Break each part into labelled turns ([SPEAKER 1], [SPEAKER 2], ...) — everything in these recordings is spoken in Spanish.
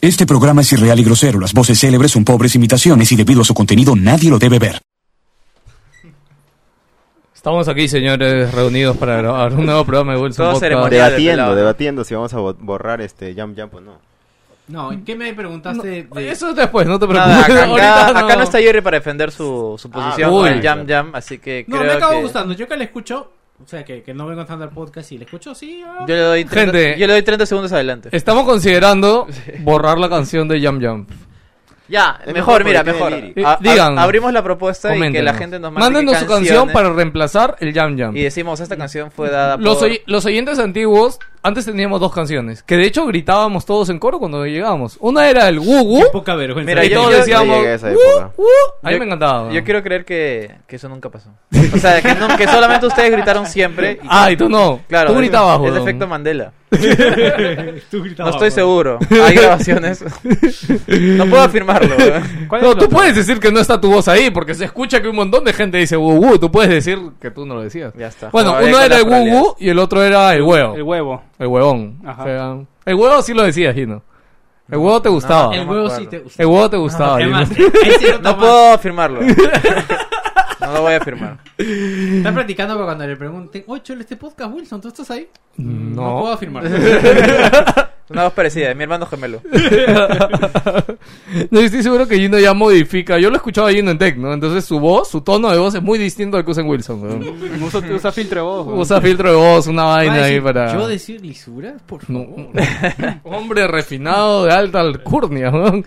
[SPEAKER 1] Este programa es irreal y grosero. Las voces célebres son pobres imitaciones y debido a su contenido nadie lo debe ver.
[SPEAKER 2] Estamos aquí, señores, reunidos para grabar un nuevo programa de Wilson
[SPEAKER 3] Todo
[SPEAKER 2] Podcast.
[SPEAKER 3] ceremonial.
[SPEAKER 4] Debatiendo,
[SPEAKER 3] pelado.
[SPEAKER 4] debatiendo si vamos a bo- borrar este Jump Jump o no.
[SPEAKER 5] No, ¿qué me
[SPEAKER 2] No,
[SPEAKER 5] preguntaste de
[SPEAKER 2] Eso es después, no te preocupes.
[SPEAKER 3] Nada, acá,
[SPEAKER 2] Ahorita
[SPEAKER 3] acá no está Jerry para defender su, su posición
[SPEAKER 2] Ah, uy.
[SPEAKER 3] con el Jam Jam, así que
[SPEAKER 5] No, me
[SPEAKER 3] creo
[SPEAKER 5] acabo
[SPEAKER 3] que...
[SPEAKER 5] gustando. Yo que le escucho, o sea, que, que no vengo tanto al podcast y le escucho, sí. ah.
[SPEAKER 3] Yo le doy 30,
[SPEAKER 2] Gente.
[SPEAKER 3] yo le doy 30 segundos adelante.
[SPEAKER 2] Estamos considerando borrar la canción de Jam Jam.
[SPEAKER 3] Ya,
[SPEAKER 4] Es
[SPEAKER 3] mejor,
[SPEAKER 4] mejor
[SPEAKER 3] mira,
[SPEAKER 4] porque
[SPEAKER 3] mejor.
[SPEAKER 4] tiene
[SPEAKER 2] lyric.
[SPEAKER 3] A- a-
[SPEAKER 2] Digan.
[SPEAKER 3] abrimos la propuesta y que
[SPEAKER 2] Coméntenos.
[SPEAKER 3] la gente nos mande
[SPEAKER 2] Mándenos
[SPEAKER 3] qué
[SPEAKER 2] su canción
[SPEAKER 3] canciones
[SPEAKER 2] para reemplazar el Jam Jam.
[SPEAKER 3] Y decimos, esta canción fue dada
[SPEAKER 2] Los,
[SPEAKER 3] por...
[SPEAKER 2] oy- los oyentes antiguos, antes teníamos dos canciones, que de hecho gritábamos todos en coro cuando llegábamos. Una era el Wugu,
[SPEAKER 5] Qué poca vergüenza.
[SPEAKER 3] Mira,
[SPEAKER 2] y
[SPEAKER 3] yo-
[SPEAKER 2] todos
[SPEAKER 3] yo- Uh, yo
[SPEAKER 2] decíamos
[SPEAKER 4] llegué a esa
[SPEAKER 2] "Wu,
[SPEAKER 4] época".
[SPEAKER 2] wu". A mí
[SPEAKER 3] Yo-
[SPEAKER 2] me encantaba.
[SPEAKER 3] Yo quiero creer que, que eso nunca pasó. O sea, que, no- que solamente ustedes gritaron siempre.
[SPEAKER 2] Ah, y tú no.
[SPEAKER 3] Claro,
[SPEAKER 2] tú
[SPEAKER 3] es-
[SPEAKER 2] gritabas,
[SPEAKER 3] Es
[SPEAKER 2] huevón.
[SPEAKER 3] efecto Mandela.
[SPEAKER 5] Tú
[SPEAKER 3] No
[SPEAKER 5] gritabas,
[SPEAKER 3] estoy
[SPEAKER 5] bro.
[SPEAKER 3] seguro. Hay grabaciones. No puedo afirmarlo. weón.
[SPEAKER 5] ¿Cuál es
[SPEAKER 2] No,
[SPEAKER 5] el
[SPEAKER 2] tú
[SPEAKER 5] otro?
[SPEAKER 2] puedes decir que no está tu voz ahí, porque se escucha que un montón de gente dice wu wu. Tú puedes decir que tú no lo decías.
[SPEAKER 3] Ya está.
[SPEAKER 2] Bueno,
[SPEAKER 3] Todavía
[SPEAKER 2] uno
[SPEAKER 3] con
[SPEAKER 2] era el
[SPEAKER 3] las
[SPEAKER 2] wu wu
[SPEAKER 3] probabilidades.
[SPEAKER 2] y el otro era el huevo.
[SPEAKER 6] El huevo.
[SPEAKER 2] El huevón.
[SPEAKER 6] Ajá.
[SPEAKER 2] O sea, el huevo sí lo decías, Gino. El huevo te gustaba.
[SPEAKER 5] El
[SPEAKER 3] No me
[SPEAKER 5] huevo
[SPEAKER 3] acuerdo.
[SPEAKER 5] sí te gusta.
[SPEAKER 2] El huevo te gustaba, Gino.
[SPEAKER 5] Además, ahí se nota
[SPEAKER 3] No
[SPEAKER 5] más.
[SPEAKER 3] puedo afirmarlo. No lo voy a afirmar.
[SPEAKER 5] Está practicando para cuando le pregunten, oye, cholo, este podcast, Wilson, ¿tú estás ahí? No puedo
[SPEAKER 2] No.
[SPEAKER 5] afirmar.
[SPEAKER 3] Una voz parecida, de mi hermano gemelo.
[SPEAKER 2] No, yo estoy seguro que Gino ya modifica. Yo lo escuchaba a Gino en Tech, ¿no? Entonces su voz, su tono de voz es muy distinto al que usa en Wilson, weón.
[SPEAKER 6] Usa, usa filtro de voz. weón.
[SPEAKER 2] Usa filtro de voz, una
[SPEAKER 5] Va a
[SPEAKER 2] vaina ahí
[SPEAKER 5] decir,
[SPEAKER 2] para.
[SPEAKER 5] ¿Yo decir lisuras? Por
[SPEAKER 2] No.
[SPEAKER 5] favor.
[SPEAKER 2] Hombre refinado de alta alcurnia, weón.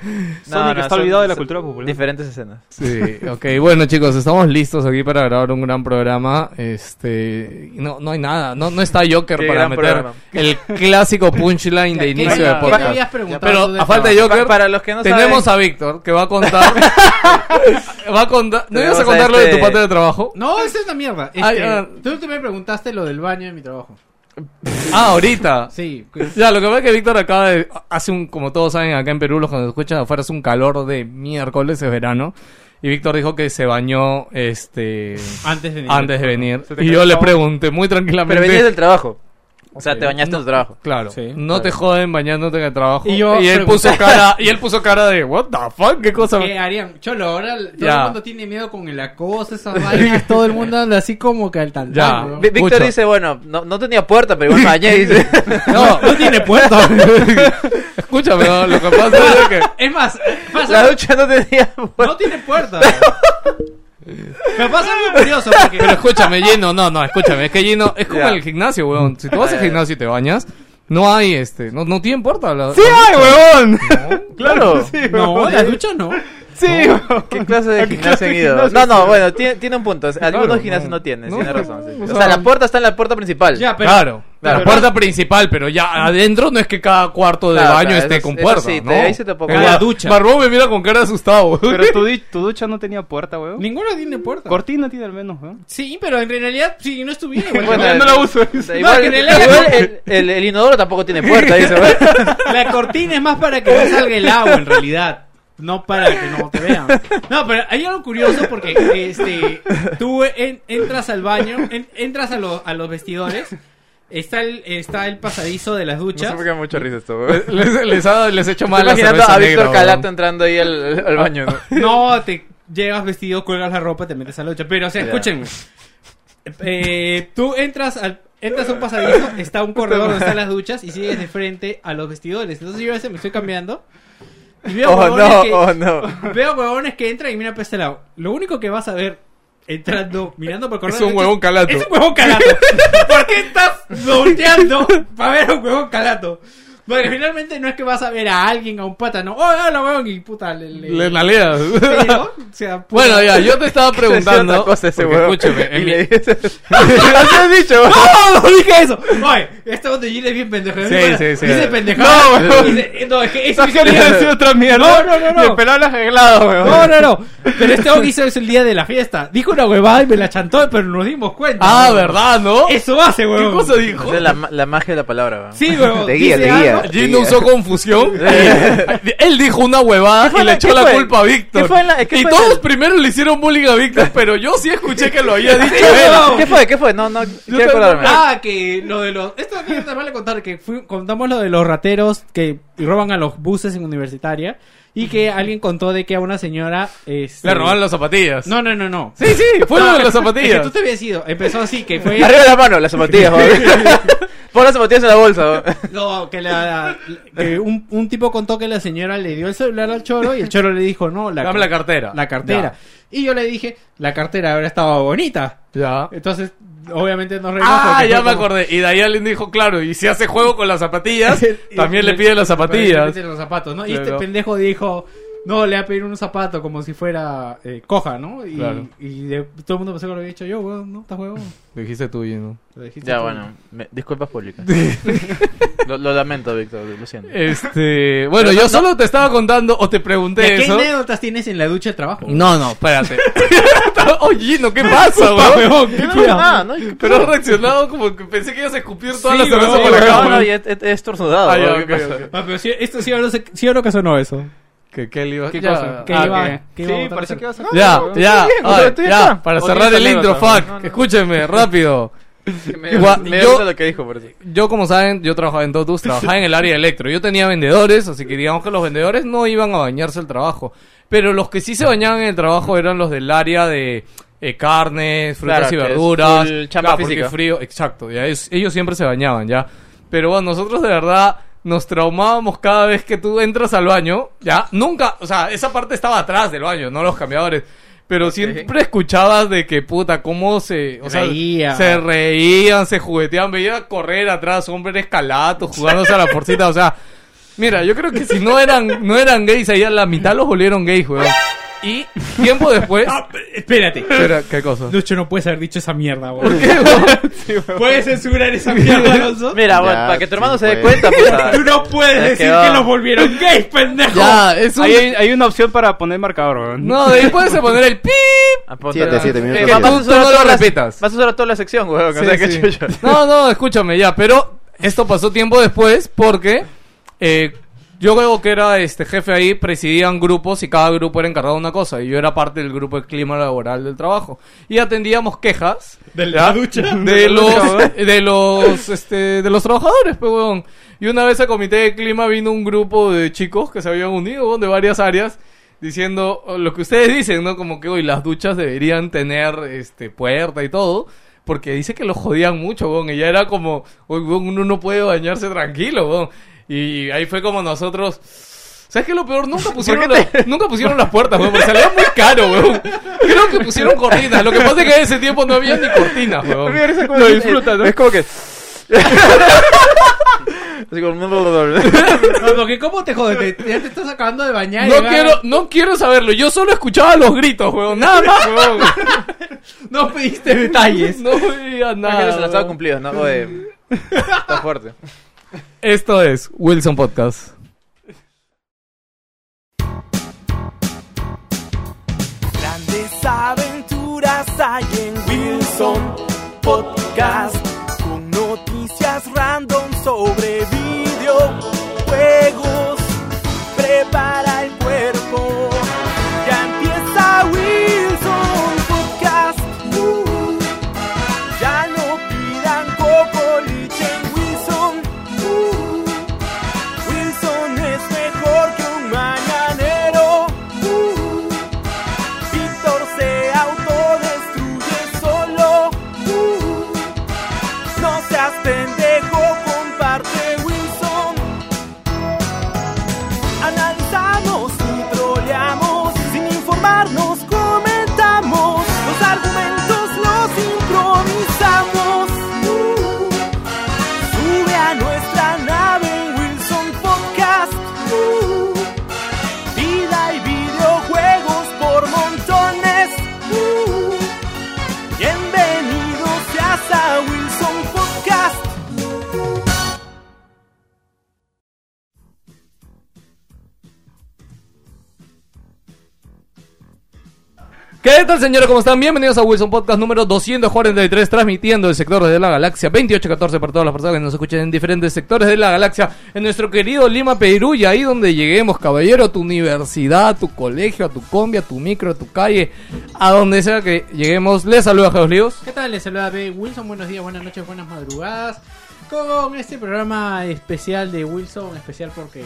[SPEAKER 6] Sonic está
[SPEAKER 3] son-
[SPEAKER 6] olvidado de la
[SPEAKER 3] son
[SPEAKER 6] cultura popular.
[SPEAKER 3] Diferentes escenas.
[SPEAKER 2] Sí, ok, bueno chicos, estamos listos aquí para grabar un gran programa. Este, no, no hay nada, no, no está Joker
[SPEAKER 3] Qué
[SPEAKER 2] para
[SPEAKER 3] gran
[SPEAKER 2] meter
[SPEAKER 3] programa.
[SPEAKER 2] el clásico punchline de
[SPEAKER 5] ¿Qué-
[SPEAKER 2] inicio
[SPEAKER 5] qué-
[SPEAKER 2] de
[SPEAKER 5] ¿Qué me
[SPEAKER 2] podcast.
[SPEAKER 5] habías preguntado?
[SPEAKER 2] Pero
[SPEAKER 5] tú de
[SPEAKER 2] a falta de
[SPEAKER 5] trabajo?
[SPEAKER 2] Joker,
[SPEAKER 3] Pa- para los que no
[SPEAKER 2] tenemos
[SPEAKER 3] saben-
[SPEAKER 2] a Víctor que va a contar, va a contar, no ibas
[SPEAKER 3] Tenemos
[SPEAKER 2] a
[SPEAKER 3] a
[SPEAKER 2] contar lo de tu
[SPEAKER 3] este-
[SPEAKER 2] parte de trabajo.
[SPEAKER 5] No, esa es la mierda. Este,
[SPEAKER 2] Ay, ah.
[SPEAKER 5] Tú te me preguntaste lo del baño de mi trabajo.
[SPEAKER 2] Ah, ahorita.
[SPEAKER 5] Sí.
[SPEAKER 2] Ya, lo que pasa es que Víctor acaba de. Hace un. Como todos saben, acá en Perú, los que nos escuchan afuera, hace un calor de miércoles, es verano. Y Víctor dijo que se bañó este.
[SPEAKER 5] Antes de
[SPEAKER 2] Antes de venir.
[SPEAKER 6] Se te
[SPEAKER 2] Y
[SPEAKER 6] cayó
[SPEAKER 2] yo
[SPEAKER 6] el
[SPEAKER 2] le
[SPEAKER 6] jabón.
[SPEAKER 2] pregunté muy tranquilamente.
[SPEAKER 3] Pero venías del trabajo. O sea, te bañaste en tu trabajo.
[SPEAKER 2] Claro,
[SPEAKER 6] Sí,
[SPEAKER 2] no te joden bañándote en el trabajo. Y,
[SPEAKER 5] Y yo
[SPEAKER 2] él
[SPEAKER 5] pregunté-
[SPEAKER 2] puso cara, y él puso cara de, what the fuck, qué cosa.
[SPEAKER 5] ¿Qué harían? Eh, Cholo, ahora todo
[SPEAKER 2] Ya.
[SPEAKER 5] el mundo tiene miedo con el acoso, esas vainas, todo el mundo anda así como que al tantán.
[SPEAKER 2] Ya.
[SPEAKER 5] ¿no?
[SPEAKER 3] Vi- Víctor
[SPEAKER 2] Mucho.
[SPEAKER 3] dice, bueno, no, no tenía puerta, pero igual me bañé. Dice.
[SPEAKER 2] No, no tiene puerta. Escúchame, no, lo que pasa es que.
[SPEAKER 5] Es más, pasa-
[SPEAKER 3] La ducha no tenía puerta.
[SPEAKER 5] no tiene puerta. Pero pasa algo curioso, porque
[SPEAKER 2] Pero escúchame, Gino, no, no, escúchame, es que Gino es como
[SPEAKER 3] Ya.
[SPEAKER 2] el gimnasio, weón. Si tú vas al gimnasio y te bañas, no hay este, no, no te importa. La,
[SPEAKER 6] ¡Sí
[SPEAKER 3] ah,
[SPEAKER 6] hay, huevón!
[SPEAKER 3] Claro.
[SPEAKER 5] no, la ducha no.
[SPEAKER 6] ¡Sí, huevón!
[SPEAKER 3] ¿Qué clase de
[SPEAKER 6] ¿A qué
[SPEAKER 3] gimnasio
[SPEAKER 6] clase
[SPEAKER 3] han
[SPEAKER 6] de
[SPEAKER 3] ido?
[SPEAKER 6] gimnasio
[SPEAKER 3] No,
[SPEAKER 6] has
[SPEAKER 3] no,
[SPEAKER 6] ido?
[SPEAKER 3] bueno, tiene, tiene un punto. Es- Algunos
[SPEAKER 2] Claro,
[SPEAKER 3] gimnasios
[SPEAKER 2] no.
[SPEAKER 3] no, tienen,
[SPEAKER 2] No,
[SPEAKER 3] tiene
[SPEAKER 2] no,
[SPEAKER 3] razón.
[SPEAKER 2] no,
[SPEAKER 3] o
[SPEAKER 2] no.
[SPEAKER 3] sea, la puerta está en la puerta principal.
[SPEAKER 5] Ya, pero
[SPEAKER 2] claro,
[SPEAKER 3] Claro.
[SPEAKER 2] la puerta principal, pero ya adentro no es que cada cuarto de
[SPEAKER 3] Claro,
[SPEAKER 2] baño
[SPEAKER 3] claro,
[SPEAKER 2] esté
[SPEAKER 3] eso-
[SPEAKER 2] con
[SPEAKER 3] eso
[SPEAKER 2] puerta.
[SPEAKER 3] sí, te-
[SPEAKER 2] ¿no?
[SPEAKER 3] ahí sí te puedo
[SPEAKER 2] El
[SPEAKER 3] comprar.
[SPEAKER 2] bar-
[SPEAKER 5] ducha.
[SPEAKER 2] Barbón me mira con cara de asustado, weón.
[SPEAKER 6] Pero tu, di- tu ducha no tenía puerta, huevón.
[SPEAKER 5] Ninguna tiene puerta.
[SPEAKER 6] Cortina tiene al menos, huevón.
[SPEAKER 5] Sí, pero en realidad, si no estuviera, igual
[SPEAKER 3] Bueno,
[SPEAKER 6] Yo no la uso.
[SPEAKER 3] O sea, igual-
[SPEAKER 5] que en el-
[SPEAKER 3] igual el, el- el inodoro tampoco tiene puerta, dice. güey.
[SPEAKER 5] La cortina es más para que no salga el agua, en realidad. No para que no te vean. No, pero hay algo curioso porque este, tú en- entras al baño, en- entras a, los a los vestidores, está el, está el pasadizo de las duchas.
[SPEAKER 3] me da mucha risa esto, güey.
[SPEAKER 2] Les, les, ha, les he hecho mal
[SPEAKER 3] Estoy
[SPEAKER 2] la
[SPEAKER 3] imaginando
[SPEAKER 2] cerveza
[SPEAKER 3] a Víctor
[SPEAKER 2] negra, weón.
[SPEAKER 3] Calato entrando ahí al, al baño, ¿no?
[SPEAKER 5] No, te llegas vestido, cuelgas la ropa, te metes a la ducha. Pero, o sea,
[SPEAKER 3] Ya.
[SPEAKER 5] escúchenme. Eh, tú entras al... Entras a un pasadizo, está un corredor donde están las duchas y sigues de frente a los vestidores. Entonces yo a veces me estoy cambiando y veo
[SPEAKER 3] Oh
[SPEAKER 5] huevones
[SPEAKER 3] no,
[SPEAKER 5] que-
[SPEAKER 3] oh no.
[SPEAKER 5] Veo huevones que entran y miran para este lado. Lo único que vas a ver entrando, mirando por correr.
[SPEAKER 2] Es un huevón calato.
[SPEAKER 5] Es un huevón calato. ¿Por qué estás volteando para ver a un huevón calato? Porque finalmente no es que vas a ver a alguien, a un pata, no. Oh, hola, huevón, y puta, le. le-
[SPEAKER 2] Le nalea.
[SPEAKER 5] Pero, o sea, puta,
[SPEAKER 2] Bueno, ya, yo te estaba preguntando.
[SPEAKER 3] Decía otra cosa ese
[SPEAKER 2] porque
[SPEAKER 3] huevón.
[SPEAKER 2] escúchame,
[SPEAKER 3] Y
[SPEAKER 2] en mi-
[SPEAKER 3] le dice- ¿Qué has dicho? güey?
[SPEAKER 5] ¡No dije eso! Oye, este bot de Gil es bien pendejo.
[SPEAKER 2] Sí, sí, sí.
[SPEAKER 5] Dice pendejada.
[SPEAKER 2] No, huevón.
[SPEAKER 5] Dice- eh, No, es que eso
[SPEAKER 6] Estás
[SPEAKER 5] hizo el
[SPEAKER 6] queriendo
[SPEAKER 5] día-
[SPEAKER 6] decir otra mierda.
[SPEAKER 5] No, no, no, no.
[SPEAKER 6] Y el pelado lo has arreglado, huevón.
[SPEAKER 5] No, no, no. Pero este bot hizo eso el día de la fiesta. Dijo una huevada y me la chantó, pero nos dimos cuenta.
[SPEAKER 2] Ah,
[SPEAKER 5] huevón.
[SPEAKER 2] ¿verdad, no?
[SPEAKER 5] Eso hace,
[SPEAKER 2] ¿Qué
[SPEAKER 5] huevón.
[SPEAKER 2] cosa dijo?
[SPEAKER 3] Esa es la, ma- la magia de la palabra, güey.
[SPEAKER 5] Sí, huevón.
[SPEAKER 4] Te guía,
[SPEAKER 5] Dice
[SPEAKER 4] te guía.
[SPEAKER 2] Jim no usó confusión. Él dijo una huevada
[SPEAKER 3] fue
[SPEAKER 2] y le
[SPEAKER 3] la-
[SPEAKER 2] echó
[SPEAKER 3] qué
[SPEAKER 2] la
[SPEAKER 3] fue?
[SPEAKER 2] culpa a Víctor.
[SPEAKER 3] ¿Qué fue en la- qué
[SPEAKER 2] Y
[SPEAKER 3] fue en
[SPEAKER 2] todos
[SPEAKER 3] el-
[SPEAKER 2] primero le hicieron bullying a Víctor, pero yo sí escuché que lo había dicho él.
[SPEAKER 3] ¿Qué, fue? ¿Qué fue? No, no, quiero acordarme.
[SPEAKER 5] Ah, que lo de los. Esto aquí también le contar que fui- contamos lo de los rateros que roban a los buses en universitaria y que alguien contó de que a una señora. este,
[SPEAKER 2] Le robaron las zapatillas.
[SPEAKER 5] No, no, no, no.
[SPEAKER 2] Sí, sí, fue lo de las
[SPEAKER 5] Es que tú
[SPEAKER 2] zapatillas.
[SPEAKER 5] te habías ido. Empezó así, que fue.
[SPEAKER 3] Arriba la mano, las zapatillas, joder. Pon las zapatillas en la bolsa. joder.
[SPEAKER 5] No, que, la, que un, un tipo contó que la señora le dio el celular al choro y el choro le dijo, no, la,
[SPEAKER 2] Dame la cartera.
[SPEAKER 5] la cartera. Y yo le dije, la cartera ahora estaba bonita.
[SPEAKER 2] Ya.
[SPEAKER 5] Entonces, obviamente nos reímos.
[SPEAKER 2] Ah,
[SPEAKER 5] porque
[SPEAKER 2] ya
[SPEAKER 5] fue
[SPEAKER 2] me
[SPEAKER 5] como-
[SPEAKER 2] acordé. Y de ahí alguien dijo, claro, y si hace juego con las zapatillas,
[SPEAKER 5] Y-
[SPEAKER 2] también
[SPEAKER 5] y-
[SPEAKER 2] le pide las
[SPEAKER 5] Pero
[SPEAKER 2] zapatillas.
[SPEAKER 5] le piden este los zapatos, ¿no? Y
[SPEAKER 2] Claro.
[SPEAKER 5] este pendejo dijo, no, le va a pedir un zapato como si fuera eh, coja, ¿no? Y,
[SPEAKER 2] Claro.
[SPEAKER 5] y de- todo el mundo pensó que lo había dicho yo, weón, ¿no? ¿Estás huevón?
[SPEAKER 2] Lo dijiste tú, ¿no?
[SPEAKER 5] Lo dijiste
[SPEAKER 3] Ya,
[SPEAKER 5] tú.
[SPEAKER 3] bueno. me- disculpas públicas. lo, lo lamento, Víctor. Lo siento.
[SPEAKER 2] Este, bueno, yo solo te estaba contando o te
[SPEAKER 5] ¿De
[SPEAKER 2] pregunté
[SPEAKER 5] ¿Qué
[SPEAKER 2] eso.
[SPEAKER 5] anécdotas tienes en la ducha de trabajo?
[SPEAKER 2] No, no, espérate. Oye, no, ¿qué pasa, weón?
[SPEAKER 3] No, no, nada, ¿no? Y-
[SPEAKER 2] Pero has reaccionado como que pensé que ibas a escupir todas las
[SPEAKER 3] Sí,
[SPEAKER 2] cervezas
[SPEAKER 3] no,
[SPEAKER 2] por acá.
[SPEAKER 3] no,
[SPEAKER 2] weón.
[SPEAKER 3] no, y he, he- he estornudado.
[SPEAKER 2] Ah, ya,
[SPEAKER 3] joder, ¿qué
[SPEAKER 2] ok,
[SPEAKER 3] pasa?
[SPEAKER 2] ok.
[SPEAKER 5] Ah, pero sí, esto sí o no, se- sí o no que sonó eso.
[SPEAKER 2] ¿Qué, qué le iba
[SPEAKER 6] ¿Qué
[SPEAKER 2] ya,
[SPEAKER 6] cosa?
[SPEAKER 5] Que
[SPEAKER 2] ah,
[SPEAKER 5] iba,
[SPEAKER 2] ok.
[SPEAKER 5] que iba a
[SPEAKER 6] Sí,
[SPEAKER 5] botar
[SPEAKER 6] parece
[SPEAKER 5] cerveza.
[SPEAKER 6] que vas a...
[SPEAKER 2] Ya,
[SPEAKER 6] No,
[SPEAKER 2] ya,
[SPEAKER 3] bien, o
[SPEAKER 2] ay,
[SPEAKER 3] sea, tú ya
[SPEAKER 2] ya,
[SPEAKER 3] está.
[SPEAKER 2] para
[SPEAKER 3] O tienes
[SPEAKER 2] cerrar el intro,
[SPEAKER 3] anécdota,
[SPEAKER 2] fuck,
[SPEAKER 3] no, no.
[SPEAKER 2] escúcheme, rápido.
[SPEAKER 6] me-
[SPEAKER 2] Gua-
[SPEAKER 3] Le
[SPEAKER 2] yo-
[SPEAKER 3] gusta lo que dijo, por eso.
[SPEAKER 2] yo como saben, yo trabajaba en Totus, trabajaba en el área de electro. Yo tenía vendedores, así que digamos que los vendedores no iban a bañarse al trabajo. Pero los que sí se bañaban en el trabajo eran los del área de eh, carnes, frutas
[SPEAKER 3] Claro,
[SPEAKER 2] y
[SPEAKER 3] que es
[SPEAKER 2] verduras.
[SPEAKER 3] full chamba
[SPEAKER 2] Claro, porque
[SPEAKER 3] física.
[SPEAKER 2] frío, exacto. ya, ellos, ellos siempre se bañaban, ya. Pero bueno, nosotros de verdad nos traumábamos cada vez que tú entras al baño, ya. Nunca, o sea, esa parte estaba atrás del baño, no los cambiadores. Pero siempre escuchabas de que puta, cómo se. O sea,
[SPEAKER 5] Reía.
[SPEAKER 2] se reían, se jugueteaban, veía correr atrás hombres calatos jugándose a la porcita, o sea, mira, yo creo que si no eran no eran gays ahí a la mitad los volvieron gays, weón. Y tiempo después,
[SPEAKER 5] Ah, p- espérate.
[SPEAKER 2] espera, qué cosa.
[SPEAKER 5] Lucho, no puedes haber dicho esa mierda, weón. ¿Puedes censurar esa mierda, Alonso?
[SPEAKER 3] Mira,
[SPEAKER 4] Ya,
[SPEAKER 3] bueno, para que tu hermano
[SPEAKER 4] sí,
[SPEAKER 3] se dé
[SPEAKER 4] pues.
[SPEAKER 3] cuenta, puta.
[SPEAKER 5] Tú no puedes
[SPEAKER 3] Es que
[SPEAKER 5] decir
[SPEAKER 3] va.
[SPEAKER 5] que los volvieron gays, pendejo.
[SPEAKER 2] Ya, Ah, es un
[SPEAKER 6] Ahí hay, hay una opción para poner marcador, weón.
[SPEAKER 2] No, de ahí puedes poner el pip.
[SPEAKER 3] Apunta.
[SPEAKER 4] Siete, siete
[SPEAKER 3] Eh,
[SPEAKER 4] minutos.
[SPEAKER 3] vas a
[SPEAKER 4] Tú-
[SPEAKER 2] tú
[SPEAKER 3] usar
[SPEAKER 2] no lo
[SPEAKER 3] toda la-
[SPEAKER 2] repitas.
[SPEAKER 3] Vas a usar toda la sección, weón. o sea,
[SPEAKER 2] Sí,
[SPEAKER 3] qué
[SPEAKER 2] sí.
[SPEAKER 3] chucha.
[SPEAKER 2] No, no, escúchame ya, pero esto pasó tiempo después porque eh, yo creo que era este jefe ahí, presidían grupos y cada grupo era encargado de una cosa y yo era parte del grupo de clima laboral del trabajo y atendíamos quejas
[SPEAKER 5] De la ducha.
[SPEAKER 2] de los de los este de los trabajadores, pues weón. Y una vez a comité de clima vino un grupo de chicos que se habían unido weón, de varias áreas diciendo oh, lo que ustedes dicen, ¿no? Como que hoy las duchas deberían tener este puerta y todo. Porque dice que lo jodían mucho, weón. Y ya era como, "Uy, weón, uno no puede bañarse tranquilo, weón. Y ahí fue como nosotros. ¿Sabes qué es lo peor? Nunca pusieron, la- nunca pusieron las puertas, weón, porque salía muy caro, weón. Creo que pusieron cortinas. Lo que pasa es que en ese tiempo no había ni cortinas, weón.
[SPEAKER 3] Lo disfrutas, ¿no? Es como que. Así como.
[SPEAKER 5] No, porque ¿cómo te jodes? Te- ya te estás acabando de bañar. y
[SPEAKER 2] No
[SPEAKER 5] va-
[SPEAKER 2] quiero, no quiero saberlo. Yo solo escuchaba los gritos, weón. Nada más, weón.
[SPEAKER 5] No pediste detalles.
[SPEAKER 2] No veía
[SPEAKER 3] Ángeles se la
[SPEAKER 2] nada.
[SPEAKER 3] estaba
[SPEAKER 2] weón.
[SPEAKER 3] cumplido, ¿no? Oye, Está fuerte.
[SPEAKER 2] Esto es Wilson Podcast.
[SPEAKER 7] Grandes aventuras hay en Wilson Podcast con noticias random sobre videojuegos. Prepara el cuerpo, ya empieza Wilson Podcast. Uh, ya no pidan cocoliche en Wilson. Uh, Wilson es mejor que un mañanero. Uh, Víctor se autodestruye solo. Uh, no seas pendejo, comparte
[SPEAKER 2] ¿Qué tal, señores? ¿Cómo están? Bienvenidos a Wilson Podcast número 243, transmitiendo el sector de la galaxia 2814 para todas las personas que nos escuchan en diferentes sectores de la galaxia, en nuestro querido Lima, Perú, y ahí donde lleguemos, caballero, a tu universidad, a tu colegio, a tu combi, a tu micro, a tu calle, a donde sea que lleguemos. Les saluda Jos Líos.
[SPEAKER 8] ¿Qué tal? Les saluda B. Wilson. Buenos días, buenas noches, buenas madrugadas. Con este programa especial de Wilson, especial porque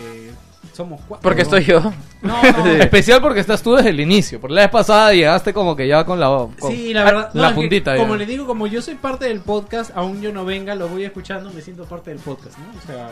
[SPEAKER 8] somos cuatro.
[SPEAKER 3] Porque
[SPEAKER 8] ¿no?
[SPEAKER 3] estoy yo.
[SPEAKER 8] No,
[SPEAKER 2] Especial porque estás tú desde el inicio, por la vez pasada llegaste como que ya con la... con-
[SPEAKER 8] Sí, la verdad. no,
[SPEAKER 2] la
[SPEAKER 8] es que,
[SPEAKER 2] puntita, ya.
[SPEAKER 8] como les digo, como yo soy parte del podcast, aún yo no venga, lo voy escuchando, me siento parte del podcast, ¿no? O sea,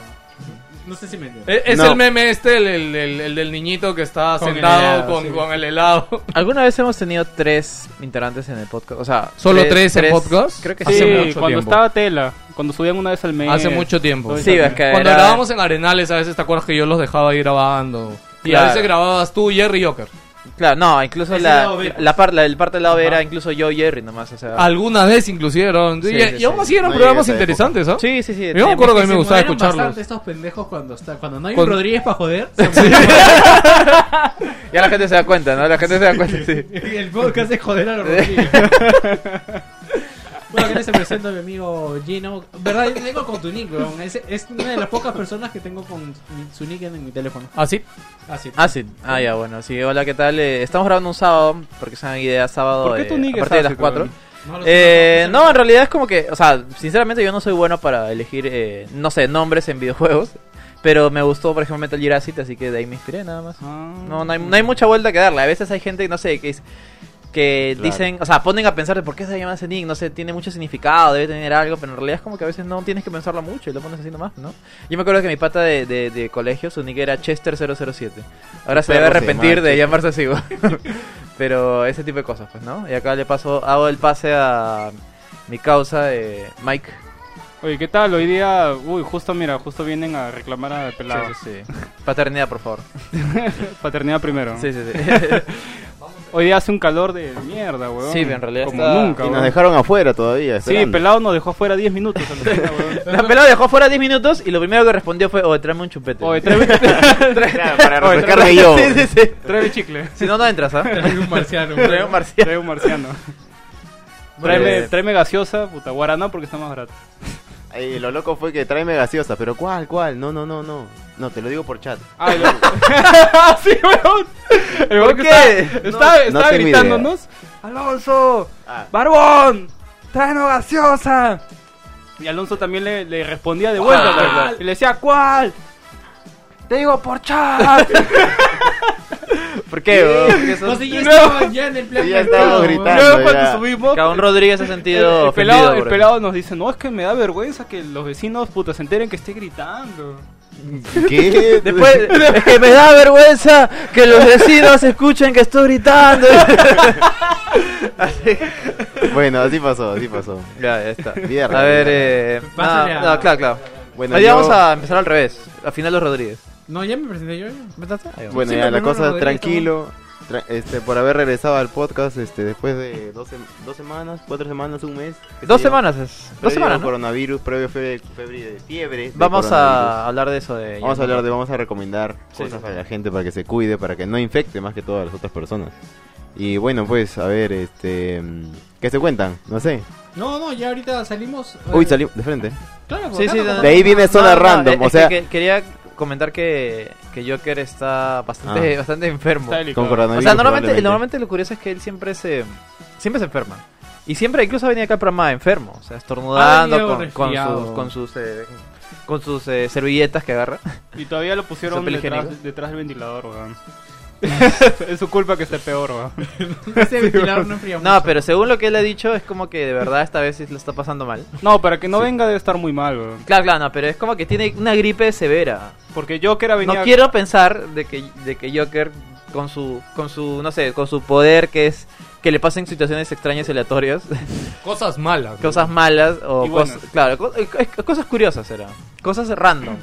[SPEAKER 8] no sé si me entiendes.
[SPEAKER 2] Eh, Es
[SPEAKER 4] No.
[SPEAKER 2] el meme este, el, el- el- el del niñito que está
[SPEAKER 8] Con el
[SPEAKER 2] sentado
[SPEAKER 8] helado,
[SPEAKER 2] con,
[SPEAKER 8] sí.
[SPEAKER 2] con el helado.
[SPEAKER 3] ¿Alguna vez hemos tenido tres integrantes en el podcast? O sea,
[SPEAKER 2] ¿Solo tres en podcast?
[SPEAKER 3] Creo que
[SPEAKER 6] Sí,
[SPEAKER 2] Hace
[SPEAKER 3] sí.
[SPEAKER 2] mucho
[SPEAKER 6] cuando
[SPEAKER 2] tiempo.
[SPEAKER 6] estaba Tela, cuando subían una vez al mes.
[SPEAKER 2] Hace mucho tiempo.
[SPEAKER 3] Sí, es que
[SPEAKER 2] Cuando
[SPEAKER 3] era-
[SPEAKER 2] grabábamos en Arenales, a veces te acuerdas que yo los dejaba ir grabando. Y a
[SPEAKER 3] Claro.
[SPEAKER 2] veces grababas tú, Jerry y Joker.
[SPEAKER 3] Claro, no, incluso
[SPEAKER 8] Ese
[SPEAKER 3] la,
[SPEAKER 8] lado B, pues.
[SPEAKER 3] la, par- la- el parte del lado B
[SPEAKER 2] Ajá.
[SPEAKER 3] era incluso yo y Jerry nomás. O sea,
[SPEAKER 2] Alguna vez inclusive grababan.
[SPEAKER 3] Sí,
[SPEAKER 2] y,
[SPEAKER 3] sí,
[SPEAKER 2] y aún
[SPEAKER 3] sí.
[SPEAKER 2] así eran
[SPEAKER 4] No llegué a
[SPEAKER 2] programas
[SPEAKER 4] esa época.
[SPEAKER 2] interesantes, ¿ah?
[SPEAKER 3] sí, sí, sí.
[SPEAKER 2] Yo me acuerdo que a mí me
[SPEAKER 8] Se
[SPEAKER 2] gustaba
[SPEAKER 8] moderan
[SPEAKER 2] escucharlos.
[SPEAKER 8] bastante estos pendejos cuando está cuando no hay
[SPEAKER 2] Con-
[SPEAKER 8] un Rodríguez para joder. se
[SPEAKER 3] Ya la gente se da cuenta, ¿no? La gente se da cuenta, sí.
[SPEAKER 8] muere. el podcast es joder a los Rodríguez. bueno, que les presento a mi amigo Gino. Verdad, yo tengo con tu nick, weón. Es, es una de las pocas personas que tengo con mi- su nick en mi teléfono.
[SPEAKER 2] Así.
[SPEAKER 8] Así.
[SPEAKER 3] Ah, sí. Ah, ya, bueno. Sí, hola, ¿qué tal? Eh, estamos grabando un sábado, porque es una idea sábado
[SPEAKER 6] ¿Por qué
[SPEAKER 3] eh,
[SPEAKER 6] tu nick
[SPEAKER 3] a
[SPEAKER 6] es
[SPEAKER 3] partir de las
[SPEAKER 6] ácido,
[SPEAKER 3] 4.
[SPEAKER 6] weón?
[SPEAKER 2] Ah,
[SPEAKER 8] No lo
[SPEAKER 3] Eh,
[SPEAKER 8] sé,
[SPEAKER 3] no, en realidad es como que, o sea, sinceramente yo no soy bueno para elegir, eh, no sé, nombres en videojuegos. Pero me gustó, por ejemplo, Metal Gear Acid, así que de ahí me inspiré nada más.
[SPEAKER 6] Ah.
[SPEAKER 3] No, no hay, no hay mucha vuelta que darle. A veces hay gente, no sé, que, es- que
[SPEAKER 4] Claro.
[SPEAKER 3] dicen, o sea, ponen a pensar de por qué se llama ese nick, no sé, tiene mucho significado, debe tener algo, pero en realidad es como que a veces no tienes que pensarlo mucho y lo pones así nomás, ¿no? Yo me acuerdo que mi pata de, de, de colegio, su nick era Chester007. Ahora se debe
[SPEAKER 4] Perro se
[SPEAKER 3] arrepentir
[SPEAKER 4] llama
[SPEAKER 3] de llamarse así, güey. pero ese tipo de cosas, pues, ¿no? Y acá le paso, hago el pase a mi causa, eh, Mike.
[SPEAKER 6] Oye, ¿qué tal? Hoy día, uy, justo, mira, justo vienen a reclamar a Pelado.
[SPEAKER 3] Sí, sí, sí. Paternidad, por favor.
[SPEAKER 6] Paternidad primero.
[SPEAKER 3] Sí, sí, sí.
[SPEAKER 6] Hoy día hace un calor de mierda, weón.
[SPEAKER 3] Sí, en realidad
[SPEAKER 6] Como
[SPEAKER 3] está-
[SPEAKER 6] nunca,
[SPEAKER 4] Y nos
[SPEAKER 6] weón.
[SPEAKER 4] dejaron afuera todavía.
[SPEAKER 6] Sí,
[SPEAKER 4] esperando.
[SPEAKER 6] Pelado nos dejó afuera 10 minutos. alucina, weón.
[SPEAKER 3] La pelada dejó fuera 10 minutos y lo primero que respondió fue, oye, tráeme un chupete.
[SPEAKER 6] Oye, tráeme,
[SPEAKER 4] Claro, para
[SPEAKER 6] Oye,
[SPEAKER 4] refrescarme yo.
[SPEAKER 3] Sí, sí, sí.
[SPEAKER 6] tráeme chicle.
[SPEAKER 3] Si no, no entras, ¿ah?
[SPEAKER 8] Trae un marciano.
[SPEAKER 3] Tráeme un marciano.
[SPEAKER 6] Tráeme un marciano.
[SPEAKER 3] Bueno,
[SPEAKER 6] Tráeme,
[SPEAKER 3] eh,
[SPEAKER 6] tráeme gaseosa, puta, guaraná porque está más barato.
[SPEAKER 4] Ay, lo loco fue que tráeme gaseosa, pero ¿cuál, cuál? No, no, no, no. No, te lo digo por chat.
[SPEAKER 6] Ah, el- Ah, sí, weón. El weón que
[SPEAKER 3] qué?
[SPEAKER 6] estaba- estaba,
[SPEAKER 4] no
[SPEAKER 6] estaba
[SPEAKER 4] tengo idea.
[SPEAKER 6] gritándonos. Alonso,
[SPEAKER 4] Ah.
[SPEAKER 6] Barbón, tráenos gaseosa. Y Alonso también le, le respondía de vuelta. pues, Y le decía, ¿cuál? Te digo por chat.
[SPEAKER 3] ¿Por qué, weón?
[SPEAKER 8] No, si ya
[SPEAKER 6] No.
[SPEAKER 8] estaban ya en el plan.
[SPEAKER 4] Sí, ya
[SPEAKER 8] perdido,
[SPEAKER 4] estábamos
[SPEAKER 8] weón.
[SPEAKER 4] gritando.
[SPEAKER 6] Luego cuando
[SPEAKER 4] ya.
[SPEAKER 6] subimos,
[SPEAKER 3] Caón Rodríguez se ha
[SPEAKER 6] el,
[SPEAKER 3] sentido
[SPEAKER 6] el
[SPEAKER 3] ofendido
[SPEAKER 6] pelado, el
[SPEAKER 3] por-
[SPEAKER 6] pelado nos dice, no, es que me da vergüenza que los vecinos puta se enteren que esté gritando.
[SPEAKER 4] ¿Qué?
[SPEAKER 3] Después, es que me da vergüenza que los vecinos escuchen que estoy gritando.
[SPEAKER 4] Bueno, así pasó, así pasó.
[SPEAKER 3] ya, ya está.
[SPEAKER 4] Mierda,
[SPEAKER 3] A ver,
[SPEAKER 4] mierda.
[SPEAKER 3] eh...
[SPEAKER 8] Pásale
[SPEAKER 3] nada,
[SPEAKER 8] a-
[SPEAKER 3] no, claro, claro.
[SPEAKER 4] Bueno,
[SPEAKER 3] Ahí
[SPEAKER 4] yo-
[SPEAKER 3] vamos a empezar al revés. A final los Rodríguez.
[SPEAKER 8] No, ya me presenté yo. ya.
[SPEAKER 4] Bueno,
[SPEAKER 8] Sí,
[SPEAKER 4] ya
[SPEAKER 8] lo
[SPEAKER 4] la
[SPEAKER 8] primero
[SPEAKER 4] cosa
[SPEAKER 8] lo
[SPEAKER 4] tranquilo. tra- este, por haber regresado al podcast este, después de dos, sem- dos semanas, cuatro semanas, un mes.
[SPEAKER 3] Dos
[SPEAKER 4] Sí,
[SPEAKER 3] semanas es.
[SPEAKER 4] previo
[SPEAKER 3] Dos semanas, ¿no?
[SPEAKER 4] coronavirus, previo febre, febre de fiebre. de
[SPEAKER 3] Vamos
[SPEAKER 4] coronavirus.
[SPEAKER 3] a hablar de eso de...
[SPEAKER 4] Vamos a hablar de, vamos a recomendar
[SPEAKER 3] Sí,
[SPEAKER 4] cosas
[SPEAKER 3] sí,
[SPEAKER 4] a
[SPEAKER 3] sí.
[SPEAKER 4] la gente para que se cuide, para que no infecte más que todo a las otras personas. Y bueno, pues, a ver, este, mm, ¿qué se cuentan? No sé.
[SPEAKER 8] No, no, ya ahorita salimos. eh,
[SPEAKER 4] Uy, salió de frente.
[SPEAKER 8] Claro, por
[SPEAKER 3] Sí,
[SPEAKER 8] acá nos
[SPEAKER 3] sí, no,
[SPEAKER 8] contamos.
[SPEAKER 4] De ahí viene
[SPEAKER 3] No,
[SPEAKER 4] zona
[SPEAKER 3] no, no,
[SPEAKER 4] random,
[SPEAKER 3] es
[SPEAKER 4] o sea,
[SPEAKER 3] que- que- quería comentar que, que Joker está bastante, bastante enfermo.
[SPEAKER 6] Está delicado.
[SPEAKER 4] con coronavirus.
[SPEAKER 3] O sea, normalmente,
[SPEAKER 4] Ah. probablemente.
[SPEAKER 3] normalmente lo curioso es que él siempre se siempre se enferma. Y siempre, incluso ha venido acá al programa enfermo. O sea,
[SPEAKER 8] Ha
[SPEAKER 3] estornudando
[SPEAKER 6] Ah,
[SPEAKER 8] venido
[SPEAKER 3] con, con sus,
[SPEAKER 8] resfriado.
[SPEAKER 3] con sus, eh, con sus eh, servilletas que agarra.
[SPEAKER 6] Y todavía lo pusieron
[SPEAKER 3] Papel higiénico.
[SPEAKER 6] detrás, detrás del ventilador, weón. es su culpa que esté peor, weón.
[SPEAKER 8] Ese este ventilador no enfría
[SPEAKER 3] No,
[SPEAKER 8] mucho.
[SPEAKER 3] pero según lo que él ha dicho, es como que de verdad esta vez sí lo está pasando mal.
[SPEAKER 6] No, para que no venga debe estar muy mal, weón.
[SPEAKER 3] Claro, claro, no, pero es como que tiene una gripe severa.
[SPEAKER 6] Porque Joker ha venido...
[SPEAKER 3] No quiero pensar de que, de que Joker con su con su no sé, con su poder que es que le pasen situaciones extrañas y aleatorias,
[SPEAKER 2] Cosas malas.
[SPEAKER 3] cosas malas o
[SPEAKER 6] Y buenas.
[SPEAKER 3] cosas, claro, co- eh, co- cosas curiosas era, cosas random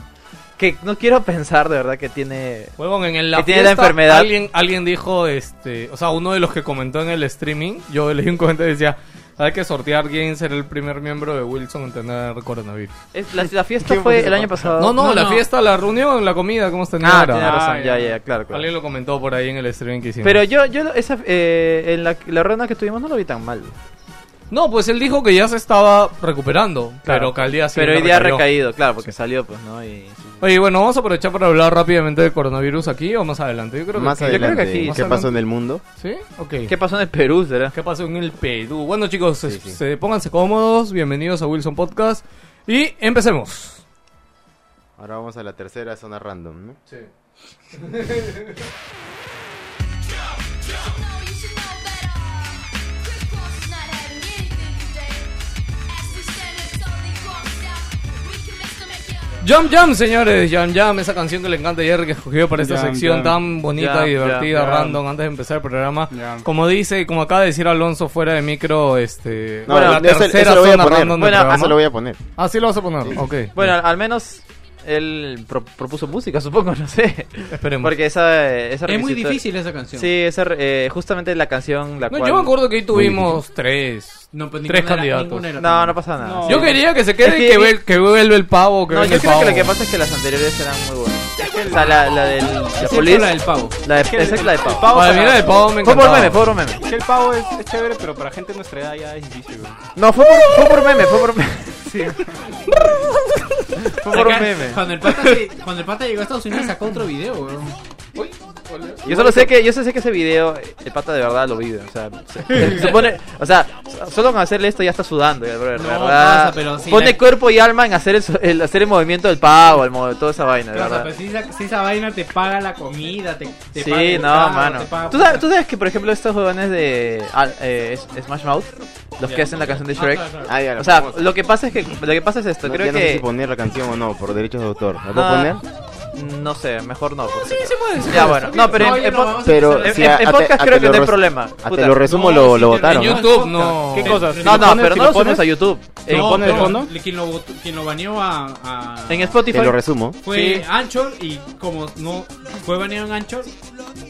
[SPEAKER 3] que no quiero pensar de verdad que tiene
[SPEAKER 2] Huevón, en el- la
[SPEAKER 3] Que tiene la
[SPEAKER 2] fiesta,
[SPEAKER 3] enfermedad.
[SPEAKER 2] Alguien, alguien dijo, este, o sea, uno de los que comentó en el streaming, yo leí un comentario y decía, Hay que sortear quién será el primer miembro de Wilson en tener coronavirus.
[SPEAKER 3] Es- la, la fiesta fue el año pasado.
[SPEAKER 2] No, no,
[SPEAKER 8] no,
[SPEAKER 2] la
[SPEAKER 8] no.
[SPEAKER 2] fiesta, la reunión, la comida, ¿cómo está
[SPEAKER 3] Oh, Ah,
[SPEAKER 2] ahora?
[SPEAKER 3] tiene
[SPEAKER 2] Ah,
[SPEAKER 3] razón.
[SPEAKER 2] ya,
[SPEAKER 3] Ya,
[SPEAKER 2] ya.
[SPEAKER 3] ya, claro, claro.
[SPEAKER 2] Alguien lo comentó por ahí en el stream que hicimos.
[SPEAKER 3] Pero yo, yo esa, eh, en la, la ronda que estuvimos no lo vi tan mal.
[SPEAKER 2] No, pues él dijo que ya se estaba recuperando, pero
[SPEAKER 3] Claro.
[SPEAKER 2] que al día siguiente
[SPEAKER 3] Pero hoy día ha
[SPEAKER 2] recayó.
[SPEAKER 3] recaído, claro, porque salió, pues, ¿no? Y...
[SPEAKER 2] Oye, bueno, vamos a aprovechar para hablar rápidamente del coronavirus aquí o más adelante. Yo creo
[SPEAKER 4] Más
[SPEAKER 2] que
[SPEAKER 3] creo que
[SPEAKER 4] adelante,
[SPEAKER 3] aquí-
[SPEAKER 4] ¿qué
[SPEAKER 2] más
[SPEAKER 4] pasó
[SPEAKER 2] adelante.
[SPEAKER 4] en el mundo?
[SPEAKER 2] ¿Sí? Ok.
[SPEAKER 3] ¿Qué pasó en el Perú, será?
[SPEAKER 2] ¿Qué pasó en el Perú? Bueno, chicos, se-
[SPEAKER 4] Sí, sí.
[SPEAKER 2] se- pónganse cómodos. Bienvenidos a Wilson Podcast. Y empecemos.
[SPEAKER 4] Ahora vamos a la tercera zona random, ¿no?
[SPEAKER 2] Sí. Jump Jam, señores. Jump Jam, esa canción que le encanta ayer que escogió para esta
[SPEAKER 6] Jam
[SPEAKER 2] sección
[SPEAKER 6] Jam.
[SPEAKER 2] tan bonita
[SPEAKER 3] Jam,
[SPEAKER 2] y divertida,
[SPEAKER 3] Jam, Jam.
[SPEAKER 2] random, antes de empezar el programa.
[SPEAKER 6] Jam.
[SPEAKER 2] Como dice, como acaba de decir Alonso fuera de micro, este...
[SPEAKER 4] No,
[SPEAKER 3] Bueno,
[SPEAKER 2] la
[SPEAKER 4] no, eso-
[SPEAKER 2] tercera
[SPEAKER 4] eso lo voy a
[SPEAKER 2] zona
[SPEAKER 4] poner.
[SPEAKER 2] random del
[SPEAKER 3] Bueno,
[SPEAKER 2] programa.
[SPEAKER 4] Eso lo voy a poner.
[SPEAKER 2] Ah, sí lo vas a poner, ok.
[SPEAKER 3] Bueno, al- al menos él pro- propuso música, supongo, no sé.
[SPEAKER 2] esperemos.
[SPEAKER 3] Porque esa... esa
[SPEAKER 8] Es muy
[SPEAKER 3] requisito-
[SPEAKER 8] difícil esa canción.
[SPEAKER 3] Sí, esa, eh, justamente la canción la
[SPEAKER 2] No,
[SPEAKER 3] cual...
[SPEAKER 2] yo me acuerdo que ahí tuvimos tres.
[SPEAKER 8] No, pues
[SPEAKER 2] Tres
[SPEAKER 8] ninguna era-
[SPEAKER 2] candidatos.
[SPEAKER 8] ninguna era
[SPEAKER 3] No,
[SPEAKER 8] tan-
[SPEAKER 3] no pasa nada.
[SPEAKER 6] No.
[SPEAKER 2] Yo quería que se quede
[SPEAKER 3] Es que-
[SPEAKER 2] que, vuel- que vuelve el pavo, que
[SPEAKER 3] No,
[SPEAKER 2] venga
[SPEAKER 3] yo
[SPEAKER 2] el
[SPEAKER 3] creo que lo
[SPEAKER 2] pavo.
[SPEAKER 3] que pasa es que las anteriores eran muy buenas. O sea, la, la del... La
[SPEAKER 8] Excepto
[SPEAKER 3] police...
[SPEAKER 8] la del pavo.
[SPEAKER 3] La de, esa es la de Pau.
[SPEAKER 2] Para
[SPEAKER 6] Pau para-
[SPEAKER 2] mí la de pavo me
[SPEAKER 3] Fue por
[SPEAKER 2] encantaba.
[SPEAKER 3] meme, fue por meme.
[SPEAKER 6] Que el pavo es, es chévere, pero para gente de nuestra edad ya es difícil, weón.
[SPEAKER 3] No, fue por, fue por meme, fue por meme. fue por un
[SPEAKER 8] Acá,
[SPEAKER 3] meme.
[SPEAKER 8] Cuando el, pata se- cuando el pata llegó a Estados Unidos sacó otro video, weón.
[SPEAKER 3] Yo solo sé que, yo solo sé que ese video, eh, el pata de verdad lo vive. O sea, se, se- se pone, o sea, so- solo con hacerle esto ya está sudando, ya, bro, de
[SPEAKER 8] No,
[SPEAKER 3] verdad.
[SPEAKER 8] pasa, pero sí,
[SPEAKER 3] pone
[SPEAKER 8] la-
[SPEAKER 3] cuerpo y alma en hacer el, su- el- hacer el movimiento del pavo, el mo- toda esa vaina, de
[SPEAKER 8] Claro,
[SPEAKER 3] verdad.
[SPEAKER 8] pero pues, si esa, si esa vaina te paga la comida, te, te paga
[SPEAKER 3] Sí,
[SPEAKER 8] el
[SPEAKER 3] no,
[SPEAKER 8] carro,
[SPEAKER 3] mano.
[SPEAKER 8] te paga-
[SPEAKER 3] ¿Tú sabes, tú sabes que, por ejemplo, estos jóvenes de ah, eh, S- Smash Mouth, los que hacen la canción de
[SPEAKER 8] Ah,
[SPEAKER 3] Shrek,
[SPEAKER 8] claro, claro.
[SPEAKER 4] Ah, ya, la
[SPEAKER 3] o sea,
[SPEAKER 4] famosa.
[SPEAKER 3] lo que pasa es que, lo que pasa es esto,
[SPEAKER 4] No,
[SPEAKER 3] creo
[SPEAKER 4] ya no sé si
[SPEAKER 3] que,
[SPEAKER 4] poner la canción o no, por derechos de autor. ¿La puedo
[SPEAKER 3] Ah,
[SPEAKER 4] poner?
[SPEAKER 3] no sé, mejor no. porque- ya bueno, no, pero
[SPEAKER 8] No,
[SPEAKER 3] en-
[SPEAKER 8] ya
[SPEAKER 3] en
[SPEAKER 8] no,
[SPEAKER 3] po-
[SPEAKER 8] vamos a
[SPEAKER 4] Pero
[SPEAKER 8] empezar a-
[SPEAKER 3] en-
[SPEAKER 4] si
[SPEAKER 3] en-
[SPEAKER 4] a-
[SPEAKER 3] en
[SPEAKER 4] a-
[SPEAKER 3] podcast
[SPEAKER 4] a-
[SPEAKER 3] creo
[SPEAKER 4] a-
[SPEAKER 3] que no hay
[SPEAKER 4] res-
[SPEAKER 3] problema.
[SPEAKER 4] A
[SPEAKER 3] Puta.
[SPEAKER 4] te lo resumo,
[SPEAKER 8] No,
[SPEAKER 4] lo,
[SPEAKER 8] sí
[SPEAKER 4] lo
[SPEAKER 8] te-
[SPEAKER 4] votaron.
[SPEAKER 2] En YouTube no.
[SPEAKER 6] ¿Qué cosas? Si
[SPEAKER 3] No,
[SPEAKER 6] lo
[SPEAKER 3] no,
[SPEAKER 6] pones-
[SPEAKER 3] pero
[SPEAKER 6] si
[SPEAKER 3] no lo subimos
[SPEAKER 6] pones-
[SPEAKER 3] a YouTube. En,
[SPEAKER 6] lo pone de
[SPEAKER 8] pero
[SPEAKER 6] fondo?
[SPEAKER 8] Quien lo, botó- quien lo baneó a, a-
[SPEAKER 3] en Spotify.
[SPEAKER 4] Te lo resumo.
[SPEAKER 8] fue
[SPEAKER 3] sí.
[SPEAKER 8] Anchor y como no fue baneado en Anchor,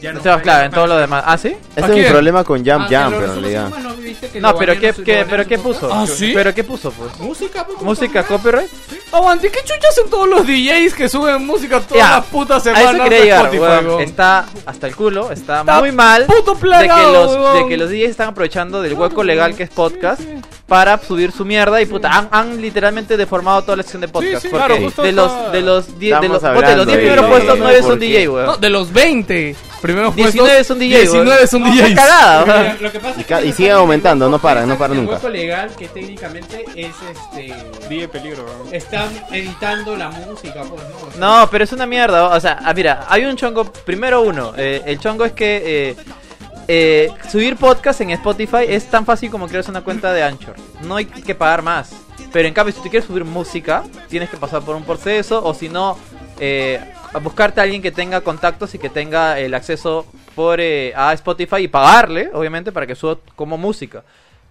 [SPEAKER 8] ya no.
[SPEAKER 3] Este va,
[SPEAKER 8] fue-
[SPEAKER 3] claro, en todo lo demás. ¿Ah, sí?
[SPEAKER 4] Ese
[SPEAKER 2] quién?
[SPEAKER 4] Este es mi problema con Jam
[SPEAKER 8] Ah, que
[SPEAKER 4] Jam,
[SPEAKER 8] lo
[SPEAKER 4] pero en
[SPEAKER 8] resumo,
[SPEAKER 4] realidad.
[SPEAKER 8] sí, mano, viste que
[SPEAKER 3] No,
[SPEAKER 8] lo
[SPEAKER 3] pero
[SPEAKER 8] banearon
[SPEAKER 3] ¿qué,
[SPEAKER 8] su- lo
[SPEAKER 3] qué,
[SPEAKER 8] banearon
[SPEAKER 3] pero
[SPEAKER 8] su
[SPEAKER 3] ¿qué
[SPEAKER 8] podcast.
[SPEAKER 3] puso?
[SPEAKER 2] ¿Ah, sí?
[SPEAKER 3] ¿Pero qué puso, pues?
[SPEAKER 2] Uh.
[SPEAKER 8] Música, pues,
[SPEAKER 3] ¿Música
[SPEAKER 8] copyright.
[SPEAKER 3] copyright?
[SPEAKER 2] Aguante, ¿qué chuchas son todos los DJs que suben música todas
[SPEAKER 3] Ya,
[SPEAKER 2] las putas
[SPEAKER 3] A
[SPEAKER 2] semanas
[SPEAKER 3] eso quería llegar,
[SPEAKER 2] Spotify,
[SPEAKER 3] weón.
[SPEAKER 2] weón?
[SPEAKER 3] Está hasta el culo, está,
[SPEAKER 2] Está
[SPEAKER 3] muy mal
[SPEAKER 2] puto
[SPEAKER 3] de que,
[SPEAKER 2] plagado,
[SPEAKER 3] los, de
[SPEAKER 2] weón.
[SPEAKER 3] que los DJs están aprovechando del hueco legal que es podcast para subir su mierda y puta, han, han literalmente deformado toda la sección de podcast.
[SPEAKER 2] sí,
[SPEAKER 3] porque
[SPEAKER 2] claro, justo
[SPEAKER 3] de, los,
[SPEAKER 2] está-
[SPEAKER 3] de los die- de
[SPEAKER 4] Estamos
[SPEAKER 3] los ponte,
[SPEAKER 4] hablando
[SPEAKER 3] los 10
[SPEAKER 4] de
[SPEAKER 3] primeros
[SPEAKER 4] DJ,
[SPEAKER 3] puestos, 9 son
[SPEAKER 4] porque-
[SPEAKER 3] DJ, weón.
[SPEAKER 2] No, de los 20 primeros
[SPEAKER 3] 19
[SPEAKER 2] puestos,
[SPEAKER 3] son DJs, weón. Ah,
[SPEAKER 2] 19 son
[SPEAKER 3] No, qué
[SPEAKER 2] DJs.
[SPEAKER 3] cagada, weón.
[SPEAKER 8] Lo- Lo que pasa
[SPEAKER 4] Y
[SPEAKER 8] es
[SPEAKER 4] ca-
[SPEAKER 8] que
[SPEAKER 4] y
[SPEAKER 8] ellos
[SPEAKER 4] sigue
[SPEAKER 8] están
[SPEAKER 4] aumentando,
[SPEAKER 8] en
[SPEAKER 4] no paran, no
[SPEAKER 8] están
[SPEAKER 4] paran
[SPEAKER 8] en el
[SPEAKER 4] nunca.
[SPEAKER 8] hueco legal que técnicamente es este
[SPEAKER 6] Dije peligro, weón.
[SPEAKER 8] están editando la música, pues no. O sea,
[SPEAKER 3] No, pero es una mierda. O sea, ah, mira, hay un chongo. Primero uno. eh, el chongo es que eh, eh, subir podcast en Spotify es tan fácil como crearse una cuenta de Anchor. No hay que pagar más. Pero en cambio, si tú quieres subir música, tienes que pasar por un proceso. O si no, eh, a buscarte a alguien que tenga contactos y que tenga el acceso por eh, a Spotify y pagarle, obviamente, para que suba como música.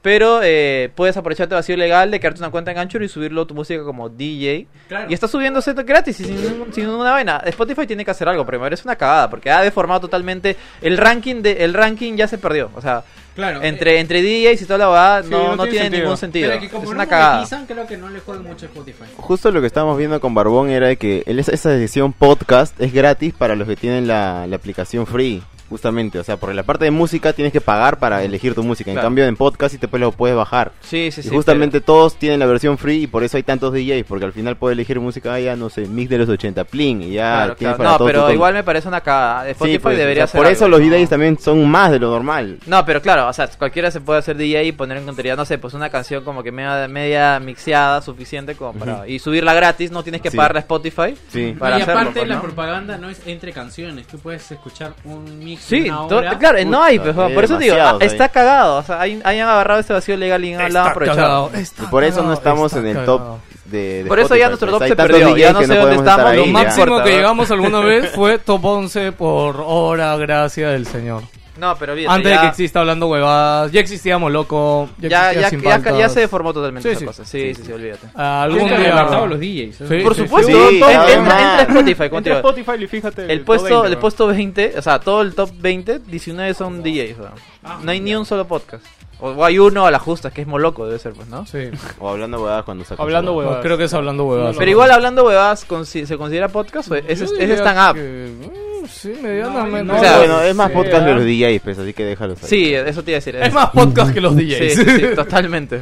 [SPEAKER 3] Pero eh, puedes aprovecharte el vacío legal de crearte una cuenta en Anchor y subirlo tu música como DJ.
[SPEAKER 8] Claro.
[SPEAKER 3] Y está subiéndose gratis y sin, ningún- sin ninguna vaina. Spotify tiene que hacer algo primero. Es una cagada porque ha deformado totalmente el ranking. De, el ranking ya se perdió. O sea,
[SPEAKER 8] claro. eh,
[SPEAKER 3] entre, entre DJs y toda la verdad
[SPEAKER 6] Sí,
[SPEAKER 3] no,
[SPEAKER 6] no
[SPEAKER 3] no
[SPEAKER 6] tiene
[SPEAKER 3] tiene
[SPEAKER 6] sentido.
[SPEAKER 3] ningún sentido.
[SPEAKER 8] pero que
[SPEAKER 3] Es
[SPEAKER 8] como
[SPEAKER 3] una
[SPEAKER 8] no
[SPEAKER 3] cagada.
[SPEAKER 8] monetizan, creo que no le juegan mucho a Spotify.
[SPEAKER 4] Justo lo que estábamos viendo con Barbón era de que él- esa esa sección podcast es gratis para los que tienen la, la aplicación free. Justamente, o sea, porque la parte de música tienes que pagar para elegir tu música. En
[SPEAKER 3] Claro.
[SPEAKER 4] cambio, en podcast y te pues, lo puedes bajar.
[SPEAKER 3] Sí, sí,
[SPEAKER 4] Y
[SPEAKER 3] sí.
[SPEAKER 4] justamente todos tienen la versión free y por eso hay tantos DJs, porque al final puedes elegir música ah, ya, no sé, mix de los 80, pling, y ya
[SPEAKER 3] pero- claro, claro.
[SPEAKER 4] tienes para
[SPEAKER 3] No,
[SPEAKER 4] todo tu
[SPEAKER 3] pero
[SPEAKER 4] con-
[SPEAKER 3] igual me parece una cagada.
[SPEAKER 4] Sí,
[SPEAKER 3] Spotify
[SPEAKER 4] pues,
[SPEAKER 3] debería
[SPEAKER 4] o sea,
[SPEAKER 3] hacer
[SPEAKER 4] Por eso
[SPEAKER 3] algo,
[SPEAKER 4] los
[SPEAKER 3] ¿no?
[SPEAKER 4] DJs también son más de lo normal.
[SPEAKER 3] No, pero claro, o sea, cualquiera se puede hacer DJ y poner en tontería, no sé, pues una canción como que media, media mixeada, suficiente como para... Y subirla gratis, no tienes que
[SPEAKER 4] Sí.
[SPEAKER 3] pagarla a Spotify.
[SPEAKER 4] Sí.
[SPEAKER 3] Para
[SPEAKER 8] y
[SPEAKER 3] hacerlo,
[SPEAKER 8] aparte
[SPEAKER 3] pues,
[SPEAKER 8] la
[SPEAKER 3] ¿no?
[SPEAKER 8] propaganda no es entre canciones, tú puedes escuchar un mix de
[SPEAKER 3] Sí,
[SPEAKER 8] una
[SPEAKER 3] to-
[SPEAKER 8] hora.
[SPEAKER 3] claro, no hay,
[SPEAKER 4] Puta,
[SPEAKER 3] pues, por
[SPEAKER 4] hay
[SPEAKER 3] eso digo,
[SPEAKER 4] demasiados
[SPEAKER 3] ah, está
[SPEAKER 4] ahí.
[SPEAKER 3] cagado, o sea, hay- hayan agarrado este vacío legal y han lo han
[SPEAKER 2] Está
[SPEAKER 3] aprovechado.
[SPEAKER 2] cagado, está
[SPEAKER 4] Y
[SPEAKER 5] Ah,
[SPEAKER 4] por eso no
[SPEAKER 2] cagado,
[SPEAKER 4] estamos
[SPEAKER 2] está
[SPEAKER 4] en el top
[SPEAKER 2] cagado.
[SPEAKER 4] de, de
[SPEAKER 3] Por eso ya nuestro
[SPEAKER 4] pues,
[SPEAKER 3] top
[SPEAKER 4] hay
[SPEAKER 3] se
[SPEAKER 4] tantos
[SPEAKER 3] perdió, ya
[SPEAKER 4] DJs
[SPEAKER 3] no
[SPEAKER 4] que
[SPEAKER 3] sé dónde
[SPEAKER 4] podemos estar
[SPEAKER 3] estamos,
[SPEAKER 4] ahí,
[SPEAKER 2] Lo
[SPEAKER 3] Sí,
[SPEAKER 4] ya.
[SPEAKER 2] máximo
[SPEAKER 3] ya.
[SPEAKER 2] que llegamos alguna vez fue top 11 por hora, gracias del Señor.
[SPEAKER 3] No, pero olvídate,
[SPEAKER 2] Antes de
[SPEAKER 3] ya-
[SPEAKER 2] que exista hablando huevadas, ya existíamos loco. Ya,
[SPEAKER 3] ya,
[SPEAKER 2] existía
[SPEAKER 3] ya,
[SPEAKER 2] sin
[SPEAKER 3] ya,
[SPEAKER 2] faltas.
[SPEAKER 3] ya se deformó totalmente
[SPEAKER 2] Sí,
[SPEAKER 3] esa
[SPEAKER 2] sí.
[SPEAKER 3] cosa. Sí, sí, sí, olvídate.
[SPEAKER 2] Ah, Algún
[SPEAKER 8] Tienen que haber matado a los
[SPEAKER 2] día.
[SPEAKER 8] DJs. ¿eh?
[SPEAKER 2] Sí,
[SPEAKER 3] Por
[SPEAKER 2] sí,
[SPEAKER 3] supuesto,
[SPEAKER 4] sí.
[SPEAKER 3] todo-
[SPEAKER 4] Sí,
[SPEAKER 3] entra,
[SPEAKER 4] claro.
[SPEAKER 3] entra Spotify,
[SPEAKER 6] Entra a
[SPEAKER 3] contigo.
[SPEAKER 6] Spotify y fíjate.
[SPEAKER 3] El puesto,
[SPEAKER 6] 20,
[SPEAKER 3] el
[SPEAKER 6] weón.
[SPEAKER 2] Ah,
[SPEAKER 3] puesto 20, o sea, todo el top 20, 19 son DJs, o sea, no hay ni un solo podcast. O, o hay uno a la justa, que es Moloco, debe ser, pues, ¿no?
[SPEAKER 2] Sí.
[SPEAKER 4] O hablando huevadas cuando sacas.
[SPEAKER 6] Hablando
[SPEAKER 4] huevadas.
[SPEAKER 6] huevadas.
[SPEAKER 2] Creo que es hablando huevadas.
[SPEAKER 3] Pero igual hablando huevadas, consi- ¿se considera podcast o es, es,
[SPEAKER 2] Yo
[SPEAKER 3] es
[SPEAKER 2] diría
[SPEAKER 3] stand-up?
[SPEAKER 2] que, mm, Sí, medianamente.
[SPEAKER 8] No,
[SPEAKER 3] O sea,
[SPEAKER 4] bueno, es más podcast de los
[SPEAKER 2] DJs.
[SPEAKER 4] DJs, pues, así que déjalos ahí.
[SPEAKER 3] Sí, eso te iba a decir.
[SPEAKER 2] Es más podcast que los
[SPEAKER 3] Sí,
[SPEAKER 2] DJs.
[SPEAKER 3] sí, sí, totalmente.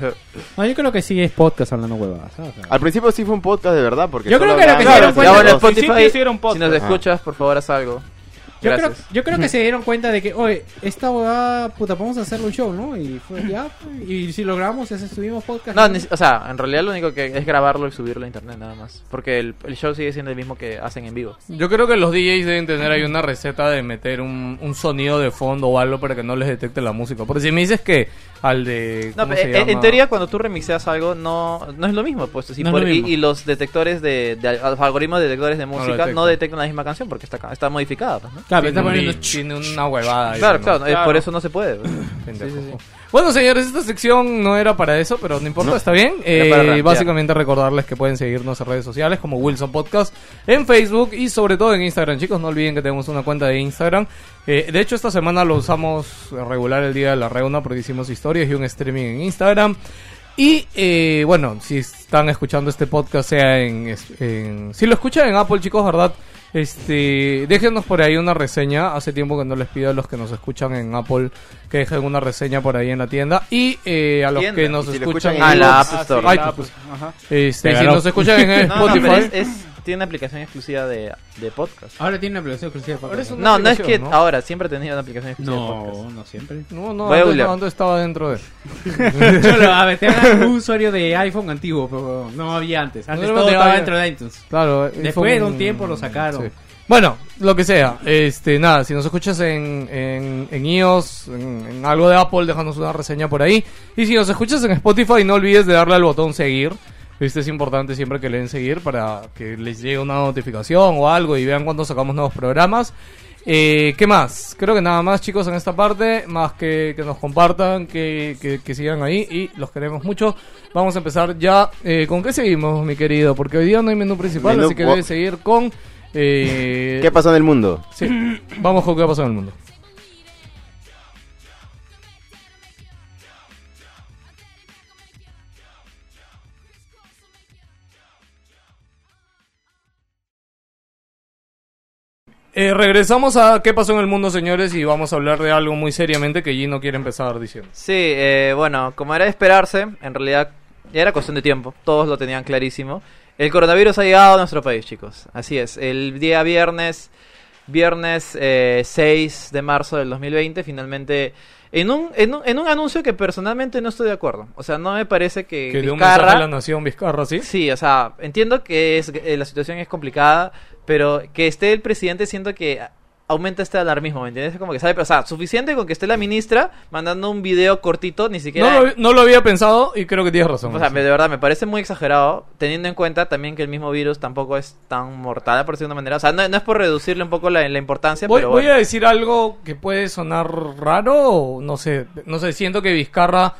[SPEAKER 5] No, yo creo que sí es podcast hablando huevadas. ¿no? O sea,
[SPEAKER 4] Al principio sí fue un podcast de verdad, porque.
[SPEAKER 5] Yo
[SPEAKER 4] solo
[SPEAKER 5] creo que lo que se
[SPEAKER 4] hablaban-
[SPEAKER 5] dieron
[SPEAKER 3] Ya, bueno,
[SPEAKER 5] cuenta-
[SPEAKER 3] Spotify,
[SPEAKER 6] sí hicieron podcast.
[SPEAKER 3] si nos escuchas, por favor, haz algo.
[SPEAKER 5] yo, creo,
[SPEAKER 3] Gracias.
[SPEAKER 5] yo creo que se dieron cuenta de que, oye, esta huevada, puta, vamos a hacerle un show, ¿no? Y fue ya, y si logramos, ese subimos podcast.
[SPEAKER 3] No, ni- o sea, en realidad lo único que es grabarlo y subirlo a internet nada más. Porque el, el show sigue siendo el mismo que hacen en vivo.
[SPEAKER 2] Yo creo que los DJs deben tener ahí una receta de meter un, un sonido de fondo o algo para que no les detecte la música. Porque si me dices que al de.
[SPEAKER 3] No,
[SPEAKER 2] ¿cómo
[SPEAKER 3] pero,
[SPEAKER 2] se
[SPEAKER 3] eh, en
[SPEAKER 2] llama?
[SPEAKER 3] teoría cuando tú remixeas algo no, no es lo mismo, pues. Y,
[SPEAKER 2] No es
[SPEAKER 3] por-
[SPEAKER 2] lo
[SPEAKER 3] y-
[SPEAKER 2] mismo.
[SPEAKER 3] y los detectores de, de- los algoritmos de detectores de
[SPEAKER 2] lo
[SPEAKER 3] música no,
[SPEAKER 2] detectan.
[SPEAKER 3] detectan la misma canción porque está, ca- está modificada, pues, ¿no?
[SPEAKER 2] Claro,
[SPEAKER 5] Claro,
[SPEAKER 2] está poniendo-
[SPEAKER 5] ch-
[SPEAKER 2] tiene una huevada. ahí,
[SPEAKER 3] Claro,
[SPEAKER 2] ¿no?
[SPEAKER 3] claro, eh,
[SPEAKER 6] Claro.
[SPEAKER 3] por eso no se puede. pues.
[SPEAKER 2] Pendejo.
[SPEAKER 3] Sí, sí, sí.
[SPEAKER 2] Bueno, señores, esta sección no era para eso, pero no importa, está bien. Eh,
[SPEAKER 3] para rantear.
[SPEAKER 2] básicamente recordarles que pueden seguirnos en redes sociales como Wilson Podcast, en Facebook y sobre todo en Instagram. Chicos, no olviden que tenemos una cuenta de Instagram. Eh, de hecho, esta semana lo usamos regular el día de la reunión porque hicimos historias y un streaming en Instagram. Y eh, bueno, si están escuchando este podcast, sea en, es- en- Si lo escuchan en Apple, chicos, ¿verdad? Este, déjenos por ahí una reseña. Hace tiempo que no les pido a los que nos escuchan en Apple que dejen una reseña por ahí en la tienda. Y eh, a los
[SPEAKER 3] Tienda.
[SPEAKER 2] que nos
[SPEAKER 4] Y si lo
[SPEAKER 2] escuchan,
[SPEAKER 4] escuchan
[SPEAKER 3] Ah,
[SPEAKER 4] en
[SPEAKER 3] la
[SPEAKER 4] iVoox.
[SPEAKER 3] App Store.
[SPEAKER 2] Ay,
[SPEAKER 6] Ah,
[SPEAKER 2] pues,
[SPEAKER 6] pues, ajá.
[SPEAKER 2] este,
[SPEAKER 5] Te
[SPEAKER 2] si
[SPEAKER 5] ganó.
[SPEAKER 2] nos escuchan en
[SPEAKER 3] No, no,
[SPEAKER 2] Spotify.
[SPEAKER 3] pero es, es- tiene una aplicación exclusiva de, de podcast.
[SPEAKER 5] Ahora tiene una aplicación exclusiva de podcast.
[SPEAKER 2] una
[SPEAKER 3] No, no es que
[SPEAKER 2] aplicación, ¿no?
[SPEAKER 3] ahora, siempre he tenido una aplicación exclusiva de podcast.
[SPEAKER 5] No, no siempre.
[SPEAKER 2] No, no,
[SPEAKER 3] Voy a
[SPEAKER 2] antes,
[SPEAKER 3] googlear.
[SPEAKER 2] no, antes estaba dentro de.
[SPEAKER 5] Cholo, a ver, te hablan un usuario de iPhone antiguo, pero no había antes. Antes
[SPEAKER 2] No, no
[SPEAKER 5] todo estaba
[SPEAKER 2] había.
[SPEAKER 5] dentro de iTunes.
[SPEAKER 2] Claro, eh,
[SPEAKER 5] Después
[SPEAKER 2] fue
[SPEAKER 5] de un tiempo lo sacaron.
[SPEAKER 2] Bueno, lo que sea. Este, nada, si nos escuchas en, en, en iOS, en, en algo de Apple, déjanos una reseña por ahí. Y si nos escuchas en Spotify, no olvides de darle al botón seguir. Este es importante siempre que le den seguir para que les llegue una notificación o algo y vean cuando sacamos nuevos programas. Eh, ¿Qué más? Creo que nada más, chicos, en esta parte. Más que, que nos compartan, que, que, que sigan ahí y los queremos mucho. Vamos a empezar ya. eh, ¿Con qué seguimos, mi querido? Porque hoy día no hay menú principal,
[SPEAKER 4] Menú
[SPEAKER 2] así que
[SPEAKER 4] wo-
[SPEAKER 2] debes seguir con. eh,
[SPEAKER 4] ¿Qué pasó en el mundo?
[SPEAKER 2] sí. Vamos con qué ha pasado en el mundo. Eh, regresamos a qué pasó en el mundo, señores, y vamos a hablar de algo muy seriamente que Gino quiere empezar diciendo.
[SPEAKER 3] Sí, eh, bueno, como era de esperarse, en realidad ya era cuestión de tiempo, todos lo tenían clarísimo. El coronavirus ha llegado a nuestro país, chicos. Así es, el día viernes, viernes eh, 6 de marzo del 2020, finalmente, en un, en, un, en un anuncio que personalmente no estoy de acuerdo. O sea, no me parece que...
[SPEAKER 2] Que dio un
[SPEAKER 3] Eh, Vizcarra-
[SPEAKER 2] mensaje a la nación Vizcarra, ¿sí?
[SPEAKER 3] Sí, o sea, entiendo que es, eh, la situación es complicada, pero que esté el presidente siento que aumenta este alarmismo, ¿me entiendes? Es Como que sabe, pero, o sea, suficiente con que esté la ministra mandando un video cortito, ni siquiera...
[SPEAKER 2] No lo, no lo había pensado y creo que tienes razón.
[SPEAKER 3] o sea, me- de verdad, me parece muy exagerado, teniendo en cuenta también que el mismo virus tampoco es tan mortal, por decirlo de una manera. O sea, no, no es por reducirle un poco la, la importancia,
[SPEAKER 2] Voy,
[SPEAKER 3] pero
[SPEAKER 2] voy
[SPEAKER 3] bueno.
[SPEAKER 2] a decir algo que puede sonar raro, o no sé, no sé, siento que Vizcarra,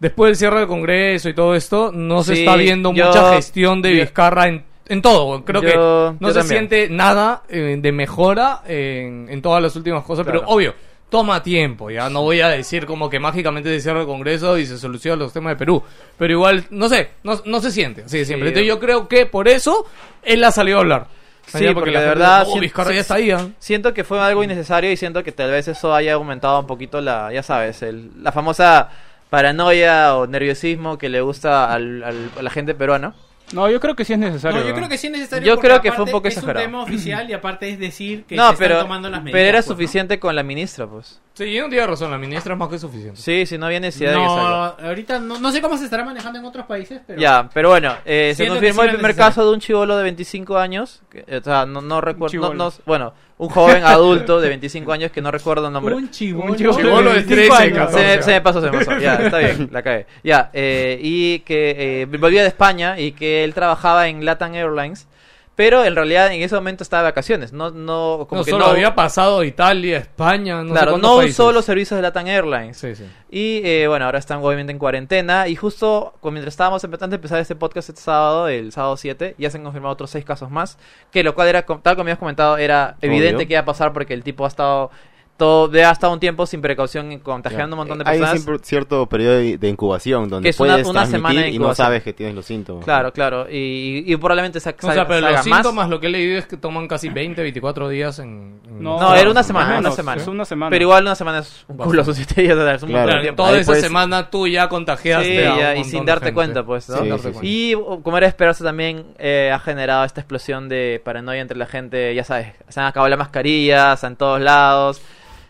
[SPEAKER 2] después del cierre del Congreso y todo esto, no se
[SPEAKER 3] Sí,
[SPEAKER 2] está viendo
[SPEAKER 3] yo-
[SPEAKER 2] mucha gestión de
[SPEAKER 3] yo-
[SPEAKER 2] Vizcarra en, en todo. Creo
[SPEAKER 3] Yo-
[SPEAKER 2] que
[SPEAKER 3] yo
[SPEAKER 2] no se
[SPEAKER 3] también.
[SPEAKER 2] siente nada eh, de mejora en, en todas las últimas cosas, pero
[SPEAKER 3] Claro.
[SPEAKER 2] obvio, toma tiempo, ya no voy a decir como que mágicamente se cierra el Congreso y se solucionan los temas de Perú, pero igual, no sé, no, no se siente, así de siempre. Entonces yo creo que por eso él ha salido a hablar.
[SPEAKER 3] Sí,
[SPEAKER 2] Ya,
[SPEAKER 3] porque
[SPEAKER 2] la
[SPEAKER 3] de
[SPEAKER 2] gente,
[SPEAKER 3] verdad,
[SPEAKER 2] "Oh,
[SPEAKER 3] sí-
[SPEAKER 2] Vizcarra
[SPEAKER 3] sí-
[SPEAKER 2] ya está ahí, ¿ah".
[SPEAKER 3] Siento que fue algo innecesario y siento que tal vez eso haya aumentado un poquito la, ya sabes, el- la famosa paranoia o nerviosismo que le gusta al- al- a la gente peruana.
[SPEAKER 6] No, yo creo que sí es necesario.
[SPEAKER 8] No, yo
[SPEAKER 6] ¿no?
[SPEAKER 8] creo que sí es necesario.
[SPEAKER 3] Yo
[SPEAKER 8] porque
[SPEAKER 3] creo que fue un
[SPEAKER 8] aparte
[SPEAKER 3] poco
[SPEAKER 8] es
[SPEAKER 3] exagerado.
[SPEAKER 8] un tema oficial y aparte es decir que se
[SPEAKER 3] No,
[SPEAKER 8] están
[SPEAKER 3] pero,
[SPEAKER 8] tomando las medidas.
[SPEAKER 3] pero era
[SPEAKER 8] pues, ¿no?
[SPEAKER 3] suficiente con la ministra, pues.
[SPEAKER 2] Sí, yo no tiene razón, la ministra es más que suficiente.
[SPEAKER 3] Sí, sí, no había necesidad de que
[SPEAKER 8] No,
[SPEAKER 3] salga.
[SPEAKER 8] ahorita no, no sé cómo se estará manejando en otros países, pero.
[SPEAKER 3] Ya, pero bueno, eh, se
[SPEAKER 8] Siento que sí
[SPEAKER 3] confirmó el
[SPEAKER 8] era
[SPEAKER 3] primer
[SPEAKER 8] necesario.
[SPEAKER 3] caso de un chivolo de 25 años, que- o sea, no, no recuerdo, no-
[SPEAKER 6] chibolo.
[SPEAKER 3] no- bueno, un joven adulto de 25 años que no recuerdo el nombre.
[SPEAKER 8] Un chibolo.
[SPEAKER 2] Un chibolo de 13, 14.
[SPEAKER 3] Se, me- se me pasó, se me pasó. Ya, está bien, la cagué. Ya, eh, y que eh, volvía de España y que él trabajaba en Latin Airlines, pero en realidad en ese momento estaba de vacaciones. No, no, como
[SPEAKER 2] no,
[SPEAKER 3] que
[SPEAKER 2] solo
[SPEAKER 3] no,
[SPEAKER 2] había pasado Italia, España, no sé
[SPEAKER 3] claro, no
[SPEAKER 2] cuántos
[SPEAKER 3] un
[SPEAKER 2] países.
[SPEAKER 3] solo servicio de Latin Airlines.
[SPEAKER 2] Sí, sí.
[SPEAKER 3] Y eh, bueno, ahora están obviamente en cuarentena. Y justo cu- mientras estábamos empezando a empezar este podcast este sábado, el sábado 7, ya se han confirmado otros seis casos más. Que lo cual era, co- tal como habías comentado, era evidente
[SPEAKER 4] Obvio.
[SPEAKER 3] que iba a pasar porque el tipo ha estado todo, de hasta un tiempo sin precaución y contagiando a un montón de
[SPEAKER 4] Eh, Hay
[SPEAKER 3] personas.
[SPEAKER 4] siempre cierto periodo de de incubación donde
[SPEAKER 3] Que es una-
[SPEAKER 4] puedes
[SPEAKER 3] una semana de
[SPEAKER 4] transmitir y no
[SPEAKER 3] incubación.
[SPEAKER 4] sabes que tienes los síntomas.
[SPEAKER 3] Claro, claro. Y, y probablemente sa-
[SPEAKER 2] O sea,
[SPEAKER 3] salga-
[SPEAKER 2] pero los
[SPEAKER 3] salga más.
[SPEAKER 2] síntomas, lo que he leído es que toman casi 20, 24 días en... en-
[SPEAKER 3] No, era una semana,
[SPEAKER 6] menos,
[SPEAKER 3] una semana.
[SPEAKER 6] Es una semana.
[SPEAKER 3] Pero igual una semana es un culo, son siete días, o sea, es un
[SPEAKER 4] Claro.
[SPEAKER 3] montón de
[SPEAKER 2] Claro,
[SPEAKER 3] tiempo.
[SPEAKER 2] toda
[SPEAKER 4] Ahí
[SPEAKER 2] esa
[SPEAKER 4] puedes-
[SPEAKER 2] semana tú ya contagiaste
[SPEAKER 3] Sí,
[SPEAKER 2] a un
[SPEAKER 3] ya, y
[SPEAKER 2] montón
[SPEAKER 3] sin
[SPEAKER 2] de
[SPEAKER 3] darte
[SPEAKER 2] gente.
[SPEAKER 3] cuenta, pues, ¿no?
[SPEAKER 4] Sí,
[SPEAKER 2] Sin darte
[SPEAKER 4] sí, sí.
[SPEAKER 2] cuenta.
[SPEAKER 3] Y o- como era de esperarse también, eh, ha generado esta explosión de paranoia entre la gente, ya sabes, se han acabado las mascarillas en todos lados.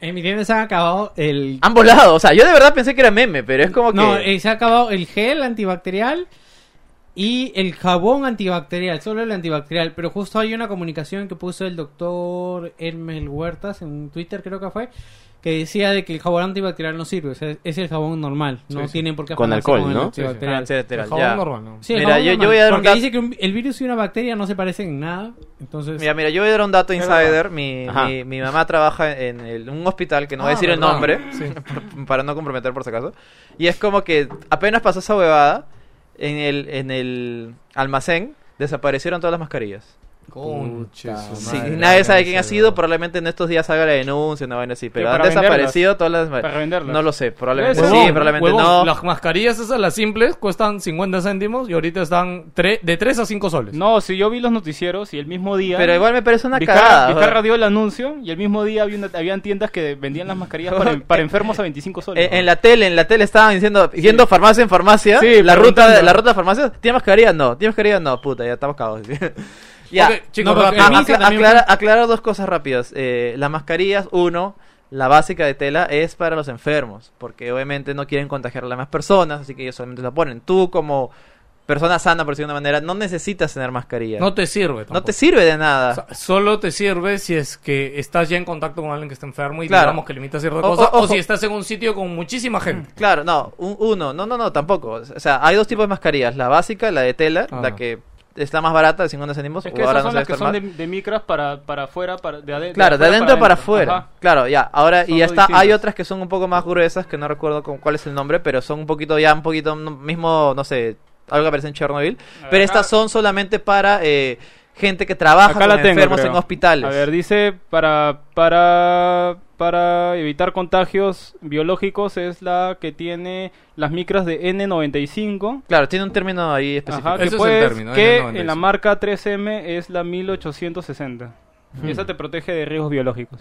[SPEAKER 5] En mi tienda se han acabado
[SPEAKER 8] Ah,
[SPEAKER 5] el.
[SPEAKER 3] Ambos lados, o sea, yo de verdad pensé que era meme, pero es como que...
[SPEAKER 5] No, eh, se ha acabado el gel antibacterial y el jabón antibacterial, solo el antibacterial. Pero justo hay una comunicación que puso el doctor Hermes Huertas en Twitter, creo que fue, que decía de que el jabón antibacterial no sirve, o sea, es el jabón normal, no
[SPEAKER 2] Sí, sí.
[SPEAKER 5] tienen por qué
[SPEAKER 4] Con
[SPEAKER 5] afanarse
[SPEAKER 4] alcohol,
[SPEAKER 5] el
[SPEAKER 4] ¿no?
[SPEAKER 5] antibacterial.
[SPEAKER 3] Ah, etcétera,
[SPEAKER 2] El jabón
[SPEAKER 3] ya.
[SPEAKER 2] normal, ¿no?
[SPEAKER 5] Sí, el
[SPEAKER 3] Mira,
[SPEAKER 5] jabón
[SPEAKER 3] yo- yo
[SPEAKER 5] normal,
[SPEAKER 3] voy a dar un
[SPEAKER 5] porque
[SPEAKER 3] dato-
[SPEAKER 5] dice que un- el virus y una bacteria no se parecen en nada, entonces
[SPEAKER 3] Mira, mira, yo voy a dar un dato insider. Mi,
[SPEAKER 4] Ajá.
[SPEAKER 3] mi, mi mamá trabaja en el- un hospital que no voy a
[SPEAKER 2] Ah,
[SPEAKER 3] decir el
[SPEAKER 2] ¿verdad?
[SPEAKER 3] nombre,
[SPEAKER 2] Sí.
[SPEAKER 3] por- para no comprometer por si acaso. Y es como que apenas pasó esa huevada, en el, en el almacén desaparecieron todas las mascarillas.
[SPEAKER 2] Conche su
[SPEAKER 3] Sí,
[SPEAKER 2] madre,
[SPEAKER 3] nadie sabe
[SPEAKER 2] la
[SPEAKER 3] quién ha
[SPEAKER 2] cagada.
[SPEAKER 3] sido, probablemente en estos días salga la denuncia, una vaina así. Pero
[SPEAKER 6] Que
[SPEAKER 3] han
[SPEAKER 6] para venderlas.
[SPEAKER 3] desaparecido todas
[SPEAKER 6] Para
[SPEAKER 3] las...
[SPEAKER 6] venderlas.
[SPEAKER 3] No lo sé, probablemente
[SPEAKER 6] Debe
[SPEAKER 3] sí,
[SPEAKER 6] ser.
[SPEAKER 2] Huevón,
[SPEAKER 3] probablemente
[SPEAKER 2] huevón,
[SPEAKER 3] no.
[SPEAKER 2] Las mascarillas esas, las simples, cuestan 50 céntimos y ahorita están tre- de 3 a 5 soles.
[SPEAKER 6] No, si yo vi los noticieros y el mismo día.
[SPEAKER 3] Pero igual me parece una
[SPEAKER 6] Vizcarra,
[SPEAKER 3] cagada. o sea.
[SPEAKER 6] Vizcarra dio el anuncio y el mismo día había una- habían tiendas que vendían las mascarillas para, em- para enfermos a 25 soles.
[SPEAKER 3] Eh, En, en la tele, en la tele estaban diciendo, yendo farmacia en farmacia,
[SPEAKER 6] Sí,
[SPEAKER 3] la ruta de
[SPEAKER 6] preguntando.
[SPEAKER 3] la ruta de farmacia, ¿tiene mascarilla? No, ¿tiene mascarilla? No, puta, ya estamos cagados. ya.
[SPEAKER 2] Ok, chicos,
[SPEAKER 5] No, porque
[SPEAKER 2] rápido.
[SPEAKER 3] Ah,
[SPEAKER 5] a mí se
[SPEAKER 3] acla-
[SPEAKER 5] también
[SPEAKER 3] aclara- aclarar dos cosas rápidas. Eh, las mascarillas, uno, la básica de tela es para los enfermos, porque obviamente no quieren contagiar a las más personas, así que ellos solamente la ponen. Tú como persona sana, por decirlo de una manera, no necesitas tener mascarilla.
[SPEAKER 2] No te sirve.
[SPEAKER 3] No
[SPEAKER 2] tampoco.
[SPEAKER 3] te sirve de nada.
[SPEAKER 2] O sea, solo te sirve si es que estás ya en contacto con alguien que está enfermo y
[SPEAKER 3] Claro.
[SPEAKER 2] digamos que limita cierta
[SPEAKER 3] O-
[SPEAKER 2] cosa.
[SPEAKER 3] o-
[SPEAKER 2] O,
[SPEAKER 3] ojo.
[SPEAKER 2] si estás en un sitio con muchísima gente.
[SPEAKER 3] Claro, no, un- uno, no, no, no, tampoco. O sea, hay dos tipos de mascarillas, la básica, la de tela,
[SPEAKER 2] Ah.
[SPEAKER 3] la que está más barata de 50 céntimos,
[SPEAKER 6] Es
[SPEAKER 3] o
[SPEAKER 6] que
[SPEAKER 3] ahora
[SPEAKER 6] esas
[SPEAKER 3] no
[SPEAKER 6] son
[SPEAKER 3] se
[SPEAKER 6] las que
[SPEAKER 3] estar
[SPEAKER 6] son
[SPEAKER 3] más.
[SPEAKER 6] de, de micras para, para afuera, para, de adentro.
[SPEAKER 3] Claro, de adentro para afuera.
[SPEAKER 6] Ajá.
[SPEAKER 3] Claro, ya. Ahora,
[SPEAKER 6] Son
[SPEAKER 3] y
[SPEAKER 6] dos
[SPEAKER 3] está,
[SPEAKER 6] distintas.
[SPEAKER 3] hay otras que son un poco más gruesas, que no recuerdo con, cuál es el nombre, pero son un poquito ya, un poquito no- mismo, no sé, algo que aparece en Chernobyl. Pero estas son solamente para eh, gente que trabaja
[SPEAKER 6] Acá
[SPEAKER 3] con
[SPEAKER 6] la tengo.
[SPEAKER 3] enfermos
[SPEAKER 6] creo.
[SPEAKER 3] en hospitales.
[SPEAKER 6] A ver, dice para, para, para evitar contagios biológicos es la que tiene las micras de N95.
[SPEAKER 3] Claro, tiene un término ahí específico.
[SPEAKER 6] Ajá,
[SPEAKER 2] Ese
[SPEAKER 6] que,
[SPEAKER 2] es el
[SPEAKER 6] puedes-
[SPEAKER 2] término,
[SPEAKER 6] que
[SPEAKER 2] N95.
[SPEAKER 6] en la marca 3M es la 1860.
[SPEAKER 2] Mm.
[SPEAKER 6] Y esa te protege de riesgos biológicos.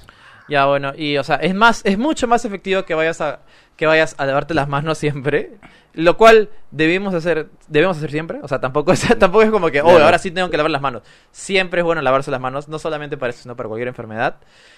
[SPEAKER 3] Ya, bueno, y o sea, es más, es mucho más efectivo que vayas a que vayas a lavarte las manos siempre, lo cual debemos hacer, debemos hacer siempre, o sea, tampoco es, tampoco es como que, oh,
[SPEAKER 4] Claro.
[SPEAKER 3] ahora sí tengo que lavar las manos. Siempre es bueno lavarse las manos, no solamente para eso, sino para cualquier enfermedad,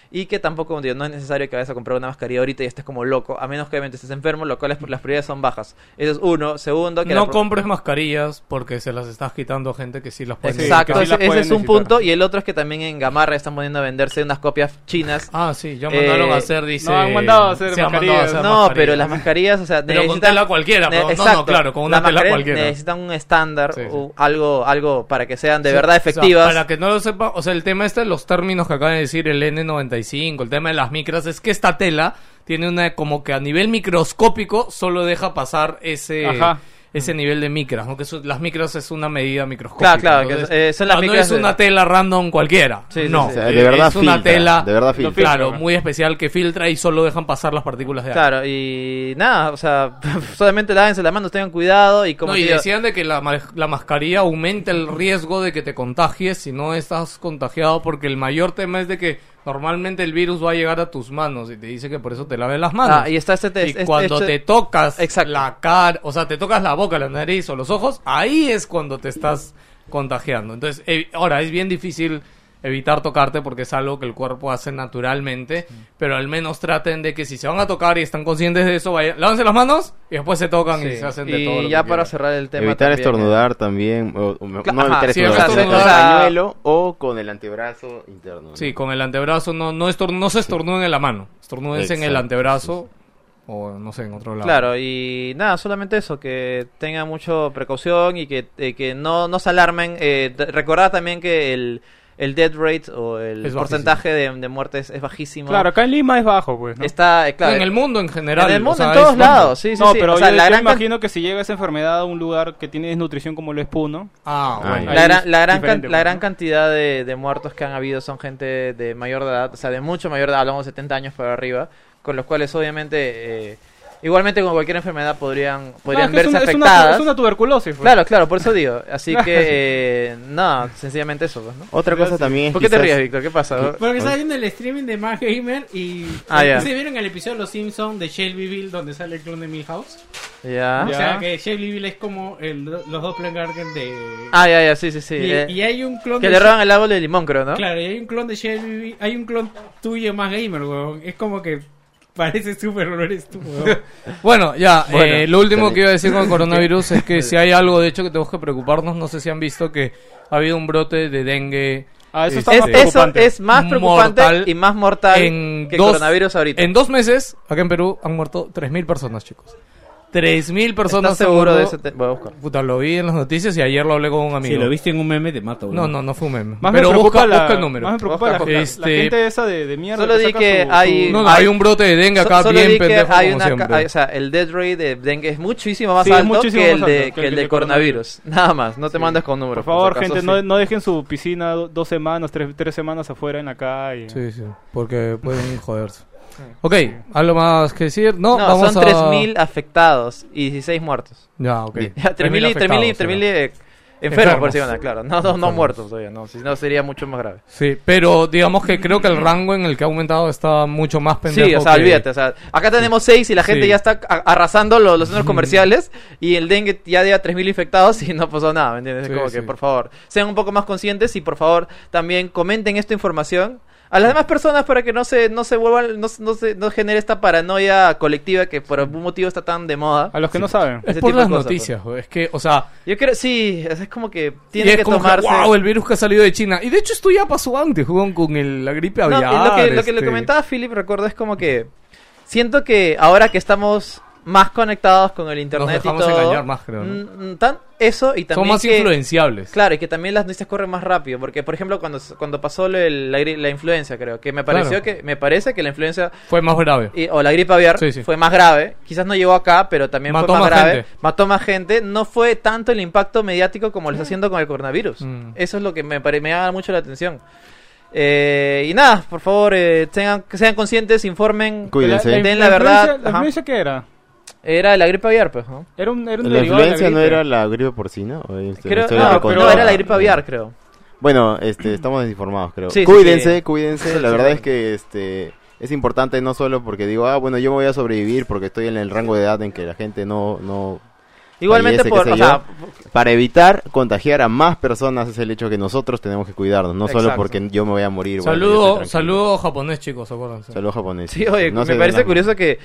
[SPEAKER 3] y que tampoco, digo, no es necesario que vayas a comprar una mascarilla ahorita y estés como loco, a menos que obviamente estés enfermo, lo cual es, las prioridades son bajas. Eso es uno, segundo, que la
[SPEAKER 2] No
[SPEAKER 3] pro-
[SPEAKER 2] compres mascarillas porque se las estás quitando a gente que sí las puede
[SPEAKER 3] Exacto,
[SPEAKER 6] Sí, que sí
[SPEAKER 3] ese,
[SPEAKER 6] las
[SPEAKER 3] ese
[SPEAKER 6] pueden
[SPEAKER 3] es un
[SPEAKER 6] necesitar.
[SPEAKER 3] punto y el otro es que también en Gamarra están poniendo a venderse unas copias chinas
[SPEAKER 2] Ah, sí, ya
[SPEAKER 3] Eh,
[SPEAKER 2] mandaron a hacer, dice.
[SPEAKER 6] no, han mandado a hacer
[SPEAKER 2] se han mandado a
[SPEAKER 6] mascarillas.
[SPEAKER 2] hacer
[SPEAKER 3] No, pero las mascarillas, o sea,
[SPEAKER 2] Pero con
[SPEAKER 3] necesitan-
[SPEAKER 2] tela cualquiera,
[SPEAKER 3] ne-
[SPEAKER 2] pero no,
[SPEAKER 3] exacto.
[SPEAKER 2] no, claro, con
[SPEAKER 3] Las
[SPEAKER 2] una tela
[SPEAKER 3] mascarillas
[SPEAKER 2] cualquiera.
[SPEAKER 3] Necesitan un estándar,
[SPEAKER 2] Sí, sí.
[SPEAKER 3] o algo, algo para que sean de
[SPEAKER 2] Sí,
[SPEAKER 3] verdad
[SPEAKER 2] o sea,
[SPEAKER 3] efectivas.
[SPEAKER 2] para que no lo sepa, o sea, el tema este, los términos que acaba de decir el N95, el tema de las micras, es que esta tela tiene una, como que a nivel microscópico, solo deja pasar ese...
[SPEAKER 6] Ajá.
[SPEAKER 2] Ese nivel de micras, ¿no? Que eso- las micras es una medida microscópica.
[SPEAKER 3] Claro, claro, que
[SPEAKER 2] entonces,
[SPEAKER 3] es- eh, son las
[SPEAKER 2] ah,
[SPEAKER 3] micras
[SPEAKER 2] No
[SPEAKER 3] de-
[SPEAKER 2] es una tela random cualquiera.
[SPEAKER 3] Sí, sí,
[SPEAKER 2] no.
[SPEAKER 3] sí.
[SPEAKER 4] O sea, de verdad
[SPEAKER 2] es una
[SPEAKER 4] filtra,
[SPEAKER 2] tela.
[SPEAKER 4] de verdad
[SPEAKER 6] Lo
[SPEAKER 4] filtra.
[SPEAKER 2] Claro,
[SPEAKER 6] Filtra.
[SPEAKER 2] muy especial que filtra y solo dejan pasar las partículas de agua.
[SPEAKER 3] Claro, y nada, o sea, solamente lávense las manos, tengan cuidado y como
[SPEAKER 2] No,
[SPEAKER 3] te
[SPEAKER 2] y
[SPEAKER 3] digo-
[SPEAKER 2] decían de que la, ma- la mascarilla aumenta el riesgo de que te contagies si no estás contagiado, porque el mayor tema es de que normalmente el virus va a llegar a tus manos y te dice que por eso te laves las manos.
[SPEAKER 3] Ah, y está este test.
[SPEAKER 2] Y
[SPEAKER 3] este-
[SPEAKER 2] cuando
[SPEAKER 3] este-
[SPEAKER 2] te tocas
[SPEAKER 3] Exacto.
[SPEAKER 2] la cara, o sea, te tocas la boca, la nariz o los ojos, ahí es cuando te estás contagiando. Entonces, evi- ahora es bien difícil evitar tocarte porque es algo que el cuerpo hace naturalmente, pero al menos traten de que si se van a tocar y están conscientes de eso, vayan, lávense las manos y después se tocan y
[SPEAKER 3] Sí,
[SPEAKER 2] se hacen de todo.
[SPEAKER 3] Y
[SPEAKER 2] lo que
[SPEAKER 3] ya para
[SPEAKER 2] quieran.
[SPEAKER 3] cerrar el tema.
[SPEAKER 4] Evitar
[SPEAKER 3] también, eh.
[SPEAKER 4] estornudar también. O, o me-
[SPEAKER 3] Cla-
[SPEAKER 4] no
[SPEAKER 3] ajá,
[SPEAKER 4] evitar
[SPEAKER 2] sí,
[SPEAKER 4] estornudar.
[SPEAKER 2] o sea,
[SPEAKER 4] con el
[SPEAKER 2] estornudar.
[SPEAKER 4] pañuelo o con el antebrazo interno.
[SPEAKER 2] Sí, con el antebrazo, no, no, estor- no se estornuden en la mano, estornúdense en el
[SPEAKER 4] Exacto,
[SPEAKER 2] antebrazo o no sé, en otro lado.
[SPEAKER 3] Claro, y nada, solamente eso, que tengan mucha precaución y que, eh, que no, no se alarmen. Eh, t- recordad también que el, el death rate o el
[SPEAKER 2] Es bajísimo.
[SPEAKER 3] porcentaje de, de muertes es bajísimo.
[SPEAKER 6] Claro, acá en Lima es bajo, pues. ¿no?
[SPEAKER 3] Está, eh, claro,
[SPEAKER 2] en el mundo en general.
[SPEAKER 3] en el
[SPEAKER 2] o
[SPEAKER 3] mundo,
[SPEAKER 2] sea,
[SPEAKER 3] en
[SPEAKER 2] es
[SPEAKER 3] todos
[SPEAKER 2] mundo.
[SPEAKER 3] lados, sí, sí,
[SPEAKER 6] no,
[SPEAKER 3] sí.
[SPEAKER 6] pero
[SPEAKER 3] O sea,
[SPEAKER 6] yo,
[SPEAKER 3] la
[SPEAKER 6] yo
[SPEAKER 3] gran, can-
[SPEAKER 6] imagino que si llega esa enfermedad a un lugar que tiene desnutrición como lo es Puno,
[SPEAKER 2] Ah,
[SPEAKER 4] Ah,
[SPEAKER 2] bueno.
[SPEAKER 4] ya.
[SPEAKER 3] la
[SPEAKER 6] ahí
[SPEAKER 3] gran-
[SPEAKER 6] es
[SPEAKER 3] la gran can-
[SPEAKER 6] diferente,
[SPEAKER 3] la
[SPEAKER 6] pues,
[SPEAKER 3] gran
[SPEAKER 6] ¿no?
[SPEAKER 3] cantidad de, de muertos que han habido son gente de mayor de edad, o sea, de mucho mayor de edad, hablamos de 70 años para arriba, con los cuales obviamente, eh, igualmente con cualquier enfermedad podrían, podrían
[SPEAKER 6] No, es Ah, que
[SPEAKER 3] verse
[SPEAKER 6] es una- es una-
[SPEAKER 3] afectadas.
[SPEAKER 6] Es una tuberculosis, pues.
[SPEAKER 3] Claro, claro, por eso digo. Así que, eh, no, sencillamente eso, pues, ¿no?
[SPEAKER 4] Otra cosa también es
[SPEAKER 3] ¿Por qué te
[SPEAKER 4] quizás-
[SPEAKER 3] ríes, Víctor? ¿Qué pasa?
[SPEAKER 5] Porque estaba viendo el streaming de Mark Gamer y.
[SPEAKER 3] Ah, ya.
[SPEAKER 5] ¿Se vieron el episodio de Los Simpsons de Shelbyville donde sale el clon de Milhouse?
[SPEAKER 3] Ya.
[SPEAKER 5] O
[SPEAKER 6] Ya.
[SPEAKER 5] sea que Shelbyville es como el, los doppelgangers de.
[SPEAKER 3] Ah, ya, ya, sí, sí, sí.
[SPEAKER 5] y,
[SPEAKER 3] eh,
[SPEAKER 5] y hay un clon
[SPEAKER 3] que
[SPEAKER 5] de
[SPEAKER 3] le roban el árbol de limón, creo, ¿no?
[SPEAKER 5] Claro, y hay un clon de Shelby, hay un clon tuyo más gamer, weón. Es como que parece súper, no eres tú, weón.
[SPEAKER 2] Bueno, ya,
[SPEAKER 3] Bueno,
[SPEAKER 2] eh, lo último que iba a decir con el coronavirus es que si hay algo, de hecho, que tenemos que preocuparnos, no sé si han visto que ha habido un brote de dengue.
[SPEAKER 6] Ah, eso está
[SPEAKER 2] este,
[SPEAKER 3] Es,
[SPEAKER 6] más
[SPEAKER 3] eso
[SPEAKER 6] preocupante.
[SPEAKER 3] es más preocupante
[SPEAKER 2] Mortal
[SPEAKER 3] y más mortal
[SPEAKER 2] en
[SPEAKER 3] que el
[SPEAKER 2] dos-
[SPEAKER 3] coronavirus ahorita.
[SPEAKER 2] En dos meses, acá en Perú, han muerto 3.000 personas, chicos. 3.000 personas.
[SPEAKER 3] ¿Estás seguro
[SPEAKER 2] han
[SPEAKER 3] de
[SPEAKER 2] muerto.
[SPEAKER 3] ese te- Voy a buscar.
[SPEAKER 2] Puta, lo vi en las noticias y ayer lo hablé con un amigo.
[SPEAKER 5] viste en un meme, te mato,
[SPEAKER 2] No, no, no fue un meme.
[SPEAKER 6] Más me
[SPEAKER 2] Pero
[SPEAKER 6] preocupa
[SPEAKER 2] busca,
[SPEAKER 6] la,
[SPEAKER 2] busca el número.
[SPEAKER 6] Más me preocupa la, la- la
[SPEAKER 2] Este-
[SPEAKER 6] gente esa de, de mierda.
[SPEAKER 3] Solo di
[SPEAKER 6] saca
[SPEAKER 3] que hay-
[SPEAKER 2] No, no, hay un brote de dengue
[SPEAKER 3] So-
[SPEAKER 2] acá
[SPEAKER 3] solo
[SPEAKER 2] bien
[SPEAKER 3] di que
[SPEAKER 2] pendejo
[SPEAKER 3] hay
[SPEAKER 2] como
[SPEAKER 3] una ca-
[SPEAKER 2] siempre.
[SPEAKER 3] hay- o sea, el death rate de dengue es muchísimo más
[SPEAKER 6] Sí, es
[SPEAKER 3] alto
[SPEAKER 6] muchísimo
[SPEAKER 3] que el
[SPEAKER 6] más alto
[SPEAKER 3] de, que el del coronavirus. Nada más, no te mandes con números.
[SPEAKER 6] Por favor,
[SPEAKER 3] si acaso,
[SPEAKER 6] gente,
[SPEAKER 3] sí.
[SPEAKER 6] no, no dejen su piscina do- dos semanas, tres, tres semanas afuera en la calle.
[SPEAKER 2] Sí, sí, porque pueden joderse. Ok, ¿algo más que decir? No,
[SPEAKER 3] No,
[SPEAKER 2] vamos
[SPEAKER 3] son
[SPEAKER 2] a...
[SPEAKER 3] 3.000 afectados y 16 muertos.
[SPEAKER 2] Ya, ok.
[SPEAKER 3] Ya, 3.000 y- 3.000 y-
[SPEAKER 2] afectados,
[SPEAKER 3] 3.000
[SPEAKER 2] ya.
[SPEAKER 3] eh, enfermos por
[SPEAKER 2] Enfermos.
[SPEAKER 3] semana, claro. No, no, no
[SPEAKER 2] Enfermos.
[SPEAKER 3] muertos todavía, no. Si no, sería mucho más grave.
[SPEAKER 2] Sí, pero digamos que creo que el rango en el que ha aumentado está mucho más pendejo.
[SPEAKER 3] Sí, o sea,
[SPEAKER 2] que-
[SPEAKER 3] olvídate. O sea, acá tenemos 6 y la gente
[SPEAKER 2] Sí.
[SPEAKER 3] ya está a- arrasando lo- los, centros comerciales y el dengue ya lleva 3.000 infectados y no pasó nada, ¿me entiendes? Es
[SPEAKER 2] Sí,
[SPEAKER 3] como
[SPEAKER 2] sí.
[SPEAKER 3] que, por favor, sean un poco más conscientes y por favor también comenten esta información. A las demás personas para que no se, no se vuelvan, no, se- no se, no genere esta paranoia colectiva que por algún motivo está tan de moda.
[SPEAKER 6] A los que no saben.
[SPEAKER 2] Es
[SPEAKER 3] Ese
[SPEAKER 2] por
[SPEAKER 3] tipo de
[SPEAKER 2] las
[SPEAKER 3] cosas,
[SPEAKER 2] noticias, güey. es que, o sea,
[SPEAKER 3] Yo creo, sí, es es como que
[SPEAKER 2] y
[SPEAKER 3] tiene
[SPEAKER 2] es
[SPEAKER 3] que
[SPEAKER 2] como
[SPEAKER 3] tomarse...
[SPEAKER 2] wow, el virus que ha salido de China. Y de hecho esto ya pasó antes, jugón, con el, la gripe
[SPEAKER 3] No,
[SPEAKER 2] aviar.
[SPEAKER 3] lo que, lo que
[SPEAKER 2] este.
[SPEAKER 3] le comentaba Philip, recuerdo, es como que siento que ahora que estamos más conectados con el internet y
[SPEAKER 2] dejamos
[SPEAKER 3] todo,
[SPEAKER 2] engañar más, creo, ¿no?
[SPEAKER 3] mm, mm, tan- eso y
[SPEAKER 2] Son
[SPEAKER 3] también
[SPEAKER 2] más
[SPEAKER 3] que-
[SPEAKER 2] influenciables.
[SPEAKER 3] Claro, y que también las noticias corren más rápido, porque por ejemplo cuando cuando pasó lo del- la, gri- la influenza, creo, que me pareció
[SPEAKER 2] Claro.
[SPEAKER 3] que me parece que la influenza
[SPEAKER 2] Fue más grave.
[SPEAKER 3] y- o la gripe aviar
[SPEAKER 2] Sí, sí.
[SPEAKER 3] fue más grave, quizás no llegó acá, pero también
[SPEAKER 2] Mató
[SPEAKER 3] fue
[SPEAKER 2] más
[SPEAKER 3] más, grave,
[SPEAKER 2] gente.
[SPEAKER 3] mató más gente, no fue tanto el impacto mediático como lo está haciendo con el coronavirus.
[SPEAKER 2] Mm.
[SPEAKER 3] Eso es lo que me, pare- me llama mucho la atención. Eh, y nada, por favor, eh, tengan, que sean conscientes, informen.
[SPEAKER 4] Cuídense.
[SPEAKER 3] Den la
[SPEAKER 6] influencia-
[SPEAKER 3] verdad,
[SPEAKER 6] ¿La
[SPEAKER 3] ajá.
[SPEAKER 6] influencia qué era?
[SPEAKER 3] Era la gripe aviar, pues, ¿no?
[SPEAKER 6] Era un, era un
[SPEAKER 4] ¿La
[SPEAKER 6] derivado de la
[SPEAKER 4] influencia no
[SPEAKER 6] gripe.
[SPEAKER 4] era la gripe porcina? ¿O estoy-
[SPEAKER 3] Creo,
[SPEAKER 4] estoy
[SPEAKER 3] no,
[SPEAKER 4] recontra-
[SPEAKER 3] no, era la gripe aviar, creo.
[SPEAKER 4] Bueno, este, estamos desinformados, creo.
[SPEAKER 3] Sí, sí,
[SPEAKER 4] cuídense,
[SPEAKER 3] sí.
[SPEAKER 4] cuídense. La verdad es que este es importante no solo porque digo, ah, bueno, yo me voy a sobrevivir porque estoy en el rango de edad en que la gente no, no
[SPEAKER 3] Igualmente
[SPEAKER 4] Fallece,
[SPEAKER 3] por,
[SPEAKER 4] qué sé
[SPEAKER 3] o sea,
[SPEAKER 4] para evitar contagiar a más personas es el hecho que nosotros tenemos que cuidarnos, no solo
[SPEAKER 3] Exacto.
[SPEAKER 4] porque yo me voy a morir. bueno, yo estoy
[SPEAKER 2] Saludo,
[SPEAKER 4] tranquilo.
[SPEAKER 2] saludo japonés, chicos, acuérdense.
[SPEAKER 4] Saludo japonés.
[SPEAKER 3] Sí, oye,
[SPEAKER 4] No se
[SPEAKER 3] me
[SPEAKER 4] den
[SPEAKER 3] parece
[SPEAKER 4] las
[SPEAKER 3] curioso que,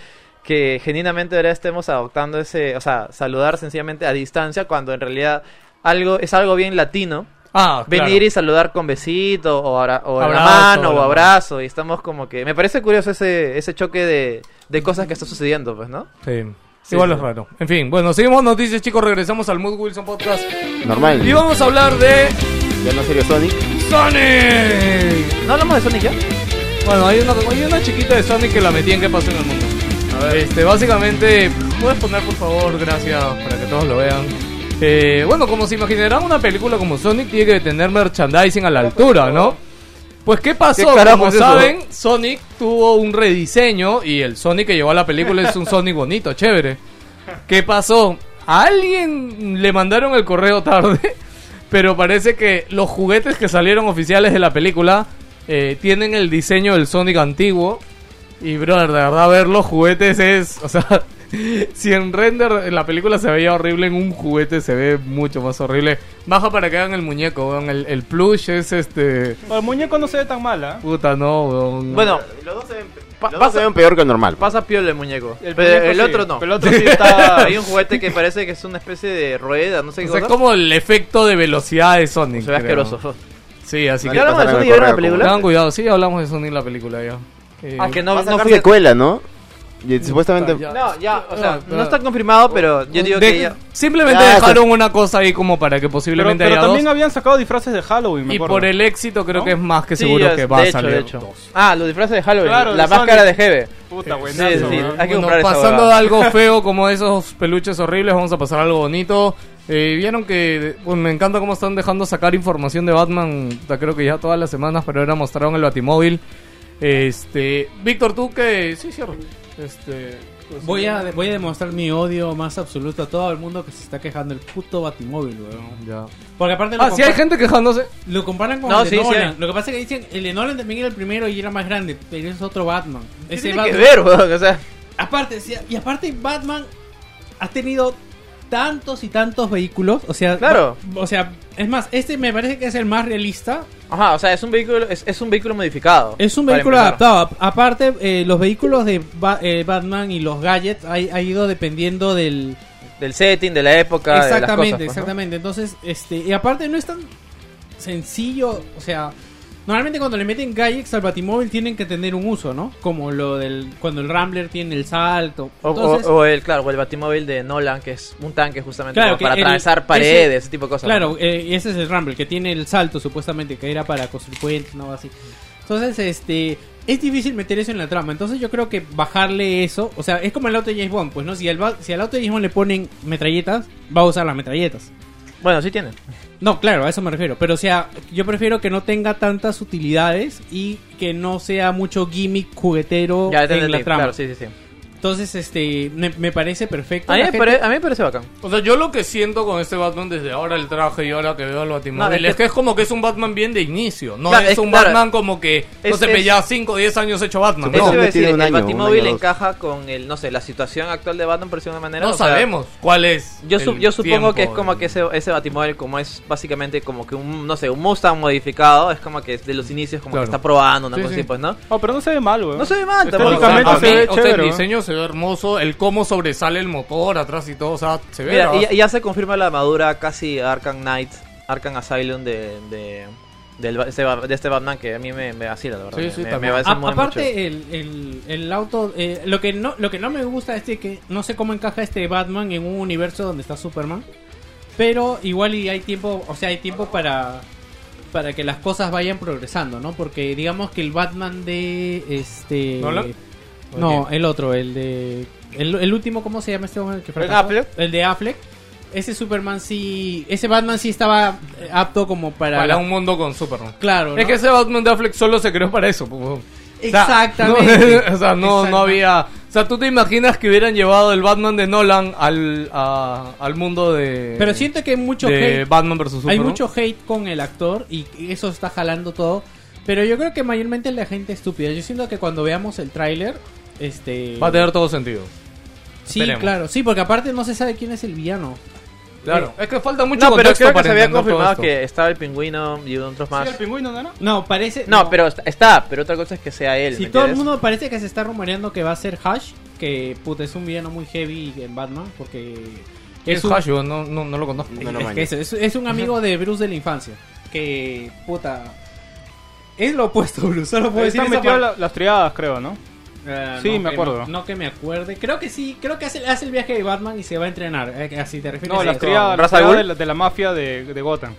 [SPEAKER 3] que genuinamente ahora estemos adoptando ese, o sea, saludar sencillamente a distancia cuando en realidad algo es algo bien latino.
[SPEAKER 2] Ah, claro.
[SPEAKER 3] Venir y saludar con besito o, abra- o en la
[SPEAKER 2] Abrazo,
[SPEAKER 3] mano
[SPEAKER 2] la
[SPEAKER 3] o
[SPEAKER 2] mano.
[SPEAKER 3] abrazo y estamos como que... Me parece curioso ese, ese choque de, de cosas que está sucediendo, pues, ¿no?
[SPEAKER 2] Sí.
[SPEAKER 3] Sí,
[SPEAKER 2] Igual
[SPEAKER 3] sí.
[SPEAKER 2] es raro. En fin, bueno, seguimos noticias, chicos. Regresamos al Mood Wilson Podcast.
[SPEAKER 4] Normal.
[SPEAKER 2] Y vamos a hablar de
[SPEAKER 4] Ya no serio Sonic.
[SPEAKER 2] Sonic.
[SPEAKER 3] ¿No hablamos de Sonic ya?
[SPEAKER 2] Bueno, hay una, hay una chiquita de Sonic que la metí en qué pasó en el mundo. Este, básicamente, puedes poner por favor, gracias, para que todos lo vean. Eh, bueno, como se imaginarán, una película como Sonic tiene que tener merchandising a la altura, ¿no? Pues, ¿qué
[SPEAKER 3] ¿Qué
[SPEAKER 2] pasó?
[SPEAKER 3] carajo
[SPEAKER 2] como
[SPEAKER 3] es eso?
[SPEAKER 2] saben, Sonic tuvo un rediseño y el Sonic que llegó a la película es un Sonic bonito, chévere. ¿Qué pasó? A alguien le mandaron el correo tarde, pero parece que los juguetes que salieron oficiales de la película eh, tienen el diseño del Sonic antiguo. Y, brother, de verdad, ver los juguetes es. O sea, si en render en la película se veía horrible, en un juguete se ve mucho más horrible. Baja para que hagan el muñeco, weón. El, el plush es este.
[SPEAKER 6] Bueno, El muñeco no se ve tan mal, ¿ah?
[SPEAKER 2] Puta, no, weón.
[SPEAKER 3] Bueno,
[SPEAKER 4] Los dos se ven,
[SPEAKER 3] pa- pasa,
[SPEAKER 4] peor que el normal.
[SPEAKER 3] pasa piola el muñeco.
[SPEAKER 6] El
[SPEAKER 3] El,
[SPEAKER 6] muñeco
[SPEAKER 3] el
[SPEAKER 6] sí,
[SPEAKER 3] otro no.
[SPEAKER 6] pero el otro sí está-
[SPEAKER 3] Hay un juguete que parece que es una especie de rueda, no sé qué
[SPEAKER 2] O sea, es
[SPEAKER 3] cosa.
[SPEAKER 2] como el efecto de velocidad de Sonic.
[SPEAKER 3] Se ve
[SPEAKER 2] creo.
[SPEAKER 3] asqueroso.
[SPEAKER 2] Sí, así
[SPEAKER 4] Vale,
[SPEAKER 2] que.
[SPEAKER 3] ¿Ya hablamos de
[SPEAKER 4] pasaron
[SPEAKER 3] Sonic
[SPEAKER 4] el
[SPEAKER 3] y vieron la
[SPEAKER 4] correo,
[SPEAKER 3] película?
[SPEAKER 2] Tengan cuidado, sí, hablamos de Sonic en la película ya. Eh,
[SPEAKER 3] Ah, que no,
[SPEAKER 4] Va a
[SPEAKER 3] no
[SPEAKER 4] sacar
[SPEAKER 3] fui
[SPEAKER 4] secuela, ¿no? Y supuestamente.
[SPEAKER 2] Ya.
[SPEAKER 3] No, ya, o sea,
[SPEAKER 2] Ah,
[SPEAKER 3] no está confirmado, pero yo digo
[SPEAKER 2] De-
[SPEAKER 3] que ya.
[SPEAKER 2] Simplemente
[SPEAKER 4] Ya,
[SPEAKER 2] dejaron una cosa ahí como para que
[SPEAKER 6] Pero,
[SPEAKER 2] posiblemente
[SPEAKER 6] pero
[SPEAKER 2] haya
[SPEAKER 6] también
[SPEAKER 2] dos.
[SPEAKER 6] habían sacado disfraces de Halloween, me
[SPEAKER 2] Y
[SPEAKER 6] acuerdo.
[SPEAKER 2] por el éxito creo
[SPEAKER 6] ¿No?
[SPEAKER 2] que es más que
[SPEAKER 3] Sí,
[SPEAKER 2] seguro
[SPEAKER 3] ya-
[SPEAKER 2] que va
[SPEAKER 3] de
[SPEAKER 2] a
[SPEAKER 3] hecho,
[SPEAKER 2] salir
[SPEAKER 3] de hecho.
[SPEAKER 2] dos.
[SPEAKER 3] Ah, los disfraces de Halloween.
[SPEAKER 6] Claro,
[SPEAKER 3] la
[SPEAKER 6] de
[SPEAKER 3] máscara
[SPEAKER 6] Sonic.
[SPEAKER 3] de Hebe.
[SPEAKER 6] Puta, buenazo,
[SPEAKER 3] Sí, sí,
[SPEAKER 6] weón.
[SPEAKER 3] hay que
[SPEAKER 2] Bueno,
[SPEAKER 3] comprar esa
[SPEAKER 2] pasando de
[SPEAKER 3] huevada.
[SPEAKER 2] algo feo como esos peluches horribles, vamos a pasar a algo bonito. Eh, Vieron que bueno, me encanta cómo están dejando sacar información de Batman, ya creo que ya todas las semanas, pero ahora mostraron el Batimóvil. Este, Víctor, tú que sí cierro. Este, pues,
[SPEAKER 5] Voy a, voy a demostrar mi odio más absoluto a todo el mundo que se está quejando el puto Batimóvil, weón.
[SPEAKER 2] ya.
[SPEAKER 5] Porque aparte lo,
[SPEAKER 2] Ah, sí hay
[SPEAKER 5] compar-
[SPEAKER 2] gente quejándose.
[SPEAKER 5] lo comparan con
[SPEAKER 3] No,
[SPEAKER 5] el de
[SPEAKER 3] sí, sí
[SPEAKER 5] Nolan.
[SPEAKER 3] hay.
[SPEAKER 5] Lo que pasa es que dicen, el de Nolan también era el primero y era más grande, pero es otro Batman.
[SPEAKER 3] ¿Qué
[SPEAKER 5] Ese
[SPEAKER 3] tiene que
[SPEAKER 5] Batman-
[SPEAKER 3] ver, weón? O sea,
[SPEAKER 5] Aparte, sí, y aparte Batman ha tenido tantos y tantos vehículos, o sea,
[SPEAKER 3] Claro.
[SPEAKER 5] o sea, es más, este me parece que es el más realista
[SPEAKER 3] ajá, o sea, es un vehículo, es, es un vehículo modificado.
[SPEAKER 5] Es un
[SPEAKER 3] para
[SPEAKER 5] vehículo
[SPEAKER 3] empezar.
[SPEAKER 5] adaptado. A- Aparte, eh, los vehículos de Ba- eh, Batman y los gadgets ha, ha ido dependiendo del...
[SPEAKER 3] Del setting, de la época,
[SPEAKER 5] exactamente,
[SPEAKER 3] de las cosas, pues, ¿no?
[SPEAKER 5] exactamente. Entonces, este... Y aparte no es tan sencillo, o sea... Normalmente cuando le meten gadgets al Batimóvil tienen que tener un uso, ¿no? Como lo del... Cuando el Rambler tiene el salto.
[SPEAKER 3] O, o-
[SPEAKER 5] Entonces,
[SPEAKER 3] o el, claro, o el batimóvil de Nolan, que es un tanque justamente
[SPEAKER 5] Claro,
[SPEAKER 3] como
[SPEAKER 5] que
[SPEAKER 3] para
[SPEAKER 5] el-
[SPEAKER 3] atravesar
[SPEAKER 5] ese-
[SPEAKER 3] paredes, ese tipo de cosas.
[SPEAKER 5] Claro, eh, y ese es el Rumble, que tiene el salto supuestamente, que era para construir puentes, no así. Entonces, este, es difícil meter eso en la trama. Entonces yo creo que bajarle eso, o sea, es como el auto de James Bond, pues no, si al, ba- si al auto de James Bond le ponen metralletas, va a usar las metralletas.
[SPEAKER 3] ¿no? Bueno, sí tienen.
[SPEAKER 5] No, claro, a eso me refiero. Pero o sea, yo prefiero que no tenga tantas utilidades y que no sea mucho gimmick juguetero
[SPEAKER 3] Ya,
[SPEAKER 5] en la
[SPEAKER 3] entendí,
[SPEAKER 5] trama.
[SPEAKER 3] claro, sí, sí, sí.
[SPEAKER 5] Entonces, este, me, me parece perfecto.
[SPEAKER 3] A mí,
[SPEAKER 5] La
[SPEAKER 3] me
[SPEAKER 5] gente-
[SPEAKER 3] pare- a mí me parece bacán.
[SPEAKER 2] O sea, yo lo que siento con este Batman desde ahora el traje y ahora que veo al Batimóvil
[SPEAKER 3] No, es
[SPEAKER 2] es,
[SPEAKER 3] que-
[SPEAKER 2] que... es como que es un Batman bien de inicio. No
[SPEAKER 3] Claro,
[SPEAKER 2] es,
[SPEAKER 3] es-
[SPEAKER 2] un
[SPEAKER 3] claro.
[SPEAKER 2] Batman como que no
[SPEAKER 3] Es-
[SPEAKER 2] se
[SPEAKER 3] es-
[SPEAKER 2] ve ya 5 o 10 años hecho Batman. No,
[SPEAKER 4] Eso
[SPEAKER 3] Eso iba a
[SPEAKER 4] tiene
[SPEAKER 3] decir,
[SPEAKER 4] un
[SPEAKER 3] el
[SPEAKER 4] año, un
[SPEAKER 3] batimóvil
[SPEAKER 4] año, dos.
[SPEAKER 3] encaja con el, no sé, la situación actual de Batman por decirlo de una manera.
[SPEAKER 2] no
[SPEAKER 3] o sea,
[SPEAKER 2] sabemos cuál es.
[SPEAKER 3] Yo, su-
[SPEAKER 2] el
[SPEAKER 3] yo supongo que es
[SPEAKER 2] tiempo,
[SPEAKER 3] como
[SPEAKER 2] el-
[SPEAKER 3] que ese, ese Batimóvil, como es básicamente como que un, no sé, un Mustang modificado, es como que es de los inicios como
[SPEAKER 2] Claro.
[SPEAKER 3] que está probando, una
[SPEAKER 2] Sí,
[SPEAKER 3] cosa
[SPEAKER 2] sí.
[SPEAKER 3] así, pues, ¿no?
[SPEAKER 6] Oh, pero no se ve mal, weón.
[SPEAKER 3] No se ve mal,
[SPEAKER 2] Bueno,
[SPEAKER 3] tampoco. Ah,
[SPEAKER 2] o sea,
[SPEAKER 6] Básicamente
[SPEAKER 2] a
[SPEAKER 6] se ve
[SPEAKER 2] mí, o sea,
[SPEAKER 6] chévere,
[SPEAKER 2] Ah, el
[SPEAKER 6] ¿no?
[SPEAKER 2] diseño se ve hermoso, el cómo sobresale el motor atrás y todo, o sea, se ve.
[SPEAKER 3] Mira,
[SPEAKER 2] bravazo.
[SPEAKER 3] y, y ya se confirma la armadura casi Arkham Knight, Arkham Asylum de, de, del ba- ese ba- de este Batman que a mí me, me vacila, la verdad.
[SPEAKER 2] Sí,
[SPEAKER 3] me-
[SPEAKER 2] sí,
[SPEAKER 3] me,
[SPEAKER 2] también.
[SPEAKER 3] me
[SPEAKER 5] A-
[SPEAKER 3] vacila muy mucho.
[SPEAKER 5] Ah, aparte eh, el, el- el auto eh, lo que no lo que no me gusta es de que no sé cómo encaja este Batman en un universo donde está Superman pero igual y hay tiempo o sea hay tiempo para para que las cosas vayan progresando no porque digamos que el Batman de este
[SPEAKER 2] ¿Nolan?
[SPEAKER 5] no
[SPEAKER 2] Ok.
[SPEAKER 5] el otro el de el, el último cómo se llama este hombre que fracasó?
[SPEAKER 3] Affleck?
[SPEAKER 5] el de Affleck ese Superman sí ese Batman sí estaba eh, apto como para,
[SPEAKER 2] Para un mundo con Superman.
[SPEAKER 5] claro
[SPEAKER 2] Es
[SPEAKER 5] ¿no?
[SPEAKER 2] que ese Batman de Affleck solo se creó para eso. po. O sea, no- o
[SPEAKER 5] exactamente
[SPEAKER 2] sea, no,
[SPEAKER 5] Exactamente.
[SPEAKER 2] no había. O sea, tú te imaginas que hubieran llevado el Batman de Nolan al, a- al mundo de.
[SPEAKER 5] Pero siento que hay mucho
[SPEAKER 2] de
[SPEAKER 5] hate.
[SPEAKER 2] Batman vs Superman.
[SPEAKER 5] Hay mucho hate con el actor y eso está jalando todo. Pero yo creo que mayormente la gente estúpida. Yo siento que cuando veamos el tráiler, este.
[SPEAKER 2] Va a tener todo sentido.
[SPEAKER 5] Sí,
[SPEAKER 2] esperemos.
[SPEAKER 5] claro, sí, porque aparte no se sabe quién es el villano.
[SPEAKER 2] Claro. Es que falta mucho
[SPEAKER 3] No, pero
[SPEAKER 2] contexto
[SPEAKER 3] creo que
[SPEAKER 2] para
[SPEAKER 3] se había
[SPEAKER 2] entender todo
[SPEAKER 3] confirmado
[SPEAKER 2] esto.
[SPEAKER 3] que estaba el pingüino y otros
[SPEAKER 2] Ah,
[SPEAKER 3] más.
[SPEAKER 6] ¿Sí, el pingüino, ¿no? era?
[SPEAKER 5] No, parece.
[SPEAKER 3] No, pero está- está, pero otra cosa es que sea él.
[SPEAKER 5] Si
[SPEAKER 3] ¿me
[SPEAKER 5] todo el
[SPEAKER 3] entiendes?
[SPEAKER 5] mundo parece que se está rumoreando que va a ser Hash, que puta, es un villano muy heavy en Batman, porque.
[SPEAKER 2] Es
[SPEAKER 5] un-
[SPEAKER 2] Hash, yo no, no, no lo conozco.
[SPEAKER 4] No, no,
[SPEAKER 5] es,
[SPEAKER 4] man.
[SPEAKER 5] que eso, es, es un amigo de Bruce de la infancia. Que, puta. Es lo opuesto, Bruce. Solo puedo decir
[SPEAKER 6] Pues Está
[SPEAKER 5] esa
[SPEAKER 6] metido
[SPEAKER 5] parte.
[SPEAKER 6] la- las triadas, creo, ¿no?
[SPEAKER 5] Eh,
[SPEAKER 6] Sí,
[SPEAKER 5] no
[SPEAKER 6] me
[SPEAKER 5] que-
[SPEAKER 6] acuerdo.
[SPEAKER 5] No que me acuerde. Creo que sí, creo que hace, hace el viaje de Batman y se va a entrenar. eh, así te refieres.
[SPEAKER 6] No,
[SPEAKER 5] Sí,
[SPEAKER 6] las
[SPEAKER 5] con-
[SPEAKER 6] triadas, las
[SPEAKER 3] Ra's al
[SPEAKER 6] triadas
[SPEAKER 3] Ghul.
[SPEAKER 6] de, la, de la mafia de, de Gotham.